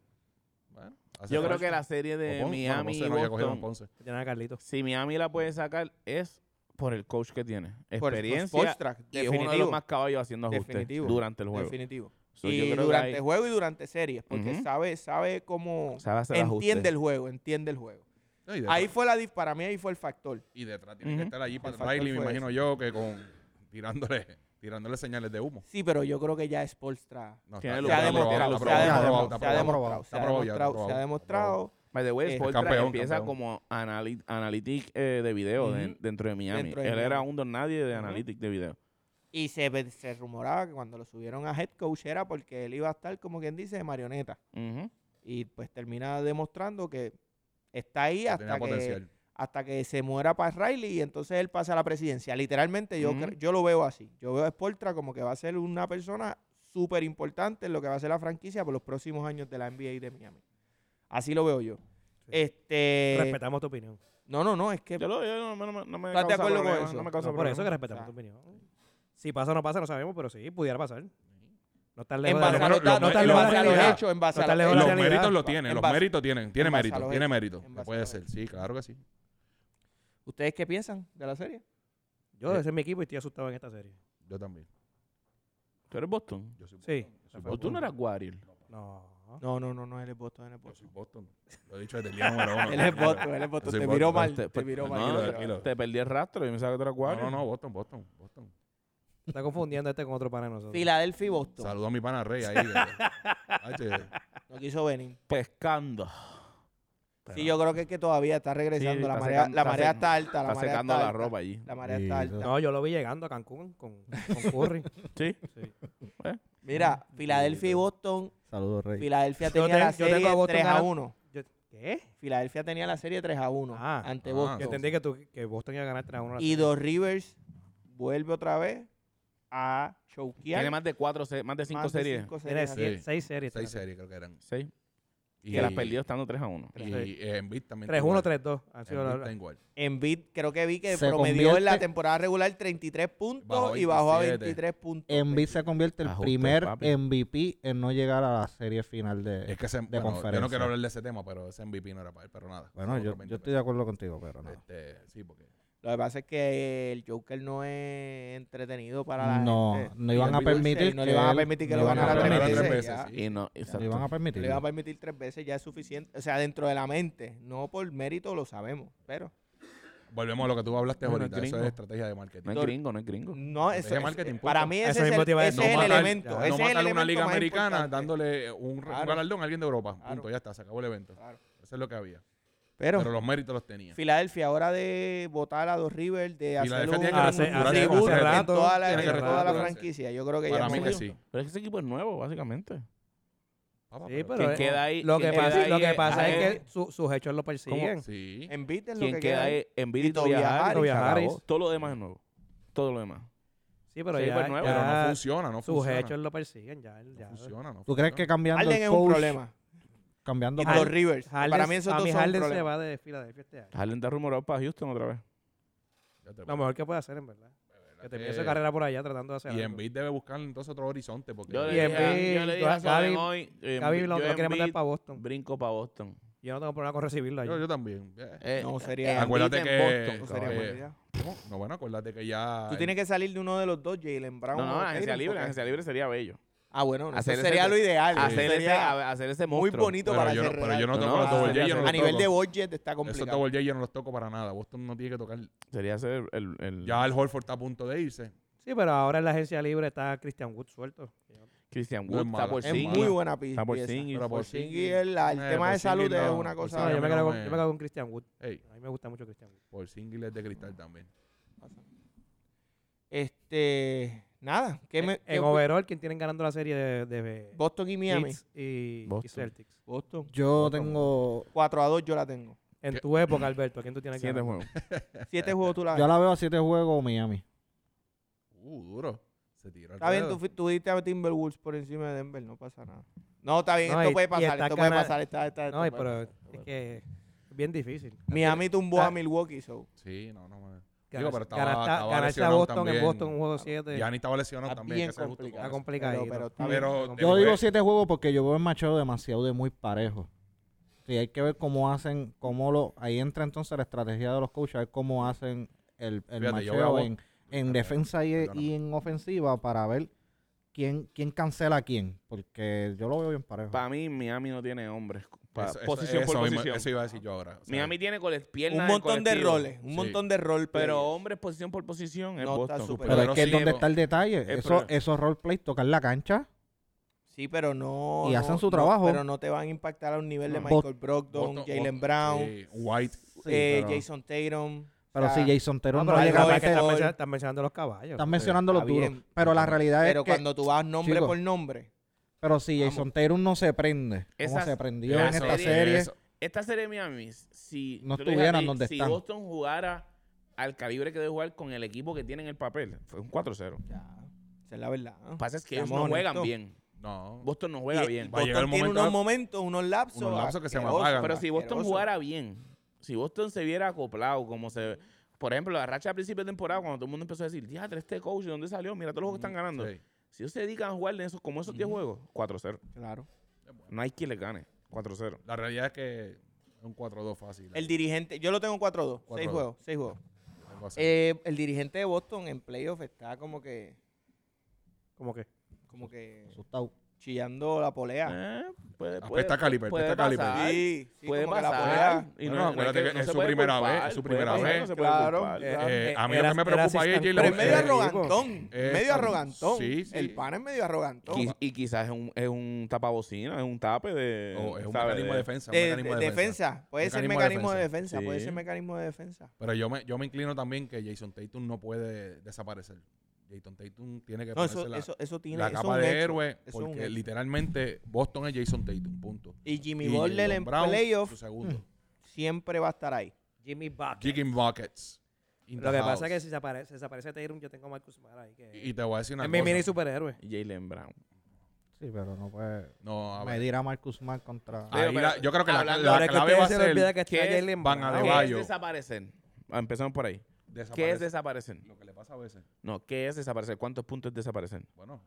Speaker 5: Bueno, hace
Speaker 4: Yo creo
Speaker 5: falta.
Speaker 4: que la serie
Speaker 5: O
Speaker 4: de
Speaker 5: Pon- bueno,
Speaker 4: Miami
Speaker 5: Ponce no,
Speaker 4: y
Speaker 5: ya cogieron a
Speaker 4: Boston,
Speaker 5: Ponce.
Speaker 2: Tienen a Carlitos.
Speaker 4: si Miami la puede sacar es por el coach que tiene.
Speaker 1: por- por
Speaker 4: Experiencia.
Speaker 1: Spolstra,
Speaker 4: Y es uno de los
Speaker 1: definitivo,
Speaker 4: más caballos haciendo ajustes
Speaker 1: Definitivo.
Speaker 4: durante el juego.
Speaker 1: definitivo.
Speaker 4: So,
Speaker 1: y
Speaker 4: yo creo que
Speaker 1: durante
Speaker 4: ahí
Speaker 1: juego y durante series, porque
Speaker 4: Ujú.
Speaker 1: sabe, sabe cómo
Speaker 4: sabe hacer
Speaker 1: entiende
Speaker 4: ajustes.
Speaker 1: el juego, entiende el juego.
Speaker 5: No, y detrás-
Speaker 1: Ahí fue la dis- para mí ahí fue el factor.
Speaker 5: Y detrás tiene
Speaker 4: Ujú.
Speaker 5: que estar allí para
Speaker 1: factor
Speaker 5: Riley, me
Speaker 1: fue
Speaker 5: imagino yo, que con tirándole, tirándole señales de humo.
Speaker 1: Sí, pero yo creo que ya Spolstra
Speaker 5: No,
Speaker 4: Tiene
Speaker 1: se
Speaker 4: lugar,
Speaker 1: ha
Speaker 5: está aprobado,
Speaker 1: demostrado, se
Speaker 5: está
Speaker 1: ha
Speaker 5: aprobado,
Speaker 1: demostrado,
Speaker 5: está
Speaker 1: se ha
Speaker 5: aprobado,
Speaker 1: demostrado,
Speaker 5: está
Speaker 1: se ha
Speaker 5: aprobado, ya,
Speaker 1: demostrado, se
Speaker 5: aprobado,
Speaker 1: ha demostrado.
Speaker 4: By the way,
Speaker 1: Eh,
Speaker 4: Spolstra
Speaker 5: campeón,
Speaker 4: empieza
Speaker 5: campeón.
Speaker 4: como anali- analytic eh, de video de-
Speaker 1: Ujú.
Speaker 4: dentro de Miami.
Speaker 1: Dentro de
Speaker 4: Él era
Speaker 1: Miami.
Speaker 4: un don nadie de
Speaker 1: Ujú.
Speaker 4: analytic de video.
Speaker 1: Y se, ve- se rumoraba que cuando lo subieron a head coach era porque él iba a estar, como quien dice, de marioneta.
Speaker 4: Ujú.
Speaker 1: Y pues termina demostrando que está ahí
Speaker 5: que
Speaker 1: hasta
Speaker 5: tenía
Speaker 1: que,
Speaker 5: potencial.
Speaker 1: hasta que se muera para Riley y entonces él pasa a la presidencia. Literalmente yo,
Speaker 4: Ujú.
Speaker 1: cre- yo lo veo así. Yo veo a Sportra como que va a ser una persona súper importante en lo que va a ser la franquicia por los próximos años de la NBA y de Miami. Así lo veo yo.
Speaker 2: Sí.
Speaker 1: Este,
Speaker 2: respetamos tu opinión.
Speaker 1: no, no, no, es que
Speaker 4: Yo lo- yo no, no me- no me
Speaker 1: ¿Estás de
Speaker 4: causa
Speaker 1: acuerdo con
Speaker 4: problema,
Speaker 1: eso?
Speaker 4: no me
Speaker 2: No,
Speaker 4: causa
Speaker 2: por eso que
Speaker 4: problema.
Speaker 2: respetamos
Speaker 1: Ah.
Speaker 2: tu opinión. Si pasa o no pasa, no sabemos, pero sí, pudiera pasar. No está
Speaker 1: en
Speaker 2: lejos de
Speaker 1: base
Speaker 2: la
Speaker 1: a los
Speaker 5: lo-
Speaker 1: datos,
Speaker 5: lo-
Speaker 1: en
Speaker 5: lo-
Speaker 1: base a los
Speaker 5: lo-
Speaker 1: hechos, en base
Speaker 2: no
Speaker 1: a los
Speaker 2: tan lejos de
Speaker 5: Los
Speaker 2: la realidad.
Speaker 5: méritos lo tienen,
Speaker 1: En
Speaker 5: los
Speaker 1: base-
Speaker 5: méritos tienen,
Speaker 1: en
Speaker 5: tiene
Speaker 1: base a
Speaker 5: mérito,
Speaker 1: los
Speaker 5: tiene
Speaker 1: hechos,
Speaker 5: mérito.
Speaker 1: en
Speaker 5: que
Speaker 1: base a
Speaker 5: Puede
Speaker 1: los
Speaker 5: ser,
Speaker 1: hechos.
Speaker 5: sí, claro que sí.
Speaker 1: ¿Ustedes qué piensan de la serie?
Speaker 2: Yo, ese es mi equipo y estoy asustado en esta serie.
Speaker 5: Yo también.
Speaker 4: ¿Tú eres Boston?
Speaker 5: Yo soy Boston.
Speaker 2: Sí.
Speaker 5: Yo soy
Speaker 4: ¿O tú no eras Warrior?
Speaker 2: No.
Speaker 1: No, no, no, no, él es Boston, él es
Speaker 5: Yo soy
Speaker 1: Boston.
Speaker 5: Boston. Lo he dicho desde el día número uno.
Speaker 1: Él es Boston, él es
Speaker 5: Yo
Speaker 1: Boston.
Speaker 5: soy
Speaker 1: Te
Speaker 5: Boston.
Speaker 1: miró
Speaker 4: No,
Speaker 1: mal,
Speaker 4: te-
Speaker 1: te miró mal.
Speaker 4: no,
Speaker 1: Te miró mal.
Speaker 4: Te perdí el rastro y me sabes que tú eras
Speaker 5: No,
Speaker 4: Warrior.
Speaker 5: no, no, Boston, Boston, Boston.
Speaker 2: Está confundiendo este con otro pana de nosotros.
Speaker 1: Filadelfia y Boston.
Speaker 5: Saludo a mi pana Rey ahí. de- H,
Speaker 1: No quiso venir.
Speaker 4: Pescando.
Speaker 1: Sí, yo creo que es que todavía está regresando.
Speaker 4: Sí,
Speaker 1: la
Speaker 4: está
Speaker 1: marea,
Speaker 4: secan-
Speaker 1: la
Speaker 4: está
Speaker 1: marea
Speaker 4: sec-
Speaker 1: está alta. La
Speaker 4: Está
Speaker 1: marea
Speaker 4: secando
Speaker 1: está
Speaker 4: la
Speaker 1: alta.
Speaker 4: ropa allí.
Speaker 1: La marea está
Speaker 3: Sí,
Speaker 1: alta.
Speaker 2: No, yo lo vi llegando a Cancún con, con Curry.
Speaker 4: ¿Sí?
Speaker 2: Sí.
Speaker 1: Mira, Filadelfia y Boston.
Speaker 3: Saludos, Rey.
Speaker 1: Filadelfia tenía
Speaker 2: te-
Speaker 1: la
Speaker 2: yo tengo
Speaker 1: serie
Speaker 2: a Boston
Speaker 1: 3 a
Speaker 2: ganando.
Speaker 1: 1.
Speaker 2: Yo- ¿Qué?
Speaker 1: Filadelfia tenía la serie 3 a 1
Speaker 2: Ah.
Speaker 1: ante
Speaker 5: Ah.
Speaker 1: Boston.
Speaker 2: Yo entendí que, tú, que Boston iba a ganar 3 a 1.
Speaker 1: Y Dos Rivers vuelve otra vez a choquear.
Speaker 4: Tiene más de cuatro, se- más de cinco
Speaker 1: más de
Speaker 4: series.
Speaker 1: cinco
Speaker 2: Tiene
Speaker 1: series así.
Speaker 2: 6
Speaker 5: Sí.
Speaker 2: series.
Speaker 5: Seis series creo que eran.
Speaker 4: Seis.
Speaker 5: Y
Speaker 4: que las perdió estando 3 a 1.
Speaker 5: Y eh, Embiid también.
Speaker 2: 3-1, 3-2. Han sido la-
Speaker 5: 3 Está igual.
Speaker 1: Embiid creo que vi que
Speaker 3: Se
Speaker 1: promedió en la
Speaker 3: convierte-
Speaker 1: temporada regular 33 puntos
Speaker 5: Bajó
Speaker 1: y bajó a
Speaker 5: 27.
Speaker 1: 23 puntos.
Speaker 3: Embiid se convierte el
Speaker 4: Ajuste,
Speaker 3: primer
Speaker 4: papi.
Speaker 3: MVP en no llegar a la serie final de...
Speaker 5: Es que ese, bueno, yo no
Speaker 3: conferencia.
Speaker 5: quiero hablar de ese tema, pero ese MVP no era para él, pero nada.
Speaker 3: bueno,
Speaker 5: Son
Speaker 3: yo,
Speaker 5: otros
Speaker 3: yo
Speaker 5: 20
Speaker 3: estoy de acuerdo contigo, pero
Speaker 5: pesos.
Speaker 3: no.
Speaker 5: Este, sí, porque
Speaker 1: Lo que pasa es que el Joker no es entretenido para la
Speaker 3: No,
Speaker 1: gente.
Speaker 3: no iban
Speaker 5: Y
Speaker 3: a
Speaker 5: el Big
Speaker 3: permitir
Speaker 1: Dulce, no
Speaker 3: que
Speaker 1: le iban a
Speaker 3: él-
Speaker 1: permitir que
Speaker 3: no
Speaker 1: lo
Speaker 3: iban a
Speaker 1: ganara
Speaker 3: permitir.
Speaker 1: tres
Speaker 5: tres
Speaker 1: veces,
Speaker 5: veces,
Speaker 1: ya.
Speaker 5: sí.
Speaker 4: Y
Speaker 3: No
Speaker 4: no,
Speaker 3: iban a
Speaker 4: exacto.
Speaker 1: No
Speaker 3: permitir.
Speaker 1: le iban a permitir tres veces, ya es suficiente. O sea, dentro de la mente. No por mérito lo sabemos, pero...
Speaker 5: Volvemos a lo que tú hablaste
Speaker 4: Bueno,
Speaker 5: ahorita. Eso
Speaker 4: gringo.
Speaker 5: es estrategia de marketing.
Speaker 4: No es gringo, no es gringo.
Speaker 1: No,
Speaker 5: Estrategia
Speaker 1: eso,
Speaker 5: de
Speaker 1: es-
Speaker 5: marketing,
Speaker 1: para
Speaker 5: punto.
Speaker 1: mí
Speaker 2: Eso
Speaker 1: ese es
Speaker 2: mismo
Speaker 1: el,
Speaker 2: te iba a
Speaker 1: ese
Speaker 2: decir.
Speaker 1: es
Speaker 2: No
Speaker 1: el
Speaker 2: matar-
Speaker 1: elemento.
Speaker 2: ya,
Speaker 1: ese
Speaker 5: no
Speaker 1: es el
Speaker 5: matar una
Speaker 1: elemento
Speaker 5: liga
Speaker 1: más
Speaker 5: americana
Speaker 1: importante.
Speaker 5: dándole un, un
Speaker 1: Claro.
Speaker 5: galardón a alguien de Europa. Punto,
Speaker 1: Claro.
Speaker 5: ya está, se acabó el evento.
Speaker 1: Claro.
Speaker 5: Eso es lo que había.
Speaker 1: Pero,
Speaker 5: Pero, los méritos los tenía.
Speaker 1: Filadelfia, ahora de votar a dos River, de hacer
Speaker 5: Filadelfia
Speaker 1: un,
Speaker 5: tiene que
Speaker 1: un
Speaker 2: hace- hace- hace
Speaker 1: tributo en
Speaker 2: rato,
Speaker 1: toda la,
Speaker 5: tiene que
Speaker 1: en toda la
Speaker 5: reestructurarse.
Speaker 1: franquicia. Yo creo que
Speaker 5: Para
Speaker 1: ya
Speaker 5: mí
Speaker 1: no-
Speaker 5: que sí.
Speaker 4: Pero es que ese equipo es nuevo, básicamente.
Speaker 5: Papá,
Speaker 2: Sí, pero
Speaker 4: Quien
Speaker 2: eh,
Speaker 4: queda ahí-
Speaker 2: lo,
Speaker 4: quien
Speaker 2: que
Speaker 4: queda
Speaker 2: pasa,
Speaker 4: ahí
Speaker 2: lo que
Speaker 4: es-
Speaker 2: pasa
Speaker 1: ah,
Speaker 2: es
Speaker 1: eh.
Speaker 2: que su- sus hechos lo persiguen.
Speaker 5: Sí.
Speaker 1: Embiid es lo
Speaker 4: Quien
Speaker 1: que
Speaker 4: queda
Speaker 1: queda.
Speaker 4: ahí en
Speaker 1: Y
Speaker 4: Billy
Speaker 1: Tobias Harris.
Speaker 4: Tobias
Speaker 2: Tobias
Speaker 4: Harris.
Speaker 2: Harris.
Speaker 4: Todo lo demás es nuevo. Todo lo demás.
Speaker 2: Sí, pero
Speaker 4: Sí,
Speaker 2: ya,
Speaker 4: pues, nuevo.
Speaker 2: ya
Speaker 5: Pero no funciona, no
Speaker 2: sus
Speaker 5: funciona.
Speaker 2: hechos lo persiguen. Ya, el- ya.
Speaker 5: no funciona, no
Speaker 3: ¿Tú crees que
Speaker 5: funciona.
Speaker 3: cambiando
Speaker 1: Harden
Speaker 3: el
Speaker 1: es
Speaker 3: coach,
Speaker 1: un problema.
Speaker 3: cambiando
Speaker 1: Y
Speaker 3: coach-
Speaker 1: los Rivers.
Speaker 2: Harden-
Speaker 1: para mí esos
Speaker 2: a
Speaker 1: dos
Speaker 2: mí
Speaker 1: son un
Speaker 2: Harden se
Speaker 1: problema.
Speaker 2: va de Filadelfia este año.
Speaker 4: Harden está rumorado para Houston otra vez.
Speaker 5: Ya te
Speaker 2: Lo
Speaker 5: voy.
Speaker 2: mejor que puede hacer, en verdad. Que termine su carrera por allá tratando de hacer
Speaker 5: Y
Speaker 2: algo.
Speaker 5: Embiid debe buscar entonces otro horizonte. Porque
Speaker 4: Yo
Speaker 2: Y
Speaker 4: le dije, a-
Speaker 2: Embiid,
Speaker 4: yo le dije
Speaker 2: yo a
Speaker 4: a Soben
Speaker 2: Gaby-
Speaker 4: hoy. eh,
Speaker 2: Gaby lo,
Speaker 4: yo
Speaker 2: lo quiere mandar
Speaker 4: Embiid,
Speaker 2: para Boston.
Speaker 4: Brinco para Boston.
Speaker 2: Yo no tengo problema con recibirlo allí.
Speaker 5: yo, yo también. eh.
Speaker 4: Eh,
Speaker 1: No
Speaker 4: Embiid
Speaker 1: sería,
Speaker 5: Acuérdate
Speaker 4: en
Speaker 5: que-
Speaker 1: no
Speaker 5: no,
Speaker 1: sería
Speaker 5: eh,
Speaker 1: buena idea.
Speaker 5: ¿Cómo? No, bueno, acuérdate que ya.
Speaker 1: Tú tienes que salir de uno de los dos, Jalen Brown.
Speaker 4: No, no,
Speaker 1: o
Speaker 4: la agencia
Speaker 1: Tatum,
Speaker 4: libre, la
Speaker 1: porque-
Speaker 4: agencia libre sería bello.
Speaker 1: Ah, bueno, eso
Speaker 4: Hacer ese-
Speaker 1: sería lo ideal. eso
Speaker 4: Hacer ese,
Speaker 1: sería
Speaker 4: a- hacer ese
Speaker 1: muy
Speaker 4: monstruo.
Speaker 1: bonito
Speaker 5: Pero
Speaker 1: para
Speaker 5: yo no-
Speaker 1: hacer
Speaker 5: pero
Speaker 1: real.
Speaker 5: yo no
Speaker 4: No,
Speaker 5: toco los
Speaker 1: Ah,
Speaker 5: double
Speaker 2: sería
Speaker 5: J, yo no
Speaker 2: hacer-
Speaker 5: los
Speaker 1: A nivel
Speaker 5: toco.
Speaker 1: de budget está
Speaker 5: Esos
Speaker 1: complicado.
Speaker 5: double J yo no los toco para nada. Boston no tiene que tocar.
Speaker 4: Sería ser el... el-
Speaker 5: Ya el Horford está a punto de irse.
Speaker 2: Sí, pero ahora en la agencia libre está Christian Wood suelto.
Speaker 4: Christian
Speaker 5: No es
Speaker 4: Wood,
Speaker 5: mala.
Speaker 4: está por
Speaker 5: Es
Speaker 1: Es
Speaker 5: Sí,
Speaker 1: muy
Speaker 5: mano.
Speaker 1: buena pi-
Speaker 4: Está
Speaker 1: pieza.
Speaker 4: Porzingis.
Speaker 1: Pero
Speaker 5: Porzingis-
Speaker 1: Porzingis, el, el
Speaker 5: Eh,
Speaker 1: tema de salud
Speaker 5: Porzingis
Speaker 1: es
Speaker 5: no,
Speaker 1: una cosa...
Speaker 2: No, yo, me
Speaker 5: Porzingis
Speaker 2: quedo
Speaker 5: no
Speaker 2: con,
Speaker 5: me-
Speaker 2: yo me quedo con Christian Wood.
Speaker 5: Ey,
Speaker 2: A mí me gusta mucho Christian Wood.
Speaker 5: por single de cristal también.
Speaker 1: Este... Nada. ¿qué me, qué
Speaker 2: Eh, en
Speaker 1: opi-
Speaker 2: overall, quien tienen ganando la serie de, de,
Speaker 1: Boston y Miami.
Speaker 2: Heats y, y
Speaker 4: Boston.
Speaker 2: Celtics?
Speaker 1: Boston.
Speaker 3: Yo tengo.
Speaker 1: 4 a 2 yo la tengo.
Speaker 2: En tu época, Alberto, ¿a quién tú tienes
Speaker 4: Siete
Speaker 2: ganando?
Speaker 4: juegos.
Speaker 1: Siete juegos tú la
Speaker 3: Yo la veo a siete juegos Miami.
Speaker 5: Uh, duro. Se tiró al
Speaker 1: Está bien,
Speaker 5: ruedo.
Speaker 1: tú, fui- tú diste a Timberwolves por encima de Denver, no pasa nada. No, está bien,
Speaker 2: No,
Speaker 1: esto
Speaker 2: y-
Speaker 1: puede
Speaker 2: y
Speaker 1: pasar,
Speaker 2: está
Speaker 1: esto puede
Speaker 2: gana-
Speaker 1: pasar. Está, está, esto
Speaker 2: No, y
Speaker 1: puede
Speaker 2: pero
Speaker 1: pasar,
Speaker 2: es
Speaker 1: esto
Speaker 2: que es bien difícil.
Speaker 1: puede- Miami tumbó
Speaker 2: Ah.
Speaker 1: a Milwaukee, so.
Speaker 5: Sí, no, no. no.
Speaker 2: Ganar-
Speaker 5: pero estaba-
Speaker 2: ganar-
Speaker 5: estaba
Speaker 2: ganarse a
Speaker 5: lesionado
Speaker 2: Boston
Speaker 5: también.
Speaker 2: en Boston un juego 7.
Speaker 5: Gianni estaba lesionado
Speaker 1: Está
Speaker 5: también.
Speaker 1: bien
Speaker 5: que se justo
Speaker 1: complicado.
Speaker 5: con
Speaker 2: Está
Speaker 5: eso.
Speaker 2: complicado.
Speaker 1: Pero- pero está
Speaker 5: Pero-
Speaker 2: bien.
Speaker 5: Yo
Speaker 3: Yo
Speaker 5: Anyway.
Speaker 3: digo siete juegos porque yo veo el macheo demasiado de muy parejo. Y hay que ver cómo hacen, cómo lo. Ahí entra entonces la estrategia de los coaches, a ver cómo hacen el, el
Speaker 5: Fíjate, yo veo
Speaker 3: macheo
Speaker 5: a Bos-
Speaker 3: en, en
Speaker 5: Perdón,
Speaker 3: defensa y,
Speaker 5: perdóname.
Speaker 3: y en ofensiva para ver quién, quién cancela a quién. Porque yo lo veo bien parejo.
Speaker 4: Para mí, Miami no tiene hombres. Pa-
Speaker 5: Eso- eso-
Speaker 4: posición
Speaker 5: eso
Speaker 4: por
Speaker 5: mismo-
Speaker 4: posición.
Speaker 5: Eso iba a decir yo ahora. O sea,
Speaker 4: Miami tiene con las piernas
Speaker 1: Un
Speaker 4: del
Speaker 1: montón de
Speaker 4: colectivo,
Speaker 1: roles, un
Speaker 5: Sí.
Speaker 1: montón de rol
Speaker 4: Pero
Speaker 1: players.
Speaker 4: hombres posición por posición es
Speaker 1: No, está
Speaker 4: Boston.
Speaker 1: súper-
Speaker 3: pero es
Speaker 5: pero
Speaker 3: que es
Speaker 5: sí,
Speaker 3: donde
Speaker 5: bo-
Speaker 3: está el detalle.
Speaker 5: Eh,
Speaker 4: el
Speaker 3: Eso,
Speaker 4: problema.
Speaker 3: esos roleplays, tocar la cancha.
Speaker 1: Sí, pero no.
Speaker 3: Y
Speaker 1: no-
Speaker 3: hacen su
Speaker 1: no,
Speaker 3: trabajo. Mm.
Speaker 1: pero no te van a impactar a un nivel de
Speaker 3: No.
Speaker 1: Michael Brogdon,
Speaker 5: Boston-
Speaker 1: Jalen
Speaker 5: Boston-
Speaker 1: Brown,
Speaker 5: sí, White.
Speaker 1: eh,
Speaker 5: pero-
Speaker 1: Jason Tatum.
Speaker 3: Pero
Speaker 1: o sea,
Speaker 3: si Jason Terón
Speaker 2: No,
Speaker 3: no,
Speaker 2: pero
Speaker 1: hay
Speaker 2: ahí
Speaker 3: llega
Speaker 1: algo
Speaker 2: capaz
Speaker 3: a
Speaker 1: de
Speaker 2: que
Speaker 1: que
Speaker 2: están
Speaker 1: todo-
Speaker 2: mencionando- están mencionando los caballos.
Speaker 3: Están mencionando los
Speaker 1: está
Speaker 3: duros.
Speaker 1: bien.
Speaker 3: Pero la realidad
Speaker 1: Pero
Speaker 3: es que.
Speaker 1: cuando tú vas nombre
Speaker 3: Chico.
Speaker 1: por nombre,
Speaker 3: pero si
Speaker 1: Vamos.
Speaker 3: Jason Terón no se prende, como
Speaker 4: Esas-
Speaker 3: se prendió
Speaker 4: la
Speaker 3: en esta
Speaker 4: serie-
Speaker 3: serie.
Speaker 5: eso.
Speaker 4: Esta serie de Miami, si,
Speaker 3: No
Speaker 4: yo te dije a
Speaker 3: estuvieran
Speaker 4: ti,
Speaker 3: donde
Speaker 4: si
Speaker 3: están.
Speaker 4: Boston jugara al calibre que debe jugar con el equipo que tiene en el papel, fue un 4-0.
Speaker 1: ya, esa es la verdad. ¿no?
Speaker 4: Pasa es que ellos
Speaker 1: Seamos
Speaker 4: no juegan
Speaker 1: honestos.
Speaker 4: bien.
Speaker 5: No.
Speaker 4: Boston no juega
Speaker 1: Y-
Speaker 4: bien.
Speaker 1: y
Speaker 5: Va a llegar
Speaker 1: Boston
Speaker 5: un
Speaker 1: tiene
Speaker 5: momento-
Speaker 1: unos momentos, unos lapsos.
Speaker 5: Unos lapsos que se me
Speaker 1: asquerosos.
Speaker 5: apagan.
Speaker 4: Pero si Boston
Speaker 1: asquerosos.
Speaker 4: jugara bien, si Boston se viera acoplado, como se. Por ejemplo, la racha a principio de temporada, cuando todo el mundo empezó a decir, diatre, este coach, ¿de dónde salió? Mira todos los juegos que están ganando.
Speaker 5: Sí.
Speaker 4: Si ellos se dedican a jugar de esos, como esos 10 juegos, 4-0.
Speaker 1: Claro.
Speaker 4: No hay quien les gane. 4-0.
Speaker 5: La realidad es que es un 4-2 fácil.
Speaker 1: El dirigente, yo lo tengo 4-2, 6
Speaker 5: 4-2.
Speaker 1: juegos, 6 juegos.
Speaker 5: Algo así.
Speaker 1: Eh, el dirigente de Boston en playoff está como que
Speaker 2: Como que.
Speaker 1: como que
Speaker 3: Asustado.
Speaker 1: chillando la polea.
Speaker 4: Eh, puede, puede-
Speaker 5: Apesta Caliper,
Speaker 4: puede
Speaker 5: apesta Caliper.
Speaker 4: pasar.
Speaker 1: Sí, sí,
Speaker 4: puede
Speaker 1: como que la
Speaker 4: pasar.
Speaker 1: polea.
Speaker 4: Y
Speaker 5: Bueno, acuérdate
Speaker 4: hay
Speaker 5: que es
Speaker 4: se
Speaker 5: su
Speaker 4: puede
Speaker 5: primera vez, es su
Speaker 4: puede
Speaker 5: primera
Speaker 4: pasar,
Speaker 5: vez.
Speaker 4: no se puede
Speaker 1: Claro.
Speaker 4: culpar.
Speaker 5: Eh, a mí
Speaker 2: era-
Speaker 5: lo que me
Speaker 2: era
Speaker 5: preocupa ahí es
Speaker 2: asistente
Speaker 5: Jalen
Speaker 1: Pero
Speaker 2: coach
Speaker 1: es medio
Speaker 2: del
Speaker 5: Brown.
Speaker 2: equipo.
Speaker 1: arrogantón,
Speaker 5: Eh,
Speaker 1: medio
Speaker 5: está-
Speaker 1: arrogantón.
Speaker 5: sí, sí.
Speaker 1: El pan es medio arrogantón.
Speaker 4: Quiz- y quizás es un, es un tapabocina, es un tape Eh, de.
Speaker 5: Oh, Es un
Speaker 4: ¿sabes?
Speaker 5: mecanismo de defensa. un
Speaker 1: De- de-
Speaker 5: mecanismo de
Speaker 1: defensa, puede ser
Speaker 5: Mecanismo de
Speaker 1: mecanismo de
Speaker 5: defensa.
Speaker 1: defensa, puede
Speaker 4: Sí.
Speaker 1: ser mecanismo de defensa.
Speaker 5: Pero yo me, yo me inclino también que Jason Tatum no puede desaparecer. Jason Tatum tiene que
Speaker 1: No,
Speaker 5: ponerse
Speaker 1: eso,
Speaker 5: la,
Speaker 1: eso, eso tiene
Speaker 5: la
Speaker 1: eso es
Speaker 5: capa
Speaker 1: un
Speaker 5: de
Speaker 1: hecho.
Speaker 5: héroe
Speaker 1: es un
Speaker 5: porque
Speaker 1: hecho.
Speaker 5: literalmente Boston es Jason Tatum, punto.
Speaker 1: Y Jimmy
Speaker 5: Y pues.
Speaker 1: Butler
Speaker 5: Jaylen
Speaker 1: en
Speaker 5: Brown, Su
Speaker 1: playoff Hmm.
Speaker 5: segundo.
Speaker 1: siempre va a estar ahí.
Speaker 2: Jimmy Butler.
Speaker 5: Kicking buckets. in
Speaker 2: Lo
Speaker 5: the
Speaker 2: que pasa
Speaker 5: house.
Speaker 2: es que si se aparece, se aparece Tatum, yo tengo a Marcus Smart ahí. Que
Speaker 5: Y te voy a decir una
Speaker 2: es mi
Speaker 5: cosa.
Speaker 2: mini superhéroe.
Speaker 4: Jalen Brown.
Speaker 3: Sí, pero no puede
Speaker 5: No, a ver.
Speaker 3: medir a Marcus Smart contra...
Speaker 5: Ahí
Speaker 4: Pero,
Speaker 5: la-
Speaker 4: pero,
Speaker 5: yo creo que la,
Speaker 4: hablando-
Speaker 5: la
Speaker 2: Pero es que
Speaker 5: clave va a
Speaker 2: ustedes se les olvida
Speaker 5: ser
Speaker 2: que está
Speaker 4: ¿qué es
Speaker 2: Jalen
Speaker 5: Van
Speaker 2: Brown.
Speaker 5: Adebayo?
Speaker 4: ¿Qué es
Speaker 5: Adebayo.
Speaker 4: desaparecer? Ah, Empezamos por ahí. ¿Qué es
Speaker 5: desaparecer.
Speaker 4: desaparecer?
Speaker 5: lo que le pasa a veces.
Speaker 4: No, ¿qué es desaparecer? ¿Cuántos puntos es desaparecer?
Speaker 5: Bueno.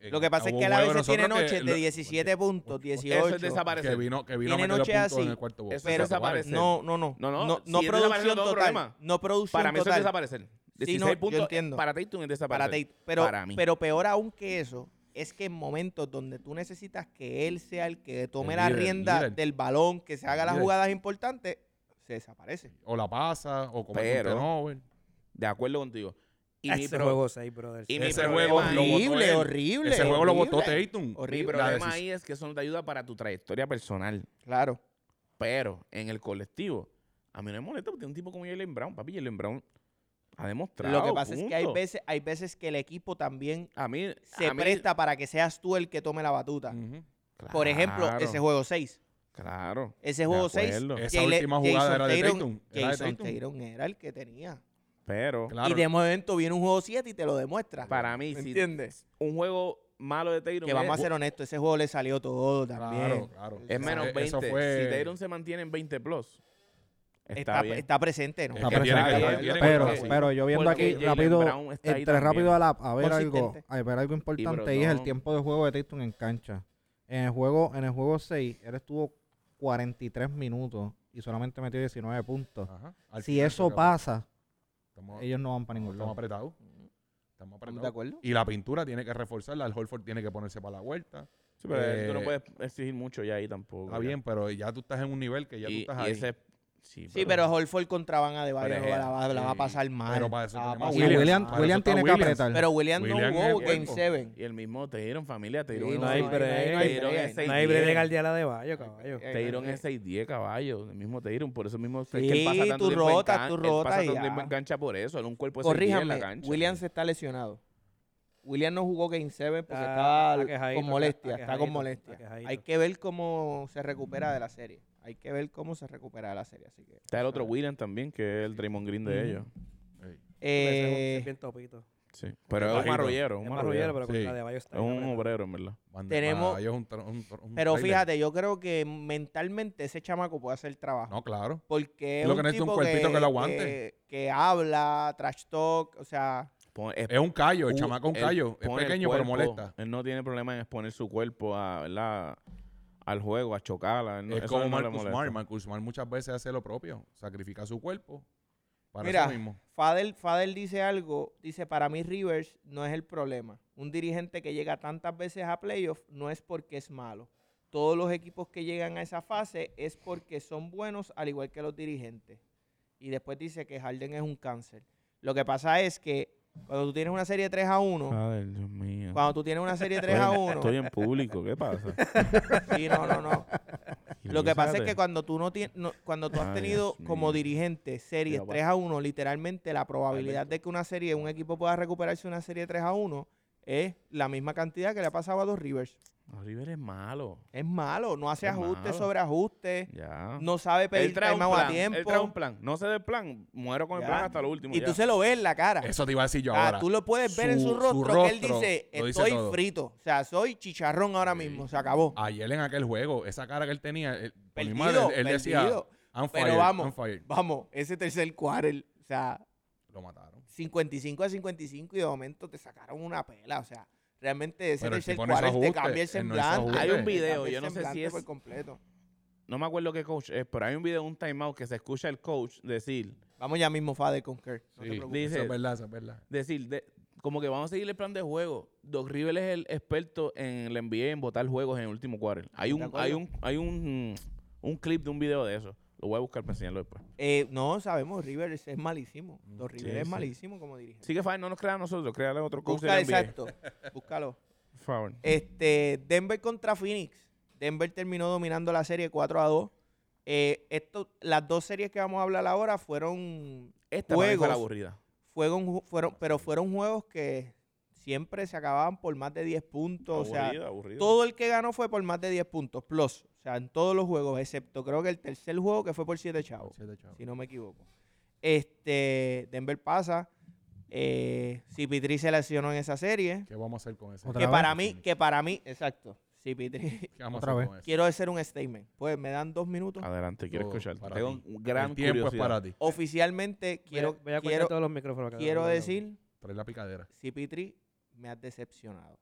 Speaker 1: Lo que pasa es que él a veces tiene noches de 17 puntos,
Speaker 4: Eso es
Speaker 1: 18.
Speaker 4: desaparecer.
Speaker 5: Que vino, que vino a
Speaker 1: Tiene
Speaker 5: meter los
Speaker 1: noches
Speaker 5: puntos
Speaker 1: así.
Speaker 5: en el cuarto
Speaker 4: Eso
Speaker 5: cuarto
Speaker 1: es
Speaker 5: cuarto.
Speaker 4: desaparecer.
Speaker 1: No, no, no.
Speaker 4: No,
Speaker 1: No,
Speaker 4: no,
Speaker 1: no,
Speaker 4: si es desaparecer,
Speaker 1: producción
Speaker 4: no tengo
Speaker 1: total.
Speaker 4: problema.
Speaker 1: No producción
Speaker 4: Para mí eso es
Speaker 1: total.
Speaker 4: desaparecer. 16
Speaker 1: no, yo
Speaker 4: puntos eh,
Speaker 1: entiendo.
Speaker 4: para Tatum es desaparecer.
Speaker 1: para Tate. Pero,
Speaker 4: para mí.
Speaker 1: pero peor aún que eso es que en momentos donde tú necesitas que él sea el que tome
Speaker 5: El
Speaker 1: la
Speaker 5: líder, el
Speaker 1: rienda
Speaker 5: líder.
Speaker 1: del balón, que se haga las
Speaker 5: líder.
Speaker 1: jugadas importantes, se desaparece.
Speaker 5: O la pasa, o como
Speaker 4: Pero-
Speaker 5: un turnover.
Speaker 4: De acuerdo contigo. Y mi
Speaker 2: Ese
Speaker 4: pro-
Speaker 2: juego 6, brother.
Speaker 4: y
Speaker 2: sí.
Speaker 4: mi
Speaker 5: Ese
Speaker 4: problema
Speaker 5: juego
Speaker 4: ahí-
Speaker 5: lo botó
Speaker 1: horrible,
Speaker 5: él.
Speaker 1: horrible.
Speaker 5: Ese juego lo
Speaker 1: horrible.
Speaker 5: botó Tatum.
Speaker 1: Horrible.
Speaker 4: mi
Speaker 5: La
Speaker 4: problema
Speaker 5: decis-
Speaker 4: ahí es que eso no te ayuda para tu trayectoria personal.
Speaker 1: Claro.
Speaker 4: Pero en el colectivo, a mí no me molesta porque un tipo como Jalen Brown, papi, Jalen Brown ha demostrado.
Speaker 1: Lo que pasa es que hay
Speaker 4: punto.
Speaker 1: veces, hay veces que el equipo también
Speaker 4: A mí
Speaker 1: se
Speaker 4: a mí- Mm,
Speaker 1: presta para que seas tú el que tome la batuta.
Speaker 5: Ujú.
Speaker 1: Por ejemplo,
Speaker 4: Claro,
Speaker 1: ese juego 6.
Speaker 4: Claro.
Speaker 1: Ese juego 6.
Speaker 4: acuerdo.
Speaker 5: Esa última jugada era de Tatum. Era de
Speaker 1: Jason
Speaker 5: Tatum.
Speaker 1: Tatum era el que tenía.
Speaker 4: Pero
Speaker 5: Claro.
Speaker 1: Y de momento viene un juego 7 y te lo demuestra.
Speaker 4: para mí,
Speaker 1: ¿Me
Speaker 4: si
Speaker 1: entiendes?
Speaker 4: un juego malo de Tatum
Speaker 1: Que vamos a
Speaker 4: es,
Speaker 1: ser honestos, ese juego le salió todo
Speaker 5: Claro,
Speaker 1: también.
Speaker 5: claro.
Speaker 4: es menos
Speaker 5: Eso-
Speaker 4: 20.
Speaker 5: Eso fue...
Speaker 4: Si Tatum se mantiene en 20 plus, está,
Speaker 1: Está,
Speaker 4: bien.
Speaker 1: está presente, ¿no?
Speaker 5: Es
Speaker 3: Está
Speaker 5: que tiene
Speaker 4: presente.
Speaker 5: que- tiene que
Speaker 3: Pero,
Speaker 5: estar así.
Speaker 3: pero yo viendo
Speaker 4: Porque
Speaker 3: aquí
Speaker 4: Jaylen
Speaker 3: rápido,
Speaker 4: Brown está ahí
Speaker 3: entré
Speaker 4: también.
Speaker 3: rápido a, la, a ver algo,
Speaker 1: Consistente.
Speaker 3: a ver algo importante y es
Speaker 4: no.
Speaker 3: el tiempo de juego de Tatum en cancha. En el juego, en el juego 6, él estuvo 43 minutos y solamente metió 19 puntos.
Speaker 5: Ajá. Ah, Al
Speaker 3: si
Speaker 5: final,
Speaker 3: eso
Speaker 5: cabrón.
Speaker 3: pasa,
Speaker 5: Estamos-
Speaker 3: ellos no van para ningún
Speaker 5: Estamos
Speaker 3: lado.
Speaker 5: apretados. Estamos
Speaker 1: ¿Estamos
Speaker 5: apretados.
Speaker 1: de acuerdo?
Speaker 5: Y la pintura tiene que reforzarla. El Holford tiene que ponerse para la vuelta.
Speaker 4: Sí, pero
Speaker 5: Eh,
Speaker 4: tú no puedes exigir mucho ya ahí tampoco.
Speaker 5: Está
Speaker 4: ya.
Speaker 5: bien, pero ya tú estás en un nivel que ya tú
Speaker 4: Y,
Speaker 5: estás
Speaker 4: y
Speaker 5: ahí.
Speaker 4: ese
Speaker 1: Sí, pero Holford contra Van Adebayo
Speaker 4: Pero,
Speaker 1: la, va- la va a
Speaker 4: sí.
Speaker 1: pasar mal.
Speaker 5: Pero para eso
Speaker 1: La va a
Speaker 5: tenemos a
Speaker 1: pasar
Speaker 3: Y
Speaker 1: mal.
Speaker 3: Ah,
Speaker 5: Williams.
Speaker 3: William,
Speaker 5: para
Speaker 3: William
Speaker 5: Ah, eso está
Speaker 3: tiene que
Speaker 5: Williams.
Speaker 3: apretar.
Speaker 1: Pero William no
Speaker 5: Williams
Speaker 1: jugó
Speaker 5: es el
Speaker 1: Game
Speaker 5: cuerpo.
Speaker 1: 7.
Speaker 4: Y el mismo te dieron familia, te dieron
Speaker 1: Sí,
Speaker 2: No
Speaker 1: no,
Speaker 2: hay
Speaker 1: no,
Speaker 2: break,
Speaker 1: no
Speaker 2: no hay
Speaker 1: break.
Speaker 2: break.
Speaker 1: Ese
Speaker 2: No hay break de Gardiala de Bayo, caballo.
Speaker 1: Eh,
Speaker 4: Te dieron
Speaker 1: eh,
Speaker 4: es 6-10 caballos, el mismo te dieron, por eso mismo
Speaker 1: Sí,
Speaker 4: es que él pasa tanto
Speaker 1: tú
Speaker 4: tiempo en
Speaker 1: rotas,
Speaker 4: can-
Speaker 1: tú
Speaker 4: él
Speaker 1: rotas
Speaker 4: pasa
Speaker 1: y
Speaker 4: tanto
Speaker 1: ya.
Speaker 4: tiempo en cancha por eso, él es un cuerpo de 6-10 en la
Speaker 1: Corríjame,
Speaker 4: cancha.
Speaker 1: Williams está lesionado. Williams no jugó Game 7 porque
Speaker 2: Está
Speaker 1: estaba
Speaker 2: aquejadito,
Speaker 1: con molestia.
Speaker 2: está
Speaker 1: Ah, Está con
Speaker 2: aquejadito,
Speaker 1: molestia.
Speaker 2: está aquejadito.
Speaker 1: Hay que ver cómo se recupera de la serie. Hay que ver cómo se recupera de la serie. Así que,
Speaker 4: Está el otro Williams también, que es el Draymond Green de
Speaker 2: Ujú.
Speaker 4: ellos.
Speaker 5: Ey.
Speaker 2: Ese
Speaker 1: Eh,
Speaker 2: es un- bien topito.
Speaker 4: Sí. Pero es un
Speaker 5: Bajito.
Speaker 4: marrullero, un
Speaker 2: Es más rollero,
Speaker 4: marrullero.
Speaker 2: pero
Speaker 5: sí.
Speaker 2: contra Adebayo está
Speaker 4: Es
Speaker 2: bien
Speaker 4: un
Speaker 2: apretado.
Speaker 4: obrero, en verdad.
Speaker 5: Van de-
Speaker 1: Tenemos-
Speaker 5: Van de Bayo es un tro- un tro- un
Speaker 1: pero
Speaker 5: trailer.
Speaker 1: fíjate, yo creo que mentalmente ese chamaco puede hacer el trabajo.
Speaker 5: No, claro.
Speaker 1: Porque es
Speaker 5: Lo
Speaker 1: un
Speaker 5: que necesita un
Speaker 1: tipo
Speaker 5: cuerpito que lo aguante.
Speaker 1: Que, que habla, trash talk, o sea,
Speaker 4: Pon- es-
Speaker 5: Es un callo, el
Speaker 4: u-
Speaker 5: chamaco es un
Speaker 4: él
Speaker 5: callo. Es
Speaker 4: pone el
Speaker 5: pequeño, pero
Speaker 4: cuerpo,
Speaker 5: molesta.
Speaker 4: Él no tiene problema en exponer su cuerpo a, ¿verdad? al juego, a chocarla. él no-
Speaker 5: Es
Speaker 4: eso
Speaker 5: como
Speaker 4: no le
Speaker 5: Marcus
Speaker 4: molesta.
Speaker 5: Smart. Marcus Smart muchas veces hace lo propio. Sacrifica su cuerpo para
Speaker 1: Mira,
Speaker 5: eso mismo.
Speaker 1: Fadel, Fadel dice algo, dice, para mí Rivers no es el problema. Un dirigente que llega tantas veces a playoff no es porque es malo. Todos los equipos que llegan a esa fase es porque son buenos, al igual que los dirigentes. Y después dice que Harden es un cáncer. Lo que pasa es que cuando tú tienes una serie 3 a 1,
Speaker 5: Ah,
Speaker 4: Joder, Dios mío.
Speaker 1: cuando tú tienes una serie 3 a
Speaker 4: Estoy en-
Speaker 1: 1,
Speaker 4: Estoy en público, ¿qué pasa?
Speaker 1: sí, no, no, no. Lo que pasa es que
Speaker 4: cuando...
Speaker 1: cuando tú no tienes, cuando tú has
Speaker 4: Ay,
Speaker 1: tenido
Speaker 4: Dios
Speaker 1: como
Speaker 4: mío.
Speaker 1: dirigente series
Speaker 4: Mira, va.
Speaker 1: 3 a 1, literalmente la probabilidad de que una serie, un equipo pueda recuperarse una serie 3 a 1 es la misma cantidad que le ha pasado a dos Rivers.
Speaker 4: River es malo.
Speaker 1: Es malo, no hace
Speaker 4: Es
Speaker 1: ajustes
Speaker 4: malo.
Speaker 1: sobre ajustes,
Speaker 4: Ya.
Speaker 1: no sabe pedir
Speaker 4: él trae, un
Speaker 1: timeout a
Speaker 4: plan, él trae un
Speaker 1: tiempo.
Speaker 4: plan. No sé del plan. Muero con el
Speaker 1: Ya.
Speaker 4: plan hasta lo último.
Speaker 1: Y
Speaker 4: ya.
Speaker 1: tú se lo ves en la cara.
Speaker 5: Eso te iba a decir yo
Speaker 1: Ah,
Speaker 5: ahora.
Speaker 1: tú lo puedes ver en
Speaker 5: Su-
Speaker 1: su
Speaker 5: su
Speaker 1: rostro, que él
Speaker 5: rostro
Speaker 1: dice,
Speaker 5: lo dice
Speaker 1: estoy
Speaker 5: todo".
Speaker 1: frito. O sea, soy chicharrón ahora mismo, se acabó.
Speaker 5: Ayer en aquel juego, esa cara que él tenía, él, por mi
Speaker 1: Perdido,
Speaker 5: madre, él, él decía,
Speaker 1: perdido.
Speaker 5: "I'm
Speaker 1: Pero
Speaker 5: fired,
Speaker 1: vamos.
Speaker 5: I'm fired".
Speaker 1: Vamos, ese tercer quarter, o sea,
Speaker 5: Lo mataron.
Speaker 1: 55 a 55 y de momento te sacaron una pela. O sea, realmente ese
Speaker 5: Pero el
Speaker 1: tercer
Speaker 5: tipo no hizo
Speaker 1: cuarto te
Speaker 5: ajuste,
Speaker 1: cambia el
Speaker 5: él no hizo
Speaker 1: semblante.
Speaker 5: ajuste. Hay un
Speaker 1: te
Speaker 4: video,
Speaker 1: cambia el
Speaker 4: yo no sé si
Speaker 1: semblante
Speaker 4: es-
Speaker 1: por completo.
Speaker 4: No me acuerdo qué coach es, pero hay un video, un timeout que se escucha el coach decir,
Speaker 1: Vamos ya mismo, Fade, con Kerr. No te
Speaker 5: Sí,
Speaker 1: preocupes.
Speaker 5: eso
Speaker 4: Dice-
Speaker 5: es verdad, eso es verdad.
Speaker 4: decir, de- como que vamos a seguir el plan de juego. Doc River es el experto en el NBA en botar juegos en el último quarter. Hay un,
Speaker 1: acuerdo.
Speaker 4: hay un, hay un, un clip de un video de eso. Lo voy a buscar para enseñarlo después.
Speaker 1: Eh, no, sabemos, Rivers es malísimo.
Speaker 5: Mm,
Speaker 1: Dos Rivers
Speaker 4: sí,
Speaker 1: es
Speaker 4: sí.
Speaker 1: malísimo como dirigente.
Speaker 4: Así que, Fine, no nos crean a nosotros, créale a otro coach
Speaker 1: Busca,
Speaker 4: del NBA.
Speaker 1: exacto. Búscalo.
Speaker 4: Por favor.
Speaker 1: Este, Denver contra Phoenix. Denver terminó dominando la serie 4 a 2. Eh, esto, las dos series que vamos a hablar ahora fueron
Speaker 4: Esta para mí fue
Speaker 1: juegos
Speaker 4: la aburrida.
Speaker 1: fueron, ju- fueron, pero fueron juegos que siempre se acababan por más de 10 puntos. O sea,
Speaker 4: aburrida, aburrida.
Speaker 1: todo el que ganó fue por más de 10 puntos, plus. O sea, en todos los juegos, excepto creo que el tercer juego que fue por 7 chavos,
Speaker 5: Siete chavos.
Speaker 1: si no me equivoco. Este, Denver pasa. Eh, Cipitri se lesionó en esa serie.
Speaker 5: ¿Qué vamos a hacer con eso?
Speaker 3: Otra
Speaker 1: Que
Speaker 3: vez.
Speaker 1: para mí, que para mí, exacto. Cipitri,
Speaker 5: ¿Qué vamos
Speaker 3: Otra
Speaker 5: a
Speaker 3: vez.
Speaker 5: hacer con eso?
Speaker 1: quiero hacer un statement. Pues me dan dos minutos.
Speaker 4: Adelante, quiero
Speaker 5: Todo
Speaker 4: escucharte.
Speaker 5: para
Speaker 4: Tengo
Speaker 5: ti.
Speaker 4: un gran
Speaker 5: el tiempo
Speaker 4: curiosidad.
Speaker 5: es para ti.
Speaker 1: Oficialmente, quiero,
Speaker 2: Voy a- voy a cortar
Speaker 1: quiero,
Speaker 2: todos los micrófonos. que
Speaker 1: quiero
Speaker 2: acabo de-
Speaker 1: decir
Speaker 5: Trae la picadera.
Speaker 1: Cipitri, me has decepcionado.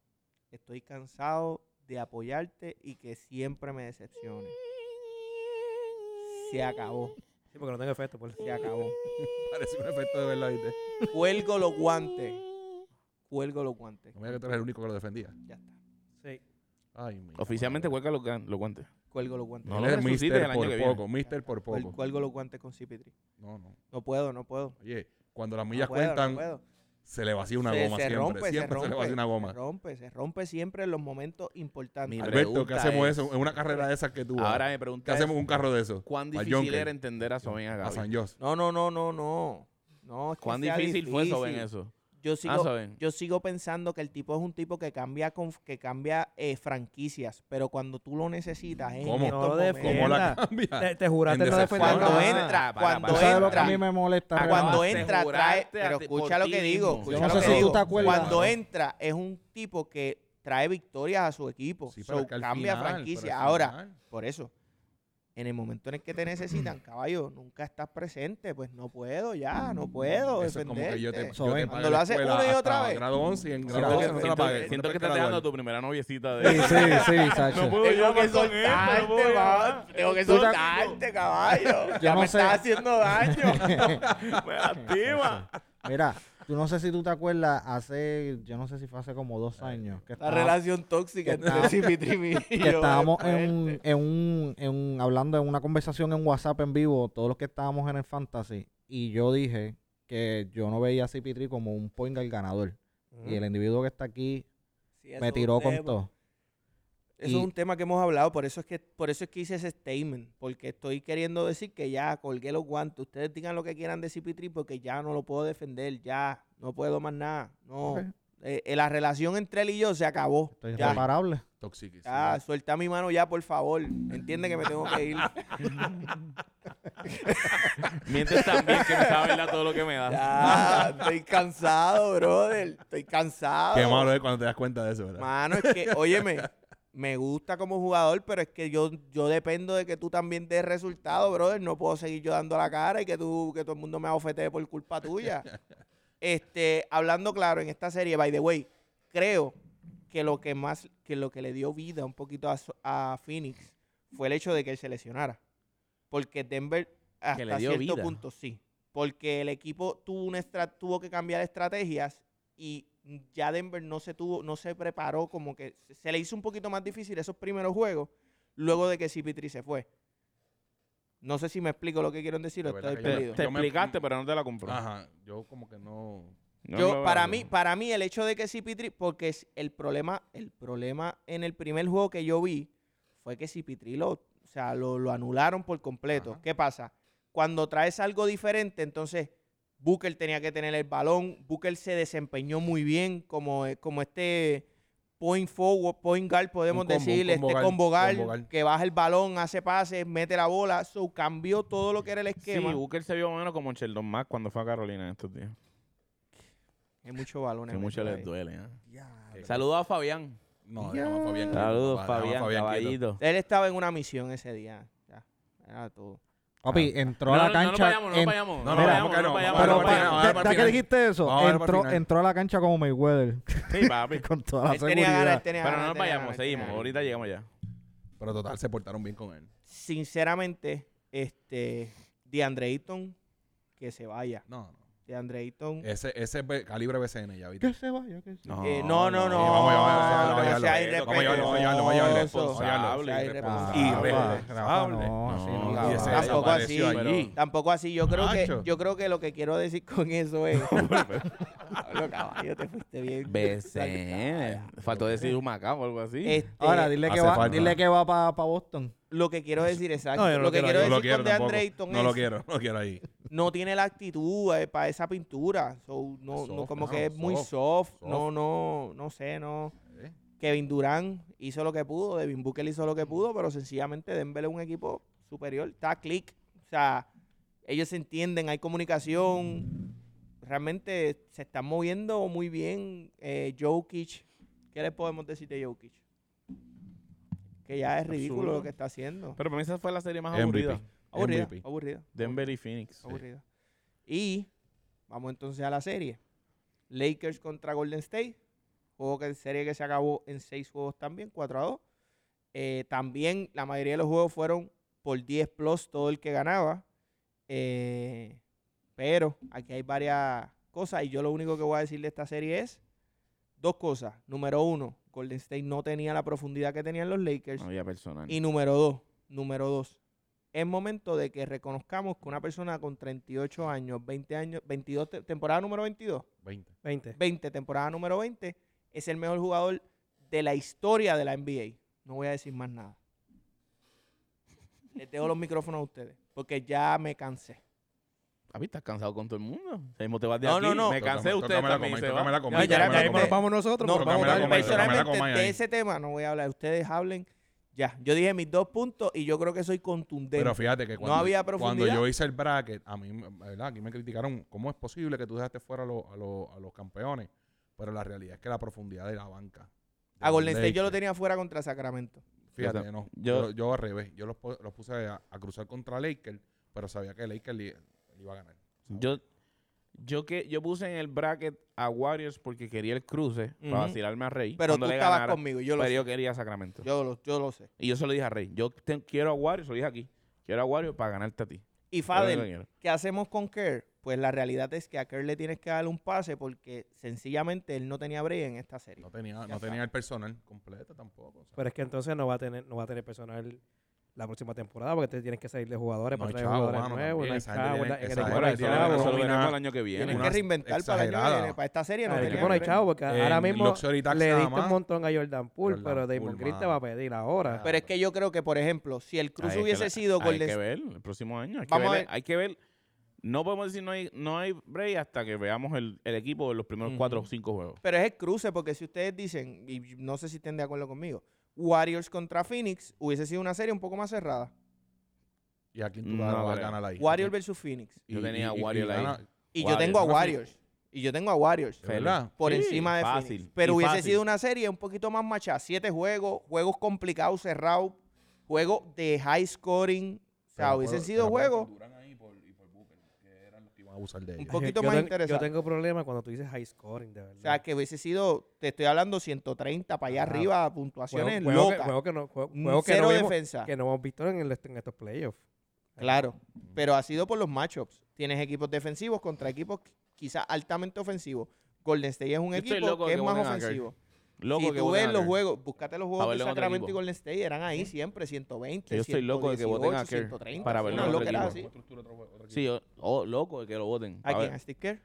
Speaker 1: Estoy cansado de apoyarte y que siempre me decepciones. Se acabó,
Speaker 2: Sí, porque no tengo efecto. Por...
Speaker 1: se acabó.
Speaker 5: Parece un efecto de verdad, ¿viste?
Speaker 1: Cuelgo los guantes. Cuelgo los guantes.
Speaker 5: No me digas que tú eres el único que lo defendía.
Speaker 1: Ya está.
Speaker 2: Sí.
Speaker 5: Ay, mi
Speaker 4: Oficialmente
Speaker 5: madre.
Speaker 4: cuelga los, gan- los guantes.
Speaker 1: Cuelgo los guantes.
Speaker 4: No
Speaker 5: Él
Speaker 4: lo
Speaker 5: es
Speaker 4: resucites el
Speaker 5: Mister
Speaker 4: año que
Speaker 5: por
Speaker 4: viene.
Speaker 5: poco, Mister por
Speaker 1: Cuel-
Speaker 5: poco.
Speaker 1: Cuelgo los guantes con Cipitri.
Speaker 5: No, no.
Speaker 1: No puedo, no puedo.
Speaker 5: Oye, cuando las
Speaker 1: No
Speaker 5: millas
Speaker 1: puedo, no
Speaker 5: cuentan,
Speaker 1: puedo.
Speaker 5: se le vacía una
Speaker 1: Se-
Speaker 5: goma
Speaker 1: se
Speaker 5: siempre.
Speaker 1: rompe, se
Speaker 5: siempre se, le
Speaker 1: rompe,
Speaker 5: vacía una
Speaker 1: Se
Speaker 5: goma.
Speaker 1: rompe, se rompe siempre en los momentos importantes.
Speaker 4: Mi
Speaker 5: Alberto, ¿qué
Speaker 4: pregunta
Speaker 5: hacemos
Speaker 4: es-
Speaker 5: eso? En una carrera de esas que tú
Speaker 4: Ahora
Speaker 5: hagas,
Speaker 4: me
Speaker 5: ¿Qué
Speaker 4: preguntas
Speaker 5: hacemos con un carro de esos?
Speaker 4: cuán
Speaker 5: Al
Speaker 4: difícil
Speaker 5: Jonker,
Speaker 4: era entender a Soben a
Speaker 5: a
Speaker 4: Gaby.
Speaker 5: San Jos.
Speaker 1: No, no, no, no, no. No, es que
Speaker 4: ¿Cuán
Speaker 1: sea
Speaker 4: difícil, fue Soben
Speaker 1: difícil.
Speaker 4: eso?
Speaker 1: Yo
Speaker 4: Ah,
Speaker 1: sigo,
Speaker 4: Soben.
Speaker 1: Yo sigo pensando que el tipo es un tipo que cambia conf- que cambia eh, franquicias, pero cuando tú lo necesitas es en
Speaker 5: ¿Cómo?
Speaker 1: estos
Speaker 2: No lo
Speaker 1: momentos.
Speaker 5: ¿Cómo la
Speaker 2: Mierda.
Speaker 5: cambia?
Speaker 2: Te, te juraste
Speaker 5: En
Speaker 2: no defender.
Speaker 5: decepción.
Speaker 1: Cuando
Speaker 5: Ah,
Speaker 1: entra,
Speaker 4: para,
Speaker 1: cuando
Speaker 4: para,
Speaker 3: ¿Tú sabes lo que
Speaker 1: entra,
Speaker 3: a mí me molesta?
Speaker 4: Ah,
Speaker 3: realmente?
Speaker 1: cuando
Speaker 4: Acabaste de
Speaker 1: entra trae,
Speaker 4: jurarte a
Speaker 1: pero
Speaker 4: ti-
Speaker 1: escucha
Speaker 4: por
Speaker 1: lo
Speaker 4: ti
Speaker 1: que
Speaker 4: mismo.
Speaker 1: digo,
Speaker 4: Yo
Speaker 1: escucha
Speaker 5: no
Speaker 1: lo
Speaker 5: sé
Speaker 1: que
Speaker 5: si tú
Speaker 1: digo.
Speaker 3: te acuerdas.
Speaker 1: Cuando entra es un tipo que trae victorias a su equipo,
Speaker 5: Sí, pero
Speaker 1: So,
Speaker 5: es que al
Speaker 1: cambia
Speaker 5: final, pero
Speaker 1: franquicia.
Speaker 5: al
Speaker 1: Ahora,
Speaker 5: final.
Speaker 1: por eso, en el momento en el que te necesitan, caballo, nunca estás presente, pues no puedo ya, no puedo
Speaker 5: Mm, Eso es como que yo te,
Speaker 1: defenderte.
Speaker 5: yo te
Speaker 3: Soben.
Speaker 5: pagué
Speaker 1: Cuando lo
Speaker 5: la
Speaker 1: hace
Speaker 5: escuela
Speaker 1: una y
Speaker 5: hasta
Speaker 1: otra vez.
Speaker 5: grado 11 y en
Speaker 3: Sí,
Speaker 5: grado
Speaker 3: no,
Speaker 5: 12 no te la
Speaker 4: Siento,
Speaker 5: pagué.
Speaker 4: que- siento que
Speaker 5: te
Speaker 4: estás dejando a tu primera noviecita de...
Speaker 3: Sí, sí, sí, Sacha.
Speaker 4: puedo
Speaker 1: Tengo
Speaker 4: llevar
Speaker 1: que
Speaker 4: con él, pero puedo
Speaker 1: soltarte,
Speaker 4: llevar.
Speaker 1: va. Tengo que
Speaker 3: Tú te-
Speaker 1: soltarte, caballo.
Speaker 3: Yo
Speaker 1: Ya
Speaker 3: no
Speaker 1: me
Speaker 3: sé.
Speaker 1: estás haciendo daño.
Speaker 4: Me lastima.
Speaker 3: Mira, Tú no sé si tú te acuerdas, hace, yo no sé si fue hace como dos años.
Speaker 1: La
Speaker 3: Que estábamos-
Speaker 1: relación tóxica
Speaker 3: que
Speaker 1: entre Cipitrim y
Speaker 3: que
Speaker 1: yo,
Speaker 3: estábamos
Speaker 1: es
Speaker 3: en,
Speaker 1: fuerte.
Speaker 3: un- en un, en un- hablando en una conversación en WhatsApp en vivo, todos los que estábamos en el Fantasy, y yo dije que yo no veía a Cipitri como un point guard ganador. Y el individuo que está aquí
Speaker 1: Sí, Mm. eso
Speaker 3: me
Speaker 1: es un
Speaker 3: tiró con
Speaker 1: tema.
Speaker 3: todo.
Speaker 1: Eso es
Speaker 3: Y-
Speaker 1: un tema que hemos hablado, por eso es que por eso es que hice ese statement, porque estoy queriendo decir que ya colgué los guantes. Ustedes digan lo que quieran de CP3 porque ya no lo puedo defender, ya no puedo más nada. No,
Speaker 3: Ok.
Speaker 1: Eh, eh, la relación entre él y yo se acabó.
Speaker 3: Estoy
Speaker 1: ya,
Speaker 3: irreparable.
Speaker 5: Toxic.
Speaker 1: ya, suelta mi mano ya, por favor. Entiende que me tengo que ir.
Speaker 4: Mientes también que me sabe verdad todo lo que me das.
Speaker 1: Ya, estoy cansado, brother. Estoy cansado.
Speaker 5: Qué malo es cuando te das cuenta de eso, ¿verdad?
Speaker 1: Mano, es que, óyeme, me gusta como jugador, pero es que yo, yo dependo de que tú también des resultados, brother. No puedo seguir yo dando la cara y que tú, que todo el mundo me abofetee por culpa tuya. Este, hablando claro, en esta serie, by the way, creo que lo que más, que lo que le dio vida un poquito a, so- a Phoenix fue el hecho de que él se lesionara. Porque Denver, hasta
Speaker 4: le dio
Speaker 1: cierto
Speaker 4: vida.
Speaker 1: punto, sí. Porque el equipo tuvo, una estra- tuvo que cambiar estrategias y ya Denver no se tuvo, no se preparó como que se- se le hizo un poquito más difícil esos primeros juegos luego de que CP3 se fue. No sé si me explico lo que quiero decir, o
Speaker 5: De verdad
Speaker 1: estoy
Speaker 5: que yo-
Speaker 1: perdido.
Speaker 4: Te
Speaker 5: Yo me-
Speaker 4: explicaste, pero no te la compró.
Speaker 5: Ajá, yo como que no.
Speaker 4: No
Speaker 1: Yo,
Speaker 4: lo
Speaker 1: para
Speaker 4: valgo.
Speaker 1: mí, para mí, el hecho de que Cipitri, porque es el problema, el problema en el primer juego que yo vi fue que Cipitri lo, o sea, lo, lo anularon por completo.
Speaker 5: Ajá.
Speaker 1: ¿Qué pasa? Cuando traes algo diferente, entonces Booker tenía que tener el balón. Booker se desempeñó muy bien como, como este point forward, point guard, podemos
Speaker 5: Un combo, un
Speaker 1: decir,
Speaker 5: combo
Speaker 1: este
Speaker 5: guard,
Speaker 1: combo guard,
Speaker 5: combo guard.
Speaker 1: que baja el balón, hace pases, mete la bola. So, cambió todo lo que era el
Speaker 4: Sí,
Speaker 1: esquema.
Speaker 4: Booker se vio más o menos como Sheldon Mack cuando fue a Carolina en estos días.
Speaker 1: Hay muchos balones.
Speaker 4: Que mucho
Speaker 1: metidos
Speaker 4: les
Speaker 1: ahí.
Speaker 4: duele. ¿eh?
Speaker 5: Eh,
Speaker 4: Saludos a Fabián.
Speaker 5: No, dejamos a Fabián. quieto,
Speaker 4: Saludos,
Speaker 5: papá, dejamos a
Speaker 4: Fabián,
Speaker 5: quieto.
Speaker 4: caballito.
Speaker 1: Él estaba en una misión ese día. Ya, era todo.
Speaker 3: Papi,
Speaker 5: Ah.
Speaker 3: entró
Speaker 4: No,
Speaker 3: a
Speaker 4: no,
Speaker 3: la
Speaker 4: no nos
Speaker 3: cancha.
Speaker 4: vayamos, no nos
Speaker 3: en-
Speaker 4: vayamos.
Speaker 5: No, no,
Speaker 3: Mira,
Speaker 4: vayamos,
Speaker 5: vamos que no,
Speaker 4: nos
Speaker 5: vamos
Speaker 4: vayamos,
Speaker 3: Pero
Speaker 5: Vamos
Speaker 4: nos
Speaker 5: para
Speaker 3: pa-
Speaker 5: el
Speaker 4: vayamos.
Speaker 5: final, vamos
Speaker 3: ya-
Speaker 5: para el
Speaker 3: ya que
Speaker 5: final.
Speaker 3: dijiste eso,
Speaker 5: Vamos a ver para el
Speaker 3: entró,
Speaker 5: final.
Speaker 3: entró a la cancha como Mayweather
Speaker 4: Sí, papi.
Speaker 3: con toda la
Speaker 1: él tenía ganas, este- él
Speaker 3: seguridad.
Speaker 1: tenía
Speaker 4: Pero no
Speaker 1: ganas,
Speaker 4: nos
Speaker 1: tenía
Speaker 4: vayamos,
Speaker 1: ganas, tenía
Speaker 4: seguimos.
Speaker 1: ganas.
Speaker 4: Ahorita llegamos ya.
Speaker 5: Pero total, se portaron bien con él.
Speaker 1: Sinceramente, este, DeAndre Ayton, que se vaya.
Speaker 5: No, no.
Speaker 1: DeAndre Ayton. Eh,
Speaker 5: Ese, ese be- calibre BCN, ya viste.
Speaker 3: Que se vaya, que se
Speaker 1: No, no, no.
Speaker 4: no,
Speaker 5: vamos, vamos, vamos,
Speaker 1: no,
Speaker 5: vamos,
Speaker 1: no
Speaker 5: vamos,
Speaker 1: sea
Speaker 5: vamos, vamos, vamos, vamos, vamos,
Speaker 1: irrespetuoso. No
Speaker 5: vamos, vamos,
Speaker 1: sea
Speaker 4: vamos,
Speaker 1: irresponsable.
Speaker 5: vamos,
Speaker 1: Irre-
Speaker 5: vamos.
Speaker 3: Rafa, Rafa,
Speaker 5: irresponsable.
Speaker 3: no, así
Speaker 4: No,
Speaker 3: no,
Speaker 5: Y
Speaker 3: Rafa.
Speaker 5: ese
Speaker 1: Tampoco
Speaker 5: desapareció
Speaker 1: así.
Speaker 5: allí.
Speaker 1: Tampoco así. Yo creo que,
Speaker 5: Nacho.
Speaker 1: yo creo que lo que quiero decir con eso es. Pablo Caballo, te fuiste bien.
Speaker 4: BCN. Faltó decir un macaco o algo así.
Speaker 1: Este,
Speaker 3: Ahora, dile que,
Speaker 5: Hace
Speaker 3: va,
Speaker 5: falta.
Speaker 3: dile que va para Boston.
Speaker 1: lo que quiero decir, exacto.
Speaker 2: No, yo no
Speaker 1: lo
Speaker 2: lo
Speaker 1: que
Speaker 2: quiero
Speaker 1: quiero
Speaker 2: ahí.
Speaker 5: No lo
Speaker 1: decir
Speaker 5: quiero
Speaker 1: con DeAndre
Speaker 5: tampoco.
Speaker 1: Ayton
Speaker 5: No lo
Speaker 1: es
Speaker 5: quiero, no lo quiero ahí.
Speaker 1: no tiene la actitud eh, para esa pintura. So, no, no,
Speaker 5: Soft,
Speaker 1: como
Speaker 5: mano,
Speaker 1: que es muy
Speaker 5: soft,
Speaker 1: soft.
Speaker 5: soft.
Speaker 1: No, no, no sé, no.
Speaker 5: Eh. Mm.
Speaker 1: Kevin Durán hizo lo que pudo, Devin Booker hizo lo que pudo, pero sencillamente Denver es un equipo superior. Está click. O sea, ellos se entienden, hay comunicación. Realmente se están moviendo muy bien. Eh, Jokic, ¿qué les podemos decir de Jokic? Que ya es ridículo
Speaker 4: Absurdo.
Speaker 1: lo que está haciendo.
Speaker 4: Pero para mí esa fue la serie más
Speaker 5: MVP.
Speaker 4: aburrida.
Speaker 1: Aburrida,
Speaker 5: MVP.
Speaker 1: aburrida.
Speaker 4: Denver y Phoenix.
Speaker 1: aburrida. Y vamos entonces a la serie. Lakers contra Golden State. Juego que, serie que se acabó en seis juegos también, 4 a 2. Eh, también la mayoría de los juegos fueron por 10 plus todo el que ganaba. Eh, pero aquí hay varias cosas y yo lo único que voy a decir de esta serie es dos cosas. Número uno, Golden State no tenía la profundidad que tenían los Lakers.
Speaker 4: No había personal.
Speaker 1: Y número dos, número dos, es momento de que reconozcamos que una persona con 38 años, 20 años, 22, te- temporada número 22,
Speaker 5: 20.
Speaker 2: 20.
Speaker 1: 20, temporada número 20, es el mejor jugador de la historia de la NBA. No voy a decir más nada. Les dejo los micrófonos a ustedes, porque ya me cansé.
Speaker 4: Papi, estás cansado con todo el mundo. Ahí mismo te vas de
Speaker 1: No,
Speaker 4: aquí.
Speaker 1: no, no.
Speaker 4: Me cansé de ustedes
Speaker 5: Tócamela
Speaker 4: también.
Speaker 5: con-
Speaker 4: se va.
Speaker 5: tócamela con-
Speaker 2: Ya, ya,
Speaker 5: tócamela
Speaker 2: ya
Speaker 5: con-
Speaker 2: mismo nos vamos nosotros.
Speaker 1: No,
Speaker 2: nos vamos
Speaker 5: cámara
Speaker 2: tarde.
Speaker 5: con- cámara
Speaker 1: Personalmente,
Speaker 5: con Maya
Speaker 1: de
Speaker 5: ahí.
Speaker 1: ese tema no voy a hablar. Ustedes hablen ya. Yo dije mis dos puntos y yo creo que soy contundente.
Speaker 5: Pero fíjate que cuando,
Speaker 1: había
Speaker 5: cuando
Speaker 1: profundidad.
Speaker 5: yo hice el bracket, a mí, ¿verdad? Aquí me criticaron, ¿cómo es posible que tú dejaste fuera a, los- a los- a los campeones? Pero la realidad es que la profundidad de la banca. de
Speaker 1: a
Speaker 5: los
Speaker 1: Golden State yo lo
Speaker 5: Lakers,
Speaker 1: tenía fuera contra Sacramento.
Speaker 4: Yo
Speaker 5: Fíjate,
Speaker 4: tam-
Speaker 5: no.
Speaker 4: yo-
Speaker 5: Yo, yo, al revés. Yo los, po- los puse a, a cruzar contra Lakers, pero sabía que Lakers le, le iba a ganar.
Speaker 4: Yo, yo, que, yo puse en el bracket a Warriors porque quería el cruce
Speaker 1: Ujú.
Speaker 4: para vacilarme a Rey.
Speaker 1: Pero
Speaker 4: cuando
Speaker 1: tú
Speaker 4: le
Speaker 1: estabas
Speaker 4: ganara,
Speaker 1: conmigo, yo lo
Speaker 4: Pero
Speaker 1: sé.
Speaker 4: yo quería Sacramento.
Speaker 1: Yo lo, yo lo sé.
Speaker 4: Y yo se lo dije a Rey. Yo te- quiero a Warriors, se lo dije aquí. Quiero a Warriors para ganarte a ti.
Speaker 1: Y
Speaker 4: Es lo que
Speaker 1: Fadel,
Speaker 4: quiero.
Speaker 1: ¿qué hacemos con Kerr? pues la realidad es que a Kerr le tienes que darle un pase porque sencillamente él no tenía break en esta serie.
Speaker 5: No tenía,
Speaker 1: Ya
Speaker 5: no tenía
Speaker 1: está.
Speaker 5: el personal completo tampoco. o sea,
Speaker 2: Pero es que entonces no va a tener, no va a tener personal la próxima temporada porque te tienes que salir de jugadores
Speaker 5: No
Speaker 2: para
Speaker 5: hay
Speaker 2: traer
Speaker 5: chavo,
Speaker 2: jugadores
Speaker 5: mano,
Speaker 2: nuevos.
Speaker 5: también,
Speaker 2: No hay
Speaker 5: esa gente
Speaker 2: chavo,
Speaker 5: tiene-
Speaker 2: en el
Speaker 5: esa
Speaker 2: equipo
Speaker 5: gente
Speaker 2: no hay
Speaker 5: tiene que
Speaker 2: chavo.
Speaker 5: resolver.
Speaker 2: En
Speaker 4: el año que viene.
Speaker 1: Tienes que
Speaker 5: unas
Speaker 1: reinventar para el año que
Speaker 5: exageradas.
Speaker 1: viene. Para esta serie no
Speaker 2: el
Speaker 1: tenía
Speaker 2: equipo no hay
Speaker 1: break.
Speaker 2: chavo porque ahora
Speaker 5: en
Speaker 2: mismo
Speaker 5: Luxury Tax
Speaker 2: le
Speaker 5: nada
Speaker 2: diste un
Speaker 5: más.
Speaker 2: montón a Jordan Poole,
Speaker 5: Jordan
Speaker 2: pero Damon
Speaker 5: Poole,
Speaker 2: Green te
Speaker 5: mano.
Speaker 2: va a pedir ahora.
Speaker 1: Pero es que yo creo que, por ejemplo, si el
Speaker 4: Hay
Speaker 1: cruce
Speaker 4: que
Speaker 1: hubiese
Speaker 4: ver-
Speaker 1: sido
Speaker 4: Hay
Speaker 1: Golden
Speaker 4: que ver el próximo año. Hay que,
Speaker 1: Vamos
Speaker 4: ver,
Speaker 1: a-
Speaker 4: hay que ver. No podemos decir no hay, no hay break hasta que veamos el, el equipo en los primeros
Speaker 1: Ujú.
Speaker 4: cuatro o cinco juegos.
Speaker 1: Pero es el cruce, porque si ustedes dicen, y no sé si estén de acuerdo conmigo, Warriors contra Phoenix hubiese sido una serie un poco más cerrada.
Speaker 5: ¿Y a quién tú
Speaker 4: No
Speaker 5: vas a- vas a
Speaker 4: creo.
Speaker 5: ganar ahí?
Speaker 1: Warriors versus Phoenix.
Speaker 5: Y-
Speaker 4: Yo
Speaker 5: y-
Speaker 4: tenía
Speaker 5: y- y
Speaker 4: Warrior ahí.
Speaker 5: gana-
Speaker 1: Y yo
Speaker 4: Warriors,
Speaker 1: tengo a
Speaker 5: una serie.
Speaker 1: Warriors. Y yo tengo a Warriors.
Speaker 5: ¿De verdad?
Speaker 1: Por
Speaker 4: Sí,
Speaker 1: encima de
Speaker 4: fácil,
Speaker 1: Phoenix.
Speaker 4: y
Speaker 1: Pero hubiese
Speaker 4: fácil.
Speaker 1: sido una serie un poquito más machada. Siete juegos, juegos complicados, cerrados, juegos de high scoring. O sea,
Speaker 5: Pero
Speaker 1: hubiesen
Speaker 5: por-
Speaker 1: sido
Speaker 5: pero por
Speaker 1: juegos
Speaker 5: Durant ahí por- y por Booker, que eran los que iban a abusar de
Speaker 1: un
Speaker 5: ellos.
Speaker 1: poquito
Speaker 2: Yo
Speaker 1: más
Speaker 2: ten- Yo
Speaker 1: interesantes.
Speaker 2: tengo problemas cuando tú dices high scoring, de verdad.
Speaker 1: O sea, que hubiese sido, te estoy hablando, 130 para allá
Speaker 2: Ajá.
Speaker 1: arriba,
Speaker 2: Juego-
Speaker 1: puntuaciones
Speaker 2: juego que-
Speaker 1: locas.
Speaker 2: juego que no- juego-
Speaker 1: Mm,
Speaker 2: juego que no
Speaker 1: cero
Speaker 2: vemos-
Speaker 1: defensa.
Speaker 2: que no hemos visto en, el- en estos playoffs.
Speaker 1: Claro, pero ha sido por los matchups. Tienes equipos defensivos contra equipos qui- quizás altamente ofensivos. Golden State es un
Speaker 4: Yo estoy
Speaker 1: equipo
Speaker 4: loco
Speaker 1: que es
Speaker 4: que
Speaker 1: más
Speaker 4: voten a Kerr.
Speaker 1: ofensivo.
Speaker 4: Loco
Speaker 1: si
Speaker 4: que
Speaker 1: tú
Speaker 4: voten
Speaker 1: ves
Speaker 4: a
Speaker 1: los
Speaker 4: Kerr.
Speaker 1: juegos, búscate los
Speaker 4: Pa'
Speaker 1: juegos de
Speaker 4: verlo en otro
Speaker 1: Sacramento y
Speaker 4: equipo.
Speaker 1: Golden State, eran ahí siempre 120,
Speaker 4: Yo estoy loco de que voten a
Speaker 1: 118,
Speaker 4: Kerr
Speaker 1: 130,
Speaker 4: para verlo
Speaker 1: una
Speaker 4: en otro
Speaker 1: loquera
Speaker 4: equipo.
Speaker 1: así.
Speaker 5: Estructura, otro juego, otro
Speaker 4: Sí, yo, oh, loco, que lo voten.
Speaker 1: ¿A quién? ¿A Steve Kerr?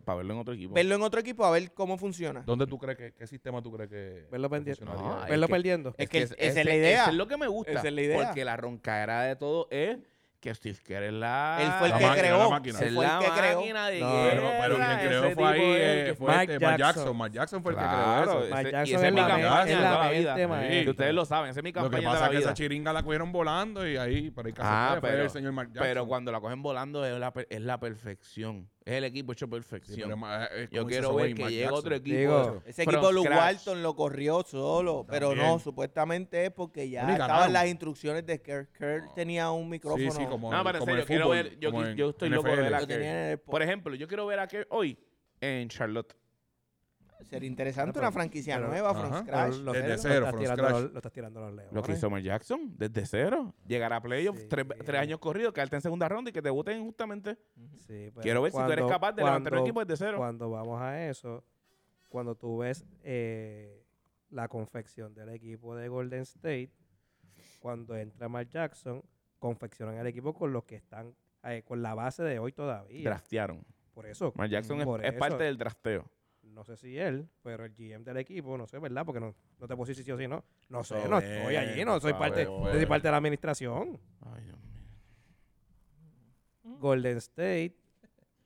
Speaker 4: Para verlo en otro equipo.
Speaker 1: Verlo en otro equipo a ver cómo funciona.
Speaker 5: ¿Dónde tú crees que, qué sistema tú crees que
Speaker 2: Verlo
Speaker 5: que
Speaker 2: pendiente.
Speaker 5: funcionaría?
Speaker 4: No,
Speaker 2: Verlo
Speaker 4: Ah, que-
Speaker 2: perdiendo.
Speaker 1: Es que
Speaker 4: ese-
Speaker 1: esa es la
Speaker 4: ese-
Speaker 1: idea.
Speaker 4: Eso es lo que me gusta.
Speaker 1: Esa es la idea.
Speaker 4: Porque la roncadera de todo es que Steve Kerr es la...
Speaker 1: Él fue el
Speaker 5: La
Speaker 1: que
Speaker 5: máquina, la
Speaker 1: creó. Él
Speaker 5: máquina.
Speaker 1: fue
Speaker 4: es
Speaker 1: el
Speaker 4: la
Speaker 1: que creó.
Speaker 4: máquina de
Speaker 2: No,
Speaker 5: Pero,
Speaker 4: guerra,
Speaker 5: pero quien
Speaker 4: ese
Speaker 5: creó fue
Speaker 4: tipo
Speaker 5: ahí,
Speaker 4: es el
Speaker 5: eh,
Speaker 4: que-
Speaker 5: fue
Speaker 2: Mike
Speaker 5: este, Mike Jackson.
Speaker 2: Jackson.
Speaker 5: Mike Jackson fue el que
Speaker 4: Claro,
Speaker 5: creó eso.
Speaker 4: ese-
Speaker 2: Mike
Speaker 4: y
Speaker 2: Jackson
Speaker 4: esa
Speaker 2: es la
Speaker 5: me-
Speaker 4: campaña
Speaker 5: es
Speaker 4: de
Speaker 5: la
Speaker 4: toda
Speaker 2: mente,
Speaker 4: vida.
Speaker 2: man.
Speaker 4: Que ustedes lo saben, esa es mi
Speaker 5: Lo que
Speaker 4: campaña de
Speaker 5: pasa
Speaker 4: la
Speaker 5: es que
Speaker 4: vida.
Speaker 5: esa chiringa la cogieron volando y ahí, pero hay que
Speaker 4: Ah,
Speaker 5: hacer, fue
Speaker 4: pero-
Speaker 5: el señor Mark Jackson.
Speaker 4: Pero cuando la cogen volando es la, per- es la perfección. Es el equipo hecho
Speaker 5: Sí, pero,
Speaker 4: perfección.
Speaker 5: ma- eh, eh,
Speaker 4: Yo
Speaker 5: como dice
Speaker 4: quiero
Speaker 5: Soboy,
Speaker 4: ver que
Speaker 5: Mark
Speaker 4: llegue
Speaker 5: Jackson.
Speaker 4: otro equipo.
Speaker 2: Digo,
Speaker 4: hecho
Speaker 1: Ese
Speaker 4: from
Speaker 1: equipo Lou
Speaker 4: scratch.
Speaker 1: Walton lo corrió solo, pero no,
Speaker 5: También.
Speaker 1: supuestamente es porque ya
Speaker 5: Bueno, y
Speaker 1: estaban
Speaker 5: ganaron.
Speaker 1: las instrucciones de Kerr. Kerr
Speaker 5: No.
Speaker 1: tenía un micrófono.
Speaker 5: Sí, sí, como,
Speaker 4: No,
Speaker 5: en-
Speaker 4: pero en
Speaker 5: como
Speaker 4: serio,
Speaker 5: en el
Speaker 4: quiero
Speaker 5: fútbol,
Speaker 4: ver- yo
Speaker 5: como
Speaker 4: qui-
Speaker 5: en
Speaker 4: yo estoy loco de
Speaker 5: NFL.
Speaker 4: ver a
Speaker 1: lo tenía en el po-
Speaker 4: Por e- ejemplo, yo quiero ver a que hoy en Charlotte.
Speaker 1: Sería interesante
Speaker 2: Pero-
Speaker 1: una franquicia
Speaker 2: pero-
Speaker 1: nueva, from
Speaker 5: Ajá.
Speaker 1: scratch.
Speaker 2: Pero lo-
Speaker 5: Desde
Speaker 2: lo
Speaker 5: cero,
Speaker 2: estás
Speaker 5: from
Speaker 2: tirando
Speaker 5: scratch.
Speaker 2: a los- Lo estás tirando a los leones.
Speaker 4: Lo que hizo Mike Jackson desde cero. Llegar a playoffs
Speaker 2: Sí.
Speaker 4: tres, tres años corridos, quedarte en segunda ronda y que te voten justamente.
Speaker 2: Sí, pero
Speaker 4: quiero ver si tú eres
Speaker 2: cuando-
Speaker 4: capaz de levantar un
Speaker 2: cuando-
Speaker 4: equipo desde cero.
Speaker 2: Cuando vamos a eso, cuando tú ves eh, la confección del equipo de Golden State, cuando entra Mark Jackson, confeccionan el equipo con los que están, eh, con la base de hoy todavía.
Speaker 4: Draftearon.
Speaker 2: Por eso,
Speaker 4: Mike Jackson es,
Speaker 2: Por
Speaker 4: es
Speaker 2: eso.
Speaker 4: parte del drafteo.
Speaker 2: no sé si él, pero el GM del equipo, no sé, ¿verdad? Porque no, no te puedo decir si sí o si no. No sé,
Speaker 4: Está
Speaker 2: no
Speaker 4: bien,
Speaker 2: estoy allí, no
Speaker 4: por
Speaker 2: soy parte,
Speaker 4: favor.
Speaker 2: no soy parte de la administración.
Speaker 4: Ay, Dios mío.
Speaker 2: Golden State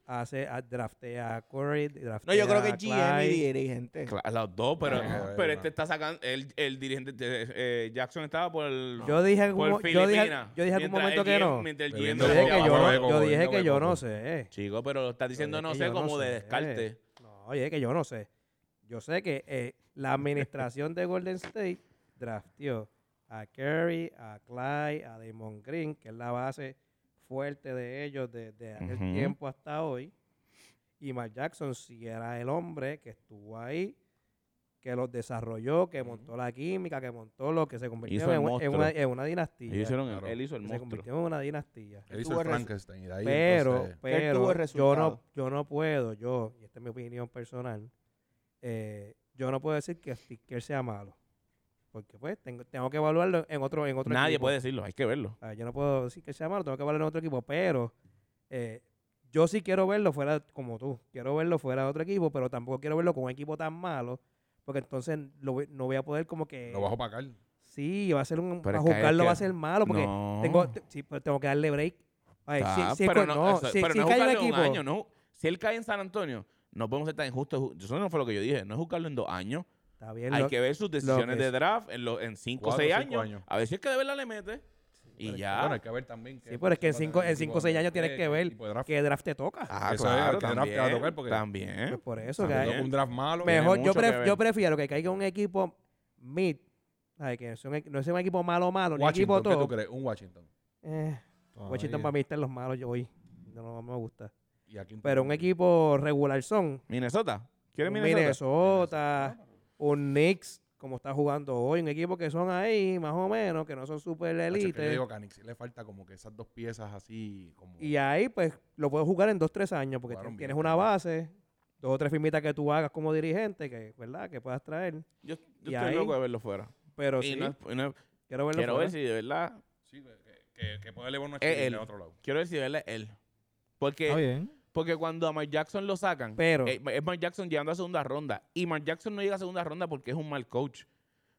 Speaker 2: hace, a- draftea a Curry, draftea
Speaker 1: no, yo creo que
Speaker 2: a
Speaker 1: es GM y
Speaker 2: Clyde.
Speaker 1: dirigente.
Speaker 4: Cla- Los dos, pero,
Speaker 5: Ay, ay,
Speaker 4: pero
Speaker 5: ay.
Speaker 4: este está sacando. El, el dirigente de- eh, Jackson estaba por el.
Speaker 2: Yo dije, algún,
Speaker 4: por
Speaker 2: mo- yo dije,
Speaker 4: Filipinas.
Speaker 2: yo dije algún
Speaker 4: Mientras
Speaker 2: momento
Speaker 4: el
Speaker 2: que
Speaker 4: GM
Speaker 2: no.
Speaker 4: mientras el
Speaker 5: Yo
Speaker 4: GM
Speaker 2: Yo
Speaker 5: Viendo
Speaker 2: dije
Speaker 5: boca
Speaker 2: que
Speaker 5: abajo
Speaker 2: yo,
Speaker 4: eh,
Speaker 5: de
Speaker 2: no,
Speaker 5: Cobo,
Speaker 2: yo dije
Speaker 5: viendo
Speaker 2: que
Speaker 5: de
Speaker 2: yo
Speaker 5: Cobo.
Speaker 2: no sé.
Speaker 4: Chico, pero lo estás diciendo
Speaker 2: Yo
Speaker 4: no
Speaker 2: dije
Speaker 4: sé,
Speaker 2: que yo
Speaker 4: como
Speaker 2: no
Speaker 4: de
Speaker 2: sé.
Speaker 4: descarte.
Speaker 2: No, oye, que yo no sé. Yo sé que eh, la administración de Golden State drafteó a Curry, a Clyde, a Damon Green, que es la base fuerte de ellos desde aquel
Speaker 4: Ujú.
Speaker 2: tiempo hasta hoy. Y Mark Jackson sí era el hombre que estuvo ahí, que los desarrolló, que montó la química, que montó lo que se convirtió
Speaker 4: Hizo el
Speaker 2: en, un- en
Speaker 4: monstruo.
Speaker 2: una, en una dinastía.
Speaker 4: Ellos hicieron-
Speaker 5: Claro.
Speaker 4: Él hizo el
Speaker 2: que se
Speaker 4: monstruo.
Speaker 2: convirtió en una dinastía.
Speaker 5: Él hizo
Speaker 1: tuvo
Speaker 5: el
Speaker 1: resu-
Speaker 5: Frankenstein. y de ahí,
Speaker 2: Pero,
Speaker 5: entonces,
Speaker 1: Él tuvo el
Speaker 2: pero yo
Speaker 1: resultado.
Speaker 2: no, yo no puedo, yo, y esta es mi opinión personal, eh, yo no puedo decir que Steve Kerr sea malo. Porque pues tengo, tengo que evaluarlo en otro, en otro
Speaker 4: Nadie
Speaker 2: equipo.
Speaker 4: puede decirlo, hay que verlo.
Speaker 2: Ah, yo no puedo decir que sea malo, tengo que evaluarlo en otro equipo, pero eh, yo sí quiero verlo fuera, como tú, quiero verlo fuera de otro equipo, pero tampoco quiero verlo con un equipo tan malo, porque entonces lo voy- no voy a poder como que...
Speaker 5: lo bajo para acá.
Speaker 2: Sí, va a ser un...
Speaker 4: Pero
Speaker 2: a
Speaker 4: es que es
Speaker 2: juzgarlo va a
Speaker 4: que-
Speaker 2: ser malo, porque
Speaker 4: no.
Speaker 2: tengo, te- sí, pero tengo que darle break. Ay, si-
Speaker 4: Ah,
Speaker 2: si es
Speaker 4: pero
Speaker 2: con-
Speaker 4: no,
Speaker 2: no,
Speaker 4: eso-
Speaker 2: si-
Speaker 4: pero
Speaker 2: si
Speaker 4: no
Speaker 2: cae un
Speaker 4: juzgarlo en un
Speaker 2: equipo-
Speaker 4: año, no. Si él cae en San Antonio, no podemos ser tan injustos. ju- Eso no fue lo que yo dije. No es juzgarlo en dos años.
Speaker 2: Está bien.
Speaker 4: hay
Speaker 2: lo-
Speaker 4: que ver sus decisiones
Speaker 2: que
Speaker 4: de
Speaker 2: es-
Speaker 4: draft en, los en cinco o
Speaker 5: Cuatro,
Speaker 4: seis
Speaker 5: cinco
Speaker 4: años.
Speaker 5: años.
Speaker 4: A ver si es que de verdad le mete. y
Speaker 2: pero es
Speaker 4: ya.
Speaker 5: Bueno, hay que ver también.
Speaker 2: Sí, pero es que en 5 en cinco o 6 años tienes que ver
Speaker 5: Que
Speaker 2: qué draft te toca.
Speaker 4: Ah,
Speaker 5: Eso es,
Speaker 4: claro,
Speaker 5: que draft te va a
Speaker 4: también,
Speaker 5: tocar porque-
Speaker 2: Pues
Speaker 4: También.
Speaker 2: por eso. que
Speaker 4: Está
Speaker 2: hay-
Speaker 4: bien.
Speaker 5: un draft malo.
Speaker 4: tiene
Speaker 2: mejor, yo,
Speaker 4: mucho
Speaker 2: pref-
Speaker 4: que
Speaker 2: yo
Speaker 4: ver.
Speaker 2: prefiero que caiga un equipo mid. ay, que sea un equ- no sea un equipo malo malo, ni un equipo
Speaker 5: Washington, ¿qué tú
Speaker 2: todo.
Speaker 5: crees? Un Washington.
Speaker 2: Eh,
Speaker 4: Ah,
Speaker 2: Washington para mí están los malos yo hoy. No, no me gusta.
Speaker 5: ¿Y a quién tú
Speaker 2: Pero un
Speaker 5: crees?
Speaker 2: equipo regular son.
Speaker 4: Minnesota. ¿Quieres
Speaker 2: un
Speaker 4: Minnesota?
Speaker 2: Minnesota, un Knicks como está jugando hoy, un equipo que son ahí, más o menos, que no son super
Speaker 5: Tacho, es que
Speaker 2: elite.
Speaker 5: yo digo que a Nixie le falta como que esas dos piezas así. Como,
Speaker 2: Y ahí, pues, lo puedes jugar en dos, tres años, porque
Speaker 5: Jugaron
Speaker 2: tien-
Speaker 5: bien,
Speaker 2: tienes una
Speaker 5: jugaron
Speaker 2: base, dos o tres firmitas que tú hagas como dirigente, que, ¿verdad? Que puedas traer.
Speaker 4: Yo, yo
Speaker 2: Y
Speaker 4: estoy
Speaker 2: ahí-
Speaker 4: loco de verlo fuera.
Speaker 2: Pero
Speaker 4: Y
Speaker 2: sí,
Speaker 4: no es- y no es-
Speaker 2: quiero verlo.
Speaker 4: quiero
Speaker 2: fuera.
Speaker 4: ver si de verdad.
Speaker 5: Sí, que, que, que puede elevar una
Speaker 4: Eh,
Speaker 5: chile
Speaker 4: él.
Speaker 5: a otro lado.
Speaker 4: Quiero ver si de verdad es él. Porque,
Speaker 3: Está bien.
Speaker 4: porque cuando a Mark Jackson lo sacan,
Speaker 2: Pero,
Speaker 4: eh, es Mark Jackson llegando a segunda ronda. Y Mark Jackson no llega a segunda ronda porque es un mal coach.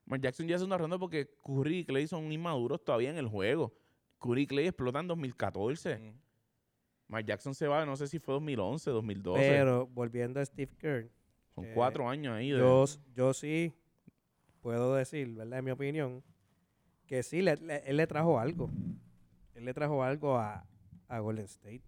Speaker 4: Mark Jackson llega a segunda ronda porque Curry y Clay son inmaduros todavía en el juego. Curry y Clay explotan en 2014.
Speaker 5: Mm.
Speaker 4: Mark Jackson se va, no sé si fue 2011, 2012.
Speaker 2: pero, volviendo a Steve Kerr,
Speaker 4: Son
Speaker 2: eh,
Speaker 4: cuatro años ahí. de-
Speaker 2: yo, yo sí puedo decir, ¿verdad? En mi opinión, que sí, le- le- él le trajo algo. Él le trajo algo a, a Golden State.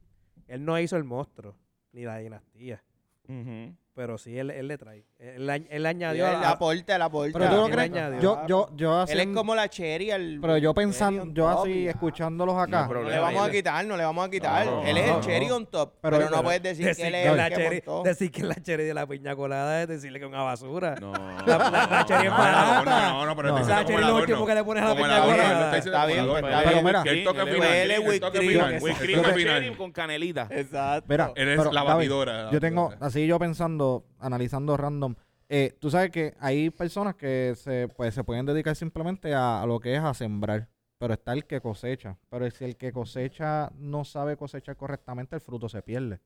Speaker 2: Él no hizo el monstruo, ni la dinastía,
Speaker 4: Ujú.
Speaker 2: pero sí, él, él le trae. Él, él- él añadió
Speaker 1: El
Speaker 2: a-
Speaker 1: aporte, el aporte.
Speaker 3: Pero tú no
Speaker 2: él
Speaker 3: crees-
Speaker 2: añadió.
Speaker 3: Yo, yo, yo así.
Speaker 1: Él es como la cherry. El,
Speaker 3: Pero yo
Speaker 1: cherry
Speaker 3: pensando,
Speaker 1: on
Speaker 3: yo
Speaker 1: top,
Speaker 3: así
Speaker 1: y-
Speaker 3: escuchándolos acá.
Speaker 1: No
Speaker 4: problema.
Speaker 1: le vamos a
Speaker 4: él-
Speaker 1: quitar, no le vamos a quitar.
Speaker 4: No,
Speaker 1: él es
Speaker 3: no,
Speaker 1: el cherry
Speaker 3: no.
Speaker 1: on top.
Speaker 3: Pero-
Speaker 1: Pero,
Speaker 3: pero-
Speaker 1: no puedes decir,
Speaker 2: decir,
Speaker 1: que él
Speaker 2: que
Speaker 1: es el
Speaker 2: la
Speaker 1: que
Speaker 2: cherry,
Speaker 1: montó.
Speaker 2: decir que la cherry de la piña colada es decirle que es una basura.
Speaker 4: No.
Speaker 2: la cherry es
Speaker 5: No,
Speaker 2: barata.
Speaker 5: no, no, no, no, pero
Speaker 3: No.
Speaker 5: no.
Speaker 2: la cherry es lo último que le pones a la
Speaker 5: Como el
Speaker 2: piña
Speaker 5: adorno,
Speaker 2: colada.
Speaker 5: él está
Speaker 1: Está bien,
Speaker 5: diciendo como el
Speaker 1: pues,
Speaker 5: adorno.
Speaker 1: está
Speaker 3: bien.
Speaker 5: Que el toque
Speaker 4: Él es
Speaker 5: final,
Speaker 1: él es
Speaker 5: el
Speaker 1: whipped
Speaker 5: toque
Speaker 1: cream.
Speaker 5: final,
Speaker 1: Whipped
Speaker 5: el
Speaker 4: Whipped
Speaker 5: toque
Speaker 4: cream
Speaker 3: Entonces-
Speaker 5: final.
Speaker 4: cream con canelita.
Speaker 1: Exacto.
Speaker 3: Mira,
Speaker 5: Eres
Speaker 3: pero,
Speaker 5: la
Speaker 3: David,
Speaker 4: Ah,
Speaker 5: batidora.
Speaker 3: Yo tengo, así yo pensando, analizando random. eh, tú sabes que hay personas que se, pues, se pueden dedicar simplemente a, a lo que es a sembrar. Pero está el que cosecha. Pero si el que cosecha no sabe cosechar correctamente, el fruto se pierde.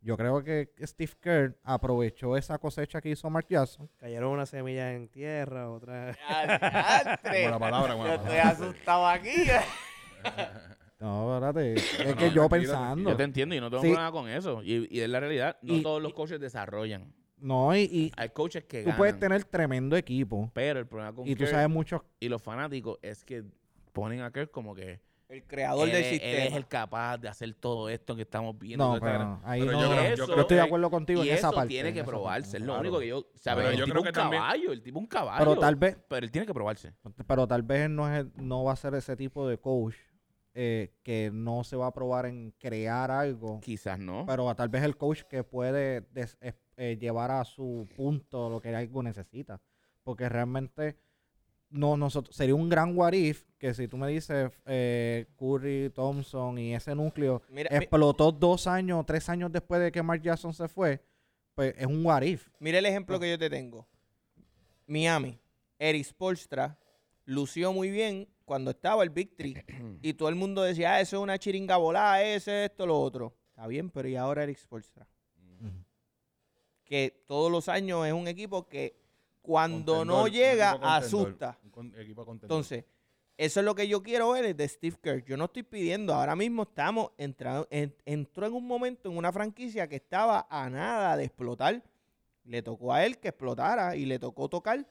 Speaker 3: Yo creo que Steve Kerr aprovechó esa cosecha que hizo Mark Jackson.
Speaker 2: Cayeron unas semillas en tierra, otras...
Speaker 5: Como la palabra, como
Speaker 1: Yo
Speaker 5: la
Speaker 1: estoy
Speaker 5: palabra.
Speaker 1: asustado aquí.
Speaker 3: No, espérate. Es
Speaker 5: No,
Speaker 3: que
Speaker 5: no,
Speaker 3: yo
Speaker 5: tranquilo,
Speaker 3: pensando.
Speaker 4: Yo te entiendo y no tengo
Speaker 3: Sí.
Speaker 4: problema con eso. Y, y es la realidad. No
Speaker 3: Y-
Speaker 4: todos los coaches desarrollan.
Speaker 3: No, y, y
Speaker 4: Hay coaches que
Speaker 3: tú
Speaker 4: ganan.
Speaker 3: puedes tener tremendo equipo.
Speaker 4: Pero el problema con
Speaker 3: Y tú
Speaker 4: Kerr
Speaker 3: sabes muchos.
Speaker 4: y los fanáticos es que ponen a Kerr como que
Speaker 1: El creador del
Speaker 4: es- es
Speaker 1: sistema.
Speaker 4: el capaz de hacer todo esto que estamos viendo.
Speaker 3: No,
Speaker 4: toda esta
Speaker 3: pero
Speaker 4: gran-
Speaker 3: no, ahí
Speaker 5: Pero
Speaker 3: no.
Speaker 5: yo creo-
Speaker 3: Yo,
Speaker 5: yo
Speaker 4: eso
Speaker 5: creo-
Speaker 3: estoy de
Speaker 4: es-
Speaker 3: acuerdo contigo
Speaker 4: y
Speaker 3: en esa
Speaker 4: eso
Speaker 3: parte.
Speaker 4: tiene
Speaker 3: en
Speaker 4: que
Speaker 3: esa parte,
Speaker 4: probarse. Es lo
Speaker 3: claro.
Speaker 4: único que yo... O sea,
Speaker 5: Pero
Speaker 4: el
Speaker 5: yo
Speaker 4: tipo
Speaker 5: creo
Speaker 4: un
Speaker 5: que también-
Speaker 4: caballo. El tipo un caballo.
Speaker 3: Pero tal vez,
Speaker 4: Pero él tiene que probarse.
Speaker 3: pero tal vez no es, no va a ser ese tipo de coach eh, que no se va a probar en crear algo.
Speaker 4: Quizás no.
Speaker 3: Pero tal vez el coach que puede des- es- eh, llevar a su punto lo que algo necesita. Porque realmente no, nosotros, sería un gran what if que si tú me dices eh, Curry, Thompson y ese núcleo
Speaker 1: Mira, mi-
Speaker 3: explotó dos años, tres años después de que Mark Jackson se fue, pues es un what if.
Speaker 1: Mira el ejemplo que yo te tengo. Miami, Eric Spolstra lució muy bien cuando estaba el Big Three. y todo el mundo decía, ah, eso es una chiringa volada, ese, esto, lo otro. Está bien, pero ¿y ahora Eric Spolstra? Que todos los años es un equipo que cuando no
Speaker 5: Contendor,
Speaker 1: llega,
Speaker 5: un equipo contendor,
Speaker 1: asusta.
Speaker 5: un con- equipo contendor.
Speaker 1: Entonces, eso es lo que yo quiero ver es de Steve Kerr. Yo no estoy pidiendo, ahora mismo estamos entrando, en- entró en un momento en una franquicia que estaba a nada de explotar. Le tocó a él que explotara y le tocó tocar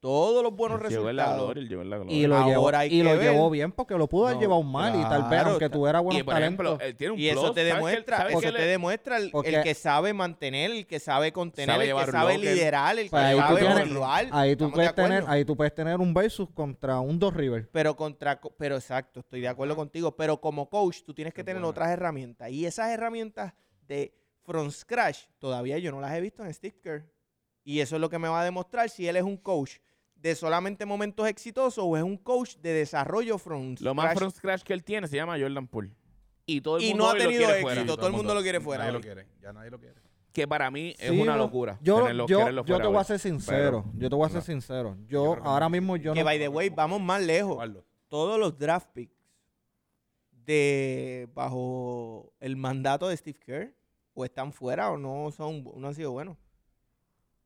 Speaker 1: todos los buenos
Speaker 4: Llegó en la
Speaker 1: resultados.
Speaker 4: gloria, él llegó en la gloria.
Speaker 3: Y lo, llevó,
Speaker 1: Ahora hay
Speaker 3: y
Speaker 1: que
Speaker 3: lo
Speaker 1: ver.
Speaker 3: llevó bien porque lo pudo haber
Speaker 1: No,
Speaker 3: llevado mal y tal vez
Speaker 1: claro,
Speaker 3: aunque
Speaker 1: está-
Speaker 3: tuviera
Speaker 4: Y
Speaker 3: buenos
Speaker 4: por
Speaker 3: talentos.
Speaker 4: ejemplo, él tiene un
Speaker 1: Y eso
Speaker 4: plus,
Speaker 1: te
Speaker 4: ¿sabes qué-
Speaker 1: demuestra,
Speaker 4: sabes
Speaker 1: eso
Speaker 4: qué
Speaker 1: te
Speaker 4: le-
Speaker 1: demuestra el, el
Speaker 3: porque-
Speaker 1: que sabe mantener, el que sabe contener,
Speaker 4: Sabe
Speaker 1: el
Speaker 4: llevar
Speaker 1: que sabe
Speaker 4: bloques.
Speaker 1: liderar, el
Speaker 3: Pues
Speaker 1: que
Speaker 3: ahí tú
Speaker 1: sabe
Speaker 3: tienes-
Speaker 1: motivar.
Speaker 3: ahí, tú
Speaker 1: Estamos de
Speaker 3: puedes tener,
Speaker 1: acuerdo.
Speaker 3: ahí tú puedes tener un versus contra un dos River.
Speaker 1: Pero contra, co- pero exacto, estoy de acuerdo contigo. Pero como coach, tú tienes que
Speaker 5: Es
Speaker 1: tener
Speaker 5: buena.
Speaker 1: otras herramientas. Y esas herramientas de from scratch, todavía yo no las he visto en Steve Kerr. Y eso es lo que me va a demostrar si él es un coach de solamente momentos exitosos o es un coach de desarrollo from
Speaker 4: Lo más
Speaker 1: scratch.
Speaker 4: from scratch que él tiene se llama Jordan Poole. Y todo el
Speaker 1: Y
Speaker 4: mundo
Speaker 1: no ha
Speaker 4: hoy lo
Speaker 1: tenido
Speaker 4: quiere
Speaker 1: éxito.
Speaker 4: fuera.
Speaker 1: todo el mundo lo quiere fuera
Speaker 5: Nadie lo
Speaker 1: hoy.
Speaker 5: quiere. Ya nadie lo quiere.
Speaker 4: Que para mí es
Speaker 3: Sí,
Speaker 4: una
Speaker 3: bro.
Speaker 4: locura.
Speaker 3: Yo,
Speaker 4: tenerlo-
Speaker 3: yo,
Speaker 4: quererlo
Speaker 3: yo
Speaker 4: fuera
Speaker 3: te voy
Speaker 4: hoy.
Speaker 3: a ser sincero. yo te voy a ser sincero. Yo,
Speaker 5: Yo creo que
Speaker 3: ahora
Speaker 5: no.
Speaker 3: mismo yo
Speaker 1: que
Speaker 3: no.
Speaker 1: by the way, vamos más lejos.
Speaker 5: Jugarlo.
Speaker 1: todos los draft picks de bajo el mandato de Steve Kerr o están fuera o no son bu- no han sido buenos.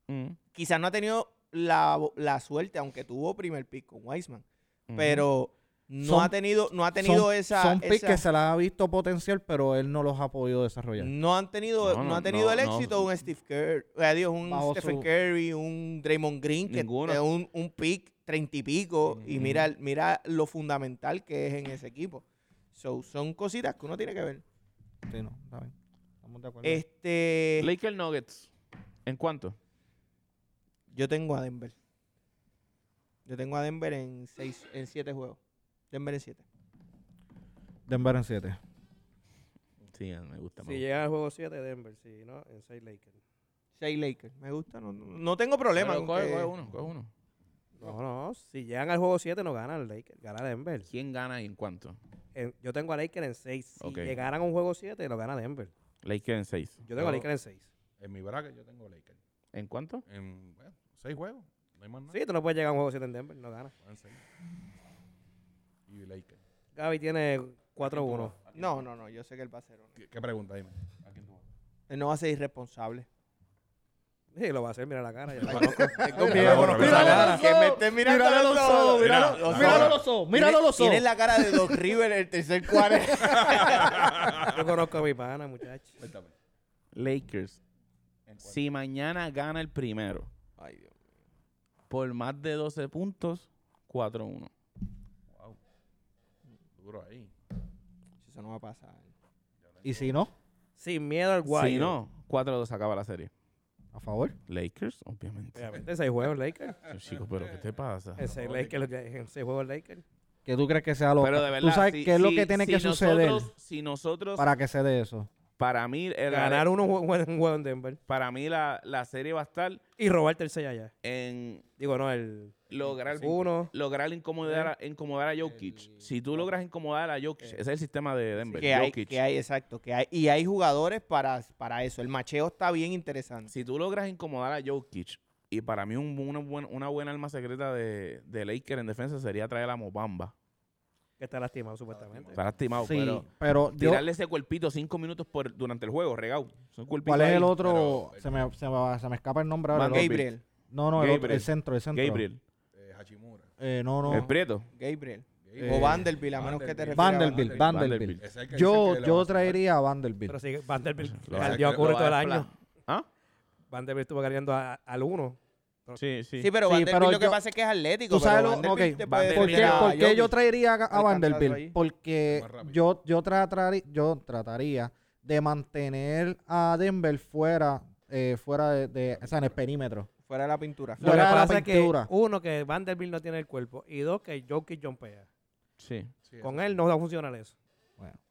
Speaker 4: Mm,
Speaker 1: Quizás no ha tenido la, bo- la suerte, aunque tuvo primer pick con Wiseman,
Speaker 4: mm.
Speaker 1: pero no
Speaker 3: Son-
Speaker 1: ha tenido no ha
Speaker 3: son-
Speaker 1: tenido esa,
Speaker 3: Son picks
Speaker 1: esa-
Speaker 3: que se las ha visto potencial, pero él no los ha podido desarrollar.
Speaker 1: no han tenido
Speaker 4: No,
Speaker 1: no,
Speaker 4: no,
Speaker 1: ha tenido
Speaker 4: no,
Speaker 1: el
Speaker 4: no.
Speaker 1: éxito un Steve Kerr, eh, Dios, un
Speaker 3: Bajo
Speaker 1: Stephen
Speaker 3: su-
Speaker 1: Curry, un Draymond Green que
Speaker 4: Ninguno.
Speaker 1: es un, un pick treinta y pico y
Speaker 4: Ujú.
Speaker 1: mira mira lo fundamental que es en ese equipo. So, son cositas que uno tiene que ver.
Speaker 3: Sí, no, está bien. Estamos de acuerdo.
Speaker 1: Este,
Speaker 4: Mm. Laker Nuggets. ¿En cuánto?
Speaker 1: yo tengo a Denver. Yo tengo a Denver en seis, en siete juegos. Denver en siete.
Speaker 3: Denver en 7.
Speaker 4: Sí, me gusta.
Speaker 3: eh,
Speaker 2: Si llega al juego 7, Denver, si no, en 6 Lakers.
Speaker 1: Seis Lakers. Me gusta. No, no- no tengo problema.
Speaker 4: coge,
Speaker 1: aunque-
Speaker 4: coge uno, coge uno.
Speaker 2: No, no. Si llegan al juego 7, no ganan Lakers. Gana Denver.
Speaker 4: ¿Quién gana y en cuánto?
Speaker 2: En- yo tengo a Lakers en 6. Si
Speaker 4: Ok.
Speaker 2: llegaran a un juego 7, lo gana Denver.
Speaker 4: Lakers en seis.
Speaker 2: Yo tengo a
Speaker 5: Yo-
Speaker 2: Lakers en 6.
Speaker 5: En mi bracket yo tengo Lakers.
Speaker 4: ¿En cuánto?
Speaker 5: En bueno, seis juegos. No hay más nada.
Speaker 2: Sí, tú no puedes llegar a un juego 7 en Denver. No gana.
Speaker 5: Van seis. Y Lakers.
Speaker 2: Gaby tiene
Speaker 5: ¿A quién tú
Speaker 2: 4-1.
Speaker 5: vas? ¿A quién tú
Speaker 1: No,
Speaker 5: vas?
Speaker 1: no, no. Yo sé que él va a ser uno.
Speaker 5: ¿Qué, qué pregunta? Dime. ¿A quién tú vas?
Speaker 1: Él no va a ser irresponsable.
Speaker 2: Sí, lo va a hacer. Mira la cara. yo lo
Speaker 5: Mira,
Speaker 2: conozco.
Speaker 1: Tengo
Speaker 5: Mírale
Speaker 1: miedo,
Speaker 5: los
Speaker 1: conozco
Speaker 5: ojos.
Speaker 1: esa cara. Que me esté mirando a los ojos.
Speaker 5: Míralo,
Speaker 1: Míralo,
Speaker 5: míralo
Speaker 1: los ojos. Míralo los ojos. Tienes la cara de Doc River en el tercer cuarto.
Speaker 2: Yo conozco a mi pana, muchachos.
Speaker 5: Cuéntame.
Speaker 4: Lakers.
Speaker 5: ¿En cuánto?
Speaker 4: Si mañana gana el primero
Speaker 1: Ay, Dios mío.
Speaker 4: por más de 12 puntos, 4-1.
Speaker 5: Wow. Duro ahí.
Speaker 1: Eso no va a pasar.
Speaker 3: Y si no,
Speaker 2: Sin miedo al guay.
Speaker 4: Si no, 4-2 acaba la serie.
Speaker 3: a favor.
Speaker 4: Lakers, obviamente.
Speaker 2: Obviamente, 6 juegos Lakers.
Speaker 4: Chicos, pero ¿qué te pasa?
Speaker 2: En 6 Lakers, lo que- en seis juegos Lakers.
Speaker 3: ¿Qué tú crees que sea lo
Speaker 4: Pero de verdad,
Speaker 3: ¿Tú sabes
Speaker 4: si-
Speaker 3: qué es lo
Speaker 4: si-
Speaker 3: que tiene
Speaker 4: si
Speaker 3: que suceder
Speaker 4: nosotros- si nosotros, para,
Speaker 3: para que se dé eso?
Speaker 4: mí, el-
Speaker 2: Ganar uno, un juego un juego en Denver.
Speaker 4: para mí la, la serie va a estar
Speaker 2: Y robarte el 6 allá.
Speaker 4: en
Speaker 2: Digo, no, el
Speaker 4: lograr,
Speaker 2: Uno.
Speaker 4: lograr incomodar, a, incomodar a Jokic. Si tú logras incomodar a Jokic, ese es el sistema de Denver.
Speaker 1: Que hay,
Speaker 4: Jokic.
Speaker 1: que hay, exacto. Que hay, y hay jugadores para, para eso. El macheo está bien interesante.
Speaker 4: Si tú logras incomodar a Jokic, y para mí un- una, buena, una buena alma secreta de, de Lakers en defensa sería traer a Mobamba.
Speaker 2: que está lastimado, supuestamente.
Speaker 4: Está lastimado,
Speaker 3: sí,
Speaker 4: pero
Speaker 3: pero Dios-
Speaker 4: tirarle ese cuerpito cinco minutos por, durante el juego, regao. Son cuerpitos
Speaker 3: ¿cuál es
Speaker 4: ahí.
Speaker 3: el otro?
Speaker 5: pero-
Speaker 3: se, me, se, me, se me escapa el nombre ahora.
Speaker 4: Van
Speaker 3: el otro.
Speaker 1: Gabriel.
Speaker 3: No, no, el, otro,
Speaker 4: Gabriel.
Speaker 3: el centro, el centro.
Speaker 4: Gabriel,
Speaker 5: Eh, Hachimura.
Speaker 3: Eh, no, no.
Speaker 4: el Prieto.
Speaker 1: Gabriel.
Speaker 5: Gabriel.
Speaker 1: o Eh, Vanderbilt, a menos que te
Speaker 5: Vanderbilt.
Speaker 1: refieras. a
Speaker 3: Vanderbilt, Vanderbilt.
Speaker 5: Ese es el que
Speaker 3: Eh,
Speaker 5: dicen
Speaker 3: Yo,
Speaker 5: que le va
Speaker 3: yo
Speaker 5: a sacar.
Speaker 3: traería a Vanderbilt.
Speaker 2: Pero sí, Vanderbilt
Speaker 4: Lo va
Speaker 5: a-
Speaker 2: cardió a
Speaker 5: lo
Speaker 2: cubre
Speaker 5: va
Speaker 2: todo el
Speaker 4: a
Speaker 2: año.
Speaker 4: ¿Ah?
Speaker 2: Vanderbilt estuvo cargando a- al 1.
Speaker 4: Sí, sí.
Speaker 1: Sí, pero
Speaker 3: Sí,
Speaker 1: Vanderbilt
Speaker 3: pero
Speaker 1: lo que
Speaker 3: yo-
Speaker 1: pasa es que es atlético.
Speaker 3: Tú sabes
Speaker 1: pero
Speaker 3: lo-
Speaker 1: Vanderbilt
Speaker 3: ok,
Speaker 1: te puede
Speaker 3: ¿Por
Speaker 4: Vanderbilt.
Speaker 3: qué,
Speaker 1: defender a
Speaker 3: por qué yo
Speaker 1: Jokic.
Speaker 3: traería a, a
Speaker 1: Alcanzarlo ahí.
Speaker 3: Vanderbilt? Porque
Speaker 5: Más rápido.
Speaker 3: yo, yo, tra- trari- yo trataría de mantener a Denver fuera, eh, fuera de, de- o sea, en el perímetro.
Speaker 1: Fuera de la pintura.
Speaker 2: Lo que
Speaker 3: Fuera de la
Speaker 2: pasa es que,
Speaker 3: pintura.
Speaker 2: uno, que Vanderbilt no tiene el cuerpo. Y dos, que Jokic jumpea.
Speaker 4: Sí,
Speaker 5: Sí,
Speaker 2: Con
Speaker 5: eso
Speaker 2: él
Speaker 5: sí.
Speaker 2: no va a funcionar eso.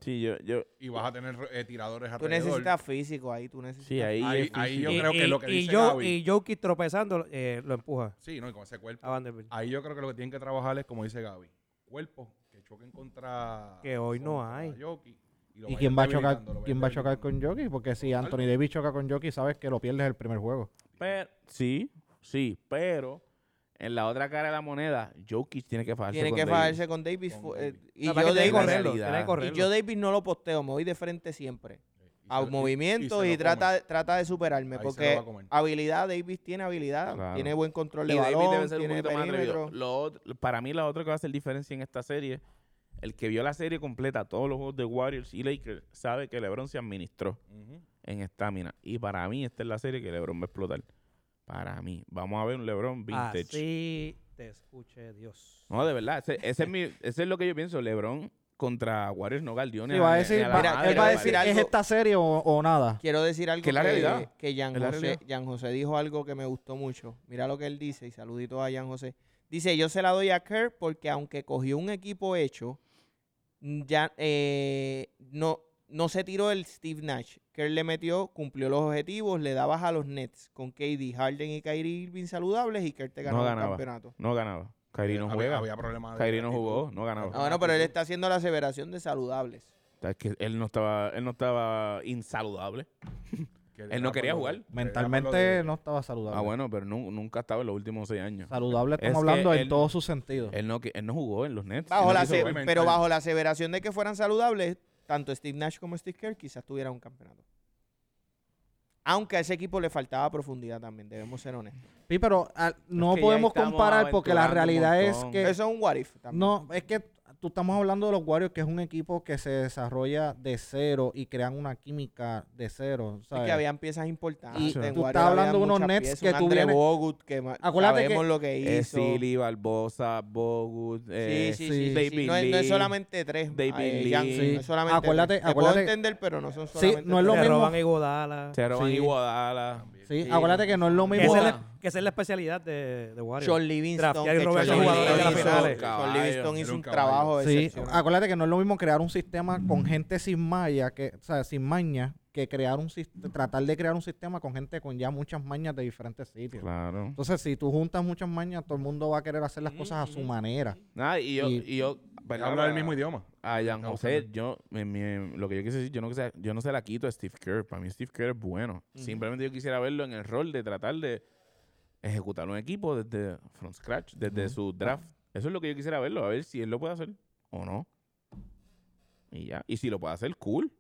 Speaker 4: sí, yo, yo,
Speaker 5: Y vas a tener eh, tiradores
Speaker 1: Tú
Speaker 5: alrededor.
Speaker 1: necesitas físico ahí, tú necesitas.
Speaker 4: sí, ahí,
Speaker 5: Ahí-
Speaker 4: es
Speaker 5: ahí
Speaker 4: difícil.
Speaker 5: Yo
Speaker 2: y,
Speaker 5: creo que
Speaker 2: y-
Speaker 5: lo que
Speaker 2: y
Speaker 5: dice
Speaker 2: Jo-
Speaker 5: Gaby-
Speaker 2: Y Jokic tropezando eh, lo empuja
Speaker 5: Sí, no, y con ese cuerpo.
Speaker 2: a Vanderbilt.
Speaker 5: Ahí yo creo que lo que tienen que trabajar es, como dice Gaby, cuerpos que choquen contra.
Speaker 2: Que hoy no
Speaker 5: contra
Speaker 2: hay.
Speaker 5: Jokic, y lo
Speaker 3: ¿Y
Speaker 5: vayan
Speaker 3: quién va a chocar,
Speaker 5: debilitando, lo
Speaker 3: quién va a
Speaker 5: vayan
Speaker 3: chocar
Speaker 5: debilitando.
Speaker 3: con Jockey? Porque si
Speaker 5: Algo.
Speaker 3: Anthony Davis choca con Jockey, sabes que lo pierdes el primer juego.
Speaker 4: Pero- sí, sí, pero en la otra cara de la moneda, Jokic tiene que fajarse
Speaker 1: Tiene
Speaker 4: con
Speaker 1: que
Speaker 4: Davis.
Speaker 1: fajarse con Davis.
Speaker 5: Con
Speaker 1: fu-
Speaker 5: Davis.
Speaker 1: eh, Y
Speaker 2: Lo
Speaker 1: yo
Speaker 2: que pasa es que tiene que
Speaker 4: Davis-
Speaker 1: Davis-
Speaker 2: correrlo, tiene que
Speaker 4: realidad.
Speaker 1: y
Speaker 2: correrlo.
Speaker 1: yo Davis no lo posteo, me voy de frente siempre.
Speaker 5: Y
Speaker 1: A
Speaker 5: se- y-
Speaker 1: movimientos
Speaker 5: se
Speaker 1: y,
Speaker 5: lo
Speaker 1: trata,
Speaker 5: comen.
Speaker 1: trata de superarme.
Speaker 5: Ahí se lo
Speaker 1: porque
Speaker 5: va a comer.
Speaker 1: habilidad, Davis tiene habilidad,
Speaker 4: Claro.
Speaker 1: tiene buen control de
Speaker 4: Y Davis
Speaker 1: balón,
Speaker 4: debe ser un
Speaker 1: tiene
Speaker 4: poquito más atrevido.
Speaker 1: perímetro.
Speaker 4: Lo ot- para mí, la otra que va a hacer diferencia en esta serie, el que vio la serie completa, todos los juegos de Warriors y Lakers, sabe que LeBron se administró
Speaker 5: Ujú.
Speaker 4: en estamina. Y para mí, esta es la serie que LeBron va a explotar. Para mí. Vamos a ver un LeBron vintage.
Speaker 2: Así te escuche Dios.
Speaker 4: No, de verdad. Ese, ese es mi, ese es lo que yo pienso. LeBron contra Warriors no galdió ni
Speaker 3: Sí,
Speaker 4: a-
Speaker 3: va a
Speaker 4: ni a
Speaker 3: decir,
Speaker 4: la
Speaker 3: va-
Speaker 1: mira,
Speaker 4: madre
Speaker 3: él
Speaker 4: de
Speaker 3: va a
Speaker 1: decir
Speaker 3: decir,
Speaker 4: Warriors.
Speaker 3: ¿es
Speaker 1: algo-
Speaker 3: esta serie o, o nada?
Speaker 1: Quiero decir algo
Speaker 4: Que es la realidad.
Speaker 1: que Jan
Speaker 4: Es la
Speaker 1: José,
Speaker 4: realidad.
Speaker 1: Jan José dijo algo que me gustó mucho. Mira lo que él dice y saludito a Jan José. Dice, yo se la doy a Kerr porque aunque cogió un equipo hecho, mm, ya eh, no, no se tiró el Steve Nash. Kerr le metió, cumplió los objetivos, le dabas a los Nets con KD, Harden y Kyrie Irving saludables y Kerr te
Speaker 4: No
Speaker 1: ganó el
Speaker 4: ganaba.
Speaker 1: campeonato. Ah,
Speaker 4: No ganaba. Kyrie no
Speaker 5: Había-
Speaker 4: juega.
Speaker 5: Había problemas. de
Speaker 4: Kyrie no
Speaker 5: actitud.
Speaker 4: jugó, no ganaba.
Speaker 1: Ah, bueno, pero él está haciendo la aseveración de saludables.
Speaker 4: O sea, es que él no estaba, él no estaba insaludable.
Speaker 5: Que
Speaker 4: Él no
Speaker 5: era
Speaker 4: quería
Speaker 5: por lo
Speaker 4: jugar.
Speaker 5: de-
Speaker 3: Mentalmente
Speaker 5: era por lo de-
Speaker 3: no estaba saludable.
Speaker 4: Ah, bueno, pero nu- nunca estaba en los últimos seis años.
Speaker 3: Saludable
Speaker 4: Es
Speaker 3: estamos hablando
Speaker 4: que
Speaker 3: en
Speaker 4: él-
Speaker 3: todos sus sentidos.
Speaker 4: Él no, que- él no jugó en los Nets.
Speaker 1: Bajo
Speaker 4: Él no
Speaker 1: la
Speaker 4: quiso
Speaker 1: ase-
Speaker 4: jugar.
Speaker 5: mental.
Speaker 1: pero bajo la aseveración de que fueran saludables, tanto Steve Nash como Steve Kerr quizás tuvieran un campeonato. Aunque a ese equipo le faltaba profundidad también, debemos ser honestos.
Speaker 3: Sí, pero ah, no
Speaker 4: que ya
Speaker 3: podemos
Speaker 4: estamos
Speaker 3: comparar porque la
Speaker 4: aventurando un
Speaker 3: realidad es
Speaker 4: montón.
Speaker 3: que...
Speaker 1: Eso es un what if también.
Speaker 3: No, es que tú estamos hablando de los Warriors, que es un equipo que se desarrolla de cero y crean una química de cero.
Speaker 1: Es
Speaker 3: ¿sabes?
Speaker 1: que habían piezas importantes.
Speaker 3: eh. Y
Speaker 1: en
Speaker 4: tú
Speaker 1: Warriors
Speaker 3: estás
Speaker 1: habían
Speaker 3: hablando de unos
Speaker 1: muchas
Speaker 3: Nets
Speaker 1: piezas,
Speaker 3: que
Speaker 1: un
Speaker 3: tú
Speaker 1: Andre
Speaker 3: vienes-
Speaker 1: Bogut, que ma-
Speaker 3: Acuérdate que-
Speaker 1: sabemos lo que hizo.
Speaker 4: Eh, Silly, Barbosa, Bogut, eh,
Speaker 1: sí, sí,
Speaker 3: eh,
Speaker 1: sí, sí,
Speaker 4: David
Speaker 1: sí. No, es, no es
Speaker 4: Lee.
Speaker 1: solamente tres.
Speaker 4: David
Speaker 1: eh, Jan,
Speaker 4: Lee.
Speaker 1: No es solamente
Speaker 3: Acuérdate-
Speaker 1: tres. Te
Speaker 3: acuérdate-
Speaker 1: puedo entender, pero no son
Speaker 3: Sí,
Speaker 1: solamente
Speaker 3: no es
Speaker 1: tres.
Speaker 3: lo
Speaker 2: se
Speaker 3: mismo.
Speaker 2: roban a Iguodala.
Speaker 4: se roban
Speaker 3: Sí.
Speaker 4: Iguodala.
Speaker 3: Sí,
Speaker 1: Sí, Ah,
Speaker 3: acuérdate que no es lo
Speaker 2: Esa
Speaker 3: mismo.
Speaker 2: es la-
Speaker 4: Iguodala.
Speaker 2: Que esa es la especialidad de, de Warrior.
Speaker 1: John Livingston.
Speaker 2: Draftear y
Speaker 1: que
Speaker 2: robar
Speaker 1: John
Speaker 2: esos jugadores
Speaker 4: de las
Speaker 1: Livingston-
Speaker 4: finales.
Speaker 1: John Livingston
Speaker 5: Era
Speaker 1: hizo
Speaker 5: un
Speaker 1: un
Speaker 5: caballo.
Speaker 1: trabajo
Speaker 3: Sí,
Speaker 1: excepcional.
Speaker 3: acuérdate que no es lo mismo crear un sistema con gente sin malla, que, o sea, sin maña, que crear un sis- tratar de crear un sistema con gente con ya muchas mañas de diferentes sitios.
Speaker 4: Claro.
Speaker 3: Entonces, si tú juntas muchas mañas, todo el mundo va a querer hacer
Speaker 4: Mm,
Speaker 3: las cosas a su manera.
Speaker 4: Nada, y yo,
Speaker 3: Y-
Speaker 4: y yo perdón,
Speaker 5: Habla el
Speaker 4: a-
Speaker 5: mismo idioma.
Speaker 4: A Jan
Speaker 5: No,
Speaker 4: José,
Speaker 5: Fernando.
Speaker 4: yo, mi- mi- lo que yo quise decir, yo no, quise- yo no se la quito a Steve Kerr. Para mí Steve Kerr es bueno.
Speaker 1: Ujú.
Speaker 4: Simplemente yo quisiera verlo en el rol de tratar de ejecutar un equipo desde from scratch, desde su draft. Eso es lo que yo quisiera verlo, a ver si él lo puede hacer o no. Y ya. Y si lo puede hacer, cool.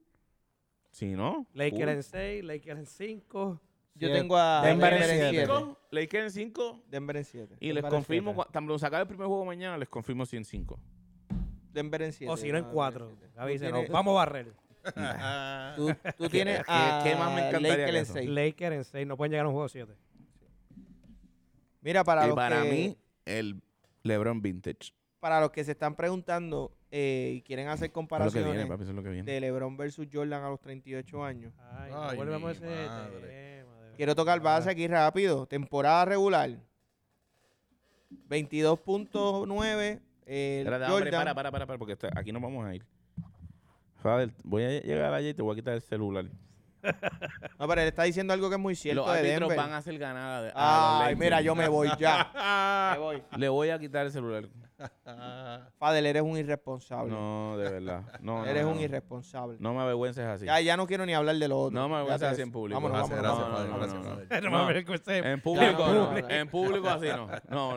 Speaker 4: Si no,
Speaker 2: Lakers
Speaker 4: cool.
Speaker 2: en 6, Lakers en 5.
Speaker 1: Yo
Speaker 3: Siete.
Speaker 1: tengo a
Speaker 3: Denver
Speaker 1: Denver
Speaker 3: en
Speaker 1: en 7.
Speaker 3: siete.
Speaker 4: Cinco, Lakers en 5.
Speaker 1: Denver en 7.
Speaker 4: Y les
Speaker 3: Denver en
Speaker 4: confirmo,
Speaker 3: siete.
Speaker 4: cua- tan pronto se acabe el primer juego mañana, les confirmo si en 5.
Speaker 1: Denver en 7.
Speaker 2: O si no, en 4. Gaby dice, no,
Speaker 1: tienes-
Speaker 2: vamos a barrer.
Speaker 1: Tú, tú tienes
Speaker 4: ¿Qué-
Speaker 1: a
Speaker 4: qué más me encantaría
Speaker 1: Lakers
Speaker 4: que
Speaker 1: en
Speaker 4: eso?
Speaker 1: seis.
Speaker 2: Lakers en 6, no pueden llegar a un juego 7.
Speaker 1: Mira, para
Speaker 4: y
Speaker 1: los
Speaker 4: para
Speaker 1: que-
Speaker 4: mí, el LeBron Vintage.
Speaker 1: para los que se están preguntando eh, y quieren hacer
Speaker 4: Eso es lo que
Speaker 1: comparaciones
Speaker 4: viene, papi, eso es lo que viene.
Speaker 1: de LeBron versus Jordan a los 38 años.
Speaker 2: Ay,
Speaker 5: Ay,
Speaker 2: no volvemos a
Speaker 5: mi
Speaker 2: ese
Speaker 5: madre.
Speaker 2: tema. de
Speaker 1: Quiero tocar
Speaker 2: verdad.
Speaker 1: base aquí rápido. Temporada regular. 22.9 eh,
Speaker 4: Espérate, hombre,
Speaker 1: Jordan.
Speaker 4: para, para, para, para, porque está- aquí nos vamos a ir. Fader, voy a llegar allá y te voy a quitar el celular.
Speaker 1: No, pero él está diciendo algo que es muy cierto
Speaker 4: Los
Speaker 1: de
Speaker 4: árbitros
Speaker 1: Denver.
Speaker 4: van a hacer ganada. de- a los
Speaker 1: Ay,
Speaker 4: Lakers.
Speaker 1: mira, yo me voy ya. me voy.
Speaker 4: Le voy a quitar el celular.
Speaker 1: Fadel, eres un irresponsable.
Speaker 4: No, de verdad. No, no,
Speaker 1: eres
Speaker 4: no,
Speaker 1: un
Speaker 4: no.
Speaker 1: irresponsable.
Speaker 4: No me avergüences así.
Speaker 1: Ya, ya no quiero ni hablar de lo otro.
Speaker 4: No me avergüences
Speaker 1: Fíjate
Speaker 4: así
Speaker 1: eso.
Speaker 4: en público.
Speaker 1: Vámonos,
Speaker 5: Gracias,
Speaker 1: vámonos,
Speaker 5: gracias,
Speaker 1: vámonos,
Speaker 5: Fader,
Speaker 1: vámonos,
Speaker 5: gracias,
Speaker 1: vámonos.
Speaker 5: Fader.
Speaker 2: No me acuerdo ese-
Speaker 4: En público,
Speaker 1: no,
Speaker 4: no.
Speaker 1: no, no.
Speaker 4: En público así no. No,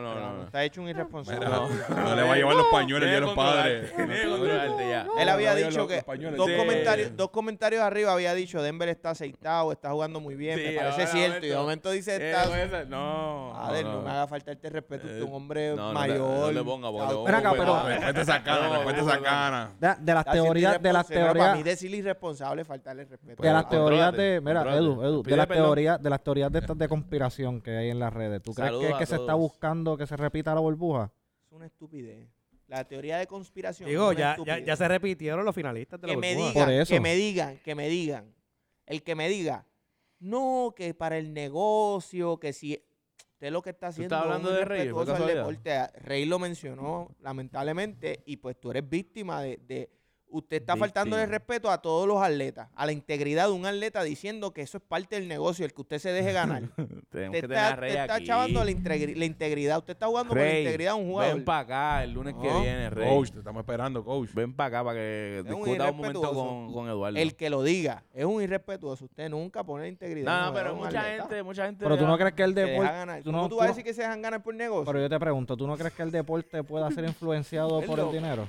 Speaker 1: No,
Speaker 4: no,
Speaker 1: no,
Speaker 4: no. no.
Speaker 1: Está hecho un irresponsable.
Speaker 5: Mira, No le va a llevar los pañuelos ya a los padres.
Speaker 4: Tienes que controlarte ya.
Speaker 1: Él había
Speaker 5: Los-
Speaker 1: dicho
Speaker 5: los
Speaker 1: que
Speaker 5: españoles.
Speaker 1: dos,
Speaker 4: Sí.
Speaker 1: comentarios, dos comentarios arriba había dicho Denver está aceitado, está jugando muy bien, Eh, me
Speaker 4: Sí,
Speaker 1: parece
Speaker 4: ahora
Speaker 1: cierto. Y de
Speaker 4: momento-
Speaker 1: momento dice
Speaker 4: Eh,
Speaker 1: está...
Speaker 4: esa- No.
Speaker 1: Adel, no,
Speaker 4: no. Eh,
Speaker 1: me haga falta este respeto, usted es un hombre
Speaker 4: No, no,
Speaker 1: mayor.
Speaker 4: no le ponga,
Speaker 1: cauto.
Speaker 4: porque le pongo
Speaker 3: Ven acá,
Speaker 4: un
Speaker 3: pero-
Speaker 4: pedazo.
Speaker 5: Respeta esa
Speaker 4: No,
Speaker 5: cara, respeta
Speaker 4: no,
Speaker 5: esa
Speaker 4: no.
Speaker 5: cara.
Speaker 3: De, de las
Speaker 1: Está siendo
Speaker 3: teorías, de
Speaker 1: irresponsable.
Speaker 3: las
Speaker 1: Pero Para
Speaker 3: teorías,
Speaker 1: mí decirle irresponsable es faltarle respeto.
Speaker 3: de las
Speaker 1: Ah,
Speaker 3: teorías
Speaker 4: Contrólate,
Speaker 3: de, mira,
Speaker 4: contrólate.
Speaker 3: Edu, Edu, de
Speaker 4: Pide
Speaker 3: las
Speaker 4: perdón.
Speaker 3: teorías, de las teorías de estas de conspiración que hay en las redes. ¿Tú crees
Speaker 4: Saludos
Speaker 3: que, es
Speaker 4: a
Speaker 3: que se está
Speaker 4: todos.
Speaker 3: buscando que se repita la burbuja?
Speaker 1: Es una estupidez. La teoría de conspiración.
Speaker 2: Digo,
Speaker 1: es una
Speaker 2: ya, ya,
Speaker 1: estupidez.
Speaker 2: ya se repitieron los finalistas de la
Speaker 1: que me
Speaker 2: burbuja.
Speaker 3: Por
Speaker 1: digan,
Speaker 3: eso.
Speaker 1: que me digan, que me digan. El que me diga, no, que para el negocio, que si usted lo que está
Speaker 4: ¿Tú
Speaker 1: haciendo
Speaker 4: estás hablando
Speaker 1: muy
Speaker 4: de Rey? ¿Fue
Speaker 1: respetuoso al
Speaker 4: casualidad?
Speaker 1: deporte. Ah, Rey lo mencionó, lamentablemente, y pues tú eres víctima de, de- usted está faltándole
Speaker 4: Víctima.
Speaker 1: respeto a todos los atletas, a la integridad de un atleta diciendo que eso es parte del negocio, el que usted se deje ganar.
Speaker 4: Tenemos
Speaker 1: Te
Speaker 4: que tener a
Speaker 1: está,
Speaker 4: Rey
Speaker 1: te está
Speaker 4: aquí.
Speaker 1: chavando la, integri- la integridad. Usted está jugando con la
Speaker 4: Rey,
Speaker 1: integridad de un
Speaker 4: Ven
Speaker 1: jugador.
Speaker 4: para acá el lunes que
Speaker 1: No.
Speaker 4: viene, Rey.
Speaker 5: Coach, te estamos esperando, coach.
Speaker 4: Ven para acá para que
Speaker 1: Es un
Speaker 4: discuta un momento
Speaker 1: irrespetuoso.
Speaker 4: con, con Eduardo.
Speaker 1: El que lo diga es un irrespetuoso. Usted nunca pone la integridad.
Speaker 4: no,
Speaker 1: de
Speaker 4: no,
Speaker 1: un
Speaker 4: pero
Speaker 1: jugador,
Speaker 4: mucha
Speaker 1: un atleta.
Speaker 4: gente, mucha gente.
Speaker 3: Pero tú no crees que el
Speaker 1: Se deja
Speaker 3: deporte,
Speaker 1: ganar.
Speaker 3: tú
Speaker 1: ¿Cómo
Speaker 3: no-
Speaker 1: tú
Speaker 3: tú
Speaker 1: vas a
Speaker 3: no-
Speaker 1: decir que se dejan ganar por negocio?
Speaker 3: pero yo te pregunto, ¿tú no crees que el deporte pueda ser influenciado por el
Speaker 1: Perdón.
Speaker 3: dinero?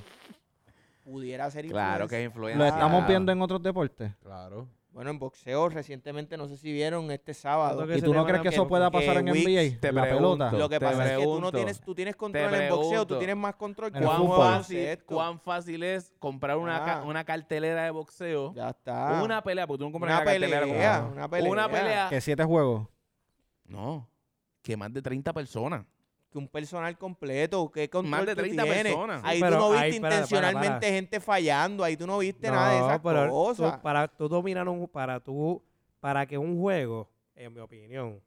Speaker 1: Pudiera ser
Speaker 4: Claro que es
Speaker 1: influencia.
Speaker 4: influencia.
Speaker 3: Lo estamos viendo en otros deportes.
Speaker 5: Claro.
Speaker 1: Bueno, en boxeo recientemente, no sé si vieron este sábado.
Speaker 2: Creo que
Speaker 3: ¿Y
Speaker 2: se
Speaker 3: tú no
Speaker 2: le
Speaker 3: crees
Speaker 2: van
Speaker 3: que
Speaker 2: a-
Speaker 3: eso pueda
Speaker 1: que
Speaker 3: pasar en
Speaker 1: Wicks
Speaker 3: NBA?
Speaker 4: te
Speaker 3: la pelota.
Speaker 4: pregunto.
Speaker 1: Lo que
Speaker 4: Te
Speaker 1: pasa es que tú no
Speaker 4: pregunto,
Speaker 1: tienes, tú tienes control en
Speaker 4: pregunto.
Speaker 1: boxeo, tú tienes más control que
Speaker 3: En el
Speaker 1: en
Speaker 4: ¿Cuán
Speaker 3: fútbol.
Speaker 4: fácil,
Speaker 1: baloncesto.
Speaker 4: cuán fácil es comprar una, ca-
Speaker 1: Ah.
Speaker 4: una cartelera de boxeo.
Speaker 1: Ya está.
Speaker 4: Una pelea, porque tú no compras
Speaker 1: Una
Speaker 4: una, cartelera. como-
Speaker 1: pelea, una pelea.
Speaker 4: Una pelea.
Speaker 3: Que siete juegos.
Speaker 4: No, que más de 30 personas.
Speaker 1: Que un personal completo, que control
Speaker 4: Más de
Speaker 1: tú
Speaker 4: 30
Speaker 1: tienes.
Speaker 4: personas.
Speaker 1: Ahí
Speaker 2: Sí,
Speaker 1: tú
Speaker 2: pero
Speaker 1: no viste
Speaker 2: ahí, espera, para,
Speaker 1: intencionalmente
Speaker 2: para.
Speaker 1: gente fallando, ahí tú no viste nada de esas
Speaker 2: pero tú-
Speaker 1: cosas.
Speaker 2: para tú dominar un para tú para que un juego, en mi opinión,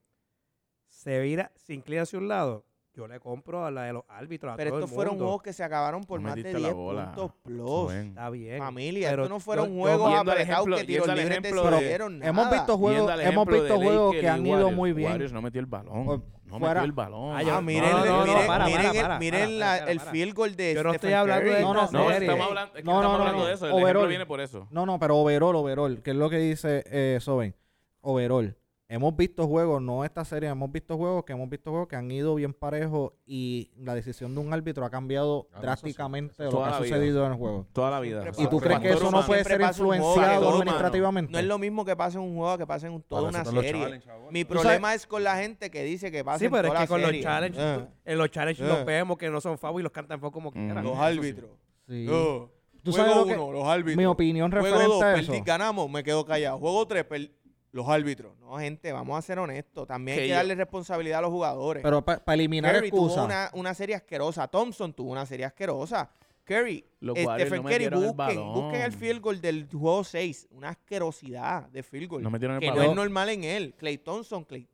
Speaker 2: se vira, se inclina hacia un lado, yo le compro a la de los árbitros, a
Speaker 1: Pero
Speaker 2: todo el
Speaker 1: estos fueron
Speaker 2: mundo.
Speaker 1: juegos que se acabaron por
Speaker 4: No
Speaker 1: más de
Speaker 4: metiste la
Speaker 1: 10
Speaker 4: bola,
Speaker 1: puntos plus.
Speaker 4: Rubén.
Speaker 2: Está bien.
Speaker 1: Familia,
Speaker 2: pero
Speaker 1: estos no fueron
Speaker 2: yo- yo
Speaker 1: juegos
Speaker 4: viendo el
Speaker 1: apretados
Speaker 4: ejemplo-
Speaker 1: que tiros
Speaker 4: yendo al
Speaker 1: libres
Speaker 4: ejemplo de-
Speaker 1: decidieron nada.
Speaker 3: Hemos visto
Speaker 4: Yendo
Speaker 3: juegos,
Speaker 4: al
Speaker 3: hemos
Speaker 4: ejemplo
Speaker 3: visto
Speaker 4: de
Speaker 3: juegos
Speaker 4: Lakers
Speaker 3: que han
Speaker 4: y
Speaker 3: ido
Speaker 4: Warriors.
Speaker 3: muy bien.
Speaker 4: Warriors no metió el balón.
Speaker 3: Pues,
Speaker 4: no
Speaker 3: fuera.
Speaker 4: metió el balón.
Speaker 2: Ah,
Speaker 1: Ah,
Speaker 2: yo-
Speaker 1: miren,
Speaker 2: no, no, no,
Speaker 1: miren,
Speaker 2: para, para,
Speaker 1: miren,
Speaker 2: para,
Speaker 1: miren
Speaker 2: para,
Speaker 1: la-
Speaker 2: para,
Speaker 1: el
Speaker 2: para.
Speaker 1: field goal de
Speaker 2: Yo no estoy
Speaker 1: Stephen
Speaker 2: hablando
Speaker 1: Curry.
Speaker 2: de
Speaker 3: No, no,
Speaker 2: esta
Speaker 4: No,
Speaker 3: serie.
Speaker 4: estamos hablando, es que
Speaker 3: No,
Speaker 4: estamos
Speaker 3: no, no,
Speaker 4: hablando
Speaker 3: no.
Speaker 4: de eso. El
Speaker 3: Overall.
Speaker 4: ejemplo viene por eso.
Speaker 3: No, no, pero overall, overall, que es lo que dice eh, Soben. Overall. Hemos visto juegos, no esta serie, hemos visto juegos que hemos visto juegos que han ido bien parejos y la decisión de un árbitro ha cambiado
Speaker 5: Ah, no, eso sí,
Speaker 3: drásticamente
Speaker 5: eso
Speaker 3: lo
Speaker 4: sí.
Speaker 3: que ha
Speaker 4: Toda la vida.
Speaker 3: sucedido en el juego.
Speaker 4: Toda la vida.
Speaker 1: Siempre
Speaker 3: ¿Y tú
Speaker 1: Factor
Speaker 3: crees que
Speaker 1: humano.
Speaker 3: eso no puede
Speaker 1: Siempre
Speaker 3: ser
Speaker 1: pasa un juego, factor
Speaker 3: influenciado
Speaker 1: humano.
Speaker 3: administrativamente?
Speaker 1: No es lo mismo que pase en un juego que pase en un- toda
Speaker 5: Para
Speaker 1: una
Speaker 5: eso son los
Speaker 1: serie.
Speaker 5: challenge ahora.
Speaker 1: Mi
Speaker 3: Tú sabes-
Speaker 1: problema es con la gente que dice que pasa
Speaker 2: Sí,
Speaker 1: en
Speaker 2: pero es
Speaker 1: toda
Speaker 2: que con
Speaker 1: la
Speaker 2: los
Speaker 1: serie.
Speaker 2: challenges,
Speaker 1: Ah,
Speaker 2: en los challenges
Speaker 1: Eh.
Speaker 2: los vemos que no son favos y los cantan favos como quieran.
Speaker 1: Los
Speaker 4: Eso
Speaker 1: árbitros.
Speaker 3: Sí.
Speaker 1: Oh,
Speaker 3: ¿Tú
Speaker 1: juego
Speaker 3: sabes lo que-
Speaker 1: uno, los árbitros.
Speaker 3: Mi opinión
Speaker 1: Juego dos,
Speaker 3: referente a eso.
Speaker 1: perdí, ganamos, me quedo callado. Juego tres, per- los árbitros. No, gente, vamos a ser honestos. También hay
Speaker 4: Que
Speaker 1: que
Speaker 4: yo-
Speaker 1: darle responsabilidad a los jugadores.
Speaker 3: Pero para eliminar
Speaker 1: Curry tuvo
Speaker 3: excusas.
Speaker 1: una, una serie asquerosa. Thompson tuvo una serie asquerosa. Curry,
Speaker 4: Los Warriors
Speaker 1: Stephen
Speaker 4: no
Speaker 1: Curry,
Speaker 4: metieron el
Speaker 1: busquen,
Speaker 4: balón.
Speaker 1: busquen el field goal del juego 6. Una asquerosidad de field goal.
Speaker 4: No metieron el
Speaker 1: que no
Speaker 4: balón.
Speaker 1: es normal en él. Clay Thompson, Clay,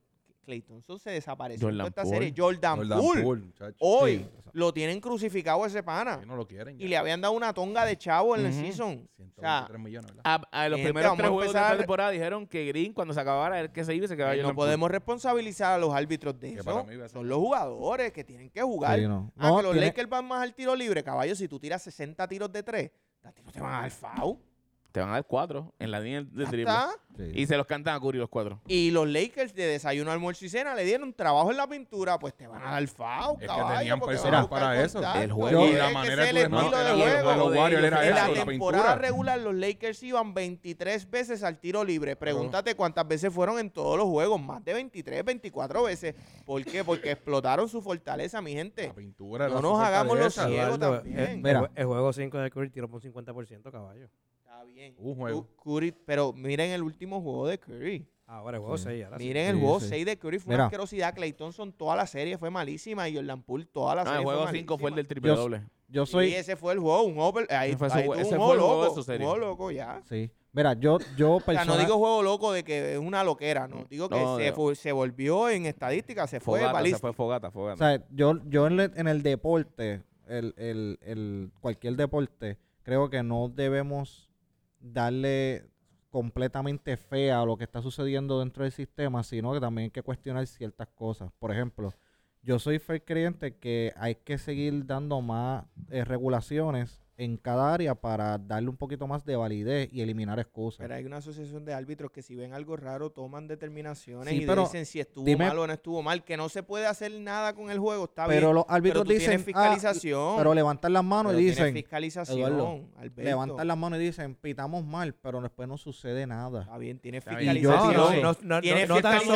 Speaker 1: Clayton se desapareció
Speaker 4: Jordan
Speaker 1: en toda esta
Speaker 4: Poole.
Speaker 1: serie. Jordan,
Speaker 5: Jordan
Speaker 1: Poole.
Speaker 5: Pool, muchacho.
Speaker 1: Hoy
Speaker 5: Sí,
Speaker 1: lo tienen crucificado a ese pana.
Speaker 5: que no lo quieren.
Speaker 1: Y
Speaker 5: ya.
Speaker 1: le habían dado una tonga de chavo en
Speaker 4: Ujú.
Speaker 1: el season. O
Speaker 5: 123
Speaker 1: sea,
Speaker 5: millones, ¿verdad?
Speaker 4: A, a los
Speaker 1: Gente,
Speaker 4: primeros
Speaker 1: vamos
Speaker 4: tres
Speaker 1: a
Speaker 4: juegos de esta
Speaker 1: empezar-
Speaker 4: temporada dijeron que Green, cuando se acabara, el que se iba y se quedaba
Speaker 1: eh,
Speaker 4: Jordan
Speaker 1: no
Speaker 4: Poole.
Speaker 1: podemos responsabilizar a los árbitros de
Speaker 5: Que
Speaker 1: eso.
Speaker 5: para mí va a ser-
Speaker 1: Son los jugadores que tienen que jugar.
Speaker 3: Sí, no.
Speaker 1: Ah,
Speaker 3: No,
Speaker 1: que los
Speaker 3: tiene-
Speaker 1: Lakers van más al tiro libre, caballo. Si tú tiras 60 tiros de tres, a ti no te van a dar foul.
Speaker 4: Te van a dar cuatro en la línea de
Speaker 1: Ya
Speaker 4: triple.
Speaker 1: está.
Speaker 3: sí.
Speaker 4: Y se los cantan a Curry los cuatro.
Speaker 1: Y los Lakers de desayuno, almuerzo y cena le dieron trabajo en la pintura, pues te van a dar foul,
Speaker 5: Es que
Speaker 1: caballo,
Speaker 5: tenían
Speaker 1: porque van a
Speaker 5: personas
Speaker 1: buscar
Speaker 5: para eso.
Speaker 1: contacto.
Speaker 4: El juego.
Speaker 1: Y
Speaker 5: Y la
Speaker 1: es que
Speaker 5: manera
Speaker 1: ese
Speaker 5: de
Speaker 1: es el
Speaker 5: tu
Speaker 1: estilo
Speaker 5: desmonte
Speaker 1: de
Speaker 5: era-
Speaker 4: el
Speaker 1: juego.
Speaker 4: juego de
Speaker 5: Warrior
Speaker 4: ellos,
Speaker 5: era
Speaker 4: era
Speaker 1: En
Speaker 5: eso,
Speaker 1: la
Speaker 5: la
Speaker 1: temporada
Speaker 5: pintura.
Speaker 1: regular, los Lakers iban 23 veces al tiro libre. Pregúntate cuántas veces fueron en todos los juegos. Más de 23, 24 veces. ¿Por qué? Porque explotaron su fortaleza, mi gente.
Speaker 5: La pintura.
Speaker 1: No
Speaker 5: la
Speaker 1: nos hagamos los
Speaker 5: fortaleza.
Speaker 1: ciegos
Speaker 2: Eduardo, eh,
Speaker 1: también.
Speaker 2: el- el
Speaker 3: Mira.
Speaker 2: jue- El juego 5 de Curry tiró por un 50%, caballo.
Speaker 1: Está bien.
Speaker 5: Un juego.
Speaker 1: Cu- Curry, pero miren el último juego de Curry.
Speaker 2: Ahora el juego 6, ahora sí.
Speaker 1: Miren el
Speaker 3: Sí,
Speaker 1: juego
Speaker 3: sí.
Speaker 1: 6 de Curry. Fue
Speaker 3: Mira.
Speaker 1: una asquerosidad. Clay Thompson toda la serie fue malísima. Y Jordan Poole toda la
Speaker 4: Ah,
Speaker 1: serie
Speaker 4: el juego 5 fue el del triple
Speaker 3: Yo-
Speaker 4: doble.
Speaker 3: Yo
Speaker 1: Y
Speaker 3: soy.
Speaker 1: ese fue el juego. Un juego, per- ahí,
Speaker 4: Ese fue su
Speaker 1: ahí
Speaker 4: jue-
Speaker 1: tuvo
Speaker 4: ese
Speaker 1: un
Speaker 4: fue
Speaker 1: juego
Speaker 4: el juego de
Speaker 1: loco.
Speaker 4: su
Speaker 1: Un
Speaker 4: serie.
Speaker 1: juego loco, ya.
Speaker 3: Sí. Mira, yo, yo
Speaker 1: O sea, no
Speaker 3: persona-
Speaker 1: digo juego loco de que es una loquera, no. Digo que
Speaker 4: No,
Speaker 1: se,
Speaker 4: no.
Speaker 1: fu- se volvió en estadística, se fue
Speaker 4: Fogata, se
Speaker 1: balística.
Speaker 4: fue fogata,
Speaker 3: o
Speaker 4: fogata.
Speaker 3: sea, yo, yo en, le- en el deporte, el, el, el, cualquier deporte, creo que no debemos darle completamente fea a lo que está sucediendo dentro del sistema, sino que también hay que cuestionar ciertas cosas. Por ejemplo, yo soy fiel creyente que hay que seguir dando más eh, regulaciones en cada área para darle un poquito más de validez y eliminar excusas.
Speaker 1: Pero hay una asociación de árbitros que si ven algo raro toman determinaciones
Speaker 3: Sí,
Speaker 1: y
Speaker 3: pero
Speaker 1: dicen si estuvo
Speaker 3: dime-
Speaker 1: mal o no estuvo mal, que no se puede hacer nada con el juego, está
Speaker 3: Pero
Speaker 1: bien.
Speaker 3: los árbitros
Speaker 1: pero tú
Speaker 3: dicen,
Speaker 1: tienes fiscalización.
Speaker 3: "Ah", pero levantan las manos
Speaker 1: pero
Speaker 3: y
Speaker 1: tienes
Speaker 3: dicen,
Speaker 1: fiscalización,
Speaker 3: Eduardo,
Speaker 1: Alberto.
Speaker 3: levantan las manos y dicen, pitamos mal, pero después no sucede nada.
Speaker 1: Está bien, tiene
Speaker 4: Está bien.
Speaker 3: Y yo-
Speaker 1: fiscalización.
Speaker 3: No, no,
Speaker 1: Tiene fiscalización.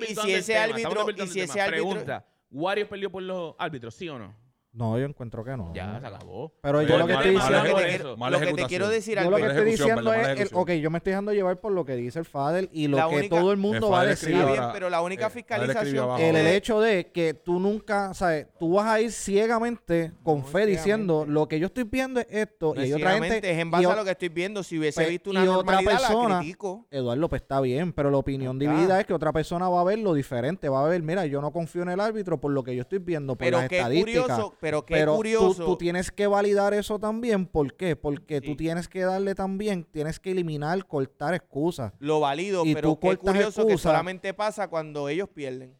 Speaker 1: y si ese árbitro- y si ese árbitro-
Speaker 4: Pregunta, ¿Warriors perdió por los árbitros, sí o no?
Speaker 3: No, yo encuentro que no.
Speaker 4: Ya, se acabó.
Speaker 3: Pero yo
Speaker 5: Pero
Speaker 3: lo que
Speaker 5: no
Speaker 3: estoy
Speaker 5: hay mala
Speaker 1: Lo que
Speaker 3: diciendo,
Speaker 1: te
Speaker 4: por
Speaker 1: quiero-
Speaker 4: eso.
Speaker 5: Mala
Speaker 1: lo que te
Speaker 5: ejecución.
Speaker 1: quiero decir,
Speaker 3: yo lo que
Speaker 1: Alberto,
Speaker 5: Mala
Speaker 3: estoy
Speaker 5: ejecución,
Speaker 3: diciendo
Speaker 5: perdón, mala
Speaker 3: es, el-
Speaker 5: ejecución.
Speaker 3: ok, yo me estoy dejando llevar por lo que dice el Fader y lo
Speaker 1: La
Speaker 3: que
Speaker 1: única-
Speaker 3: todo el mundo
Speaker 5: El
Speaker 3: va a
Speaker 5: Fader
Speaker 3: decir.
Speaker 5: escribió
Speaker 1: está bien,
Speaker 5: ahora,
Speaker 1: pero la única
Speaker 5: eh, ahora le escribió
Speaker 1: fiscalización
Speaker 5: abajo.
Speaker 1: que-
Speaker 3: El, el hecho de que tú nunca, ¿sabes? Tú vas a ir ciegamente con
Speaker 1: No,
Speaker 3: fe diciendo
Speaker 1: ciegamente.
Speaker 3: lo que yo estoy viendo es esto
Speaker 1: No
Speaker 3: y hay
Speaker 1: es
Speaker 3: otra
Speaker 1: ciegamente,
Speaker 3: gente.
Speaker 1: es en
Speaker 3: y
Speaker 1: base
Speaker 3: o-
Speaker 1: a lo que estoy viendo. Si hubiese
Speaker 3: Pe-
Speaker 1: visto una
Speaker 3: y otra
Speaker 1: normalidad,
Speaker 3: persona-
Speaker 1: la critico.
Speaker 3: Eduardo, pues está bien, pero la opinión
Speaker 1: Ahí está.
Speaker 3: dividida es que otra persona va a ver lo diferente, va a ver, mira, yo no confío en el árbitro por lo que yo estoy viendo, por
Speaker 1: Pero
Speaker 3: las
Speaker 1: qué
Speaker 3: estadísticas.
Speaker 1: curioso, pero qué
Speaker 3: pero tú-
Speaker 1: curioso.
Speaker 3: Tú, tienes que validar eso también, ¿por qué? Porque tú
Speaker 1: Sí.
Speaker 3: tienes que darle también, tienes que eliminar, cortar excusas.
Speaker 1: Lo valido,
Speaker 3: Y tú
Speaker 1: pero qué
Speaker 3: cortas
Speaker 1: curioso que
Speaker 3: excusa.
Speaker 1: solamente pasa cuando ellos pierden.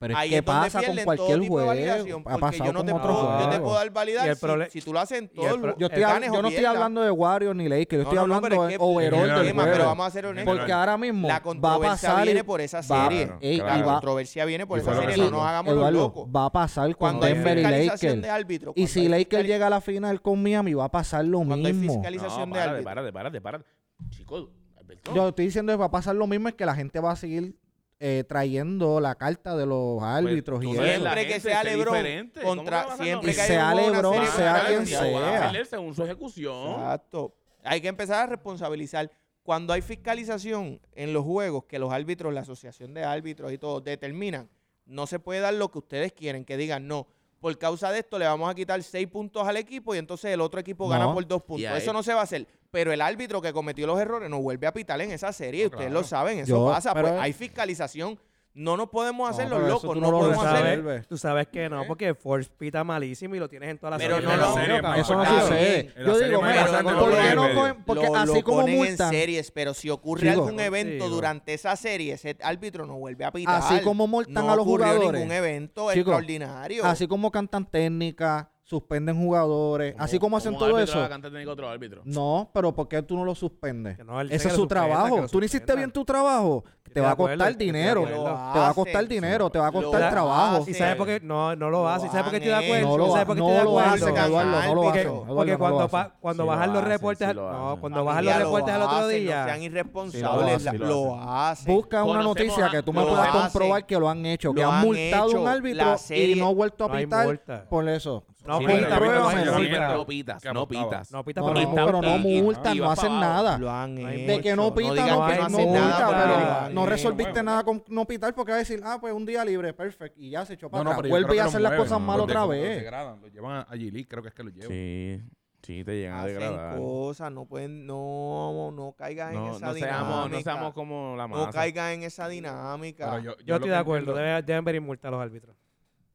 Speaker 3: Pero es
Speaker 1: Ahí
Speaker 3: que
Speaker 1: es donde
Speaker 3: pasa con
Speaker 1: pierden todo
Speaker 3: cualquier
Speaker 1: tipo de
Speaker 3: juego,
Speaker 1: validación,
Speaker 3: ha
Speaker 1: porque
Speaker 3: pasado
Speaker 1: yo no
Speaker 3: con
Speaker 1: te
Speaker 3: otros
Speaker 1: puedo, yo te
Speaker 3: juegos.
Speaker 1: puedo dar
Speaker 2: Y
Speaker 1: validar
Speaker 2: el
Speaker 1: si,
Speaker 2: prole-
Speaker 1: si tú lo haces en
Speaker 2: el
Speaker 1: todo el
Speaker 2: pro-
Speaker 1: juego.
Speaker 3: Yo, estoy,
Speaker 1: Ganes
Speaker 3: hab-
Speaker 1: o
Speaker 3: yo no estoy
Speaker 1: pierdas.
Speaker 3: hablando de Warriors ni Lakers, yo
Speaker 1: No, no,
Speaker 3: estoy
Speaker 1: no,
Speaker 3: hablando
Speaker 1: pero es
Speaker 3: de
Speaker 1: que-
Speaker 3: overall
Speaker 5: el
Speaker 3: del
Speaker 5: tema,
Speaker 1: Emma,
Speaker 3: juego.
Speaker 1: pero vamos a ser honestos.
Speaker 3: Porque ahora mismo
Speaker 1: la
Speaker 3: va a
Speaker 1: controversia
Speaker 3: pasar y-
Speaker 1: viene por esa
Speaker 3: va-
Speaker 1: serie.
Speaker 4: Claro,
Speaker 3: ey, y
Speaker 1: La
Speaker 4: claro.
Speaker 3: va-
Speaker 1: controversia viene por
Speaker 5: Y
Speaker 1: esa
Speaker 5: fue lo que
Speaker 1: serie. No
Speaker 5: pasó.
Speaker 1: nos hagamos los
Speaker 3: Eduardo,
Speaker 1: locos.
Speaker 3: va a pasar con
Speaker 1: Cuando hay
Speaker 3: Denver y
Speaker 1: fiscalización
Speaker 3: Lakers.
Speaker 1: de árbitro.
Speaker 3: Y
Speaker 1: cuando hay
Speaker 3: si Lakers
Speaker 1: fiscal-
Speaker 3: llega a la final con Miami, va a pasar lo
Speaker 1: Cuando hay
Speaker 3: mismo.
Speaker 1: fiscalización
Speaker 4: no,
Speaker 1: de
Speaker 4: párate,
Speaker 1: árbitro.
Speaker 4: párate, párate, párate. Chico, Alberto.
Speaker 3: Yo estoy diciendo que va a pasar lo mismo, es que la gente va a seguir eh, trayendo la carta de los
Speaker 1: Pues,
Speaker 3: árbitros
Speaker 4: tú
Speaker 3: y
Speaker 4: sabes
Speaker 3: eso.
Speaker 4: la
Speaker 1: Siempre que
Speaker 4: gente,
Speaker 1: sea
Speaker 4: sé
Speaker 1: LeBron
Speaker 4: diferente. ¿Cómo
Speaker 1: contra-
Speaker 4: te vas a
Speaker 1: siempre
Speaker 4: nombrar?
Speaker 3: que haya un juego, una serie, sea quien
Speaker 4: Claro, va a
Speaker 3: sea.
Speaker 4: perder según su ejecución.
Speaker 1: Exacto. Hay que empezar a responsabilizar. Cuando hay fiscalización en los juegos que los árbitros, la asociación de árbitros y todo determinan, no se puede dar lo que ustedes quieren, que digan no. Por causa de esto le vamos a quitar seis puntos al equipo y entonces el otro equipo gana
Speaker 3: No.
Speaker 1: por dos puntos.
Speaker 4: ahí-
Speaker 1: Eso no se va a hacer. Pero el árbitro que cometió los errores no vuelve a pitar en esa serie. y
Speaker 5: No,
Speaker 1: ustedes
Speaker 5: claro.
Speaker 1: lo saben, eso
Speaker 3: Yo-
Speaker 1: pasa.
Speaker 3: pero-
Speaker 1: Pues hay fiscalización. No nos podemos hacer
Speaker 3: No,
Speaker 1: los
Speaker 3: pero eso
Speaker 1: locos.
Speaker 3: tú
Speaker 1: No,
Speaker 3: no lo
Speaker 2: Tú
Speaker 1: podemos hacer. Eh.
Speaker 3: resuelves.
Speaker 2: sabes, tú sabes que no, porque Force pita malísimo y lo tienes en toda la
Speaker 1: Pero
Speaker 2: serie.
Speaker 1: no
Speaker 2: en la
Speaker 1: lo-
Speaker 2: serie,
Speaker 5: Serie,
Speaker 2: cabrón.
Speaker 3: Eso no
Speaker 1: Está
Speaker 3: sucede.
Speaker 1: bien.
Speaker 5: En la
Speaker 3: Yo
Speaker 5: serie
Speaker 3: digo,
Speaker 5: más
Speaker 3: mira,
Speaker 1: interesante
Speaker 3: ¿por
Speaker 1: lo
Speaker 3: qué
Speaker 1: ponen
Speaker 3: no
Speaker 5: en medio.
Speaker 3: cogen? Porque
Speaker 1: Lo-
Speaker 3: así
Speaker 1: lo
Speaker 3: como
Speaker 1: ponen
Speaker 3: multan,
Speaker 1: en series, pero si ocurre
Speaker 3: Chico,
Speaker 1: algún evento
Speaker 2: chico.
Speaker 1: durante esa serie, ese árbitro no vuelve a pitar.
Speaker 3: así como multan
Speaker 1: no
Speaker 3: a los
Speaker 1: ocurrió
Speaker 3: jugadores,
Speaker 1: ningún evento
Speaker 3: Chico,
Speaker 1: extraordinario.
Speaker 3: así como cantan técnicas, suspenden jugadores, así como hacen
Speaker 4: un
Speaker 3: todo
Speaker 4: árbitro va
Speaker 3: eso.
Speaker 4: a cantar técnico a otro árbitro.
Speaker 3: No, pero ¿por qué tú no lo suspendes?
Speaker 2: Que no, él dice
Speaker 3: Ese
Speaker 2: que
Speaker 3: es
Speaker 2: lo
Speaker 3: su
Speaker 2: suspenda, que
Speaker 3: trabajo.
Speaker 2: lo
Speaker 3: Tú no hiciste
Speaker 2: suspenda.
Speaker 3: bien tu trabajo. Te
Speaker 2: estoy
Speaker 3: va
Speaker 2: de
Speaker 3: a
Speaker 2: acuerdo,
Speaker 3: costar
Speaker 2: yo estoy de
Speaker 3: dinero. Te
Speaker 2: acuerdo.
Speaker 3: va a costar
Speaker 1: hacen.
Speaker 3: dinero. Te va a
Speaker 1: Lo
Speaker 3: costar trabajo.
Speaker 1: hacen.
Speaker 2: ¿Y sabes por qué? No, no lo
Speaker 1: Lo
Speaker 2: hace. ¿Y sabes por qué estoy de
Speaker 1: hacen.
Speaker 2: acuerdo?
Speaker 3: No lo,
Speaker 2: ¿Sabes
Speaker 3: ha-
Speaker 2: por qué
Speaker 3: no
Speaker 2: estoy de
Speaker 3: lo
Speaker 2: acuerdo?
Speaker 3: hacen, Eduardo. No lo
Speaker 1: Porque-
Speaker 3: hacen.
Speaker 2: Porque,
Speaker 3: Eduardo,
Speaker 2: porque
Speaker 3: no lo
Speaker 2: cuando,
Speaker 3: hacen.
Speaker 2: pa- cuando
Speaker 4: Sí lo
Speaker 2: bajan los
Speaker 4: hacen,
Speaker 2: reportes,
Speaker 4: sí lo
Speaker 2: no,
Speaker 4: hacen.
Speaker 2: cuando
Speaker 1: Familia,
Speaker 2: bajan los
Speaker 1: lo
Speaker 2: reportes al otro
Speaker 1: hacen,
Speaker 2: día.
Speaker 1: No sean
Speaker 3: Sí, lo
Speaker 1: irresponsables.
Speaker 3: hacen,
Speaker 1: la-
Speaker 4: lo
Speaker 1: lo hacen.
Speaker 3: Busca una
Speaker 4: Conocemos
Speaker 3: noticia
Speaker 4: a-
Speaker 3: que tú me
Speaker 4: lo
Speaker 3: puedas
Speaker 1: hacen.
Speaker 3: comprobar que lo han hecho, que
Speaker 1: Lo
Speaker 3: han
Speaker 1: han
Speaker 3: multado a un
Speaker 1: hecho.
Speaker 3: árbitro
Speaker 1: La serie-
Speaker 3: y no ha vuelto a
Speaker 2: No hay
Speaker 3: pitar
Speaker 2: multa.
Speaker 3: por eso.
Speaker 2: No
Speaker 4: Sí,
Speaker 2: pita,
Speaker 4: pero-
Speaker 2: pero no
Speaker 3: pruébame,
Speaker 2: hay
Speaker 4: no
Speaker 2: multa.
Speaker 4: pitas,
Speaker 5: multa.
Speaker 4: no pitas,
Speaker 5: Que
Speaker 4: no
Speaker 5: apostaba.
Speaker 4: pitas.
Speaker 2: No pita
Speaker 3: No,
Speaker 2: por
Speaker 3: no,
Speaker 4: multan,
Speaker 3: pero no
Speaker 4: y-
Speaker 3: multan,
Speaker 4: y
Speaker 3: no
Speaker 4: va
Speaker 3: hacen
Speaker 4: pa'
Speaker 3: nada.
Speaker 1: Lo han
Speaker 2: De
Speaker 1: hecho.
Speaker 3: De que no
Speaker 1: pitan,
Speaker 3: pitan,
Speaker 2: digan
Speaker 3: no,
Speaker 2: que
Speaker 3: pi-
Speaker 2: no
Speaker 3: no
Speaker 2: hacen nada
Speaker 3: multa,
Speaker 2: para-
Speaker 3: pero no
Speaker 5: Sí,
Speaker 3: resolviste
Speaker 5: bueno.
Speaker 3: nada con no pitar porque va a decir, ah, pues un día libre, perfecto, y ya se echó para
Speaker 5: No, no,
Speaker 3: atrás.
Speaker 5: pero yo
Speaker 3: Vuelve
Speaker 5: creo
Speaker 3: y
Speaker 5: que
Speaker 3: hace
Speaker 5: los
Speaker 3: las
Speaker 5: mueven,
Speaker 3: cosas mal
Speaker 5: los
Speaker 3: otra
Speaker 5: de- Los
Speaker 3: vez.
Speaker 5: degradan, los llevan a- a G League, creo que es que los llevan.
Speaker 4: Sí. Sí, te llegan a degradar.
Speaker 1: Hacen cosas, no pueden, no, no caigan en
Speaker 4: No,
Speaker 1: esa
Speaker 4: no
Speaker 1: dinámica.
Speaker 4: seamos, no seamos como la masa.
Speaker 1: No caigan en esa dinámica.
Speaker 5: Pero
Speaker 1: yo,
Speaker 2: Yo
Speaker 5: lo
Speaker 2: estoy de
Speaker 5: que
Speaker 2: acuerdo,
Speaker 5: entiendo-
Speaker 2: deben, deben venir multar a los árbitros.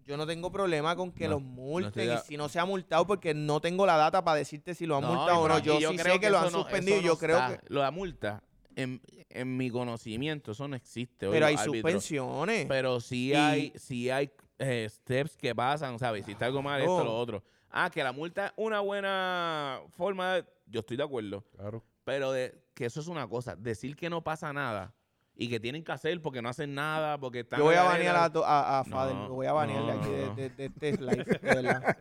Speaker 1: no tengo problema con que
Speaker 5: No,
Speaker 1: los multen
Speaker 5: estoy de-
Speaker 1: y si no se ha multado porque no tengo la data para decirte si lo han
Speaker 4: No,
Speaker 1: multado o
Speaker 4: pero
Speaker 1: no.
Speaker 4: aquí
Speaker 1: Yo, sí sé que lo han
Speaker 4: eso no-
Speaker 1: suspendido.
Speaker 4: eso
Speaker 1: yo
Speaker 4: no
Speaker 1: creo
Speaker 4: está.
Speaker 1: que.
Speaker 4: Lo de multa, en, en mi conocimiento, eso no existe. hoy
Speaker 1: Pero
Speaker 4: los
Speaker 1: hay
Speaker 4: árbitros.
Speaker 1: suspensiones.
Speaker 4: Pero sí
Speaker 1: Y-
Speaker 4: hay, sí hay eh, steps que pasan, ¿sabes? Si está algo mal, esto,
Speaker 1: Claro.
Speaker 4: lo otro. Ah, que la multa es una buena forma. de- Yo estoy de acuerdo.
Speaker 5: Claro.
Speaker 4: Pero de, que eso es una cosa. Decir que no pasa nada y que tienen que hacer porque no hacen nada, porque están.
Speaker 1: Yo voy
Speaker 4: en
Speaker 1: a
Speaker 4: la
Speaker 1: banear
Speaker 4: arena.
Speaker 1: a, to- a, a Fader,
Speaker 4: No,
Speaker 1: lo voy a banear de
Speaker 4: no,
Speaker 1: aquí de,
Speaker 4: no.
Speaker 1: de, de este live, de verdad.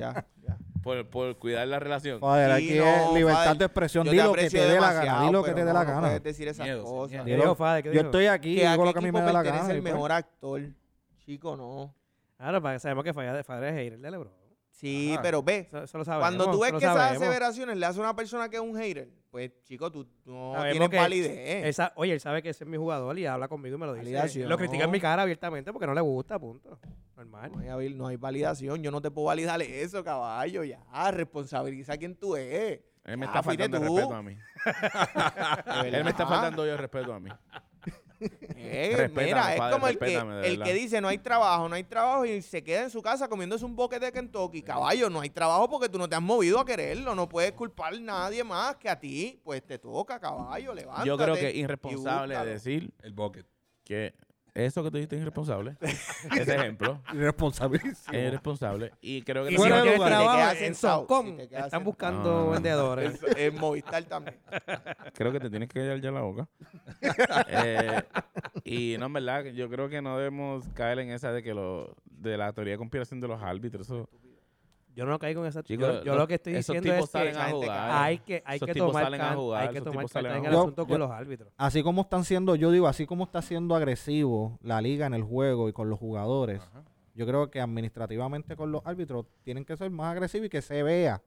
Speaker 1: Ya, ya.
Speaker 4: Por, por cuidar la relación.
Speaker 3: Joder,
Speaker 1: Sí,
Speaker 3: aquí
Speaker 1: no,
Speaker 3: es libertad
Speaker 1: Fader,
Speaker 3: de expresión.
Speaker 1: Yo
Speaker 3: Di
Speaker 1: te
Speaker 3: lo que te
Speaker 1: aprecio
Speaker 3: dé la gana.
Speaker 1: demasiado,
Speaker 3: Di lo que
Speaker 1: pero
Speaker 3: te dé
Speaker 1: no,
Speaker 3: la
Speaker 1: no
Speaker 3: gana.
Speaker 1: puedes decir esas
Speaker 5: Miedo, sin
Speaker 1: cosas.
Speaker 5: miedo.
Speaker 2: Diego
Speaker 3: Digo,
Speaker 2: Fade, ¿qué
Speaker 3: Yo
Speaker 2: dijo?
Speaker 3: estoy aquí y
Speaker 1: Que a
Speaker 3: digo
Speaker 1: qué
Speaker 3: lo que a mí
Speaker 1: equipo
Speaker 3: me da la
Speaker 1: pertenece
Speaker 3: gana.
Speaker 1: el
Speaker 3: y pues,
Speaker 1: mejor actor. Chico, no.
Speaker 2: Claro, para que sabemos que Fade Fade es hater de Lebron.
Speaker 1: Sí,
Speaker 2: Ajá.
Speaker 1: pero ve,
Speaker 2: Eso, eso lo sabemos.
Speaker 1: Cuando tú ves
Speaker 2: eso lo
Speaker 1: que esas
Speaker 2: sabemos.
Speaker 1: aseveraciones le hace una persona que es un hater, pues chico, tú no
Speaker 2: Sabemos que
Speaker 1: tienes validez.
Speaker 2: él sa- oye, él sabe que ese es mi jugador y habla conmigo y me lo dice.
Speaker 1: Validación.
Speaker 2: Lo critica en mi cara abiertamente porque no le gusta, punto. Normal.
Speaker 1: No hay, habil- no hay validación. Yo no te puedo validar eso, caballo. Ya, responsabiliza a quien tú eres.
Speaker 4: Él me
Speaker 1: Ah,
Speaker 4: está
Speaker 1: fuiste
Speaker 4: faltando el
Speaker 1: tú.
Speaker 4: respeto a mí. Él me está faltando yo el respeto a mí.
Speaker 1: Eh,
Speaker 4: Respétame,
Speaker 1: mira, es
Speaker 4: padre,
Speaker 1: como el que,
Speaker 4: respétame, de
Speaker 1: el que
Speaker 4: verdad.
Speaker 1: dice no hay trabajo, no hay trabajo y se queda en su casa comiéndose un boquete de Kentucky. Caballo, no hay trabajo porque tú no te has movido a quererlo. No puedes culpar a nadie más que a ti. Pues te toca, caballo, levántate.
Speaker 4: Yo creo que es
Speaker 1: y
Speaker 4: irresponsable
Speaker 1: búscalo.
Speaker 4: decir
Speaker 5: El bucket.
Speaker 4: que eso que tú dijiste es irresponsable. ese ejemplo
Speaker 3: Irresponsabilísimo.
Speaker 4: es irresponsable. Y creo
Speaker 2: Y
Speaker 4: que
Speaker 2: si
Speaker 4: la
Speaker 3: Fuera
Speaker 2: no
Speaker 3: de
Speaker 4: mayoría-
Speaker 2: tienes
Speaker 1: Te
Speaker 3: lugar.
Speaker 2: trabajo
Speaker 1: quedas
Speaker 2: en
Speaker 1: sentado, si
Speaker 2: Soncom,
Speaker 1: te quedas
Speaker 2: están
Speaker 1: sentado.
Speaker 2: buscando
Speaker 4: No, no, no.
Speaker 2: vendedores.
Speaker 1: Es- En Movistar también.
Speaker 4: creo que te tienes que callar ya la boca. Eh, y no, en verdad, yo creo que no debemos caer en esa de que lo, de la teoría de conspiración de los árbitros. Eso,
Speaker 2: Yo no caigo en esa.
Speaker 4: Chicos,
Speaker 2: yo, yo
Speaker 4: los-
Speaker 2: lo que estoy
Speaker 4: esos
Speaker 2: diciendo
Speaker 4: tipos
Speaker 2: es
Speaker 4: salen
Speaker 2: que
Speaker 4: a
Speaker 1: gente
Speaker 4: jugar.
Speaker 2: hay que, hay
Speaker 4: Esos
Speaker 2: que
Speaker 4: tipos
Speaker 2: tomar,
Speaker 4: salen a
Speaker 2: can-
Speaker 4: jugar,
Speaker 2: hay que
Speaker 4: esos
Speaker 2: tomar
Speaker 4: tipos salen
Speaker 2: cartas
Speaker 4: a
Speaker 2: en el
Speaker 3: jugar.
Speaker 2: asunto
Speaker 3: Yo-
Speaker 2: con
Speaker 3: yo-
Speaker 2: los árbitros.
Speaker 3: Así como están siendo, yo digo, así como está siendo agresivo la liga en el juego y con los jugadores,
Speaker 5: Ajá.
Speaker 3: yo creo que administrativamente con los árbitros tienen que ser más agresivos y que se vea.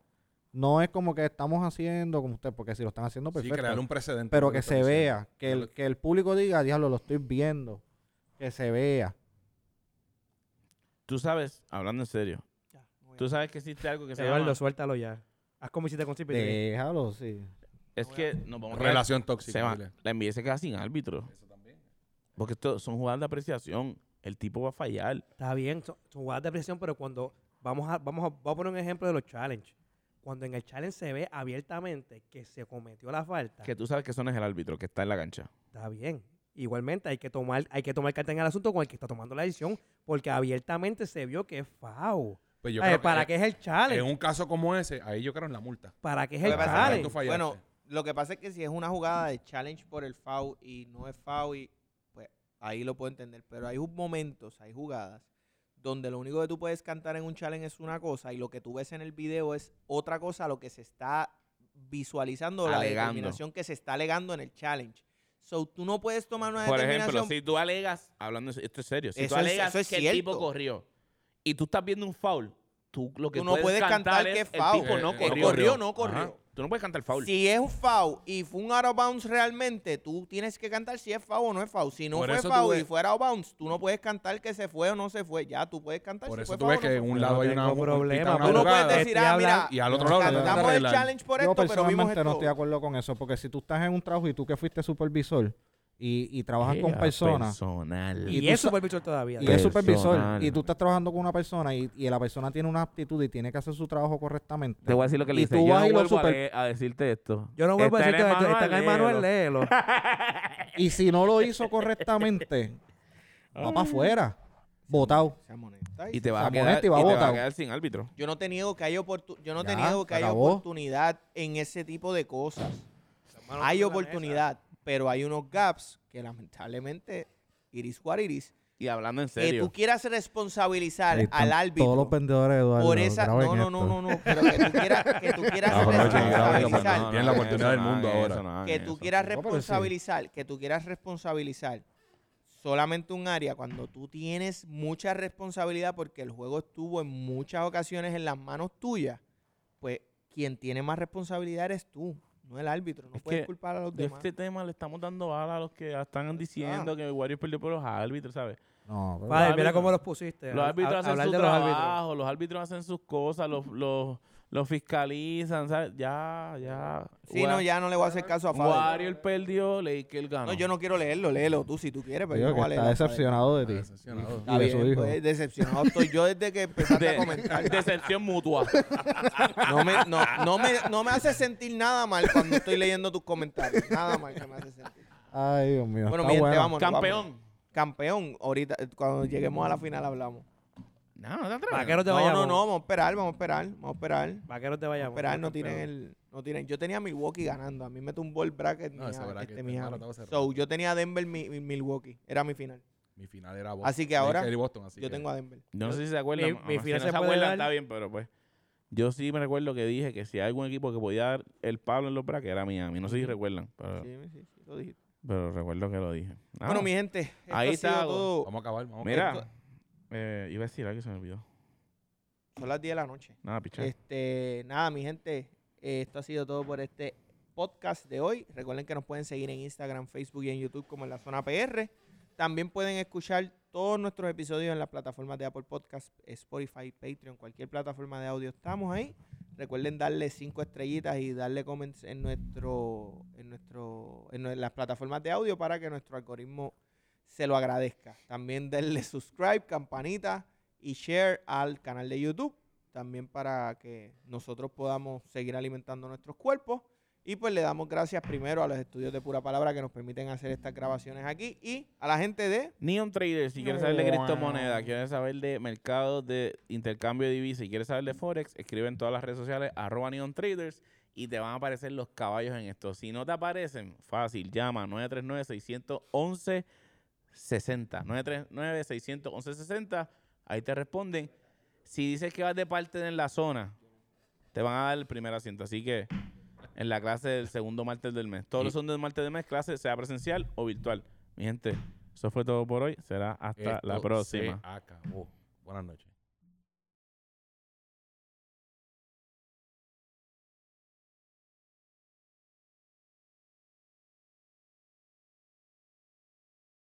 Speaker 3: No es como que estamos haciendo como usted, porque si lo están haciendo
Speaker 5: Sí,
Speaker 3: perfecto.
Speaker 5: crear un precedente.
Speaker 3: pero
Speaker 5: lo
Speaker 3: que
Speaker 5: está
Speaker 3: se
Speaker 5: diciendo.
Speaker 3: vea, que el, que el público diga, diablo, lo estoy viendo. Que se vea.
Speaker 4: tú sabes, hablando en serio, tú sabes que existe algo que se
Speaker 2: Eduardo,
Speaker 4: llama... Eh,
Speaker 2: suéltalo ya. Haz como hiciste con Cipri.
Speaker 3: Déjalo, sí.
Speaker 4: Es que nos vamos a quedar-
Speaker 5: Relación
Speaker 4: se
Speaker 5: tóxica.
Speaker 4: va-
Speaker 5: dile.
Speaker 4: la NBA se queda sin árbitro. Porque esto son jugadas de apreciación. El tipo va a fallar.
Speaker 2: Está bien, son, son jugadas de presión, pero cuando vamos a, vamos a, voy a poner un ejemplo de los challenge. Cuando en el challenge se ve abiertamente que se cometió la falta,
Speaker 4: Que tú sabes que eso no es el árbitro que está en la cancha.
Speaker 2: está bien. Igualmente hay que tomar, hay que tomar carta en el asunto con el que está tomando la decisión, porque abiertamente se vio que es FAO.
Speaker 5: Pues yo
Speaker 2: Eh,
Speaker 5: creo que
Speaker 2: ¿Para
Speaker 5: en-
Speaker 2: qué es el challenge?
Speaker 5: En un caso como ese, ahí yo creo en la multa.
Speaker 2: ¿Para qué es
Speaker 1: Lo
Speaker 2: el
Speaker 1: que pasa es que
Speaker 2: challenge?
Speaker 5: tú fallaste.
Speaker 1: Bueno, lo que pasa es que si es una jugada de challenge por el foul y no es foul, y, pues ahí lo puedo entender. Pero hay un- momentos, hay jugadas donde lo único que tú puedes cantar en un challenge es una cosa y lo que tú ves en el video es otra cosa a lo que se está visualizando, la
Speaker 4: Alegando.
Speaker 1: determinación que se está alegando en el challenge. So, tú no puedes tomar una
Speaker 4: Por ejemplo,
Speaker 1: determinación.
Speaker 4: si tú alegas, hablando de- esto es serio, si
Speaker 1: Eso
Speaker 4: tú
Speaker 1: es-
Speaker 4: alegas
Speaker 1: eso es
Speaker 4: que el
Speaker 1: cierto.
Speaker 4: tipo corrió y tú estás viendo un foul, tú lo que
Speaker 1: Tú no puedes cantar que
Speaker 4: es,
Speaker 1: es foul.
Speaker 4: El tipo no
Speaker 5: Eh, eh,
Speaker 4: corrió.
Speaker 1: corrió, no corrió.
Speaker 4: Ajá. Tú no puedes cantar foul.
Speaker 1: Si es un foul y fue un out of bounds realmente, tú tienes que cantar si es foul o no es foul. Si no
Speaker 5: Por
Speaker 1: fue
Speaker 5: eso
Speaker 1: foul
Speaker 5: tuve-
Speaker 1: y fuera out of bounds, tú no puedes cantar que se fue o no se fue. Ya, tú puedes cantar
Speaker 5: Por
Speaker 1: si
Speaker 5: eso
Speaker 1: fue
Speaker 5: tú
Speaker 1: foul
Speaker 5: ves
Speaker 1: o no
Speaker 5: que en
Speaker 1: se
Speaker 5: un
Speaker 1: fue.
Speaker 5: lado hay
Speaker 2: Yo no
Speaker 5: una,
Speaker 2: tengo
Speaker 5: un- pita
Speaker 2: problema,
Speaker 5: una
Speaker 1: Tú no puedes
Speaker 5: jugada.
Speaker 1: decir,
Speaker 2: Estoy
Speaker 1: ah, mira,
Speaker 2: hablando-
Speaker 5: y al otro lado
Speaker 3: Yo
Speaker 1: cantamos el
Speaker 5: arreglar.
Speaker 1: challenge por
Speaker 3: Yo
Speaker 1: esto, pero vimos
Speaker 3: personalmente
Speaker 1: esto.
Speaker 3: no estoy de acuerdo con eso, porque si tú estás en un trabajo y tú que fuiste supervisor y, y trabajas con
Speaker 4: Ea, pues,
Speaker 3: personas
Speaker 4: Personal.
Speaker 2: Y,
Speaker 3: Y tú
Speaker 2: es
Speaker 3: sa-
Speaker 2: supervisor todavía.
Speaker 3: y es supervisor
Speaker 4: Personal.
Speaker 3: y tú estás trabajando con una persona y, y la persona tiene una aptitud y tiene que hacer su trabajo correctamente.
Speaker 4: Te voy a decir lo que le
Speaker 3: Y
Speaker 4: hice.
Speaker 3: tú
Speaker 4: Yo
Speaker 3: vas
Speaker 4: no
Speaker 3: y lo
Speaker 4: vuelvo a,
Speaker 3: super-
Speaker 4: leer- a decirte esto.
Speaker 2: Yo no vuelvo a
Speaker 4: Está
Speaker 2: decir
Speaker 4: en
Speaker 2: que esto está en
Speaker 4: Emanuel
Speaker 2: Emanuel Lelo.
Speaker 3: Y si no lo hizo correctamente, va para afuera, votado.
Speaker 1: Seamos honestas.
Speaker 4: Y te vas a
Speaker 3: Samuel
Speaker 4: quedar,
Speaker 3: te va
Speaker 4: y te vas a
Speaker 3: botado.
Speaker 4: quedar sin árbitro.
Speaker 1: Yo no te niego que hay oportu- yo no te
Speaker 3: Ya,
Speaker 1: niego
Speaker 3: se
Speaker 1: que hay
Speaker 3: acabó.
Speaker 1: oportunidad en ese tipo de cosas. Hay oportunidad, pero hay unos gaps que lamentablemente iris what iris,
Speaker 4: Y hablando en
Speaker 1: que
Speaker 4: serio.
Speaker 1: tú quieras responsabilizar
Speaker 3: Ahí
Speaker 1: al
Speaker 3: están
Speaker 1: árbitro.
Speaker 3: Todos los vendedores de Eduardo.
Speaker 1: por esa
Speaker 3: graben
Speaker 1: no no no no
Speaker 3: esto.
Speaker 1: no pero que tú quieras que tú quieras
Speaker 5: Cabrón, graben,
Speaker 1: responsabilizar
Speaker 5: graben, Tienen la oportunidad del mundo ahora.
Speaker 1: que tú quieras
Speaker 3: pero sí.
Speaker 1: responsabilizar que tú quieras responsabilizar solamente un área cuando tú tienes mucha responsabilidad porque el juego estuvo en muchas ocasiones en las manos tuyas pues quien tiene más responsabilidad eres tú no el árbitro no
Speaker 4: Es
Speaker 1: puedes
Speaker 4: que
Speaker 1: culpar a los
Speaker 4: De
Speaker 1: demás
Speaker 4: este tema le estamos dando bala a los que
Speaker 1: Ah.
Speaker 4: están diciendo que Warriors perdió por los árbitros, ¿sabes?
Speaker 3: No, pero-
Speaker 2: Padre, mira
Speaker 4: árbitros-
Speaker 2: cómo los pusiste.
Speaker 4: Los
Speaker 2: Hab-
Speaker 4: árbitros
Speaker 2: hab-
Speaker 4: hacen
Speaker 2: hablar
Speaker 4: su
Speaker 2: de los árbitros.
Speaker 4: trabajo, los árbitros hacen sus cosas, los, los, Lo fiscalizan, ¿sabes? Ya, ya.
Speaker 1: Sí, no, ya no le voy a hacer caso a Fader.
Speaker 4: Warrior perdió, leí que él ganó.
Speaker 1: No, yo no quiero leerlo, léelo tú si tú quieres, pero yo
Speaker 3: Digo
Speaker 1: no
Speaker 3: que
Speaker 1: voy a
Speaker 3: está
Speaker 1: leerlo.
Speaker 3: decepcionado de
Speaker 5: Está
Speaker 3: ti.
Speaker 5: decepcionado.
Speaker 1: Está
Speaker 3: de su
Speaker 1: bien,
Speaker 3: hijo.
Speaker 1: pues, decepcionado estoy yo desde que empezaste a comentar.
Speaker 4: De- decepción mutua.
Speaker 1: No me, no, no me, no me hace sentir nada mal cuando estoy leyendo tus comentarios. Nada mal que me hace sentir.
Speaker 3: Ay, Dios mío.
Speaker 1: Bueno, mi
Speaker 3: está
Speaker 1: gente,
Speaker 3: bueno.
Speaker 1: vámonos. vámonos.
Speaker 4: Campeón.
Speaker 1: Campeón, ahorita, eh, cuando lleguemos a la final hablamos.
Speaker 4: No, no te atreves.
Speaker 2: Vaquero te
Speaker 1: No,
Speaker 2: vayamos.
Speaker 1: no, no, vamos a esperar, vamos a esperar, vamos a esperar. Vamos
Speaker 2: Vaquero te
Speaker 1: a
Speaker 2: vayamos.
Speaker 1: esperar, no tienen
Speaker 4: eh,
Speaker 1: el. No tienen. Yo tenía Milwaukee ganando. A mí me tumbó el bracket.
Speaker 5: No,
Speaker 1: Miami,
Speaker 5: esa verdad que
Speaker 1: este
Speaker 5: está
Speaker 1: Miami.
Speaker 5: malo, estaba cerrado.
Speaker 1: So, yo tenía Denver, mi, mi- Milwaukee. Era mi final.
Speaker 5: Mi final era Boston.
Speaker 1: Así que ahora,
Speaker 5: Lakers y Boston, así
Speaker 1: yo
Speaker 5: que-
Speaker 1: tengo a Denver.
Speaker 4: Yo no sé si se acuerdan.
Speaker 2: Mi-
Speaker 4: mamá,
Speaker 2: mi
Speaker 4: si
Speaker 2: final
Speaker 4: no
Speaker 2: se
Speaker 4: se
Speaker 2: puede
Speaker 4: acuerdan,
Speaker 2: dar.
Speaker 4: está bien, pero pues. Yo sí me recuerdo que dije que si hay algún equipo que podía dar el Pablo en los brackets era Miami. No sé si recuerdan,
Speaker 5: Ah.
Speaker 4: pero,
Speaker 1: Sí, sí, sí, lo dijiste.
Speaker 4: pero recuerdo que lo dije. Nada.
Speaker 1: Bueno, mi gente, esto
Speaker 4: Ahí
Speaker 1: ha
Speaker 4: está,
Speaker 1: sido
Speaker 4: Go.
Speaker 1: todo.
Speaker 5: Vamos a acabar, vamos a
Speaker 4: Mira, eh, iba a decir algo que se me olvidó.
Speaker 1: Son las 10 de la noche.
Speaker 4: Nada, pichar.
Speaker 1: Este, nada, mi gente, eh, esto ha sido todo por este podcast de hoy. Recuerden que nos pueden seguir en Instagram, Facebook y en YouTube como en la zona PR. También pueden escuchar todos nuestros episodios en las plataformas de Apple Podcast, Spotify, Patreon, cualquier plataforma de audio. Estamos ahí. Recuerden darle cinco estrellitas y darle comments en nuestro, en nuestro, en nue- las plataformas de audio para que nuestro algoritmo se lo agradezca. También denle subscribe, campanita y share al canal de YouTube también para que nosotros podamos seguir alimentando nuestros cuerpos. Y pues le damos gracias primero a los estudios de pura palabra que nos permiten hacer estas grabaciones aquí y a la gente de
Speaker 4: Neon Trader, si quieres saber de criptomonedas, quieres saber de mercados de intercambio de divisas y quieres saber de Forex, escribe en todas las redes sociales arroba Neon Traders y te van a aparecer los caballos en esto. Si no te aparecen, fácil, llama 939-611-60. 939-611-60. Ahí te responden. Si dices que vas de parte de en la zona, te van a dar el primer asiento. Así que en la clase del segundo martes del mes. Todos los segundos martes del mes, clase sea presencial o virtual. Mi gente, eso fue todo por hoy. Será hasta
Speaker 5: Esto
Speaker 4: la próxima.
Speaker 5: Se acabó. Buenas noches.